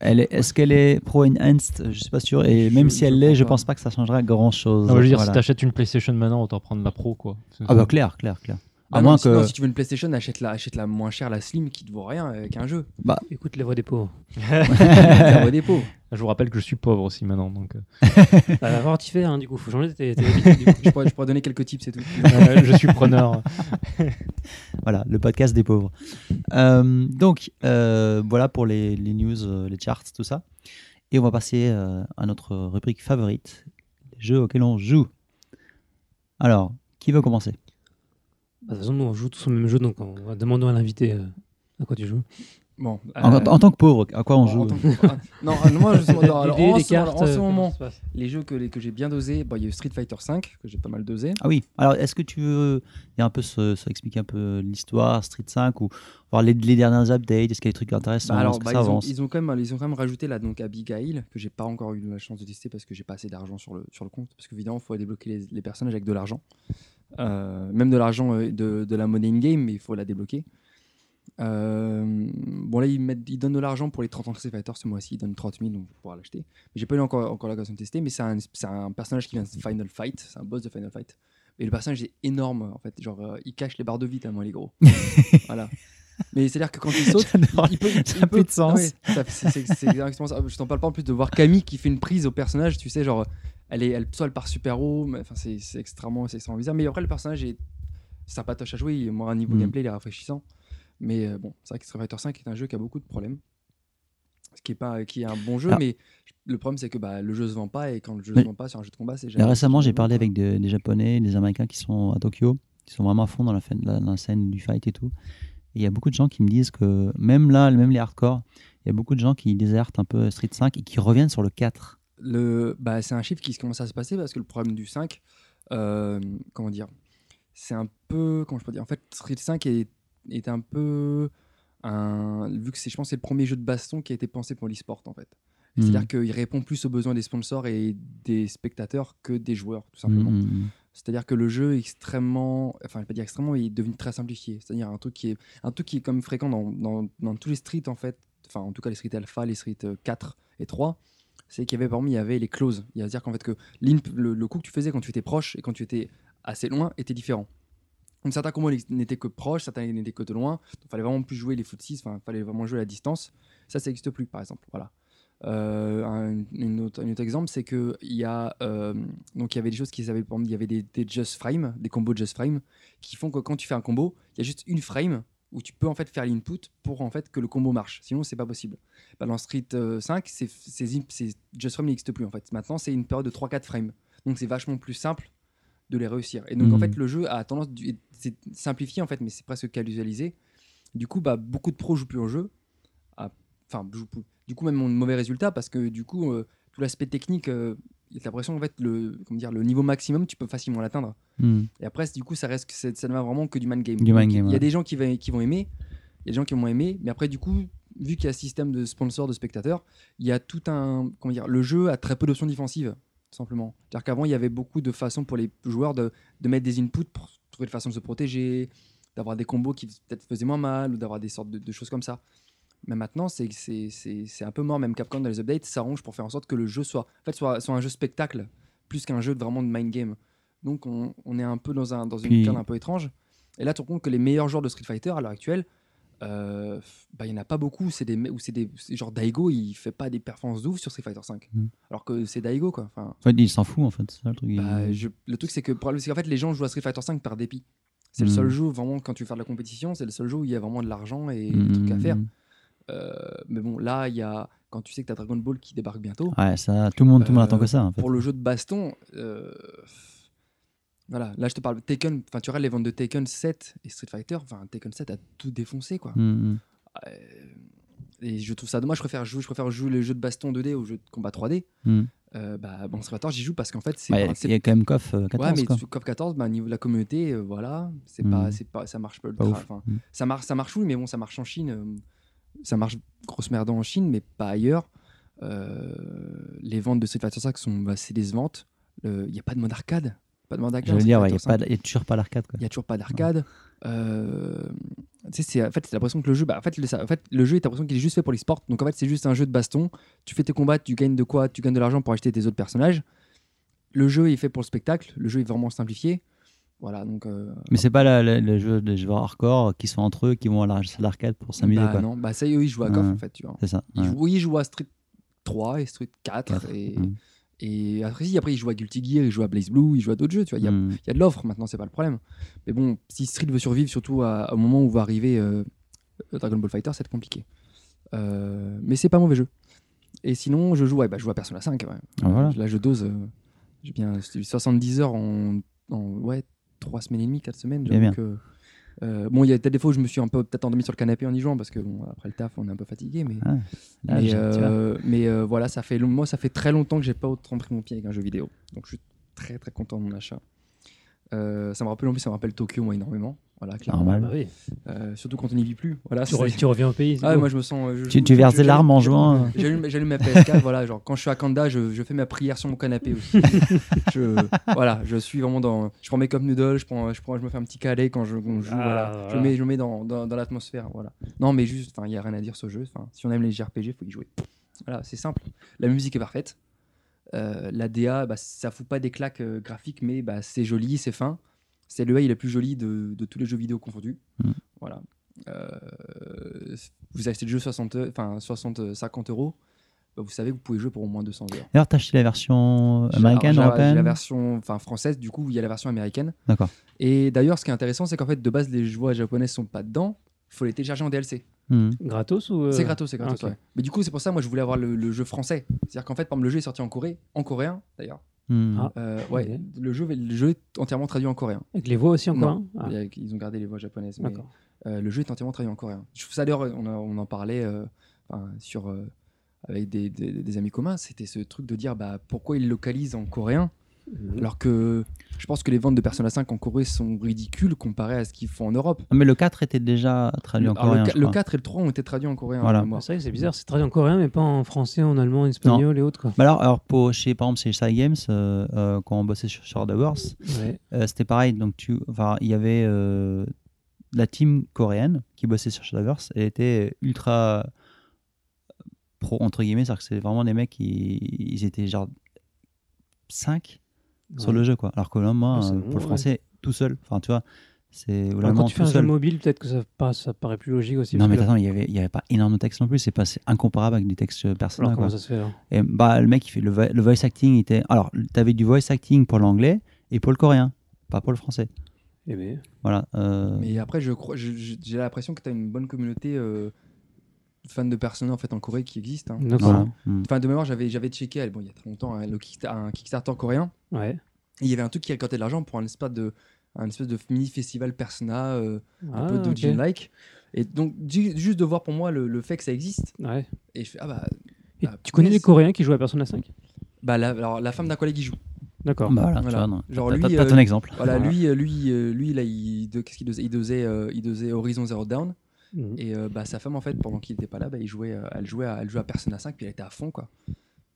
S1: Elle est- Est-ce qu'elle est pro enhanced Je suis pas sûr. Et
S3: Je-
S1: même si
S3: je
S1: elle l'est, je
S3: crois pas.
S1: pense pas que ça changera grand chose.
S4: Non, je veux dire,
S1: Voilà.
S4: si t'achètes une PlayStation maintenant, autant prendre la pro, quoi. C'est-
S1: ah bah clair, clair, clair.
S3: Bah
S1: à
S3: non,
S1: moins
S3: sinon,
S1: que
S3: si tu veux une PlayStation, achète la, achète la moins chère, la Slim qui te vaut rien avec un jeu.
S2: Écoute les voix des pauvres.
S3: Ça vaut des pots.
S4: Ah, Je vous rappelle que je suis pauvre aussi maintenant, donc euh,
S2: Bah, va voir t'y faire, hein, du coup. Faut changer tes, tes habitudes. du coup.
S3: Je pourrais, je pourrais donner quelques tips, c'est tout.
S4: euh, je suis preneur.
S1: voilà, le podcast des pauvres. Euh, donc euh, voilà pour les, les news, euh, les charts, tout ça. Et on va passer euh, à notre rubrique favorite, les jeux auxquels on joue. Alors, qui veut commencer
S2: Bah, de toute façon, nous, on joue tous au même jeu, donc on va demander à l'invité euh, à quoi tu joues.
S3: Bon.
S1: en,
S3: euh,
S1: en tant que pauvre, à quoi on
S3: en- en
S1: joue
S3: tant que- ah, non, ah, moi, je, non, alors,
S2: Des dés,
S3: en,
S2: des
S3: ce, en ce
S2: euh,
S3: moment,
S2: comment ça se passe
S3: les jeux que, les- que j'ai bien dosé, bah, il y a eu Street Fighter 5 que j'ai pas mal dosé.
S1: Ah oui, alors est-ce que tu veux il y a un peu se, se expliquer un peu l'histoire Street 5 ou voir les, les dernières updates, est-ce qu'il y a des trucs intéressants,
S3: Bah alors,
S1: est-ce que
S3: bah,
S1: ça
S3: ils, ont,
S1: avance
S3: ils ont quand même, ils ont quand même rajouté là donc Abigail que j'ai pas encore eu la chance de tester parce que j'ai pas assez d'argent sur le sur le compte parce qu'évidemment faut débloquer les, les personnages avec de l'argent, Euh, même de l'argent euh, de, de la monnaie in game mais il faut la débloquer. Euh, bon là ils, mettent, ils donnent de l'argent pour les 30 ans de Street Fighter ce mois-ci ils donnent 30 000 donc on pourra l'acheter. Mais j'ai pas eu encore encore l'occasion de tester mais c'est un c'est un personnage qui vient de Final Fight, c'est un boss de Final Fight. Et le personnage est énorme en fait, genre euh, il cache les barres de vie tellement il est gros. voilà. Mais c'est à dire que quand il saute
S1: J'adore.
S3: il peut- il
S1: Ça a
S3: peut-
S1: plus de sens.
S3: ouais, ça- c'est- c'est- c'est exactement ça. Je t'en parle pas en plus de voir Camille qui fait une prise au personnage, tu sais, genre, elle est, elle, soit elle part super haut, mais enfin, c'est c'est extrêmement, c'est extrêmement bizarre. Mais après, le personnage est sympatoche à jouer. il- Moi, un niveau
S1: Mm.
S3: gameplay, il est rafraîchissant. Mais euh, bon, c'est vrai que Street Fighter 5 est un jeu qui a beaucoup de problèmes. ce qui est pas qui est un bon jeu,
S1: Alors-
S3: mais le problème c'est que bah, le jeu se vend pas et quand le jeu
S1: Mais-
S3: se vend pas sur un jeu de combat, c'est
S1: Là,
S3: jamais.
S1: récemment, j'ai parlé avec des, des Japonais, des Américains qui sont à Tokyo, qui sont vraiment à fond dans la, fin- la- dans la scène du fight et tout. Et il y a beaucoup de gens qui me disent que, même là, même les hardcore, il y a beaucoup de gens qui désertent un peu Street 5 et qui reviennent sur le 4.
S3: le bah, c'est un chiffre qui commence à se passer parce que le problème du 5 euh, comment dire c'est un peu comment je peux dire en fait Street 5 est, est un peu un vu que c'est je pense que c'est le premier jeu de baston qui a été pensé pour l'e-sport en fait
S1: Mhm.
S3: c'est-à-dire qu'il répond plus aux besoins des sponsors et des spectateurs que des joueurs tout simplement
S1: Mhm, mhm.
S3: c'est-à-dire que le jeu est extrêmement, enfin je vais pas dire extrêmement, mais il est devenu très simplifié. C'est-à-dire un truc qui est, un truc qui est comme fréquent dans, dans- dans tous les streets en fait, enfin en tout cas les streets alpha, les streets euh, 4 et 3, c'est qu'il y avait parmi il y avait les clauses. Il y a à dire qu'en fait que l'imp- le, le coup que tu faisais quand tu étais proche et quand tu étais assez loin était différent. Donc certains combos n'ex- n'étaient que proches, certains n'étaient que de loin. Il fallait vraiment plus jouer les foot 6, enfin fallait vraiment jouer à la distance. Ça, ça n'existe plus par exemple. Voilà. Euh, un, une autre, un autre exemple, c'est que il y a euh, donc il y avait des choses qui s'avaient il y avait des, des just frame, des combos just frame, qui font que quand tu fais un combo, il y a juste une frame où tu peux en fait faire l'input pour en fait que le combo marche. Sinon, c'est pas possible. Bah, dans Street euh, 5, ces, ces, imp- ces just frame n'existent plus en fait. Maintenant, c'est une période de 3-4 frames. Donc c'est vachement plus simple de les réussir. Et donc en
S1: Mhm.
S3: fait, le jeu a tendance du- c'est simplifié en fait, mais c'est presque casualisé. Du coup, bah beaucoup de pros jouent plus au jeu. Ah, Enfin, jouent plus. du coup même ont de mauvais résultats parce que du coup euh, tout l'aspect technique, euh, t'as l'impression en fait le comment dire le niveau maximum, tu peux facilement l'atteindre.
S1: Mhm.
S3: Et après, du coup, ça reste que c'est- ça ne va vraiment que du man game.
S1: Du man
S3: Donc,
S1: game,
S3: Il y a
S1: ouais.
S3: des gens qui, va- qui vont aimer, il y a des gens qui vont aimer, mais après, du coup, vu qu'il y a ce système de sponsors, de spectateurs, il y a tout un. Comment dire Le jeu a très peu d'options défensives, tout simplement. C'est-à-dire qu'avant, il y avait beaucoup de façons pour les joueurs de, de mettre des inputs pour trouver une façon de se protéger, d'avoir des combos qui peut-être faisaient moins mal, ou d'avoir des sortes de, de choses comme ça. Mais maintenant, c'est- c'est c'est- c'est un peu mort. Même Capcom, dans les updates, s'arrange pour faire en sorte que le jeu soit, en fait, soit, soit un jeu spectacle, plus qu'un jeu de- vraiment de mind game. Donc, on, on est un peu dans, un, dans une
S1: Puis-
S3: cale un peu étrange. Et là, tu te rends compte que les meilleurs joueurs de Street Fighter, à l'heure actuelle, euh, bah, il n'y en a pas beaucoup. C'est des, me- ou c'est des, c'est genre Daigo, il fait pas des performances de ouf sur Street Fighter 5.
S1: Mhm.
S3: Alors que c'est Daigo, quoi. Enfin,
S1: En fait, ils s'en foutent, en fait. C'est ça le truc. Ils-
S3: bah, je- le truc, c'est que le problème, c'est qu'en fait, les gens jouent à Street Fighter 5 par dépit. C'est le
S1: Mhm.
S3: seul jeu, vraiment, quand tu veux faire de la compétition, c'est le seul jeu où il y a vraiment de l'argent et
S1: Mhm,
S3: des trucs à faire.
S1: mhm.
S3: Euh, mais bon, là, il y a, quand tu sais que tu as Dragon Ball qui débarque bientôt,
S1: Ouais, ça, tout le monde, tout le monde
S3: Euh,
S1: attend que ça, en fait.
S3: pour le jeu de baston, euh, voilà, là, je te parle de Tekken, enfin, tu regardes les ventes de Tekken 7 et Street Fighter, enfin, Tekken 7 a tout défoncé, quoi.
S1: Mhm, mhm.
S3: Euh, et je trouve ça dommage, je préfère jouer, je préfère jouer les jeux de baston 2D aux jeux de combat 3D.
S1: Mhm.
S3: Euh, bah, bon, Street Fighter, j'y joue parce qu'en fait, c'est
S1: Bah, Il y
S3: pas-
S1: a-
S3: c'est
S1: il y a quand même KOF euh, 14,
S3: ouais, mais
S1: quoi.
S3: sur COP 14, bah, niveau de la communauté, euh, voilà, c'est
S1: Mm.
S3: pas, c'est pas, ça marche pas
S1: Pas
S3: ultra.
S1: ouf.
S3: enfin,
S1: Mm.
S3: ça marche, ça marche oui, mais bon, ça marche en Chine, euh, ça marche grosse merde en Chine, mais pas ailleurs. Euh, les ventes de Street Fighter 5 sont bah, assez décevantes. Il n'y euh, a pas de mode arcade, pas de mode arcade.
S1: Je
S3: dans
S1: veux
S3: Street
S1: dire, ouais, il
S3: Fighter
S1: n'y a,
S3: 5.
S1: pas d- il y a toujours pas l'arcade, quoi.
S3: hein. Il y a toujours pas d'arcade. Euh, tu sais, c'est- en fait, c'est l'impression que le jeu, bah, en, fait, le, ça- en fait, le jeu, t'as l'impression qu'il est juste fait pour les sports. Donc, en fait, c'est juste un jeu de baston. Tu fais tes combats, tu gagnes de quoi Tu gagnes de l'argent pour acheter tes autres personnages. Le jeu est fait pour le spectacle. Le jeu est vraiment simplifié. Voilà, donc. euh,
S1: Mais c'est pas la- la- les jeux des joueurs hardcore qui sont entre eux, qui vont à la salle d'arcade pour s'amuser,
S3: bah,
S1: quoi.
S3: non, bah, ça y est, eux, ils jouent à KOF,
S1: Ouais.
S3: en fait, tu vois.
S1: C'est ça.
S3: Ils
S1: ouais.
S3: jouent, oui, ils jouent à Street 3 et Street 4.
S1: Quatre,
S3: Et,
S1: hum.
S3: et après, si, après, ils jouent à Guilty Gear, ils jouent à Blaze Blue, ils jouent à d'autres jeux, tu vois. Il y a
S1: Mhm.
S3: Il y a de l'offre maintenant, c'est pas le problème. Mais bon, si Street veut survivre, surtout à- au moment où va arriver euh, Dragon Ball Fighter, ça va être compliqué. Euh, mais c'est pas un mauvais jeu. Et sinon, je joue, ouais, bah, je joue à Persona 5. ouais.
S1: Ah, voilà.
S3: Là, je dose. euh, j'ai bien 70 heures en, en, ouais, 3 semaines et demie, 4 semaines.
S1: Bien,
S3: donc, euh, euh, bon, il y a peut-être des fois où je me suis un peu peut-être endormi sur le canapé en y jouant parce que bon, après le taf, on est un peu fatigué. Mais,
S1: Ah, là,
S3: mais,
S1: j'ai- tu vois.
S3: euh, mais, euh, voilà, ça fait long- moi, ça fait très longtemps que j'ai pas autant pris mon pied avec un jeu vidéo. Donc je suis très très content de mon achat. Euh, ça me rappelle en plus, ça me rappelle Tokyo moi énormément. Voilà, clairement.
S1: Normal.
S2: Bah oui.
S3: Euh, surtout quand on n'y vit plus. Voilà,
S2: tu, re-
S3: c'est-
S2: tu reviens au pays. c'est
S3: ah,
S2: beau.
S3: moi je me sens. euh, je-
S1: Tu-
S3: je-
S1: tu verses
S3: je-
S1: des
S3: je-
S1: larmes en
S3: je-
S1: jouant, hein.
S3: J'allume j'allume ma PS4. voilà, genre quand je suis à Kanda, je, je fais ma prière sur mon canapé aussi. je, voilà, je suis vraiment dans. Je prends mes cup noodles, je prends, je prends, je me fais un petit calais quand je, quand je joue.
S2: Ah,
S3: voilà. Je
S2: voilà.
S3: me mets, je me mets dans, dans, dans l'atmosphère. Voilà. Non, mais juste, enfin, il y a rien à dire ce jeu. Enfin, si on aime les JRPG, faut y jouer. Voilà, c'est simple. La musique est parfaite. Euh, la DA, bah, ça fout pas des claques euh, graphiques, mais bah, c'est joli, c'est fin. C'est le AI le plus joli de, de tous les jeux vidéo confondus.
S1: Mm.
S3: Voilà. Euh, vous achetez le jeu 60, enfin 60, euh, 50 euros. bah, vous savez que vous pouvez jouer pour au moins 200 heures.
S1: D'ailleurs, t'as acheté la version
S3: J'ai- alors,
S1: américaine,
S3: j'ai la- j'ai La
S1: européenne
S3: version enfin, française, du coup, il y a la version américaine.
S1: D'accord.
S3: Et d'ailleurs, ce qui est intéressant, c'est qu'en fait, de base, les voix japonaises sont pas dedans. faut les télécharger en DLC.
S1: Mhm.
S2: Gratos ou euh,
S3: C'est gratos, c'est gratos.
S2: ah, ok.
S3: ouais. Mais du coup, c'est pour ça, moi, je voulais avoir le, le jeu français. C'est-à-dire qu'en fait, par exemple, le jeu est sorti en Corée, en coréen d'ailleurs.
S1: Hmm.
S2: Ah.
S3: Euh, ouais,
S2: Ok.
S3: le jeu, le jeu est entièrement traduit en coréen.
S2: Avec les voix aussi encore
S3: Non,
S2: hein Ah,
S3: il y a- Ils ont gardé les voix japonaises, mais
S2: D'accord.
S3: euh, le jeu est entièrement traduit en coréen. Je trouve ça d'ailleurs, on, a- on en parlait euh, enfin, sur, euh, avec des, des- des amis communs, c'était ce truc de dire bah, pourquoi ils localisent en coréen alors que je pense que les ventes de Persona 5 en Corée sont ridicules comparées à ce qu'ils font en Europe.
S1: Ah, Mais le 4 était déjà traduit en
S3: Alors,
S1: coréen.
S3: le,
S1: je
S3: le
S1: crois.
S3: 4 et le 3 ont été traduits en coréen.
S1: Voilà.
S3: de mémoire.
S2: C'est vrai que c'est bizarre, c'est traduit en coréen, mais pas en français, en allemand, en espagnol et autres. quoi.
S1: Bah alors, alors pour, chez, par exemple, chez Side Games, euh, euh, quand on bossait sur Shadow Wars,
S2: Ouais.
S1: euh, c'était pareil. Donc, tu, enfin, il y avait euh, la team coréenne qui bossait sur Shadow Wars. Elle était ultra pro, entre guillemets. C'est-à-dire que c'est vraiment des mecs qui ils étaient genre 5 sur
S2: Ouais.
S1: le jeu, quoi. Alors que là, moi,
S2: Ah, c'est
S1: euh,
S2: bon,
S1: pour le
S2: ouais.
S1: français, tout seul. Enfin, tu vois, c'est ou
S2: Enfin,
S1: l'allemand
S2: quand tu fais
S1: tout
S2: un jeu
S1: seul.
S2: mobile, peut-être que ça, passe, ça paraît plus logique aussi.
S1: Non, mais
S2: parce que là-
S1: attends, il n'y avait, il y avait pas énorme de texte non plus. C'est pas c'est incomparable avec du texte personnel.
S2: Alors, comment ça se fait alors
S1: Et bah, le mec, il fait le, vo- le voice acting était. Alors, tu avais du voice acting pour l'anglais et pour le coréen, pas pour le français.
S2: Eh ben,
S1: Voilà. euh,
S3: Mais après, je crois, je- je- j'ai l'impression que tu as une bonne communauté euh, fan de Persona en fait en Corée qui existe. hein.
S2: d'accord.
S1: voilà. Mm.
S3: Enfin, de mémoire, j'avais j'avais checké, bon, il y a très longtemps, hein, le Kicksta- un Kickstarter coréen.
S2: Ouais.
S3: Et Il y avait un truc qui récoltait de l'argent pour un espèce de un espèce de mini festival Persona, euh, un
S2: Ah,
S3: peu
S2: ok.
S3: doujin-like. Et donc, ju- juste de voir pour moi le, le fait que ça existe.
S2: Ouais.
S3: Et je fais, ah bah,
S2: Et
S3: Ah,
S2: tu connais des
S3: punaise.
S2: Coréens qui jouent à Persona 5
S3: bah la, alors, la femme d'un collègue, il joue.
S2: D'accord.
S1: Bah voilà, tu
S3: Voilà.
S1: vois, non,
S3: Genre,
S1: t'as-
S3: lui,
S1: t'as- t'as ton
S3: euh,
S1: exemple.
S3: Voilà,
S2: Voilà.
S3: lui, euh, lui, euh, lui, là, il, de, qu'est-ce qu'il dosait il dosait, euh, il dosait Horizon Zero Dawn.
S2: Mhm.
S3: Et euh, bah, sa femme, en fait, pendant qu'il n'était pas là, bah, il jouait, euh, elle, jouait à, elle jouait à Persona 5, puis elle était à fond, quoi.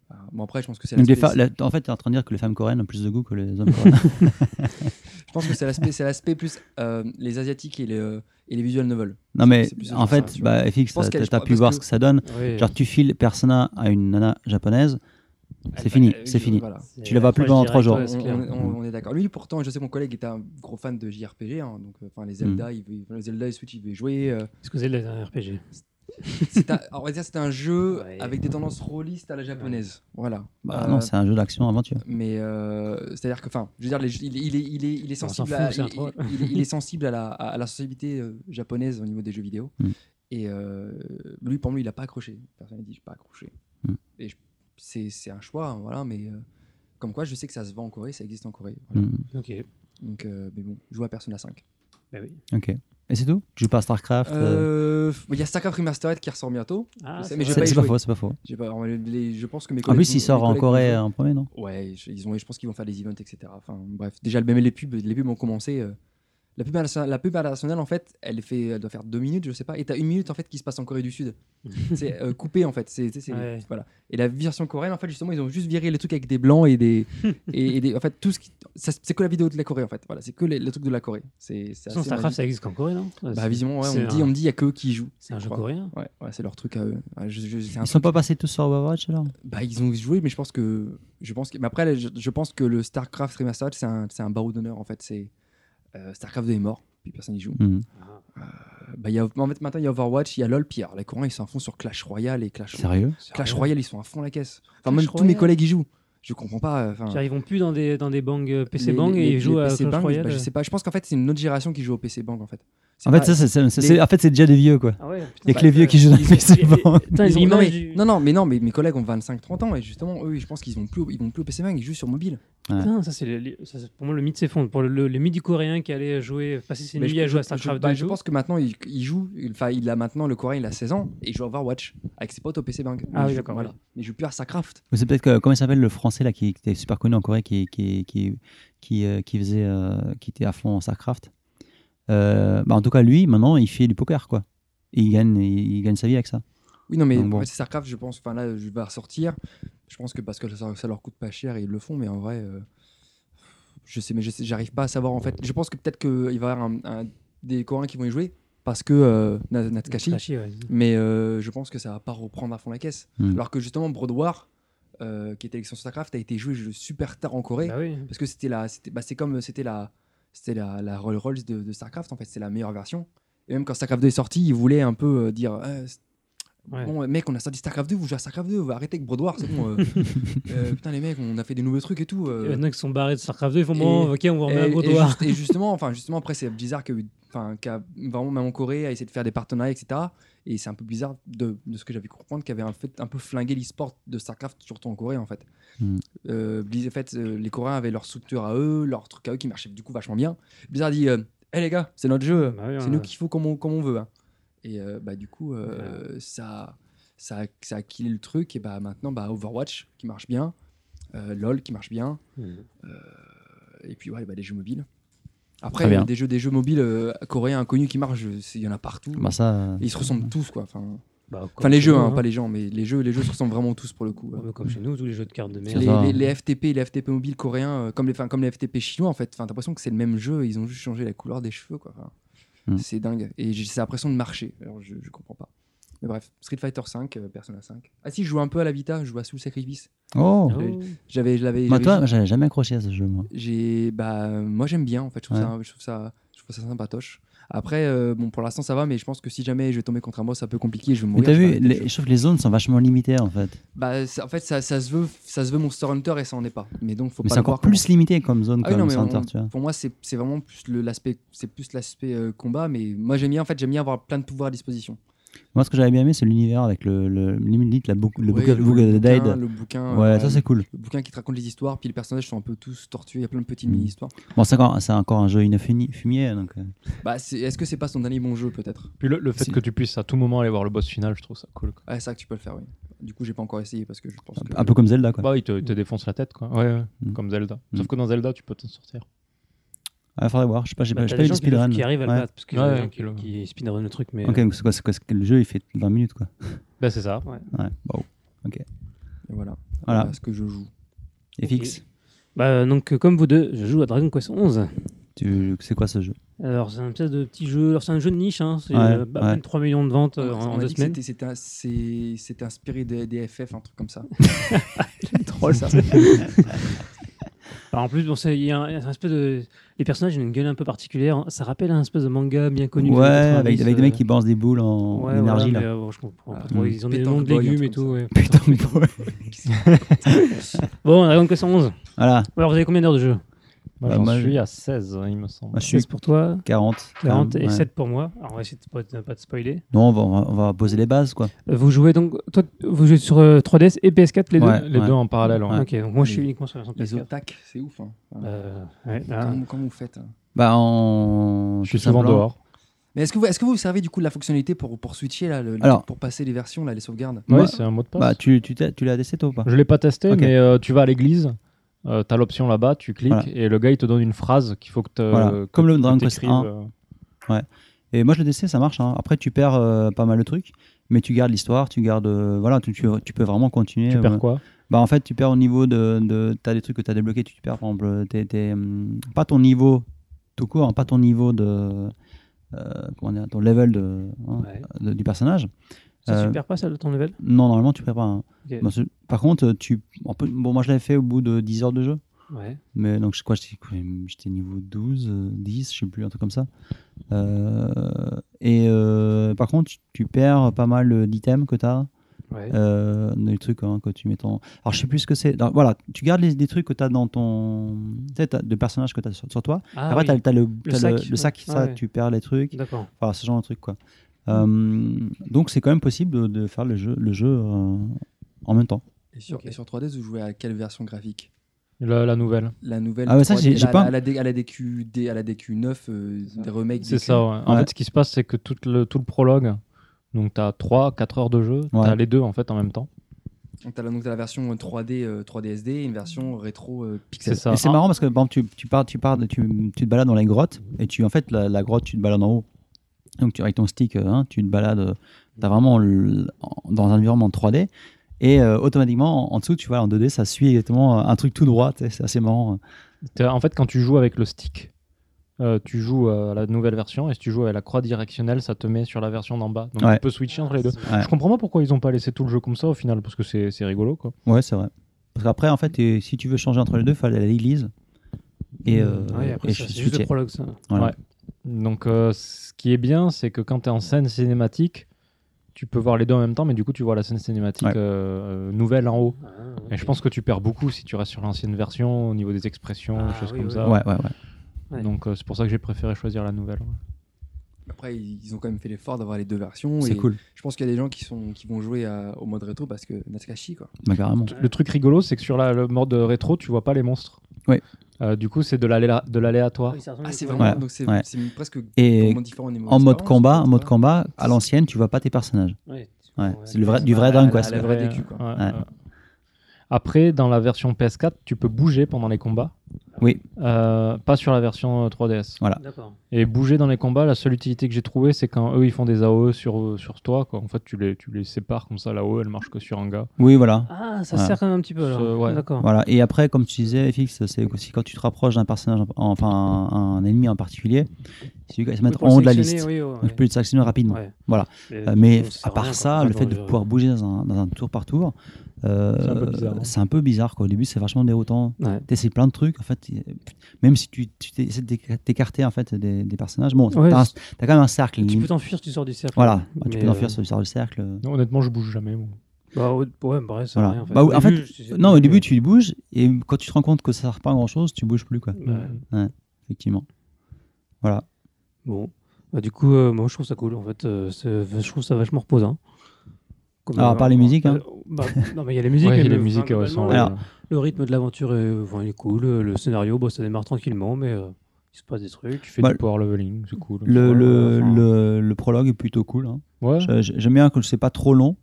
S3: Alors, bon, après, je pense que c'est
S1: Donc, des
S3: l'aspect-
S1: fa- la- en fait, t'es en train de dire que les femmes coréennes ont plus de goût que les hommes coréens.
S3: je pense que c'est l'aspect, c'est l'aspect plus euh, les Asiatiques et les, euh, et les visual novels.
S1: non, mais
S3: C'est plus
S1: en
S3: ça,
S1: fait,
S3: tu vois.
S1: bah, FX,
S3: Je pense
S1: t'as-
S3: qu'elle-
S1: t'as
S3: je
S1: pu
S3: pense
S1: voir
S3: que-
S1: ce que ça donne.
S2: Ouais.
S1: Genre, tu files Persona à une nana japonaise, c'est fini, c'est fini. Mhm.
S3: Voilà.
S1: tu la vois plus pendant trois
S2: Direct,
S1: jours.
S2: ouais, c'est
S3: on,
S2: clair.
S3: on- on- on est d'accord. Lui, pourtant, je sais que mon collègue était un gros fan de JRPG, hein, donc euh, enfin
S1: Mhm.
S3: les Zelda, il veut, les Zelda et Switch, il veut y jouer. euh.
S2: Parce que c'est un RPG.
S3: c'est un- on va dire, c'est un jeu
S2: Ouais.
S3: avec des tendances rôlistes à la japonaise. Voilà.
S1: Bah,
S3: Euh,
S1: non, c'est un jeu d'action-aventure.
S3: mais euh, c'est-à-dire que, enfin, je veux dire, les- il, il est, il est, il est
S2: On s'en
S3: sensible,
S2: fout,
S3: à,
S2: c'est un
S3: il,
S2: troll.
S3: il- il- il est sensible à la, à la sensibilité euh, japonaise au niveau des jeux vidéo.
S1: Mm.
S3: Et euh, lui, pour lui, il n'a pas accroché. Personne n'a dit, j'ai pas accroché.
S1: Mm.
S3: Et je- c'est, c'est un choix, hein, voilà. Mais euh, comme quoi, je sais que ça se vend en Corée, ça existe en Corée. voilà.
S1: Mm.
S2: Ok.
S3: Donc, euh, mais bon, joue à Persona 5.
S2: Bah oui.
S1: Ok. Et c'est tout Tu joues pas à StarCraft euh,
S3: Euh, Il y a Starcraft Remastered qui ressort bientôt.
S2: Ah,
S3: Je sais,
S2: c'est
S3: mais j'ai
S2: vrai.
S1: C'est
S3: pas
S1: c'est
S3: y
S1: pas
S3: joué.
S1: faux, c'est pas faux.
S3: J'ai pas- les- je pense que mes
S1: En
S3: collègues
S1: plus,
S3: vont-
S1: il sort
S3: mes
S1: en
S3: collègues vont
S1: Corée
S3: jouer.
S1: euh, en premier, non
S3: Ouais, je- ils ont, je pense qu'ils vont faire des events, etc. Enfin, bref, déjà, même les pubs, les pubs ont commencé. euh, la, pub internationale, la pub internationale, en fait, elle, fait, elle doit faire deux minutes, je sais pas, et t'as une minute, en fait, qui se passe en Corée du Sud. c'est euh, coupé, en fait. c'est c'est- c'est-
S2: Mmh. Ouais.
S3: voilà. Et la version coréenne, en fait, justement, ils ont juste viré les trucs avec des blancs et des. et, et des en fait, tout ce qui. ça, C'est que la vidéo de la Corée, en fait. Voilà, c'est que les, les trucs de la Corée. C'est c'est
S2: De toute façon,
S3: assez
S2: StarCraft,
S3: magique.
S2: ça existe qu'en Corée, non
S3: Bah, visiblement, ouais, on
S2: c'est
S3: me dit,
S2: un-
S3: on me dit, il y a que eux qui jouent.
S2: C'est un
S3: je
S2: jeu
S3: crois.
S2: coréen
S3: Ouais, ouais, c'est leur truc à eux. Ouais, je- je- c'est un
S1: Ils sont
S3: truc-
S1: pas passés tous sur Overwatch alors
S3: bah, ils ont joué, mais je pense que. Je pense que mais après, je, je pense que le StarCraft Remastered, c'est un, c'est un barreau d'honneur, en fait. C'est. euh, StarCraft 2 est mort, puis personne n'y joue.
S1: Mhm.
S3: Euh, bah, il y a, en fait, maintenant, il y a Overwatch, il y a LoL, puis alors, les courants, ils sont à fond sur Clash Royale et Clash,
S1: Sérieux
S3: Clash Royale, ils sont à fond la caisse. Enfin,
S2: Clash
S3: même tous
S2: Royale.
S3: mes collègues y jouent. Je comprends pas. euh, enfin,
S2: Genre, ils vont plus dans des, dans des bangs euh, PC
S3: les-
S2: Bang
S3: les-
S2: et
S3: les-
S2: ils jouent
S3: les
S2: à
S3: PC
S2: Clash
S3: Bang,
S2: Royale. euh.
S3: bah, je sais pas, je pense qu'en fait, c'est une autre génération qui joue au PC Bang, en fait. C'est
S1: En fait,
S3: pas-
S1: ça, c'est- c'est- c'est-
S3: les-
S1: c'est- en fait, c'est déjà des vieux quoi.
S2: Ah ouais,
S1: Il y a que les vieux qui jouent dans les PC Bang.
S2: Putain,
S3: ils ont- non,
S2: l'image
S3: mais,
S2: du-
S3: non, non, mais non, mais mes collègues ont 25-30 ans, et justement, eux, je pense qu'ils vont plus, ils vont plus au PC Bang, ils jouent sur mobile.
S1: Ah.
S2: Putain, ça, c'est le- le- ça, c'est- pour moi le mythe s'effondre. Pour le, le, le mythe du coréen qui allait jouer, passer ses
S3: Mais
S2: nuits
S3: je-
S2: à jouer à
S3: je- je,
S2: StarCraft
S3: bah,
S2: 2 et
S3: je
S2: tout.
S3: pense que maintenant il, il joue, il- enfin il a maintenant le coréen il a 16 ans et il joue à Overwatch avec ses potes au PC Bang.
S2: Ah
S3: Mais
S2: oui,
S3: je-
S2: d'accord,
S3: Voilà.
S2: oui.
S3: Mais il joue plus à StarCraft.
S1: Mais C'est peut-être que, comment il s'appelle le français là qui était super connu en Corée, qui, qui, qui, qui, euh, qui faisait, euh, qui était à fond en StarCraft. Euh, bah, en tout cas, lui, maintenant, il fait du poker quoi. Et il gagne, il, il gagne sa vie avec ça.
S3: Oui non mais
S1: Donc
S3: en
S1: bon.
S3: fait, StarCraft je pense, enfin là je vais ressortir. Je pense que parce que ça, ça leur coûte pas cher et ils le font mais en vrai euh, je sais mais je sais- j'arrive pas à savoir en fait. Je pense que peut-être qu'il va y avoir un- un- des coréens qui vont y jouer parce que euh, Na- Natsukashi.
S2: Clash, ouais.
S3: Mais euh, je pense que ça va pas reprendre à fond la caisse.
S1: Hmm.
S3: Alors que justement Broad War, euh, qui était l'élection StarCraft a été joué je- super tard en Corée.
S2: Bah oui.
S3: parce que c'était la c'était bah, c'est comme c'était la c'était la, la Rolls Royce de, de Starcraft en fait c'est la meilleure version et même quand Starcraft 2 est sorti ils voulaient un peu euh, dire euh,
S2: Ouais.
S3: Bon, euh, mec, on a sorti StarCraft 2, vous jouez à StarCraft 2, vous arrêtez avec Brodoir, c'est bon. euh, euh, putain, les mecs, on a fait des nouveaux trucs et tout. euh.
S2: Il y en a qui sont barrés de StarCraft 2, ils font bon, ok, on va remettre
S3: et-
S2: un
S3: et
S2: gros doigt.
S3: juste- Et, justement, enfin, justement, après, c'est bizarre que, enfin, qu'à- vraiment, même en Corée, a essayé de faire des partenariats, etc. Et c'est un peu bizarre de, de ce que j'avais comprendre qu'il y avait un fait un peu flingué l'e-sport de StarCraft, surtout en Corée, en fait.
S1: Hmm.
S3: Euh, Blizz- en fait, euh, les Coréens avaient leur structure à eux, leur truc à eux qui marchait du coup vachement bien. Blizzard a dit, euh, hé les gars, c'est notre jeu,
S2: Bah oui,
S3: c'est
S2: on
S3: nous
S2: a-
S3: qui faut comme on, comme on veut. hein. Et euh, bah, du coup, euh, ça, ça, ça a killé le truc. Et bah, maintenant, bah, Overwatch qui marche bien, euh, LoL qui marche bien, et puis ouais, bah, les jeux mobiles. Après,
S1: Très bien.
S3: euh, des jeux, des jeux mobiles euh, coréens inconnus qui marchent, je- c'est- il y en a partout.
S1: Bah ça, euh,
S3: Et ils se ressemblent tous, quoi. Enfin,
S2: Bah,
S3: enfin,
S2: comme
S3: les
S2: chez
S3: jeux,
S2: nous,
S3: hein,
S2: hein.
S3: pas les gens, mais les jeux, les jeux se ressemblent vraiment tous pour le coup. euh.
S2: Ouais, Comme chez nous, tous les jeux de cartes de
S3: Les,
S2: merde.
S1: C'est ça.
S3: les- les FTP, les FTP mobiles coréens, euh, comme les, enfin, comme les FTP chinois, en fait, enfin, t'as l'impression que c'est le même jeu, ils ont juste changé la couleur des cheveux, quoi. Enfin,
S1: Mm.
S3: C'est dingue. Et j'ai cette impression de marcher. Alors, je, je comprends pas. Mais bref, Street Fighter 5, Persona 5. Ah si, je jouais un peu à la Vita, je jouais à Soul Sacrifice.
S1: Oh
S2: Oh.
S3: J'avais, je l'avais.
S1: Bah
S3: j'avais
S1: toi,
S3: joué-
S1: j'avais jamais accroché à ce jeu, moi.
S3: j'ai bah euh, moi j'aime bien en fait je trouve,
S1: Ouais.
S3: ça, je trouve ça je trouve ça sympatoche après euh, bon pour l'instant ça va mais je pense que si jamais je vais tomber contre un boss un peu compliqué je vais
S1: Mais
S3: mourir
S1: t'as
S3: je vais
S1: vu,
S3: arrêter le
S1: les,
S3: jeu.
S1: je trouve que les zones sont vachement limitées en fait.
S3: bah ça- en fait ça, ça se veut ça se veut Monster Hunter et ça en est pas mais donc faut
S1: Mais
S3: pas
S1: c'est
S3: le
S1: encore
S3: voir
S1: plus limité comme zone
S3: Ah oui,
S1: comme
S3: non, mais
S1: center,
S3: on-
S1: tu vois.
S3: pour moi c'est c'est vraiment plus le- l'aspect c'est plus l'aspect euh, combat mais moi j'aime bien en fait j'aime bien avoir plein de pouvoirs à disposition
S1: Moi, ce que j'avais bien aimé, c'est l'univers avec le, le limite la bouc- le
S3: Ouais,
S1: Book of- Book of the Dead.
S3: bouquin, le bouquin
S1: ouais,
S3: euh,
S1: ça c'est cool.
S3: le bouquin qui te raconte les histoires puis les personnages sont un peu tous tortués il y a plein de
S1: Mm.
S3: petites mini histoires
S1: Bon, c'est encore, c'est encore un jeu inafini, fumier, donc. euh,
S3: bah c'est- est-ce que c'est pas son dernier bon jeu peut-être
S4: Puis le, le fait
S1: Si.
S4: que tu puisses à tout moment aller voir le boss final, je trouve ça cool. quoi.
S3: ah c'est ça que tu peux le faire oui du coup j'ai pas encore essayé parce que je pense que
S1: Un peu comme Zelda, quoi.
S4: Bah, il te, il te défonce la tête, quoi. Ouais, ouais,
S1: Mm.
S4: comme Zelda.
S1: Mm.
S4: Sauf que dans Zelda, tu peux t'en sortir.
S1: Ah, faudrait voir. Je sais pas, j'ai
S2: Bah,
S1: pas,
S2: t'as des
S1: j'ai pas eu de
S2: gens qui le-
S1: speedrun.
S2: Qui arrivent à le
S1: Ouais.
S2: battre, parce que
S4: Ouais,
S2: j'ai des gens
S4: ouais, kilo.
S2: qui- qui speedrun le truc, mais. euh,
S1: Ok, donc c'est quoi, c'est quoi- c'est que le jeu il fait 20 minutes, quoi.
S4: Bah, c'est ça.
S1: Ouais, wow.
S3: Et
S1: Voilà.
S3: voilà Voilà ce que je joue.
S1: Et fixe.
S2: Bah, donc, euh, comme vous deux, je joue à Dragon Quest 11.
S1: Tu... C'est quoi ce jeu
S2: Alors, c'est un espèce de petit jeu. Alors, c'est un jeu de niche, hein. C'est
S1: Ouais,
S2: euh, bah,
S1: ouais.
S2: plus de 3 millions de ventes euh,
S3: On-
S2: en,
S3: on
S2: en
S3: a
S2: deux
S3: dit que
S2: semaines.
S3: c'était- c'était un- c'est- c'était inspiré des, des FF, un truc comme ça. C'est ça.
S2: Alors, en plus, bon, c'est- il y a un, un espèce de. Les personnages ont une gueule un peu particulière. hein. Ça rappelle un espèce de manga bien connu. des
S1: Ouais,
S2: années
S1: avec,
S2: 90,
S1: avec des
S2: euh,
S1: mecs qui balancent des boules en
S2: Ouais,
S1: en énergie,
S2: voilà,
S1: là.
S2: mais, euh, bon, je comprends pas
S3: Ah,
S2: trop.
S1: hum.
S2: Ils ont des
S3: Pétanque
S2: noms de
S3: boy, un
S2: légumes
S3: truc
S2: et tout.
S3: comme
S2: ouais.
S1: Putain, ouais.
S2: Bon, Dragon Quest 11.
S1: Voilà,
S2: Alors, vous avez combien d'heures de jeu
S4: Moi,
S1: Bah,
S4: j'en
S1: moi,
S4: suis
S1: je-
S4: à 16, hein, il me semble.
S1: Moi, je suis
S2: 16 pour toi,
S1: 40. quand
S2: 40
S1: même,
S2: et
S1: ouais.
S2: 7 pour moi. Alors, on va essayer de pas, de pas te spoiler.
S1: Non, on va, on va- on va poser les bases, quoi.
S2: Euh, Vous jouez donc. Toi, vous jouez sur euh, 3DS et PS4, les deux
S1: Ouais,
S4: Les deux en parallèle. hein. ouais.
S2: Ok, donc moi, je suis uniquement sur la version
S3: Les
S2: PS4.
S3: otak, c'est ouf. Hein. Enfin,
S2: Euh, ouais, là.
S3: comment, comment vous faites hein
S1: Bah, on.
S4: Je suis
S1: tout
S4: souvent
S1: simplement.
S4: dehors.
S3: Mais est-ce que, vous- est-ce que vous servez du coup de la fonctionnalité pour, pour switcher, là, le- le-
S1: Alors.
S3: pour passer les versions, là, les sauvegardes
S1: Moi-
S4: Ouais, c'est un mot de passe.
S1: Bah, tu, tu, t'as- tu l'as testé, toi, ou pas
S4: Je l'ai pas testé,
S1: Ok.
S4: mais euh, tu vas à l'église, euh, t'as l'option là-bas, tu cliques
S1: Voilà.
S4: et le gars il te donne une phrase qu'il faut que euh, tu.
S1: Voilà. Comme le Dragon Quest 1. Et moi, je l'ai testé, ça marche. hein. Après, tu perds euh, pas mal de trucs, mais tu gardes l'histoire, tu gardes. euh, voilà, tu, tu, tu peux vraiment continuer.
S4: Tu
S1: euh,
S4: perds quoi
S1: Bah, en fait, tu perds au niveau de. de t'as des trucs que t'as débloqués, tu, tu perds, par exemple, euh, t'es- t'es, hum, pas ton niveau tout court, hein, pas ton niveau de. euh, comment dire, ton level de, hein,
S2: Ouais.
S1: de- du personnage.
S2: Ça,
S1: Euh,
S2: tu perds pas ça, ton level
S1: Non, normalement, tu perds pas. hein.
S2: Ok.
S1: Bah, c'est- par contre, euh, tu. on peut- bon, moi, je l'avais fait au bout de 10 heures de jeu.
S2: Ouais.
S1: Mais donc, je crois que j'étais- j'étais niveau 12, euh, 10, je sais plus, un truc comme ça. Euh, et euh, par contre, tu, tu perds pas mal euh, d'items que tu as, Euh,
S2: ouais.
S1: des trucs hein, que tu mets ton. Alors, je sais plus ce que c'est. Alors, Voilà, tu gardes les, des trucs que tu as dans ton. Tu sais, t'as- de personnages que tu as sur, sur toi.
S2: Ah,
S1: Après,
S2: oui.
S1: tu as, le, t'as
S2: sac,
S1: le- le
S2: ouais.
S1: sac,
S2: Ah
S1: ça,
S2: ouais.
S1: tu perds les trucs.
S2: D'accord.
S1: Voilà, ce genre de truc, quoi. Euh, donc, c'est quand même possible de, de faire le jeu, le jeu euh, en même temps.
S3: et sur,
S2: Ok.
S3: et sur 3DS, vous jouez à quelle version graphique
S4: la, la nouvelle.
S3: La nouvelle
S1: Ah ouais, ça,
S3: 3D,
S1: j'ai- j'ai
S3: à,
S1: pas-
S3: la- à la, D- à la DQ, à la DQ9, euh, des remakes.
S4: C'est
S3: DQ.
S4: ça, ouais. En
S1: Ouais.
S4: fait, ce qui se passe, c'est que tout le, tout le prologue, donc t'as 3-4 heures de jeu,
S1: Ouais.
S4: t'as les deux en fait en même temps.
S3: Donc, t'as la, donc, t'as la version 3D, euh, 3DSD et une version rétro euh,
S4: C'est
S3: pixel.
S4: ça.
S1: Et c'est
S4: Ah,
S1: marrant parce que par exemple, tu, tu pars, tu, pars, tu, tu te balades dans les grottes et tu, en fait, la, la grotte, tu te balades en haut. Donc, tu, avec ton stick, euh, hein, tu te balades, tu as vraiment le- en- dans un environnement 3D et euh, automatiquement en, en dessous, tu vois, en 2D, ça suit exactement euh, un truc tout droit. tu sais, C'est assez marrant.
S4: t'as- En fait, quand tu joues avec le stick, euh, tu joues euh, à la nouvelle version et si tu joues avec la croix directionnelle, ça te met sur la version d'en bas. Donc
S1: Ouais.
S4: tu peux switcher entre les deux.
S1: Ouais.
S4: Je comprends pas pourquoi ils ont pas laissé tout le jeu comme ça au final, parce que c'est c'est rigolo quoi.
S1: euh. Ouais, c'est vrai. Parce qu'après, en fait, et si tu veux changer entre les deux, il faut aller à l'église. Et, euh,
S2: Ouais, après,
S1: et
S2: ça,
S1: je-
S2: c'est juste le
S1: switcher.
S2: prologue, ça.
S1: Voilà.
S4: Ouais. Donc, euh, ce qui est bien, c'est que quand tu es en scène cinématique,
S5: tu peux voir les deux en même temps, mais du coup, tu vois la scène cinématique
S1: Ouais.
S5: euh, euh, nouvelle en haut.
S2: Ah,
S5: Et je pense que tu perds beaucoup si tu restes sur l'ancienne version au niveau des expressions,
S2: Ah,
S5: des choses
S2: oui,
S5: comme
S2: oui.
S5: ça.
S1: Ouais, ouais, ouais.
S2: Ouais.
S5: Donc euh, c'est pour ça que j'ai préféré choisir la nouvelle. ouais.
S3: Après, ils ont quand même fait l'effort d'avoir les deux versions.
S1: C'est
S3: et
S1: cool.
S3: Je pense qu'il y a des gens qui, sont, qui vont jouer à- au mode rétro parce que Natsukashi, quoi.
S1: Bah, carrément.
S5: Le truc rigolo, c'est que sur la, le mode rétro, tu vois pas les monstres.
S1: Ouais.
S5: Euh, du coup, c'est de l'aléa- de l'aléatoire.
S2: oui, ça ressemble
S3: Ah, c'est
S2: beaucoup à-
S3: vraiment.
S1: Ouais,
S3: Donc c'est
S1: ouais.
S3: c'est presque
S1: Et
S3: vraiment différent au niveau
S1: En mode
S3: expérience,
S1: combat,
S3: quoi,
S1: en mode
S3: tu vois.
S1: combat, à l'ancienne, tu vois pas tes personnages.
S2: Ouais.
S1: Ouais,
S2: Ouais,
S1: c'est le vrai, du vrai
S5: Ouais,
S1: Dragon
S5: la-
S1: Quest.
S3: la
S1: ouais.
S3: vraie décu, quoi.
S5: ouais,
S1: Ouais.
S5: ouais. Après, dans la version PS4, tu peux bouger pendant les combats.
S1: Oui.
S5: Euh, pas sur la version euh, 3DS.
S2: D'accord.
S5: Et bouger dans les combats, la seule utilité que j'ai trouvée, c'est quand eux ils font des AOE sur, euh, sur toi. Quoi. En fait, tu les, tu les sépares comme ça. L'AOE elle marche que sur un gars.
S1: Oui, voilà.
S2: Ah, ça
S1: Ouais.
S2: sert quand même un petit peu. alors.
S5: Ce- ouais.
S2: D'accord.
S1: Voilà. Et après, comme tu disais, FX, c'est aussi quand tu te rapproches d'un personnage, en- enfin un, un ennemi en particulier, tu vas se
S2: Oui,
S1: mettre
S2: pour le
S1: en haut de la
S2: sélectionner,
S1: liste.
S2: oui, ouais,
S1: Donc, Tu peux le sélectionner rapidement.
S2: ouais.
S1: voilà.
S2: Mais,
S1: Euh, mais
S2: bon, ça sert
S1: à
S2: à rien,
S1: part ça,
S2: quoi. euh,
S1: le fait de
S2: Attends, je-
S1: pouvoir bouger dans un, dans un tour par tour, euh,
S5: C'est un peu bizarre, hein.
S1: c'est un peu bizarre. quoi. Au début, c'est vachement déroutant.
S2: Ouais.
S1: T'essayes plein de trucs, en fait. et- Même si tu, tu essaies de t'éca- t'écarter en fait, des, des personnages, bon,
S2: Ouais,
S1: t'as un-
S2: c'est-
S1: t'as quand même un cercle.
S2: Tu
S1: limite.
S2: peux t'enfuir si tu sors du cercle.
S1: Voilà, Ah, tu
S2: Mais,
S1: peux t'enfuir
S2: euh,
S1: sur, sur le cercle.
S5: Non, honnêtement, je bouge jamais. moi.
S2: Bah, ouais, ouais, bah, ouais, ça sert à
S1: Voilà.
S2: rien, en fait.
S1: Bah,
S2: Au
S1: en fait,
S2: début, je- je-
S1: Non, au début, tu bouges, et quand tu te rends compte que ça sert pas à grand chose, tu bouges plus, quoi.
S2: Bah,
S1: Effectivement. Voilà.
S2: Bon. Bah, du coup, euh, moi, je trouve ça cool, en fait. euh, c'est- je trouve ça vachement reposant. Comme,
S1: Alors, à
S2: euh,
S1: part les
S2: euh,
S1: musiques, hein.
S2: bah, non, mais il y a les musiques.
S5: Ouais,
S2: mais
S5: les
S2: le-
S5: musiques,
S2: enfin, globalement,
S5: elles sont-
S2: le-
S1: Alors,
S2: Le rythme de l'aventure, est, enfin, il est cool. euh, Le scénario, bah, ça démarre tranquillement, mais euh, il se passe des trucs.
S5: Tu fais
S1: Bah,
S5: du power leveling, c'est cool.
S1: Le,
S5: Ouais,
S1: le,
S5: enfin,
S1: le, le prologue est plutôt cool. hein.
S5: ouais.
S1: Je- je- J'aime bien que c'est pas trop long.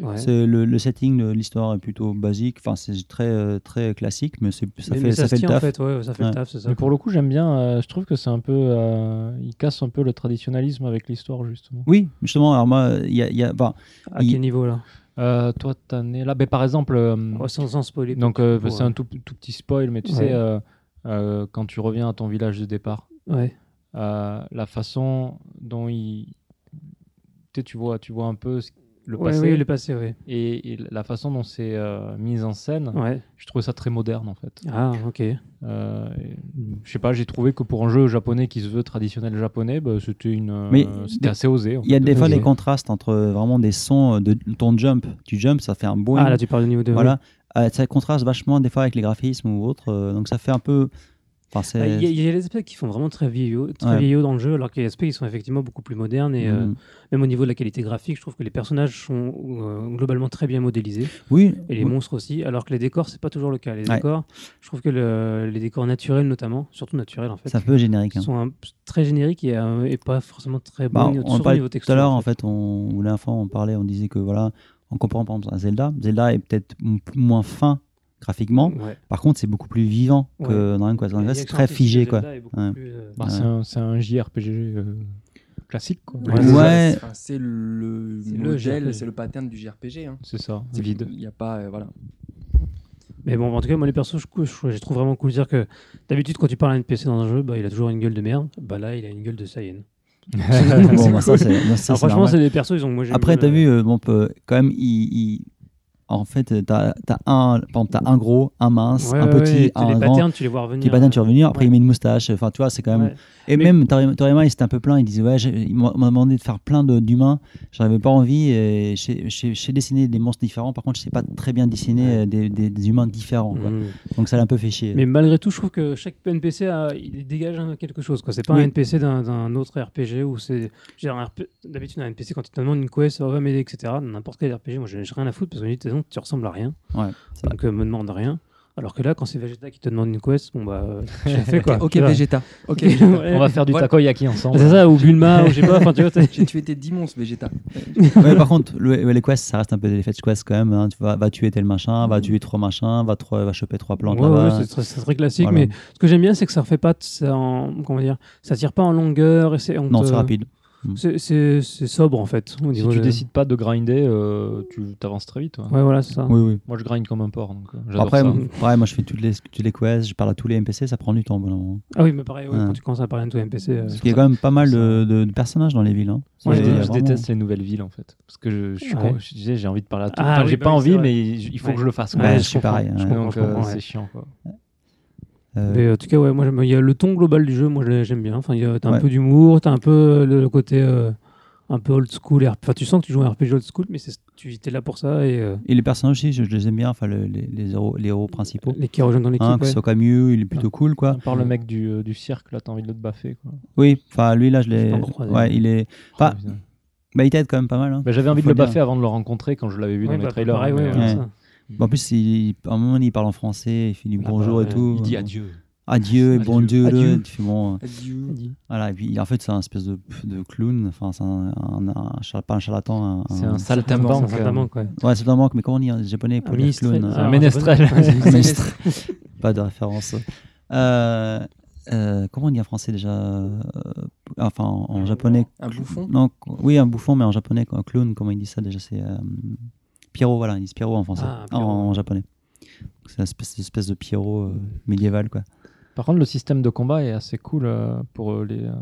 S2: Ouais.
S1: C'est le, le setting de l'histoire est plutôt basique. Enfin, c'est très, euh, très classique, mais, c'est- ça,
S2: Mais-
S1: fait,
S2: mais
S1: ça,
S2: se
S1: fait le
S2: tient,
S1: taf.
S2: En fait, ouais, ça fait
S1: Ouais.
S2: le taf, c'est ça.
S5: Mais pour le coup, j'aime bien. euh, je trouve que c'est un peu. euh, il casse un peu le traditionnalisme avec l'histoire, justement.
S1: Oui, justement. Alors, moi, il y a. il y a- enfin,
S2: À quel
S1: il-
S2: niveau, là
S5: Euh, toi, t'en es là. Ben, par exemple, euh,
S2: Ouais, sans, sans spoiler.
S5: donc euh,
S2: pour-
S5: c'est un tout, tout petit spoil, mais tu
S2: Ouais.
S5: sais, euh, euh, quand tu reviens à ton village de départ,
S2: Ouais.
S5: euh, la façon dont il. Tu sais, tu vois, tu vois un peu ce- le
S2: Ouais,
S5: passé
S2: oui, le passé, oui.
S5: Et, et la façon dont c'est euh, mis en scène,
S2: Ouais.
S5: je trouvais ça très moderne, en fait.
S2: Ah, ok.
S5: Euh, et- je sais pas, j'ai trouvé que pour un jeu japonais qui se veut traditionnel japonais, bah, c'était une, euh,
S1: Mais-
S5: c'était assez osé. en
S1: il y a
S5: fait.
S1: des fois
S5: Ouais.
S1: des contrastes entre euh, vraiment des sons euh, de ton jump. Tu jump, ça fait un bon.
S2: Ah, là, tu parles du niveau de.
S1: voilà. Euh, ça contraste vachement des fois avec les graphismes ou autres. euh, donc, ça fait un peu. Enfin,
S2: Bah, Ah, Il
S1: c'est.
S2: y, a- y a des aspects qui font vraiment très vieillot, très
S1: Ouais.
S2: vieillot dans le jeu, alors qu'il y a des aspects qui sont effectivement beaucoup plus modernes. Et euh,
S1: Mm.
S2: même au niveau de la qualité graphique, je trouve que les personnages sont euh, globalement très bien modélisés.
S1: Oui.
S2: Et les monstres aussi, alors que les décors, c'est pas toujours le cas. Les
S1: Ouais.
S2: décors, je trouve que le- les décors naturels, notamment, surtout naturels en fait,
S1: C'est un peu générique. hein.
S2: sont un- très génériques et, euh, et pas forcément très
S1: Bah,
S2: bons au-
S1: on en
S2: surtout au
S1: parlait
S2: niveau
S1: tout
S2: texture.
S1: à l'heure, en fait, on, ou l'info, on parlait, on disait que voilà, on comprend par exemple un Zelda. Zelda est peut-être m- moins fin graphiquement.
S2: Ouais.
S1: Par contre, c'est beaucoup plus vivant que
S2: Mm. Ouais.
S1: dans Dragon Quest. Dans Dragon
S2: La
S1: Quest,
S2: direction
S1: c'est très
S2: artistique de
S1: figé, quoi.
S2: Zelda est beaucoup
S1: Ouais.
S2: plus, euh,
S5: Bah, c'est un- C'est un, JRPG euh, classique, quoi.
S6: hein.
S2: Ouais.
S3: c'est ça,
S1: Ouais.
S3: c'est- enfin, C'est le
S2: C'est le
S3: modèle,
S2: JRPG.
S3: c'est le pattern du JRPG. hein.
S5: C'est ça, c'est vide.
S3: Il n'y a pas. euh, voilà.
S2: Mais bon, en tout cas, moi, les persos, je, cou- je- je trouve vraiment cool de dire que d'habitude, quand tu parles à un NPC dans un jeu, bah, il a toujours une gueule de merde. Bah là, il a une gueule de Saiyan.
S1: Bon, bah, ça, c'est- ça, c'est
S2: Alors, Ah, franchement,
S1: normal.
S2: c'est des persos, ils ont. Moi, j'aime
S1: Après,
S2: bien, euh,
S1: t'as vu, euh, bon, peu- quand même, il. il- En fait, euh, t'as as un, par exemple, t'as un gros, un mince,
S2: ouais,
S1: un
S2: ouais,
S1: petit,
S2: ouais, t'as
S1: un
S2: les
S1: grand.
S2: patterns, tu les vois revenir.
S1: Tes patterns, tu
S2: euh,
S1: revenir. Après,
S2: ouais.
S1: il met une moustache. Enfin, tu vois, c'est quand même.
S2: Ouais.
S1: Et
S2: Mais-
S1: même Toriyama- Toriyama, il s'était un peu plein. Il disait ouais, j'ai- il m'a m'a demandé de faire plein de- d'humains. J'en avais pas envie. Et j'ai- j'ai j'ai dessiné des monstres différents. Par contre, je sais pas très bien dessiner euh, des, des- des humains différents. quoi.
S2: Mhm.
S1: Donc ça l'a un peu fait chier.
S2: Mais malgré tout, je trouve que chaque NPC a- il dégage un- quelque chose. quoi. C'est pas
S1: Oui.
S2: un NPC d'un- d'un autre RPG où c'est. je veux dire, un RP D'habitude, un NPC, quand il te demande une quest, ça va m'aider, etc. N'importe quel RPG, moi, j'ai j'ai rien à foutre parce que de toute façon, tu ressembles à rien.
S1: Ouais, c'est vrai.
S2: Donc, euh, me demande rien. Alors que là, quand c'est Vegeta qui te demande une quest, bon, bah, euh, j'ai fait quoi.
S3: Ok,
S2: Tu vois.
S3: Vegeta. Ok, Vegeta.
S2: Ouais.
S5: On va faire du
S3: Voilà.
S5: takoyaki ensemble.
S2: C'est ça, ou Bulma, ou je sais pas, enfin tu vois, t'as-
S3: J'ai tué tes 10 monstres, Vegeta.
S1: Ouais, par contre, le- les quests, ça reste un peu des fetch quests quand même. hein. Tu vas, va tuer tel machin, va tuer trois machins, va, trois- va choper trois plantes.
S2: Mm. Ouais, ouais,
S1: là-bas.
S2: c'est très, c'est très classique,
S1: Voilà.
S2: mais ce que j'aime bien, c'est que ça refait pas, de- ça en- comment dire, ça tire pas en longueur, et c'est on
S1: Non,
S2: te-
S1: c'est rapide.
S2: c'est- C'est c'est sobre en fait. Au
S5: Si
S2: niveau
S5: tu
S2: de-
S5: décides pas de grinder, euh, tu t'avances très vite. ouais.
S2: Ouais, voilà, c'est ça.
S1: Oui, oui.
S5: Moi, je grind comme un porc. donc, euh, j'adore
S1: Après,
S5: ça.
S1: m- ouais, moi je fais toutes les, toutes les quests, je parle à tous les NPC, ça prend du temps. au bout d'un moment.
S2: Ah oui, mais pareil, ouais,
S1: Ouais.
S2: quand tu commences à parler de ton NPC, euh,
S1: Parce qu'il y a quand même pas mal de, de- de personnages dans les villes. hein.
S5: Moi,
S2: Ouais,
S5: je,
S2: ouais,
S5: je
S1: vraiment.
S5: déteste les nouvelles villes en fait. Parce que je, je suis
S2: Ouais.
S5: con- je disais, j'ai envie de parler à tout.
S2: Ah
S5: Enfin,
S2: oui,
S5: j'ai
S2: bah
S5: pas
S2: oui,
S5: envie,
S2: c'est vrai.
S5: mais il il faut
S2: Ouais.
S5: que je le fasse.
S1: Ouais,
S5: quoi.
S1: je suis
S2: comprends,
S1: pareil.
S2: je
S1: ouais.
S2: comprends,
S5: Donc,
S2: je
S5: euh,
S2: comprends, ouais.
S5: c'est chiant. Quoi.
S1: Euh,
S2: Mais, euh, en tout cas, ouais, moi, j'aime- il y a le ton global du jeu, moi je l'ai- j'aime bien. Enfin, il y a- t'as un
S1: Ouais.
S2: peu d'humour, t'as un peu euh, le, le côté euh, un peu old school. RP. Enfin, tu sens que tu joues à un RPG old school, mais c'est- tu es là pour ça. Et, euh,
S1: Et les personnages aussi, je, je les aime bien, enfin le- les, les héros, les héros principaux.
S2: Les qui rejoignent dans l'équipe,
S1: Hein, que
S2: ouais.
S1: ce soit Camus, il est plutôt cool quoi.
S6: Par le mec du, euh, du cirque, là, t'as envie de le baffer. Quoi.
S1: Oui, enfin lui là, je l'ai.
S6: pas encore croisé.
S1: Ouais, il est.
S5: Oh,
S1: Enfin, bah, il t'aide quand même pas mal. hein.
S6: Bah, J'avais envie de
S1: Faut
S6: le
S1: dire.
S6: baffer avant de le rencontrer quand je l'avais vu
S2: Ouais,
S6: dans
S2: bah,
S6: les trailers.
S2: pareil, ouais,
S6: mais,
S2: ouais,
S6: euh,
S1: Ouais.
S2: ça.
S1: En plus, il, à un moment, il parle en français, il fait du bonjour et
S2: ouais.
S1: tout.
S5: Il dit adieu.
S1: Adieu, et bon Dieu,
S5: Adieu.
S1: le- tu fais bon. euh,
S3: Adieu.
S1: Voilà, et puis il- en fait, c'est un espèce de, de clown, enfin, c'est un, un- un char- pas un charlatan, un.
S6: C'est un
S2: C'est un Ah,
S6: saltimbanque. euh,
S2: saltimbanque, ouais.
S1: Ouais, c'est un manque, mais comment on dit en japonais pour
S2: Un
S1: dire
S2: ministre.
S1: clown
S2: c'est
S1: euh,
S6: un ménestrel.
S1: Un ministre. Pas de référence. Euh, euh, comment on dit en français déjà Euh, Enfin, en, en japonais.
S3: Un bouffon
S1: Non, co- oui, un bouffon, mais en japonais, quoi. un clown, comment ils disent ça déjà C'est euh, Pierrot, voilà, ils disent Pierrot en français,
S2: Ah,
S1: en,
S2: Pierrot.
S1: en japonais. C'est une espèce, une espèce de Pierrot euh, médiéval, quoi.
S6: Par contre, le système de combat est assez cool euh, pour euh, les, euh,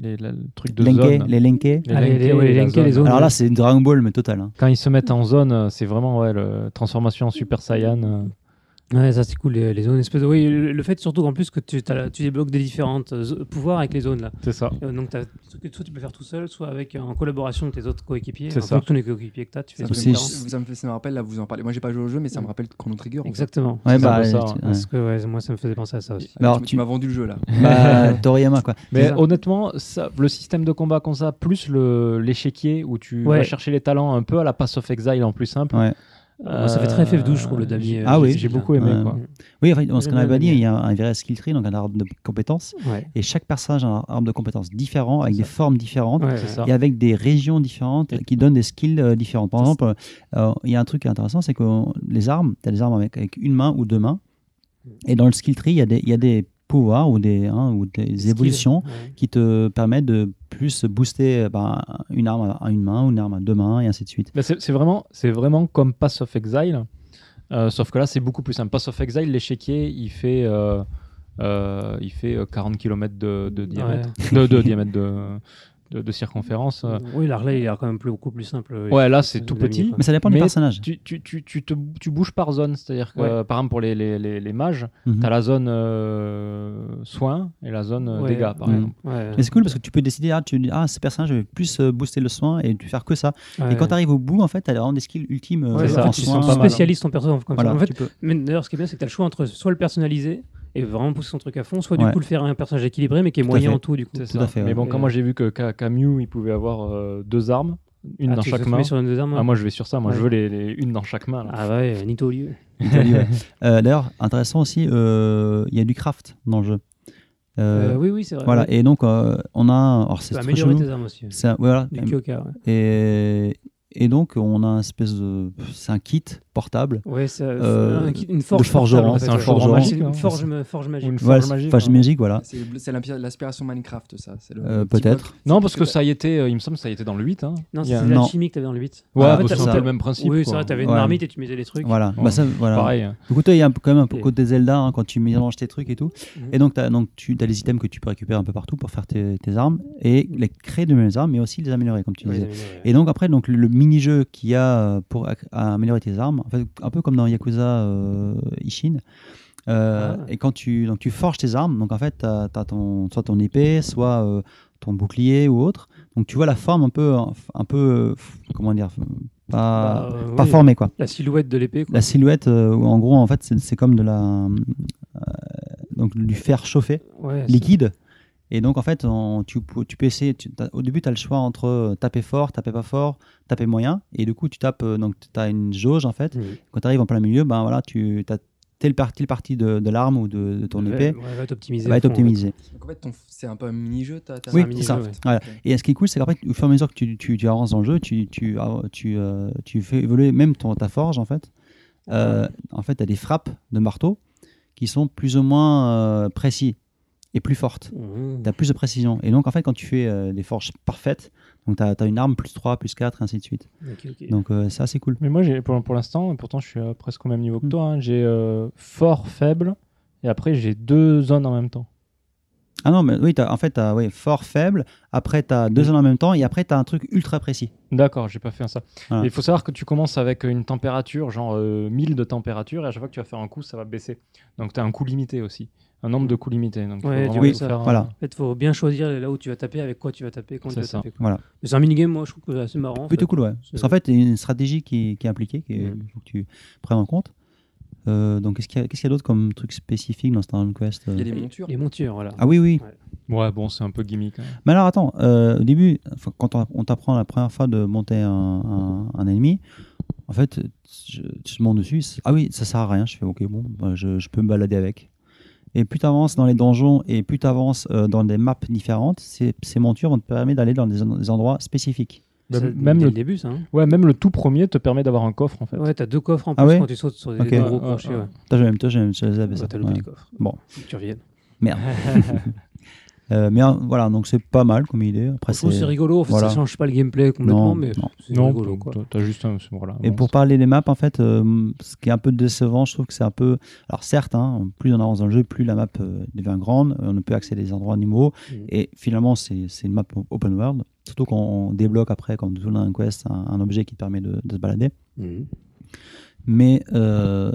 S6: les, la- le truc de
S1: Lenke,
S6: zone.
S1: les Lenke.
S2: Ah, les- les- ouais, les
S6: la
S2: Lenke, les
S6: zone.
S2: zones.
S1: Alors là, c'est une Dragon Ball, mais total. hein.
S6: Quand ils se mettent en zone, euh, c'est vraiment ouais, le transformation en Super Saiyan. euh.
S2: Ouais, ça c'est cool, les, les zones. espèces de- Oui, le le fait surtout qu'en plus que tu, t'as- tu débloques des différentes euh, zo- pouvoirs avec les zones là.
S6: C'est ça.
S2: Euh, donc t'as- soit soit tu peux faire tout seul, soit avec euh, en collaboration avec tes autres coéquipiers.
S6: C'est
S2: en
S6: ça.
S2: fonction des coéquipiers que t'as, tu fais des
S3: Ça me,
S1: c'est-
S3: fait-
S2: différences.
S3: ça, me fait- ça me rappelle, là vous en parlez. Moi j'ai pas joué au jeu, mais ça me rappelle Chrono Trigger. en fait.
S2: Exactement.
S1: Ouais,
S6: C'est
S1: bah,
S6: un peu ça,
S1: tu-
S6: hein.
S1: ouais.
S2: Parce que ouais, moi ça me faisait penser à ça aussi.
S3: Ah,
S1: Alors,
S3: tu
S1: tu-
S3: tu m'as vendu le jeu là.
S1: Bah, Toriyama, quoi.
S6: Mais
S2: ça.
S6: honnêtement, ça, le système de combat comme ça, plus le- l'échiquier où tu
S2: Ouais.
S6: vas chercher les talents un peu à la Pass of Exile en plus simple.
S1: Ouais.
S2: Moi, ça fait très FF12, je trouve, le damier, euh,
S6: j'ai-
S1: Ah oui.
S6: J'ai beaucoup aimé.
S1: Ouais.
S6: quoi.
S1: Oui, enfin, on- ce
S2: J'aime
S1: qu'on
S2: bien
S1: avait pas dit,
S2: l'anime.
S1: il y a un un vrai skill tree, donc un arbre de compétences.
S2: Ouais.
S1: Et chaque personnage a un arbre de compétences différent, avec des formes différentes.
S2: Ouais,
S6: C'est
S2: ouais.
S6: ça.
S1: et avec des régions différentes
S6: Et-
S1: qui donnent des skills euh, différentes. Par exemple, euh, il y a un truc intéressant, c'est que on- les armes, tu as des armes avec, avec une main ou deux mains,
S6: Mm.
S1: et dans le skill tree, il y, a des- il y a des pouvoirs ou des, hein, ou des évolutions
S2: Ouais.
S1: qui te permettent de plus booster euh, bah, une arme à une main ou une arme à deux mains, et ainsi de suite.
S6: Mais c'est c'est vraiment, c'est vraiment comme Pass of Exile, euh, sauf que là c'est beaucoup plus simple. Pass of Exile, l'échiquier, il fait, euh, euh, il fait euh, 40 km de, de diamètre, de, de diamètre de, de- de circonférence. euh.
S2: Oui, l'art là, il est quand même plus- beaucoup plus simple. euh,
S6: Ouais, là
S2: le-
S6: c'est
S2: le
S6: tout
S2: damier,
S6: petit.
S2: quoi.
S1: Mais ça dépend
S6: Mais
S1: du personnage.
S6: Tu, tu, tu, tu, te, tu bouges par zone, c'est-à-dire que
S2: Ouais.
S6: euh, par exemple pour les, les, les, les mages,
S1: Mhm.
S6: t'as la zone euh, soin et la zone euh,
S2: Ouais,
S6: dégâts par
S2: ouais,
S6: exemple.
S2: ouais.
S1: Mais c'est cool parce que tu peux décider, ah, tu dis, ah, ce personnage, je vais plus euh, booster le soin et tu faire que ça.
S2: Ouais.
S1: Et quand tu arrives au bout, en fait, tu as vraiment des skills ultimes. euh,
S2: Ouais,
S6: ça,
S1: en
S6: tu
S1: soin.
S6: sens pas mal. hein.
S2: spécialiste ton perso comme
S1: Voilà,
S2: ça. En fait,
S1: tu peux-
S2: Mais d'ailleurs, ce qui est bien, c'est que tu as le choix entre soit le personnaliser et vraiment pousser son truc à fond, soit du
S1: Ouais.
S2: coup le faire un personnage équilibré mais qui est
S1: Tout à
S2: moyen
S1: fait.
S2: en tout du coup.
S6: C'est
S1: Tout
S6: ça.
S1: à fait,
S6: Mais
S1: ouais.
S6: bon, quand
S2: Et-
S6: moi j'ai vu que Ka- Camus, il pouvait avoir euh, deux armes, une
S2: Ah,
S6: dans
S2: tu
S6: chaque
S2: te
S6: main.
S2: mets sur une deuxième main.
S6: Ah, moi je vais sur ça, moi je
S2: Ouais.
S6: veux les, les- une dans chaque main. là.
S2: Ah ouais, euh, Nito lieu.
S1: Italie, ouais. Euh, D'ailleurs, intéressant aussi, euh, il y a du craft dans le jeu. Euh,
S2: oui, oui, c'est vrai.
S1: voilà,
S2: Ouais.
S1: et donc euh, on a. Alors,
S2: tu
S1: c'est
S2: peux
S1: très
S2: améliorer
S1: chelou.
S2: tes armes aussi.
S1: C'est un- voilà,
S2: Du Kyoka, ouais.
S1: et, et donc on a un espèce de. C'est un kit portable.
S2: Ouais, c'est
S1: Euh,
S2: un kit- une forge.
S1: le forgeron,
S2: portable, en fait,
S1: c'est un
S2: ouais.
S1: forgeron.
S2: Ouais, c'est
S6: Magique, hein.
S2: Une forge, ma- forge
S6: Ou
S2: magique.
S6: une
S1: Voilà,
S6: forge magique.
S1: Enfin,
S6: hein.
S1: magique, voilà.
S3: C'est le- c'est l'inspira- l'aspiration Minecraft, ça. c'est le-
S1: Euh,
S3: le petit bloc.
S1: peut-être.
S6: Non, parce que ça y était, euh, il me semble, que ça y était dans le 8. Hein.
S2: Non,
S6: Il y a-
S2: c'est
S1: Non. bah,
S2: la chimie que t'avais dans le 8.
S6: Ouais,
S5: bah,
S2: Ah, en fait,
S6: parce que
S1: ça-
S6: c'était le même principe.
S2: Oui, c'est
S6: quoi.
S2: vrai, t'avais une
S1: Ouais.
S2: marmite et tu mettais les trucs.
S1: Voilà. Bah, ça, voilà.
S6: Pareil. hein.
S1: Du coup, toi, il y a un peu- quand même un peu
S2: Et-
S1: côté Zelda hein, quand tu mélanges tes trucs et tout.
S2: Mhm.
S1: Et donc, t'as- donc tu as les items que tu peux récupérer un peu partout pour faire tes, tes armes et les créer de nouvelles armes, mais aussi les améliorer, comme tu
S2: Ouais,
S1: disais.
S2: ouais.
S1: Et donc après, donc, le, le mini-jeu qu'il y a euh, pour ac- à améliorer tes armes, en fait, un peu comme dans Yakuza euh, Ishin, euh,
S2: Ah.
S1: et quand tu, donc, tu forges tes armes, donc en fait, tu as, soit ton épée, soit euh, ton bouclier ou autre. Donc tu vois la forme un peu, un peu euh, comment dire,
S2: Bah,
S1: pas,
S2: euh,
S1: pas
S2: oui.
S1: formée quoi.
S2: La silhouette de l'épée. quoi.
S1: La silhouette, euh, où, en gros, en fait, c'est c'est comme de la, euh, donc du fer chauffé
S2: Ouais, c'est-
S1: liquide. Et donc, en fait, on- tu, peux- tu peux essayer. tu- t'as- au début, tu as le choix entre euh, taper fort, taper pas fort, taper moyen. Et du coup, tu tapes. euh, donc, tu as une jauge, en fait.
S2: Oui.
S1: Quand tu arrives en plein milieu, ben voilà, tu as telle partie, telle partie de, de l'arme ou de, de ton
S2: Ouais,
S1: épée
S2: ouais, va t'optimiser.
S1: va
S2: à
S1: être
S2: fond, ouais.
S1: optimisée.
S3: Donc bah, en fait, ton- c'est un peu un mini-jeu. t'as- t'as
S1: Oui,
S3: un
S1: c'est
S3: mini-jeu,
S1: ça.
S3: ouais.
S1: Voilà.
S3: Ok.
S1: Et euh, ce qui est cool, c'est qu'après, au fur et à mesure que tu, tu, tu avances dans le jeu, tu, tu, ah, tu, euh, tu fais évoluer même ton, ta forge, en fait. Euh, en fait, tu as des frappes de marteau qui sont plus ou moins euh, précis et plus fortes.
S2: Mhm.
S1: tu as plus de précision. Et donc, en fait, quand tu fais euh, des forges parfaites, donc tu as, une arme plus 3, plus 4, ainsi de suite.
S2: Ok, ok.
S1: Donc, euh, ça, c'est cool.
S6: Mais moi, j'ai- pour, pour l'instant, et pourtant je suis euh, presque au même niveau que toi, hein, j'ai euh, fort, faible, et après j'ai deux zones en même temps.
S1: Ah non, mais oui, t'as- en fait, tu as fort, faible, après tu as deux en même temps, et après tu as un truc ultra précis.
S5: D'accord, j'ai pas fait ça.
S1: Voilà.
S5: Il faut savoir que tu commences avec une température, genre euh, 1000 de température, et à chaque fois que tu vas faire un coup, ça va baisser. Donc tu as un coup limité aussi, un nombre de coups limité. Donc, il faut
S2: Ouais,
S5: vraiment
S2: du coup,
S5: tout
S2: ça-
S5: faire, euh,
S1: voilà.
S2: En fait, faut bien choisir là où tu vas taper, avec quoi tu vas taper, quand tu
S5: C'est
S2: vas
S5: ça.
S2: taper. quoi.
S1: Voilà.
S2: Mais C'est un minigame, moi, je trouve que c'est assez marrant. en
S1: Plutôt
S2: fait.
S1: cool, ouais. Parce qu'en fait, il y a une stratégie qui, qui est impliquée, qui est- faut que tu prennes en compte. Euh, donc, qu'est-ce qu'il y a, qu'est-ce qu'il y a d'autre comme truc spécifique dans Star Quest euh
S3: Il y a des montures.
S2: Les montures, voilà.
S1: Ah oui, oui.
S2: Ouais.
S5: Ouais, bon, c'est un peu gimmick. hein.
S1: Mais alors, attends, euh, au début, enfin, quand on, on t'apprend la première fois de monter un, un- un ennemi, en fait, je- tu te montes dessus. c'est- Ah oui, ça sert à rien. Je fais, ok, bon, bah, je, je peux me balader avec. Et plus tu avances dans les donjons et plus tu avances dans des maps différentes, ces, ces montures vont te permettre d'aller dans des, en- des endroits spécifiques.
S2: Ça,
S5: Même-
S2: dès
S5: même
S2: le
S5: le-
S2: début, ça. hein.
S5: Ouais, même le tout premier te permet d'avoir un coffre en fait.
S2: Ouais, t'as deux coffres en
S1: Ah
S2: plus
S1: ouais
S2: quand tu sautes sur des
S1: Ok.
S2: des gros
S5: Ah, ah,
S2: crochets.
S5: ah.
S2: ouais.
S1: Putain, j'avais même toi, j'avais j'avais zappé
S2: Ouais,
S1: ça.
S2: T'as loupé
S1: Ouais.
S2: des coffres.
S1: Bon.
S2: Faut que Tu reviennes.
S1: Merde. Euh, mais euh, voilà, donc c'est pas mal comme idée. Après,
S2: Je trouve que
S1: c'est-
S2: c'est rigolo. En fait,
S1: voilà.
S2: ça change pas le gameplay complètement,
S1: Non,
S2: mais
S1: non.
S2: c'est rigolo. Quoi.
S5: t'as- t'as juste un. voilà, un
S1: Et pour
S5: monstre.
S1: parler des maps, en fait, euh, ce qui est un peu décevant, je trouve que c'est un peu. Alors, certes, hein, plus on avance dans le jeu, plus la map euh, devient grande, on ne peut accéder à des endroits numéro.
S2: Mhm.
S1: Et finalement, c'est c'est une map o- open world. Surtout quand on débloque après, quand on a un quest, un, un objet qui te permet de, de se balader.
S2: Mhm.
S1: Mais euh,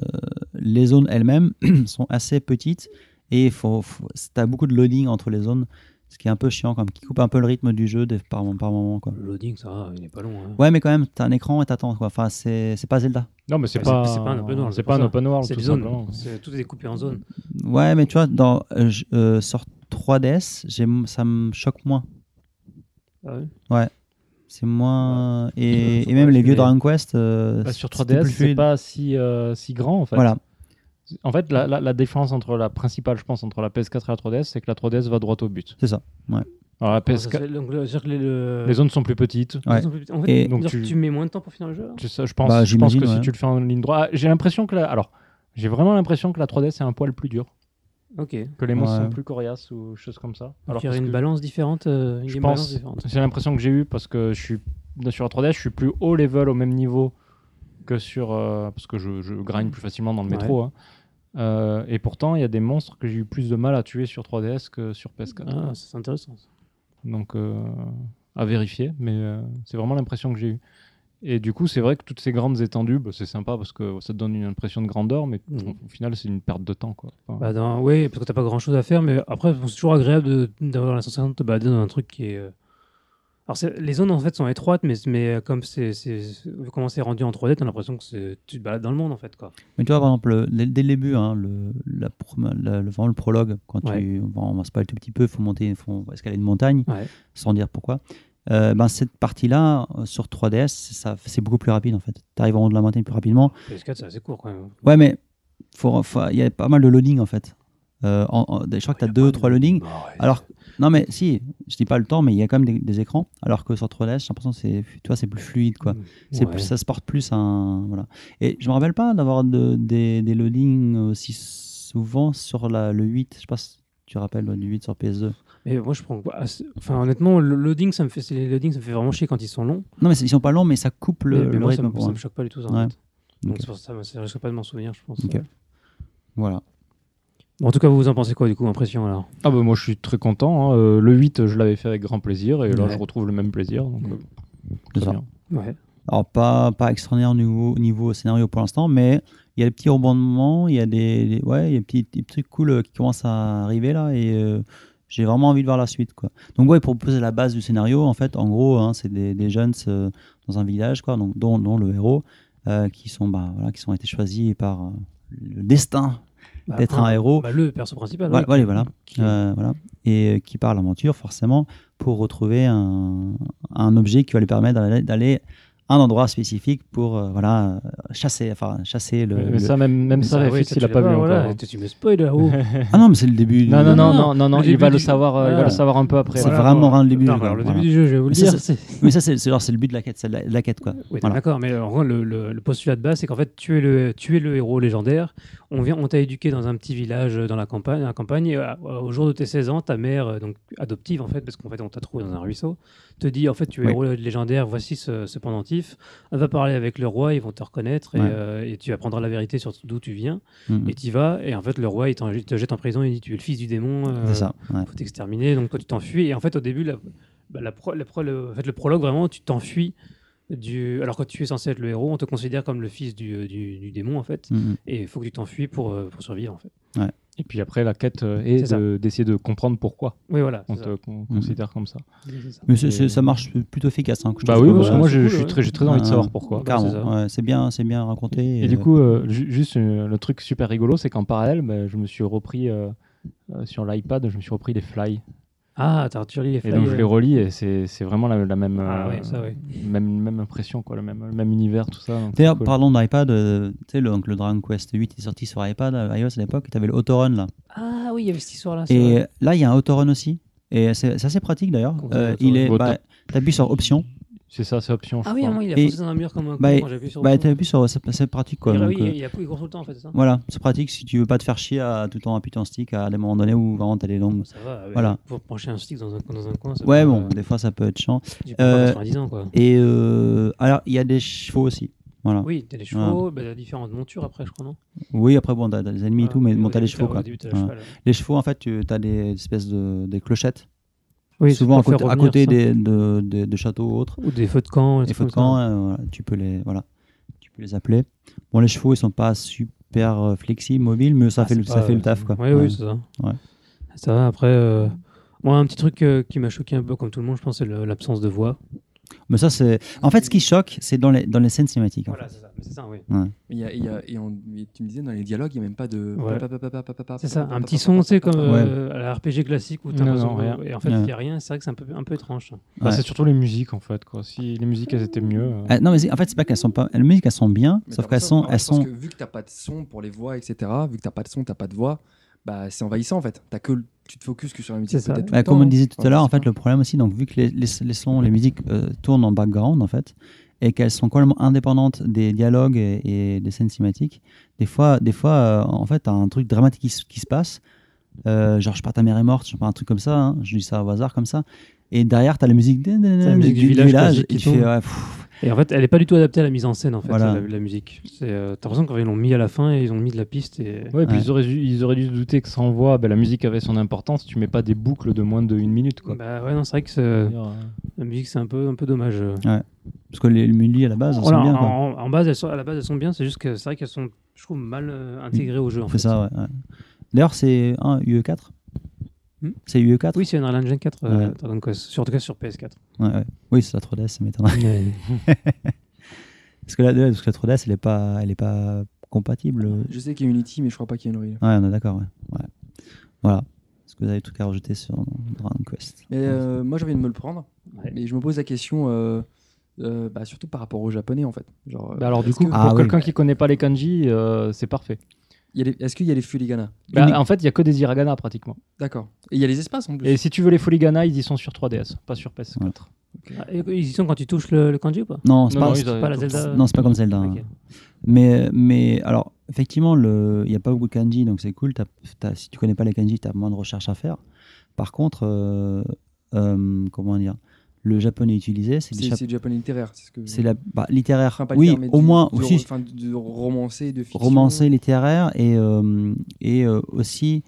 S1: les zones elles-mêmes sont assez petites et il faut, faut, t'as beaucoup de loading entre les zones, ce qui est un peu chiant, quand même, qui coupe un peu le rythme du jeu des- par, par moment. Quoi.
S2: Le loading, Mmh. ça va, il est pas long. hein.
S1: Ouais, mais quand même, t'as un écran et t'attends. quoi. Enfin, c'est c'est pas Zelda.
S5: Non, mais c'est
S2: Ouais,
S5: pas,
S2: c'est- c'est pas un open world,
S5: C'est
S2: c'est pour
S5: pas un
S2: ça.
S5: open world.
S2: C'est
S5: tout
S2: des zones.
S5: simplement. Mmh.
S2: C'est- Tout est découpé en zones.
S1: Ouais, mais tu vois, dans, euh, je- euh, sur 3DS, j'ai- ça me choque moins.
S2: Ah ouais
S1: C'est moins.
S5: Ouais,
S1: Et,
S5: faut
S1: et
S5: pas
S1: même les
S5: lâcher
S1: vieux
S5: les-
S1: Dragon Quest. euh,
S5: Bah, sur
S1: c'était
S5: 3DS,
S1: plus
S5: c'est
S1: fluide.
S5: pas si, euh, si grand en fait.
S1: Voilà.
S5: En fait, la, la- la différence entre la principale, je pense, entre la PS4 et la 3DS, c'est que la 3DS va droit au but.
S1: C'est ça, ouais.
S5: Alors la
S2: Comment ça euh, se
S5: PS4,
S2: fait Donc, le- c'est-à-dire que les- le-
S5: les zones sont plus petites.
S1: Ouais.
S2: En fait,
S1: Et-
S2: donc
S5: Donc,
S2: tu...
S5: tu-
S2: mets moins de temps pour finir le jeu hein. alors
S5: Tu sais, je pense,
S1: Bah,
S5: je pense que
S1: j'imagine,
S5: si
S1: ouais.
S5: tu le fais en ligne droite, Ah, j'ai l'impression que la, alors, j'ai vraiment l'impression que la 3DS est un poil plus dure,
S2: Ok.
S5: que les monstres
S1: Ouais.
S5: sont plus coriaces ou choses comme ça.
S2: Alors,
S5: Alors
S2: il y aurait
S5: parce
S2: une
S5: que
S2: balance différente. euh, une
S5: je
S2: game balance
S5: pense,
S2: différente.
S5: c'est l'impression que j'ai eu parce que je suis sur la 3DS, je suis plus haut level au même niveau que sur euh, parce que je, je grind plus facilement dans le
S2: Ouais.
S5: métro. hein. Euh, et pourtant, il y a des monstres que j'ai eu plus de mal à tuer sur 3DS que sur PS4.
S2: Ah, ça, c'est intéressant. ça.
S5: Donc, euh, à vérifier, mais euh, c'est vraiment l'impression que j'ai eue. Et du coup, c'est vrai que toutes ces grandes étendues, bah, c'est sympa parce que ça te donne une impression de grandeur, mais
S2: Mhm.
S5: au- au final, c'est une perte de temps. Quoi. Enfin,
S2: Bah, dans- Oui, parce que t'as pas grand chose à faire, mais après, bon, c'est toujours agréable de- d'avoir la sensation de te balader dans un truc qui est. euh, Alors, c'est- les zones en fait sont étroites, mais, mais euh, comme c'est c'est- c'est- vu comment c'est rendu en 3D, t'as l'impression que c'est- tu te balades dans le monde en fait. Quoi.
S1: Mais tu vois, par exemple, le- dès dès le début, hein, le, la pro- la- le, vraiment le prologue, quand tu, bon, on va se parler tout petit peu, il faut monter, faut escalader une montagne,
S2: Ouais.
S1: sans dire pourquoi. Euh, ben, cette partie-là, euh, sur 3DS, c'est ça- c'est beaucoup plus rapide en fait. Tu arrives en haut de la montagne plus rapidement.
S2: PS4, c'est assez court quand même.
S1: Ouais, mais faut- faut- il y a pas mal de loading en fait. Euh, en- en- je crois que tu as deux ou trois loadings.
S2: Bah,
S1: Alors, non, mais si, je dis pas le temps, mais il y a quand même des, des écrans. Alors que sur 3DS, j'ai l'impression que c'est tu vois, c'est plus fluide, quoi. C'est
S2: Ouais.
S1: plus- ça se porte plus à un. Voilà. Et je me rappelle pas d'avoir de- des, des loadings aussi souvent sur la, le 8. Je sais pas si tu te rappelles du 8 sur PS2.
S2: Et moi, je prends. bah, c'est- Enfin, honnêtement, le loading, ça me fait, c'est- les loadings, ça me fait vraiment chier quand ils sont longs.
S1: Non, mais c'est- ils sont pas longs, mais ça coupe le,
S2: mais, mais
S1: le
S2: moi, ça,
S1: rythme
S2: me,
S1: pour
S2: ça
S1: moi.
S2: me choque pas du tout. Ça, en
S1: Ouais.
S2: fait. Donc,
S1: Ok.
S2: c'est pour ça, ça, ça risque pas de m'en souvenir, je pense.
S1: Ok.
S2: Ouais.
S1: Voilà.
S2: Bon, en tout cas, vous vous en pensez quoi du coup Impression alors
S5: ah bah, moi, je suis très content. hein. Euh, Le 8, je l'avais fait avec grand plaisir, et là,
S2: Ouais.
S5: je retrouve le même plaisir. Donc,
S2: Mhm.
S5: euh, très
S1: C'est ça.
S5: bien.
S2: Ouais.
S1: Alors, pas, pas extraordinaire niveau, niveau scénario pour l'instant, mais il y a des petits rebondements, il y a des, des- ouais, il y a des petits, des trucs cool euh, qui commencent à arriver là, et euh, j'ai vraiment envie de voir la suite. Quoi. Donc, ouais, pour poser la base du scénario, en fait, en gros, hein, c'est des, des jeunes euh, dans un village, quoi, donc, dont, dont le héros, euh, qui, sont, bah, voilà, qui sont été choisis par euh, le destin
S2: Bah,
S1: d'être un héros.
S2: bah, le perso principal.
S1: Voilà,
S2: oui.
S1: voilà, voilà.
S2: Qui-
S1: Euh, voilà. Et euh, qui part à l'aventure, forcément, pour retrouver un, un objet qui va lui permettre d'aller- d'aller à un endroit spécifique pour euh, voilà, euh, chasser, enfin, chasser le.
S5: Mais,
S1: le-
S5: ça, même, même ça,
S2: Ah oui,
S5: Réflexe,
S2: Euh, ça,
S5: il
S2: tu
S5: a
S2: l'as
S5: pas vu
S2: voilà.
S5: encore. hein.
S2: Tu, tu me spoil là-haut.
S1: Ah non, mais c'est le début. du-
S5: Non, non, non, non, non, non,
S2: Le
S5: il, va
S2: début
S5: le
S2: du-
S5: savoir, euh, il va
S2: Voilà.
S5: le savoir un peu après.
S1: C'est vraiment rien le début
S2: Non,
S1: du
S2: mais
S1: jeu,
S2: alors, le
S1: voilà.
S2: début du jeu, je vais vous le
S1: Mais ça,
S2: dire. c'est-
S1: Mais ça, c'est c'est genre, c'est le but de la quête, c'est la, la quête, quoi.
S2: Oui, t'es
S1: Voilà.
S2: d'accord, mais en gros, le, le- le postulat de base, c'est qu'en fait, tu es le, tu es le héros légendaire. On vient, on t'a éduqué dans un petit village euh, dans la campagne. la campagne et, euh, au jour de tes 16 ans, ta mère, euh, donc adoptive en fait, parce qu'en fait, on t'a trouvé dans un ruisseau, te dit en fait, tu es
S1: Oui.
S2: héros légendaire, voici ce, ce pendentif. captif, va parler avec le roi, ils vont te reconnaître et,
S1: Ouais.
S2: euh, et tu apprendras la vérité sur d'où tu viens.
S1: Mhm.
S4: euh,
S2: Et tu vas, et en fait, le roi, il, t'en- il te jette en prison, il dit Tu es le fils du démon, euh,
S1: C'est ça, ouais.
S2: faut t'exterminer. Donc, toi, tu t'enfuis. Et en fait, au début, la, bah, la pro- la pro- le, en fait, le prologue, vraiment, tu t'enfuis. Du... Alors que tu es censé être le héros, on te considère comme le fils du, euh, du- du démon en fait,
S1: Mhm.
S2: et il faut que tu t'enfuis pour, euh, pour survivre en fait.
S4: Et puis après, la quête euh,
S2: C'est
S4: est
S2: ça.
S4: de- d'essayer de, comprendre pourquoi
S2: Oui, voilà,
S4: on
S2: c'est
S4: te
S2: ça.
S4: con-
S1: Mhm.
S4: considère comme ça.
S1: Mais c'est-
S4: Et-
S1: c'est- ça marche plutôt efficace. hein, que je
S4: Bah
S1: trouve,
S4: oui,
S1: comme,
S4: parce que
S1: euh,
S4: moi
S2: c'est
S4: j'ai
S2: cool,
S4: j'ai
S2: ouais. Ah.
S4: très, j'ai très envie de
S1: Ouais,
S4: savoir
S1: ouais.
S4: pourquoi.
S2: c'est
S1: Carrément,
S2: ça.
S1: ouais, c'est bien, c'est bien raconté.
S4: Et, du coup, euh, ju- juste euh, le truc super rigolo, c'est qu'en parallèle, bah, je me suis repris euh, euh, sur l'iPad, je me suis repris les fly.
S2: Ah, t'as tu relis les
S4: Et
S2: flyers.
S4: donc je les relis et c'est c'est vraiment la, la même,
S2: Ah
S4: euh,
S2: ouais, ça, ouais.
S4: même, même impression, quoi, le, même, le même univers, tout ça. donc c'est
S1: D'ailleurs,
S4: cool.
S1: parlons d'iPad, euh, tu sais, le, donc le Dragon Quest 8 est sorti sur iPad, euh, iOS à l'époque, tu avais le Autorun là.
S2: Ah oui, il y avait cette histoire là.
S1: Et là, il y a un Autorun aussi. Et c'est c'est assez pratique d'ailleurs.
S2: Comment ça,
S1: Euh,
S2: l'autorun
S1: il est,
S4: Bon,
S1: bah, t'appuies sur option.
S4: C'est ça, c'est option. je
S2: Ah oui, à
S4: crois.
S2: moi, il a
S1: Et-
S2: foncé dans un mur comme un con
S1: Bah,
S2: quand j'appuie sur.
S1: Bah,
S2: bouton.
S1: t'appuies sur, c'est c'est pratique quoi.
S2: Il-
S1: donc,
S2: oui,
S1: euh,
S2: il, a il court tout le temps en fait, c'est ça
S1: Voilà, c'est pratique si tu veux pas te faire chier à tout le temps appuyer ton stick à des moments donnés où vraiment t'as les longues.
S2: Ça va, ouais,
S1: Voilà.
S2: pour pencher un stick dans un, dans un coin. Ça
S1: Ouais,
S2: peut,
S1: bon,
S2: euh,
S1: des fois ça peut être chiant.
S2: j'ai pas
S1: euh,
S2: 90 ans quoi.
S1: Et euh, alors, il y a des chevaux aussi. Voilà. Oui,
S2: Oui, t'as les chevaux, bah, t'as différentes montures après, je crois, non
S1: après, bon, t'as t'as les ennemis et
S2: Voilà.
S1: tout, mais
S2: au
S1: bon, t'as les
S2: début,
S1: chevaux
S2: Au
S1: quoi.
S2: début, t'as le
S1: Voilà.
S2: cheval.
S1: Les chevaux, en fait, tu as des espèces de des clochettes,
S2: Oui,
S1: souvent à
S2: pour
S1: côté,
S2: faire
S1: à
S2: revenir
S1: côté
S2: ça.
S1: des, de, de- de châteaux ou autres.
S2: Ou des feux de camp.
S1: Les feux de camp, euh, voilà, tu peux les voilà, tu peux les appeler. Bon, les chevaux, ils sont pas super euh, flexibles, mobiles, mais
S2: Ah,
S1: ça fait le, ça fait le taf quoi.
S2: Oui,
S1: Ouais.
S2: oui, c'est ça.
S1: Ouais.
S2: Ça va, après. euh, Moi, un petit truc euh, qui m'a choqué un peu, comme tout le monde, je pense, c'est le- l'absence de voix.
S1: Mais ça, c'est en fait ce qui choque, c'est dans les dans les scènes cinématiques. hein. en fait.
S2: c'est ça, c'est ça, oui.
S3: Il y a- il y a- et on- et tu me disais, dans les dialogues, il n'y a même pas de.
S2: Ouais.
S3: pa- pa- pa- pa- pa- pa- pa-
S2: C'est ça,
S3: pa-
S2: un
S3: pa-
S2: petit
S3: pa-
S2: son,
S3: pa-
S2: tu sais,
S3: pa- pa-
S2: comme
S3: pa-
S2: euh, à la RPG classique où t'as
S4: Non,
S2: l'impression
S4: non, rien.
S2: que- Et en fait,
S1: Ouais.
S2: il n'y a rien, c'est vrai que c'est un peu, un peu étrange. ça.
S4: Bah,
S1: Ouais.
S4: C'est surtout les musiques en fait. Quoi. Si les musiques elles étaient mieux. euh,
S1: Ah, non, mais c'est- en fait, c'est pas qu'elles sont pas. Les musiques, elles sont bien,
S3: Mais
S1: sauf
S3: t'as
S1: qu'elles
S3: l'impression-
S1: sont.
S3: alors,
S1: Elles
S3: je pense
S1: sont...
S3: que vu que t'as pas de son pour les voix, etc., vu que t'as pas de son, t'as pas de voix, bah c'est envahissant en fait. T'as que le- tu te focuses que sur la musique.
S2: C'est ça.
S3: peut-être tout
S1: Bah,
S3: le
S1: comme
S3: temps, hein.
S1: on disait tout
S3: enfin,
S1: à l'heure, en
S3: je sais
S1: fait, le problème aussi, donc, vu que les, les, les sons, les musiques euh, tournent en background, en fait, et qu'elles sont complètement indépendantes des dialogues et, et des scènes cinématiques, des fois, des fois euh, en fait, t'as un truc dramatique qui, se- qui se passe. Euh, genre, je pars ta mère est morte, je sais pas, un truc comme ça, hein, je dis ça au hasard comme ça. Et derrière, t'as la musique,
S2: la musique du village classique
S1: et
S2: qui
S1: tu fais,
S2: tourne.
S1: ouais, pff,
S2: Et en fait, elle n'est pas du tout adaptée à la mise en scène, en fait,
S1: Voilà.
S2: la, la musique. C'est, euh, T'as l'impression qu'ils l'ont mis à la fin et ils ont mis de la piste. Et...
S4: Ouais, puis
S1: Ouais.
S4: Ils, auraient dû, ils auraient dû se douter que sans voix,
S6: ben,
S4: bah, la musique avait son importance. Tu mets pas des boucles de moins de une minute. Quoi.
S2: Bah ouais, non, c'est vrai que c'est- hein.
S4: C'est-à-dire, euh,
S2: la musique, c'est un peu, un peu dommage. euh.
S1: parce que les, les mélodies, à la base, elles
S2: Voilà,
S1: sont bien.
S2: Oh en,
S1: Quoi.
S2: en- en base, elles sont- à la base, elles sont bien, c'est juste que c'est vrai qu'elles sont, je trouve, mal euh, intégrées au jeu. En
S1: On
S2: fait.
S1: fait ça, ouais. ouais. D'ailleurs, c'est un UE4
S2: Hmm
S1: C'est E UE4
S2: Oui, c'est une Unreal Engine 4, euh,
S1: Ouais.
S2: Dragon Quest, sur, en tout cas sur PS4.
S1: Ouais, ouais. Oui, c'est la 3DS, ça m'étonnerait. Parce que la, ouais, parce que la 3DS, elle est pas, elle est pas compatible. Ouais,
S3: pas. Je sais qu'il y a Unity, mais je crois pas qu'il y a Unreal.
S1: on est d'accord. Ouais. Ouais. Voilà. Est-ce que vous avez des trucs à rejeter sur Dragon Quest
S3: Mais euh, moi, j'ai envie de me le prendre.
S2: Ouais.
S3: Et je me pose la question, euh, euh, bah, surtout par rapport aux japonais en fait. Genre, euh,
S4: Bah alors du
S3: est-ce
S4: coup,
S3: que-
S4: pour
S1: Ah oui.
S4: quelqu'un qui connaît pas les kanji, euh, c'est parfait.
S3: il y a les- est-ce qu'il y a les fuligana
S4: Bah,
S1: Unique.
S4: en fait, il y a que des hiragana pratiquement.
S3: D'accord. Et il y a les espaces en plus.
S4: Et si tu veux les fuligana, ils y sont sur 3DS, pas sur E PS4.
S1: Ouais.
S2: Ah, et- Ils y sont quand tu touches le, le kanji ou pas
S1: Non, c'est
S4: Non,
S1: pas,
S4: non,
S1: c'est-
S4: ils auraient-
S2: Pas la Zelda
S1: non, c'est pas comme Zelda. hein.
S2: Ok.
S1: Mais, mais alors, effectivement, le- il n'y a pas beaucoup de kanji, donc c'est cool. T'as- t'as- si tu connais pas les kanji, tu as moins de recherches à faire. Par contre, euh, euh, comment dire Le japonais utilisé, c'est des
S3: C'est
S1: jap-
S3: c'est du japonais littéraire. C'est ce que.
S1: c'est la bah, littéraire.
S3: Enfin, pas
S1: oui,
S3: littéraire, mais
S1: au
S3: du-
S1: moins,
S3: du-
S1: aussi,
S3: enfin, de romancer, de fiction.
S1: romancé, littéraire et, euh, et euh, aussi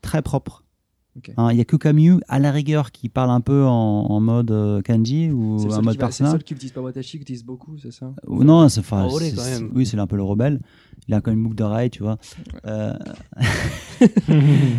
S1: très propre.
S3: Ok.
S1: Hein, Il y a que Camus, à la rigueur, qui parle un peu en, en mode euh, kanji
S3: C'est
S1: ou
S3: le
S1: en mode
S3: seul qui va- C'est le
S1: personnage. Euh,
S3: seul qui utilise pas Watashi, qui utilise beaucoup, c'est ça
S1: Ou- Non, c'est enfin,
S2: Enrôlé,
S1: c'est-
S2: quand
S1: c'est-
S2: même.
S1: oui, c'est un peu le rebelle. Il a quand même une boucle d'oreille, tu vois. Euh,
S2: Il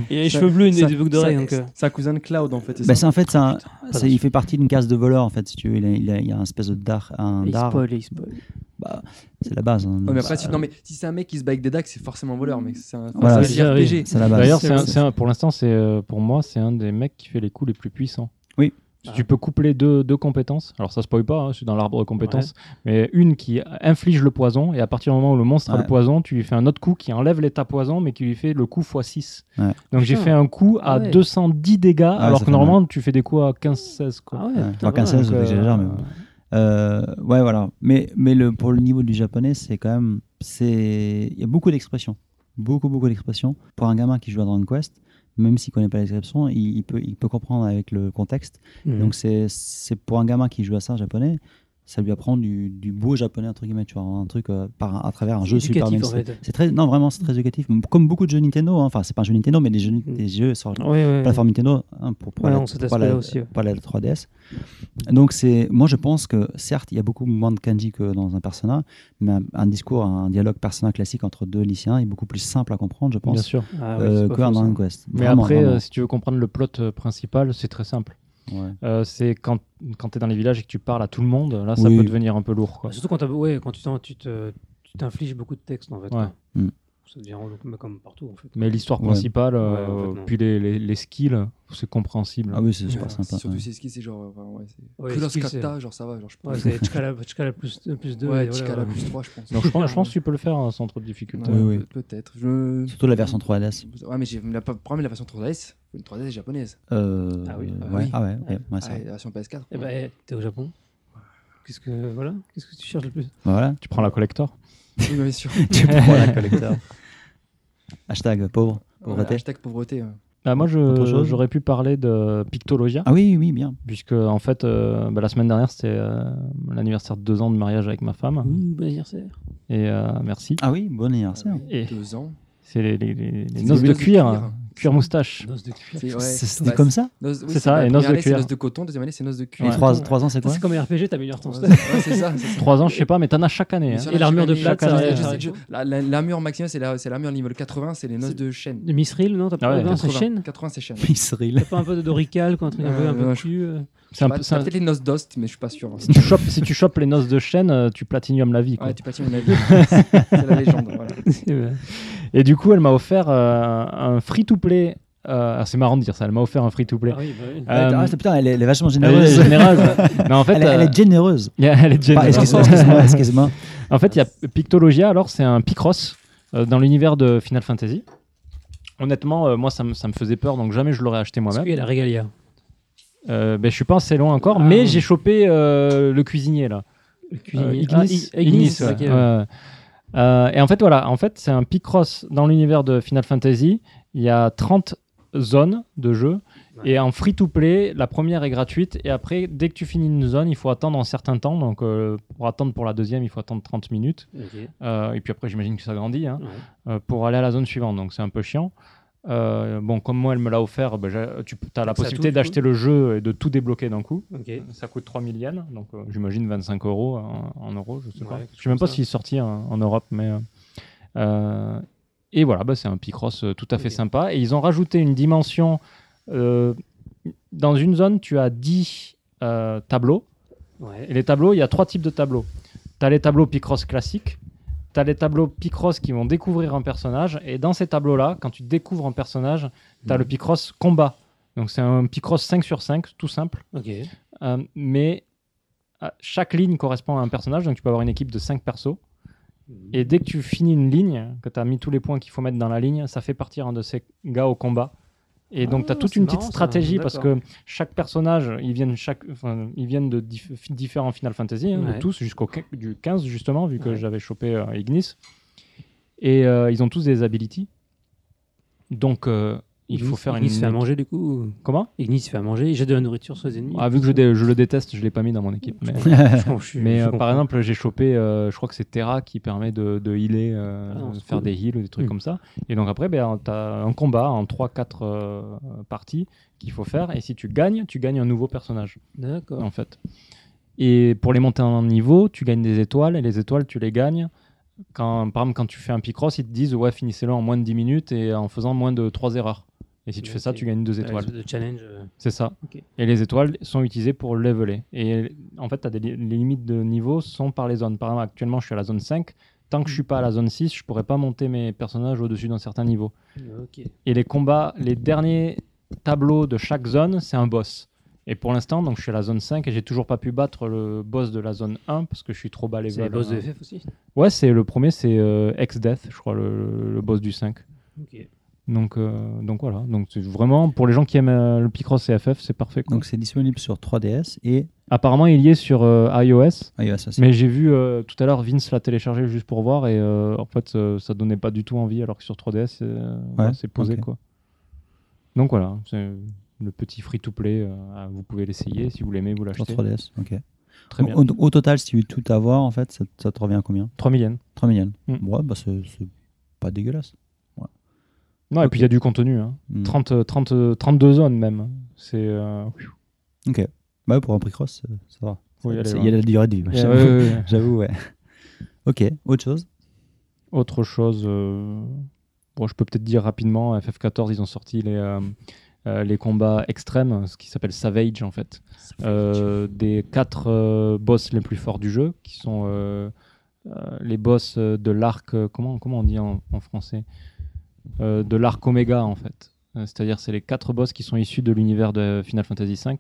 S2: y a les
S3: Ça-
S2: cheveux bleus et des
S3: ça-
S2: boucles d'oreilles.
S3: ça-
S2: donc, euh,
S3: C'est un cousin de Cloud en fait. c'est
S1: bah,
S3: ça
S1: c'est en fait, c'est un- c'est-
S2: sûr.
S1: il fait partie d'une case de voleur en fait, si tu veux. Il a, il a- il a un espèce de dar, un
S2: il
S1: dard.
S2: spoil, il spoil.
S1: Bah, c'est la base. hein.
S3: Ouais, mais après,
S1: Bah,
S3: si, non, mais si c'est un mec qui se bat avec des dagues, c'est forcément voleur, mais c'est un,
S1: Voilà,
S3: c'est un
S4: c'est-
S3: JRPG.
S1: c'est la base.
S4: D'ailleurs, c'est
S1: C'est-
S4: un- c'est un- pour l'instant, c'est euh, pour moi, c'est un des mecs qui fait les coups les plus puissants.
S1: Oui.
S4: Si Tu peux coupler deux, deux compétences. Alors ça spoil pas, hein, c'est dans l'arbre de compétences. Mais une qui inflige le poison et à partir du moment où le monstre a
S1: Ouais.
S4: le poison, tu lui fais un autre coup qui enlève l'état poison mais qui lui fait le coup x6.
S1: Ouais. Ah
S4: Donc j'ai
S2: Putain.
S4: fait un coup à
S2: Ah ouais.
S4: 210 dégâts alors que
S1: ça fait mal.
S4: normalement tu fais des coups à 15-16 quoi.
S2: Ah ouais,
S1: Ouais,
S2: putain,
S1: alors qu'un
S2: pas mal.
S1: 16, j'exagère, mais bon. Euh, ouais, voilà. Mais, mais le, pour le niveau du japonais, c'est quand même. c'est- Il y a beaucoup d'expressions. Beaucoup, beaucoup d'expressions. Pour un gamin qui joue à Dragon Quest, même s'il connaît pas les expressions, il, il peut, il peut comprendre avec le contexte.
S2: Mhm.
S1: Donc, c'est c'est pour un gamin qui joue à ça en japonais, ça lui apprend du, du beau japonais entre guillemets, tu vois, un truc euh, par, à travers un jeu
S2: éducatif,
S1: super
S2: en
S1: mainstream.
S2: fait.
S1: C'est très, non vraiment c'est très éducatif, comme beaucoup de jeux Nintendo. hein. Enfin c'est pas un jeu Nintendo, mais des jeux, des jeux sur
S2: Ouais, ouais,
S1: plateforme
S2: ouais.
S1: Nintendo hein, pour pour
S2: Ouais,
S1: la-
S2: on s'est
S1: pour
S2: aspect-là
S1: la-
S2: aussi, ouais.
S1: pas la 3DS. Donc c'est, moi je pense que certes il y a beaucoup moins de kanji que dans un persona, mais un, un discours, un dialogue persona classique entre deux lycéens est beaucoup plus simple à comprendre, je pense,
S5: Bien sûr.
S2: Ah
S1: euh, que un Dragon Quest.
S5: Mais
S1: Vraiment,
S5: après,
S1: vraiment.
S5: euh, si tu veux comprendre le plot euh, principal, c'est très simple.
S1: Ouais.
S2: Ah.
S5: Euh, c'est quand, quand tu es dans les villages et que tu parles à tout le monde, là, ça
S1: Oui.
S5: peut devenir un peu lourd. Quoi.
S2: Bah, Surtout quand, t'as- ouais, quand tu t'en- tu te- tu t'infliges beaucoup de textes, en fait.
S5: Ouais.
S1: Mm.
S2: Ça devient relou, mais comme partout, en fait.
S5: Mais l'histoire
S1: Ouais.
S5: principale,
S2: Ouais,
S5: euh,
S2: complètement.
S5: puis les, les- les skills, c'est compréhensible.
S1: Ah oui, c'est super
S3: Ouais,
S1: sympa.
S3: Surtout
S1: ouais.
S3: si c'est ski, c'est genre. enfin, ouais, c'est-
S2: Ouais,
S3: Kulos
S2: skill, c'est-
S3: Kata, genre ça va, genre je
S2: Ouais,
S3: pense.
S2: c'est Chikala, Chikala plus 2. Plus deux,
S3: Ouais,
S2: et voilà,
S3: Chikala
S2: ouais.
S3: plus 3, je pense.
S5: Donc je pense, je pense que tu peux le faire hein, sans trop de difficulté.
S1: Ouais. oui.
S3: Pe- Peut-être. Je...
S1: Surtout la version 3DS.
S3: Ouais, mais j'ai la problème la version 3DS. Une 3DS japonaise.
S1: Euh,
S2: Ah oui, ah
S1: ouais,
S3: oui.
S1: ah ouais, ouais, ouais, c'est
S3: Ah,
S1: vrai.
S3: la version PS4.
S2: Eh ben, t'es au Japon. Qu'est-ce que voilà Qu'est-ce que tu cherches le plus
S1: Bah Voilà,
S5: Tu prends la collector.
S3: Oui, bien sûr.
S1: tu prends la collecteur. Hashtag pauvre,
S3: Voilà,
S1: pauvreté.
S3: hashtag pauvreté. ouais.
S5: Ah, moi,
S1: Autre
S5: je-
S1: chose
S5: j'aurais pu parler de Pictologia.
S1: Ah oui, oui, bien.
S5: Puisque, en fait, euh, bah, la semaine dernière, c'était euh, l'anniversaire de deux ans de mariage avec ma femme.
S2: Ouh, Bon Ah, anniversaire.
S5: Et euh, merci.
S1: Ah oui, bon anniversaire.
S5: Et
S3: Deux ans.
S5: c'est les, les- les- les
S3: C'est
S5: noces
S3: les
S5: de
S3: noces de
S5: cuir. hein.
S3: cuir.
S5: Cuir, moustache.
S2: Noce de cuir.
S3: C'est ouais,
S1: Ça se
S3: ouais,
S1: dit comme ça
S3: noce- oui,
S5: C'est ça,
S3: la
S5: et
S3: première
S5: noce de
S3: année, c'est
S5: cuir.
S3: noce de coton, deuxième année, c'est noce de cuir.
S1: Et 3, ans,
S2: Ça,
S1: c'est quoi
S2: C'est comme un RPG, t'améliores ton
S3: Ouais,
S2: stade.
S3: c'est ça. c'est ça.
S5: Trois ans, je sais pas, mais t'en as chaque année.
S3: Mais
S5: hein.
S3: sur
S2: Et l'armure de
S3: chaque année,
S5: plate, ça
S3: chaque année,
S5: reste-
S3: je sais que je- la- la- L'armure maximum, c'est la- c'est l'armure niveau 80, c'est les noces de chêne.
S2: De Misril, non T'as pas
S5: Ah ouais,
S2: non, c'est Euh,
S3: 80,
S2: chaîne
S3: 80, c'est chêne.
S1: Pixril.
S2: T'as pas un peu de Dorical, quoi, un truc un peu, un peu
S3: Euh,
S2: plus. euh,
S5: C'est un peu-
S3: Bah,
S5: c'est
S3: t'as
S5: un-
S3: Peut-être les noces d'ost, mais je suis pas sûr. hein.
S5: Si tu, chopes, si tu chopes les noces de chêne, euh, tu platinium la vie. quoi.
S3: Ouais, tu patines mon avis. C'est la légende. voilà. Ah,
S2: Eh ben.
S5: Et du coup, elle m'a offert euh, un free-to-play. euh, ah, c'est marrant de dire ça, elle m'a offert un free-to-play.
S2: Ah oui, bah oui.
S5: Euh,
S1: Ah, putain, elle est, elle est vachement
S5: elle est
S1: généreuse.
S5: généreuse. Mais en fait,
S1: Elle est, elle
S5: euh,
S1: est généreuse.
S5: il y a- elle est
S1: Pas-
S5: généreuse.
S1: excuse-moi, excuse-moi, excuse-moi.
S5: En fait, il y a Pictologia, alors c'est un Picross euh, dans l'univers de Final Fantasy. Honnêtement, euh, moi, ça me, ça me faisait peur, donc jamais je l'aurais acheté
S2: Parce
S5: moi-même.
S2: qu'il y a la Regalia.
S5: Euh, ben, je suis pas assez loin encore,
S2: Ah.
S5: mais j'ai chopé euh, le cuisinier là.
S2: Le
S5: Euh,
S2: cuisinier. Ah,
S5: Ignis.
S2: I- Ignis,
S5: Ignis, ouais.
S2: ok.
S5: Ouais, ouais. Euh, et en fait, voilà, en fait, c'est un Picross dans l'univers de Final Fantasy. Il y a 30 zones de jeu.
S2: Ouais.
S5: Et en free-to-play, la première est gratuite. Et après, dès que tu finis une zone, il faut attendre un certain temps. Donc, euh, pour attendre pour la deuxième, il faut attendre 30 minutes.
S2: Ok.
S5: Euh, et puis après, j'imagine que ça grandit. hein,
S2: Ouais.
S5: euh, pour aller à la zone suivante. Donc, c'est un peu chiant. Euh, bon, comme moi, elle me l'a offert, ben, j'ai- tu as
S2: Ça
S5: la
S2: tout,
S5: possibilité
S2: du coup
S5: d'acheter le jeu et de tout débloquer d'un coup.
S2: Ok.
S5: Ça coûte 3 000 yens, donc euh, j'imagine 25 euros en, en euros, je sais
S2: Ouais,
S5: pas.
S2: quelque
S5: Je sais même
S2: chose
S5: pas
S2: comme ça.
S5: s'il est sorti en, en Europe, mais. euh, euh, et voilà, bah, c'est un Picross euh, tout à fait
S2: Ok.
S5: sympa. Et ils ont rajouté une dimension. euh, dans une zone, tu as 10 euh, tableaux.
S2: Ouais.
S5: Et les tableaux, il y a trois types de tableaux. Tu as les tableaux Picross classiques, tu as les tableaux Picross qui vont découvrir un personnage, et dans ces tableaux-là, quand tu découvres un personnage, tu as le Picross combat. Donc c'est un Picross 5 sur 5, tout simple.
S2: Ok.
S5: Euh, mais euh, chaque ligne correspond à un personnage, donc tu peux avoir une équipe de 5 persos. Et dès que tu finis une ligne, que tu as mis tous les points qu'il faut mettre dans la ligne, ça fait partir un de ces gars au combat. Et donc,
S2: Ah,
S5: tu as toute
S2: c'est
S5: une
S2: marrant,
S5: petite
S2: ça.
S5: stratégie parce
S2: D'accord.
S5: que chaque personnage, ils viennent, chaque, enfin, ils viennent de diff- différents Final Fantasy, hein, de
S2: Ouais.
S5: tous, jusqu'au quin- du 15, justement, vu que
S2: Ouais.
S5: j'avais chopé euh, Ignis. Et euh, ils ont tous des abilities. Donc, euh, il faut faire
S2: Ignis se fait à
S5: une.
S2: manger, du coup.
S5: Comment
S2: Ignis se fait à manger, il jette de la nourriture sur les ennemis. Ah,
S5: Ah, Vu que je, dé- je le déteste, je l'ai pas mis dans mon équipe. mais-
S2: Je comprends, je suis-
S5: Mais
S2: je
S5: euh,
S2: comprends.
S5: par exemple, j'ai chopé, euh, je crois que c'est Terra qui permet de, de healer, euh,
S2: Ah non, c'est
S5: faire
S2: cool.
S5: des heals ou des trucs
S2: Mm.
S5: comme ça. Et donc après, ben, tu as un combat en 3-4 euh, parties qu'il faut faire. Et si tu gagnes, tu gagnes un nouveau personnage,
S2: D'accord.
S5: en fait. Et pour les monter en niveau, tu gagnes des étoiles. Et les étoiles, tu les gagnes. Quand, par exemple, quand tu fais un Picross, ils te disent, ouais, finissez-le en moins de 10 minutes et en faisant moins de 3 erreurs. Et si tu fais ça,
S2: Ok. Bah,
S5: tu gagnes 2
S2: Ouais,
S5: étoiles.
S2: Le challenge. euh,
S5: C'est ça.
S2: Ok.
S5: Et les étoiles sont utilisées pour leveler. Et en fait, t'as des li- les limites de niveau sont par les zones. Par exemple, actuellement, je suis à la zone 5. Tant que je suis pas à la zone 6, je pourrais pas monter mes personnages au-dessus d'un certain niveau.
S2: Ok.
S5: Et les combats, les derniers tableaux de chaque zone, c'est un boss. Et pour l'instant, donc je suis à la zone 5 et j'ai toujours pas pu battre le boss de la zone 1 parce que je suis trop bas
S2: C'est
S5: level.
S2: les boss de
S5: Euh,
S2: FF aussi.
S5: Ouais, c'est le premier, c'est euh, Ex-Death, je crois, le, le boss du 5.
S2: Ok.
S5: Donc, euh, donc voilà. Donc c'est vraiment pour les gens qui aiment euh, le Picross et FF, c'est parfait. quoi.
S1: Donc c'est disponible sur 3DS et
S5: Apparemment, il y est sur euh, iOS,
S1: iOS aussi.
S5: mais j'ai vu euh, tout à l'heure Vince l'a téléchargé juste pour voir et euh, en fait, euh, ça donnait pas du tout envie, alors que sur 3DS, euh, voilà, c'est posé
S1: ok.
S5: quoi. Donc voilà, c'est le petit free-to-play. euh, vous pouvez l'essayer si vous l'aimez, vous
S1: Sur
S5: l'achetez.
S1: 3DS, ok.
S5: Très
S1: Donc,
S5: bien.
S1: Au, au total, si tu veux tout avoir, en fait, ça, ça te revient à combien
S5: 3 millions.
S1: 3 millions.
S5: Mm.
S1: Ouais, bah c'est c'est pas dégueulasse. Ouais.
S5: Non, et puis il y a du contenu. hein.
S1: Mm.
S5: 30, 30, 32 euh, zones même. C'est. euh,
S1: Ok. Bah, pour un prix cross, euh, ça va.
S5: Oui,
S1: Ça-
S5: allez,
S1: c'est-
S5: ouais.
S1: il y a la durée de vie,
S5: hein. Ouais,
S1: j'avoue.
S5: ouais, ouais, ouais.
S1: J'avoue, ouais. Ok, autre chose
S5: Autre chose, euh, bon, je peux peut-être dire rapidement, FF14, ils ont sorti les, euh, euh, les combats extrêmes, ce qui s'appelle Savage en fait, Euh, des quatre euh, boss les plus forts du jeu, qui sont euh, euh, les boss euh, de l'arc, euh, comment, comment on dit en, en français Euh, De l'arc Omega en fait. Euh, C'est-à-dire c'est les quatre boss qui sont issus de l'univers de Final Fantasy V,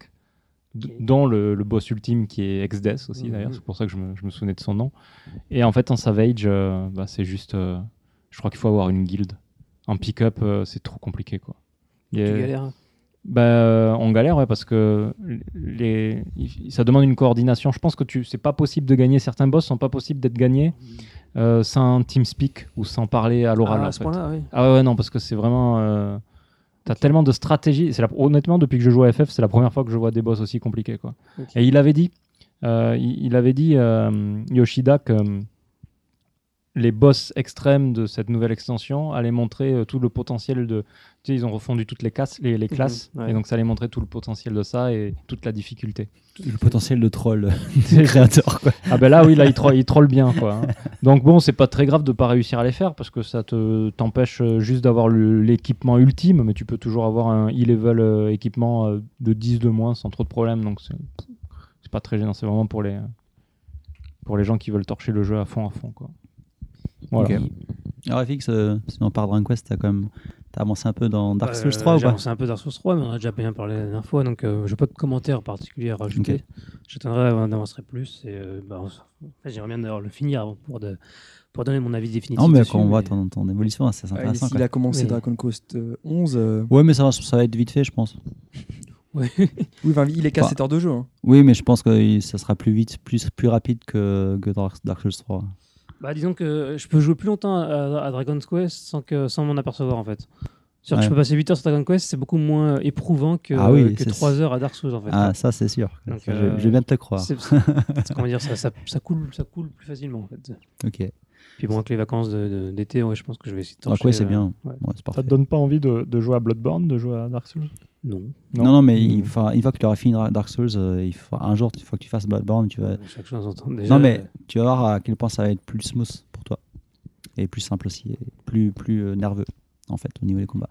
S5: d- dont le, le boss ultime qui est Exdes aussi d'ailleurs,
S12: Mhm.
S5: c'est pour ça que je me, je me souvenais de son nom. Et en fait, en Savage, euh, bah, c'est juste. euh, je crois qu'il faut avoir une guilde. En pick-up, euh, c'est trop compliqué. Quoi. Il y a-
S2: Tu galères.
S5: Bah, euh, on galère, ouais, parce que les... il- ça demande une coordination. Je pense que tu... c'est pas possible de gagner. Certains boss sont pas possibles d'être gagnés euh, sans TeamSpeak ou sans parler à l'oral.
S2: Ah, à
S5: en
S2: ce
S5: fait.
S2: point-là, oui.
S5: Ah ouais, ouais, non, parce que c'est vraiment. euh, T'as tellement de stratégies. C'est la- Honnêtement, depuis que je joue à FF, c'est la première fois que je vois des boss aussi compliqués. Quoi.
S2: Ok.
S5: Et il avait dit, euh, il, il avait dit euh, Yoshida que euh, les boss extrêmes de cette nouvelle extension allaient montrer euh, tout le potentiel de. Tu sais, ils ont refondu toutes les, casses, les, les classes,
S1: ouais.
S5: et donc ça allait montrer tout le potentiel de ça et toute la difficulté.
S1: Le potentiel de troll du créateur, quoi.
S5: Ah ben là, oui, là, il, tro- il troll bien, quoi. hein. Donc bon, c'est pas très grave de pas réussir à les faire parce que ça te t'empêche euh, juste d'avoir le- l'équipement ultime, mais tu peux toujours avoir un e-level euh, équipement euh, de 10 de moins sans trop de problème. Donc c'est c'est pas très gênant, c'est vraiment pour les pour les gens qui veulent torcher le jeu à fond, à fond, quoi. Voilà.
S1: Ok. Alors, FX, euh, sinon par Dragon Quest, t'as quand même t'as avancé un peu dans Dark Souls
S2: Euh,
S1: 3 ou
S2: j'ai
S1: pas
S2: avancé un peu Dark Souls 3, mais on en a déjà bien parlé la dernière fois, donc je n'ai pas de commentaires particuliers à rajouter.
S1: Ok.
S2: J'attendrai avant d'avancer plus. Et, euh, bah, on s- en fait, J'aimerais bien d'ailleurs le finir avant pour, de- pour donner mon avis définitif.
S1: Non, mais
S2: dessus,
S1: quand on voit ton, ton évolution, hein, c'est
S2: Ouais,
S1: intéressant.
S2: d'ici,
S1: quoi.
S2: il a commencé
S1: Oui.
S2: Dragon
S3: Quest euh, 11. euh,
S1: Ouais, mais ça, va- ça va être vite fait, je pense.
S2: Ouais.
S3: Oui, enfin, il est qu'à
S5: Bah,
S1: Enfin,
S3: 7 heures de jeu. hein.
S1: Oui, mais je pense que il- ça sera plus vite, plus, plus rapide que, que Dark, Dark Souls 3.
S2: Bah, disons que je peux jouer plus longtemps à, à Dragon's Quest sans, que, sans m'en apercevoir en fait. C'est-à-dire que je
S1: Ouais.
S2: peux passer 8 heures sur Dragon Quest, c'est beaucoup moins euh, éprouvant que,
S1: Ah oui,
S2: que
S1: c'est-
S2: 3 heures à Dark Souls en fait.
S1: Ah, ça, c'est sûr.
S2: Donc,
S1: Ça, je-
S2: euh,
S1: je vais bien te le croire.
S2: c'est- c'est- comment dire, ça, ça, ça coule, ça coule plus facilement en fait.
S1: Ok.
S2: Puis bon, avec les vacances de- de- d'été, ouais, je pense que je vais essayer de
S1: Dark Quest, Bah, c'est
S2: euh,
S1: bien.
S2: ouais.
S1: Ouais, c'est parfait.
S5: Ça te donne pas envie de, de jouer à Bloodborne, de jouer à Dark Souls
S2: Non.
S1: Non, non, mais
S2: Hmm.
S1: il fa- une fois que tu auras fini Dra- Dark Souls, euh, il faut, un jour, il faut que tu fasses Bloodborne. Tu vas...
S2: Chaque chose en son temps. Déjà,
S1: Bah, non, mais
S2: euh,
S1: tu vas voir à quel point ça va être plus smooth pour toi. Et plus simple aussi. Et plus, plus euh, nerveux, en fait, au niveau des combats.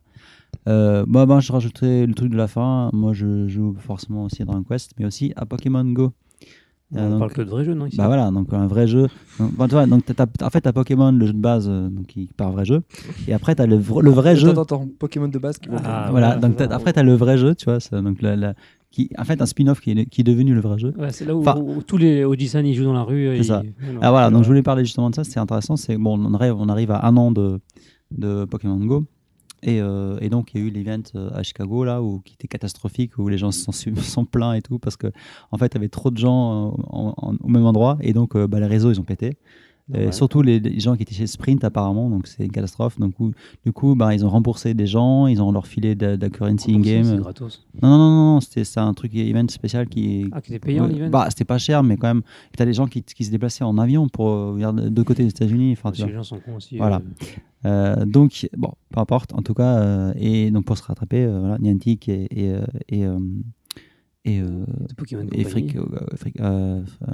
S1: Euh, moi, moi, je rajouterais le truc de la fin. Moi, je joue forcément aussi à Dragon Quest, mais aussi à Pokémon Go. Euh,
S2: On parle que de vrais jeux, non, ici
S1: ah, Bah voilà, donc un vrai jeu. Donc, bah, tu vois, donc, t'as- t'as- en fait, t'as Pokémon, le jeu de base, euh, donc, qui part vrai jeu. Et après, t'as le, vr- le vrai
S3: Attends,
S1: jeu.
S3: Ah, Attends, attends, Pokémon de base. qui-
S1: Ah, voilà, donc t'as- après, tu as le vrai jeu, tu vois. c'est- Donc, la, la- qui, en fait, un spin-off qui est, qui est devenu le vrai jeu.
S2: ouais, c'est là où,
S1: Enfin,
S2: où- où tous les Odysseans ils jouent dans la rue.
S1: c'est
S2: ils-
S1: ça.
S2: Ouais, non.
S1: Ah, voilà, donc je voulais parler justement de ça, c'est intéressant. C'est bon, on arrive, on arrive à un an de, de Pokémon Go. Et, euh, et donc, il y a eu l'event euh, à Chicago, là, où, qui était catastrophique, où les gens se sont, su- sont plaints et tout, parce que en fait, il y avait trop de gens euh, en- en- au même endroit, et donc euh, bah, les réseaux, ils ont pété. Et
S12: Ouais.
S1: Euh, surtout les, les gens qui étaient chez Sprint, apparemment, donc c'est une catastrophe. Donc, où- du coup, bah, ils ont remboursé des gens, ils ont leur filé de, de la currency
S2: Remboursé,
S1: in-game.
S2: bah, c'est gratos.
S1: Non, non, non, non, c'était c'est un truc event spécial qui.
S2: Ah, qui était payant,
S1: Ouais,
S2: l'event
S1: Bah, c'était pas cher, mais quand même. Tu as des gens qui, qui se déplaçaient en avion pour euh, venir de de côté des États-Unis. enfin,
S2: Parce
S1: tu
S2: que
S1: vois.
S2: les gens sont cons aussi,
S1: Voilà. Euh, donc, bon, peu importe. En tout cas, euh, et donc pour se rattraper, euh, voilà, Niantic et. et, euh, et euh, et, euh,
S2: Pokémon Company.
S1: et Freak, euh, Freak- euh, euh,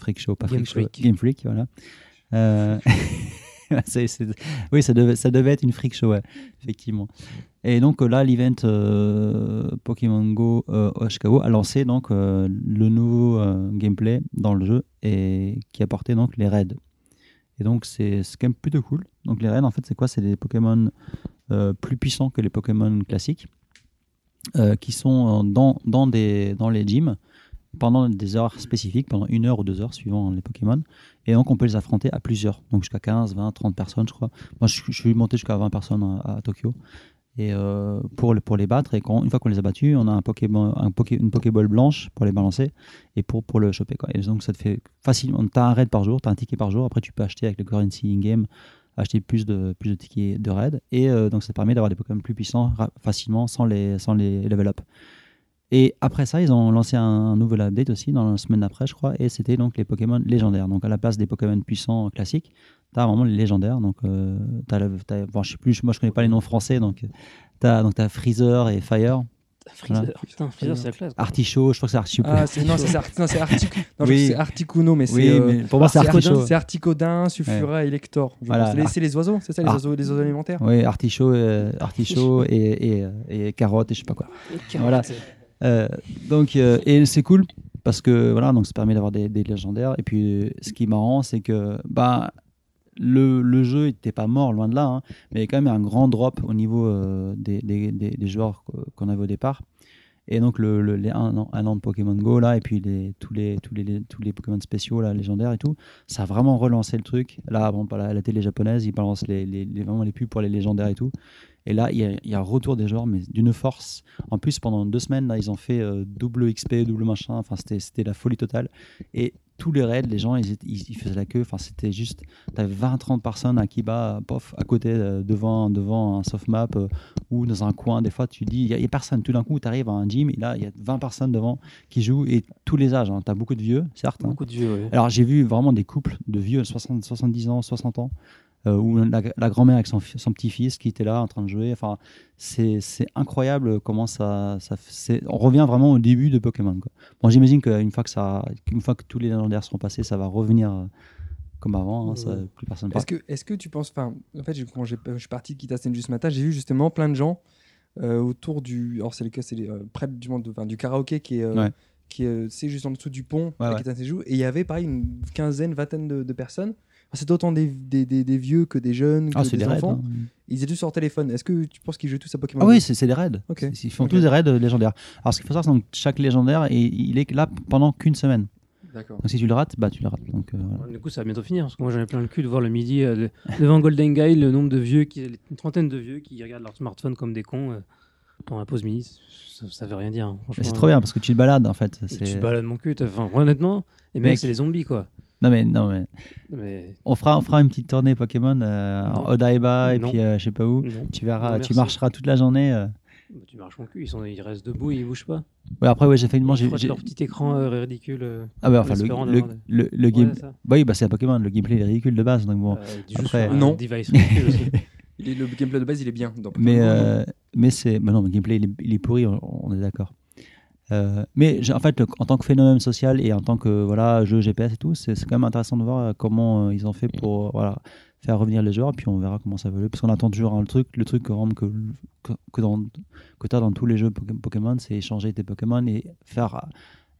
S1: Freak Show, pas
S2: Game
S1: Freak Show,
S2: Freak.
S1: Game Freak, voilà. Euh, c'est- c'est- oui, ça devait, ça devait être une freak show, ouais, effectivement. Et donc euh, là, l'event euh, Pokémon Go euh, à Chicago a lancé donc euh, le nouveau euh, gameplay dans le jeu et qui apportait donc les raids. Et donc c'est c'est quand même plutôt cool. Donc les raids, en fait, c'est quoi C'est des Pokémon euh, plus puissants que les Pokémon classiques euh, qui sont euh, dans, dans, des, dans les gyms pendant des heures spécifiques, pendant une heure ou deux heures suivant les Pokémon. Et donc on peut les affronter à plusieurs, donc jusqu'à 15, 20, 30 personnes, je crois. Moi je, je suis monté jusqu'à 20 personnes à, à Tokyo. Et euh, pour, le- pour les battre, et quand, une fois qu'on les a battus, on a un Pokémon, un Poké- une Pokéball blanche pour les balancer et pour, pour le choper. Quoi. Et donc ça te fait facilement. Tu as un raid par jour, tu as un ticket par jour, après tu peux acheter avec le currency in-game, acheter plus de, plus de tickets de raid. Et euh, donc ça te permet d'avoir des Pokémon plus puissants ra- facilement sans les, sans les level up. Et après ça, ils ont lancé un, un nouvel update aussi, dans la semaine d'après, je crois, et c'était donc les Pokémon légendaires. Donc à la place des Pokémon puissants classiques, t'as vraiment les légendaires. Donc, euh, t'as le- t'as- bon, je sais plus, moi je connais pas les noms français, donc euh, t'as donc t'as Freezer et Fire.
S2: Freezer,
S1: Voilà.
S2: putain, Freezer, c'est la classe, quoi.
S1: Artichaut, je crois que c'est Artichaut.
S3: Ah, c'est- non, c'est Arti- non, c'est Artic- non, je- c'est Articuno, mais c'est,
S1: Oui,
S3: euh,
S1: mais pour moi, c'est
S3: c'est Arti-
S1: Artichaut.
S3: c'est Articodin, Sulfura, Elector. Je pense. Les- c'est les oiseaux, c'est ça,
S1: Ah.
S3: les oiseaux- les oiseaux alimentaires
S1: Oui, Artichaut, euh, Artichaut et, et, euh, et Carotte et je sais pas quoi.
S3: Et
S1: Ah, Voilà.
S3: carotte.
S1: Euh, donc, euh, et c'est cool parce que voilà, donc ça permet d'avoir des, des légendaires. Et puis, euh, ce qui est marrant, c'est que bah, le, le jeu n'était pas mort, loin de là, hein, mais il y a quand même un grand drop au niveau euh, des, des- des- des joueurs qu'- qu'on avait au départ. Et donc, le, le- les un, an, un an de Pokémon Go, là, et puis les, tous, les, tous, les, tous les Pokémon spéciaux, là, légendaires et tout, ça a vraiment relancé le truc. Là, bon, par la, la télé japonaise, ils balancent les, les, les- vraiment les pubs pour les légendaires et tout. Et là, il y a, il y a un retour des joueurs, mais d'une force. En plus, pendant deux semaines, là, ils ont fait euh, double XP, double machin. Enfin, c'était c'était la folie totale. Et tous les raids, les gens, ils, étaient- ils- ils faisaient la queue. Enfin, c'était juste. T'avais 20-30 personnes à Kiba, euh, pof, à côté, euh, devant, devant un soft map euh, ou dans un coin. Des fois, tu dis, il n'y a, il y a personne. Tout d'un coup, tu arrives à un gym et là, il y a 20 personnes devant qui jouent et tous les âges. Hein. T'as beaucoup de vieux, certes. hein.
S2: Beaucoup de vieux, ouais.
S1: Alors, j'ai vu vraiment des couples de vieux, 60, 70 ans, 60 ans, euh, où la, la grand-mère avec son, fi- son petit-fils qui était là en train de jouer. Enfin, c'est c'est incroyable comment ça. ça f- c'est- on revient vraiment au début de Pokémon. Quoi. Bon, j'imagine qu'une fois, que ça- qu'une fois que tous les légendaires seront passés, ça va revenir euh, comme avant. hein, ça-
S3: Ouais.
S1: plus personne
S3: Est-ce
S1: parle.
S3: que, est que tu penses. Enfin, en fait, j'ai- quand j'ai- je suis parti de Kitasen juste ce matin, j'ai vu justement plein de gens euh, autour du. Alors, c'est le cas, c'est les, euh, près du, monde, enfin, du karaoké qui est. euh,
S1: Ouais.
S3: qui est, euh, c'est juste en dessous du pont
S1: Ouais,
S3: à
S1: ouais.
S3: Kitasen Ju, et il y avait pareil une quinzaine vingtaine de, de personnes Enfin, c'est autant des, des, des- des vieux que des jeunes que
S1: Ah, c'est
S3: des,
S1: des raids,
S3: enfants
S1: hein.
S3: ils étaient tous sur leur téléphone est-ce que tu penses qu'ils jouent tous à Pokémon
S1: Ah oui,
S3: Go
S1: c'est c'est des raids.
S3: Ok.
S1: C'est- Ils font
S3: Ok.
S1: tous des raids euh, légendaires. Alors, ce qu'il faut savoir, c'est que chaque légendaire, il, il est là pendant qu'une semaine.
S3: D'accord.
S1: Donc, si tu le rates, bah, tu le rates. Donc, euh, voilà.
S2: Du coup, ça va bientôt finir, parce que moi j'en ai plein le cul de voir le midi euh, le- devant Golden Guy, le nombre de vieux, qui, une trentaine de vieux qui regardent leur smartphone comme des cons euh, pendant la pause midi. Ça, ça veut rien dire. hein,
S1: Mais
S2: franchement.
S1: C'est trop bien parce que tu te balades en fait.
S2: Et
S1: c'est- euh,
S2: Tu te balades mon cul, t'as- enfin, honnêtement, et même
S1: Mec.
S2: c'est les zombies quoi.
S1: Non mais, non, mais...
S2: Mais-
S1: On, fera, on fera une petite tournée Pokémon euh, en
S2: Non.
S1: Odaiba et
S2: Non.
S1: puis euh, je sais pas où.
S2: Non.
S1: Tu verras,
S2: Non,
S1: tu
S2: merci.
S1: marcheras toute la journée. euh.
S2: Bah, tu marches mon cul, ils, sont, ils restent debout, ils bougent pas.
S1: Ouais, après, ouais, j'ai fait une- moi,
S2: Ils
S1: j'ai-
S2: frottent
S1: j'ai-
S2: leur petit écran euh, ridicule. euh,
S1: Ah bah
S2: en
S1: enfin le,
S2: espérant
S1: le,
S2: d'avoir des-
S1: le, le
S2: Ouais,
S1: game.
S2: ça.
S1: bah oui bah c'est un Pokémon, le gameplay il est ridicule de base donc bon.
S2: tu joues
S1: après-
S2: sur un Non. device ridicule aussi.
S3: Il est- le gameplay de base il est bien dans Pokémon
S1: Mais,
S3: Go.
S1: euh, mais c'est. bah non, le gameplay, il est, il est pourri, on, on est d'accord. Euh, mais j'ai- en fait, le- en tant que phénomène social et en tant que voilà, jeu GPS et tout, c'est c'est quand même intéressant de voir euh, comment euh, ils ont fait pour euh, voilà, faire revenir les joueurs. Puis on verra comment ça évolue. Parce qu'on attend toujours hein, le truc, le truc vraiment que, que, que, dans- que tu as dans tous les jeux Poké- Pokémon, c'est échanger tes Pokémon et faire,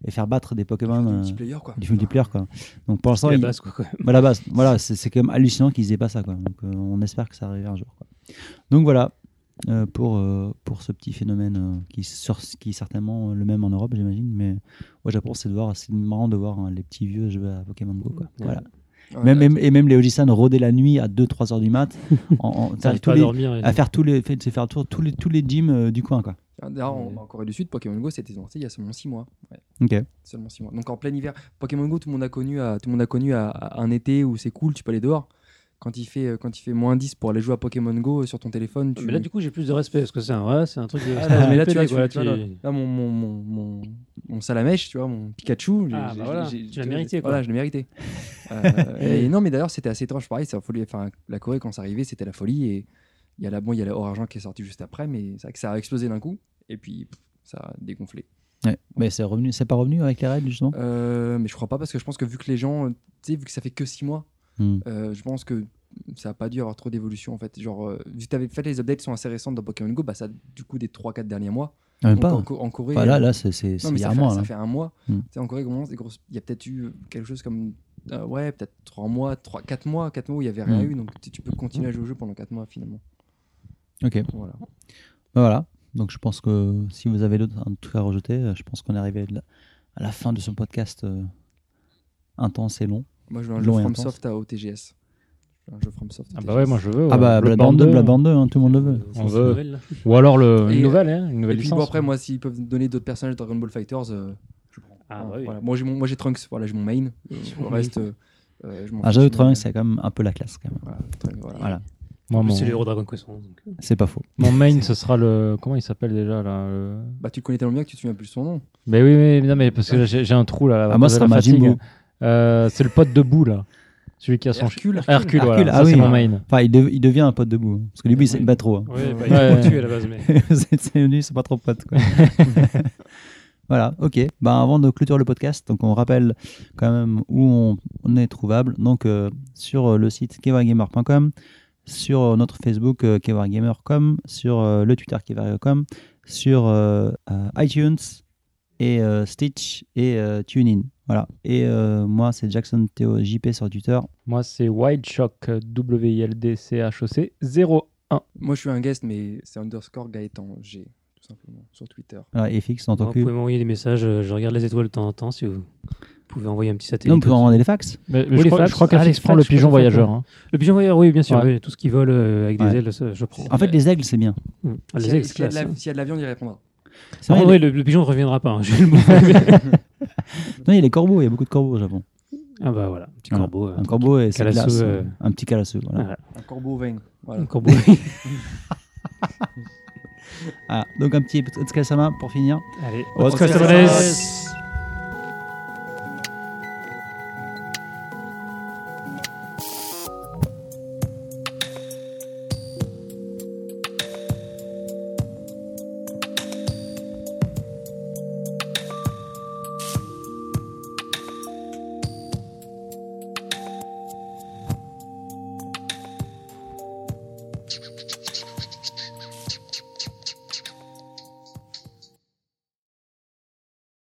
S1: et faire battre des Pokémon. euh, Du
S3: multiplayer, quoi.
S1: Du multiplayer, quoi. Donc pour l'instant.
S2: la
S1: ils-
S2: base, quoi, quand même.
S1: Bah, la base. Voilà, c'est c'est quand même hallucinant qu'ils aient pas ça, quoi. Donc euh, on espère que ça arrive un jour. quoi. Donc voilà euh, pour, euh, pour ce petit phénomène euh, qui, sur- qui est certainement euh, le même en Europe, j'imagine, mais au Japon, c'est de voir, c'est marrant de voir hein, les petits vieux jouer à Pokémon Go. Quoi.
S2: Ouais.
S1: Voilà.
S3: Ah,
S2: Ouais,
S1: Même, même- et même les OG-san rôder la nuit à 2-3 heures du mat, en, en-
S2: Ça arrive
S1: tous
S2: pas à
S1: les-
S2: dormir, et-
S1: à faire tous les, fait- se faire tour tous les, tous les gyms euh, du coin. Quoi.
S3: D'ailleurs, en, en Corée du Sud, Pokémon Go c'était lancé il y a seulement 6 mois. Ouais.
S1: Ok.
S3: Seulement 6 mois. Donc en plein hiver, Pokémon Go, tout le monde a connu, à, tout le monde a connu à, à un été où c'est cool, tu peux aller dehors. Quand il fait, euh, quand il fait moins 10 pour aller jouer à Pokémon Go euh, sur ton téléphone, tu.
S2: Mais là, du coup, j'ai plus de respect parce que c'est un, ouais, c'est un truc de.
S3: Ah,
S2: c'est
S3: non,
S2: un
S3: mais là, tu
S2: PD,
S3: vois,
S2: quoi, là,
S3: tu vois, là, là, mon, mon, mon, mon, mon Salamèche, tu vois, mon Pikachu, j'ai-
S2: Ah,
S3: j'ai-
S2: bah voilà,
S3: j'ai-
S2: tu l'as
S3: j'ai-
S2: mérité, quoi.
S3: Voilà, je l'ai mérité. Euh, et non, mais d'ailleurs, c'était assez étrange. Pareil, c'est la folie. Enfin, la Corée, quand c'est arrivé, c'était la folie. Et il y a la, bon, il y a la Or Argent qui est sorti juste après, mais c'est vrai que ça a explosé d'un coup. Et puis, pff, ça a dégonflé.
S1: Ouais. Mais c'est revenu, c'est pas revenu avec les raids, justement
S3: Euh, mais je crois pas parce que je pense que vu que les gens, euh, tu sais, vu que ça fait que 6 mois,
S1: Hmm.
S3: euh, je pense que ça a pas dû avoir trop d'évolution en fait. Genre, euh, vu que t'avais- en fait les updates sont assez récentes dans Pokémon Go, bah ça du coup des 3-4 derniers mois.
S1: Ah, même
S3: Donc,
S1: pas.
S3: En, Co- en Corée.
S1: Bah, là-
S3: euh,
S1: là, c'est- c'est-
S3: non,
S1: c'est
S3: mais
S1: il y a
S3: ça
S1: un
S3: fait-
S1: mois,
S3: Ça
S1: là.
S3: fait un mois.
S1: Hmm.
S3: Tu sais, en Corée, comment c'est grosses- il y a peut-être eu quelque chose comme. euh, ouais, peut-être 3 mois, 3, 4 mois, 4 mois où il y avait rien
S1: Hmm.
S3: eu. Donc tu, tu peux continuer à jouer au jeu pendant 4 mois finalement.
S1: Ok.
S3: Voilà.
S1: Ben voilà. Donc je pense que si vous avez d'autres un truc à rejeter, euh, je pense qu'on est arrivé à la- à la fin de ce podcast euh, intense et long.
S3: Moi je veux un jeu
S1: Long et
S3: From
S1: intense.
S3: Soft à OTGS. Je veux Un jeu From Soft.
S5: Ah bah ouais, moi je veux.
S1: Ah bah Bloodborne 2, Bloodborne 2, hein, tout le monde le veut.
S5: On veut. Ou alors le, une nouvelle, hein, une
S3: euh, et
S5: nouvelle
S3: puis,
S5: licence.
S3: bon, après, moi, s'ils peuvent donner d'autres personnages de Dragon Ball Fighters, je prends.
S2: Ah,
S3: Voilà,
S2: bah oui.
S3: voilà. Moi, j'ai mon- moi, j'ai Trunks, voilà, j'ai mon main. euh,
S2: J'ai
S3: Le
S2: mon
S3: reste,
S2: main.
S3: euh, euh, je m'en
S1: Ah
S3: fiche,
S1: j'avoue,
S3: mais-
S1: Trunks, c'est quand même un peu la classe quand même.
S3: Voilà.
S2: En plus,
S5: mon-
S2: c'est le héros Dragon Quest. hein, donc.
S1: C'est pas faux.
S5: Mon main, ce sera le. Comment il s'appelle déjà là le-
S3: Bah, tu le connais tellement bien que tu te souviens plus de son nom.
S5: Mais oui, mais, non, mais parce que là, j'ai j'ai un trou là.
S1: Ah, moi,
S5: ça
S1: ce sera Majin Buu.
S5: Euh, c'est le pote de Bou là. Celui qui a son
S3: Hercule,
S5: Hercule, ah
S3: Hercule.
S5: voilà.
S1: Hercule,
S5: Ça, c'est mon main.
S1: Enfin, il, dev- il devient un pote debout. Parce que lui, il s'aime pas trop. hein.
S2: Ouais, bah, il est
S5: Ouais.
S2: tué à la base, mais.
S1: c'est c'est lui, c'est pas trop pote. quoi. voilà, ok. Ben, avant de clôturer le podcast, donc on rappelle quand même où on, on est trouvable. Donc euh, sur euh, le site kevargamer.com, sur euh, notre Facebook euh, kevargamer.com, sur euh, le Twitter kevargamer.com, sur euh, euh, iTunes et euh, Stitch et euh, TuneIn. Voilà. Et euh, moi, c'est Jackson Théo JP sur Twitter.
S5: Moi, c'est Wild Shock, W-I-L-D-C-H-O-C 01.
S3: Moi, je suis un guest, mais c'est underscore Gaëtan G, tout simplement, sur Twitter.
S1: Voilà, et fixe en
S2: Alors,
S1: tant
S2: Vous
S1: que.
S2: pouvez m'envoyer des messages, euh, je regarde les étoiles de temps en temps si vous pouvez envoyer un petit satellite.
S1: Non, on peut
S2: aussi.
S1: en demander les fax.
S5: Mais, mais
S2: Oui,
S5: je,
S2: les
S5: crois,
S2: fax.
S5: je crois qu'elle
S2: Ah, les
S5: fixe prend le
S2: fax, je
S5: pigeon
S2: crois qu'elle
S5: voyageur.
S2: prend.
S5: hein.
S2: Le pigeon voyageur, oui, bien sûr,
S5: Ouais.
S2: oui, tout ce qui vole euh, avec des
S1: Ouais.
S2: ailes, ça, je prends.
S1: En fait, les aigles, c'est bien.
S2: Mm. Ah, les
S3: S'il y a-
S2: ailes, c'est
S3: S'il y a de
S2: classe.
S3: la- s'il y a de l'avion, il répondra.
S1: C'est
S2: Par
S1: vrai,
S2: contre, oui, le, le pigeon ne reviendra pas. hein, je vais le bouffer.
S1: Non, il y a les corbeaux, il y a beaucoup de corbeaux au Japon.
S2: ah bah voilà, petit
S1: Voilà.
S2: corbeau. euh,
S1: Un corbeau et c'est
S2: calasso,
S1: glace,
S2: euh,
S1: un petit calasso. Voilà.
S2: voilà.
S3: Un corbeau au veine. Voilà.
S2: Un corbeau.
S1: Ah, donc un petit Otsukare-sama pour finir.
S2: Allez,
S1: Otsukaresama
S2: Otsukaresama desu.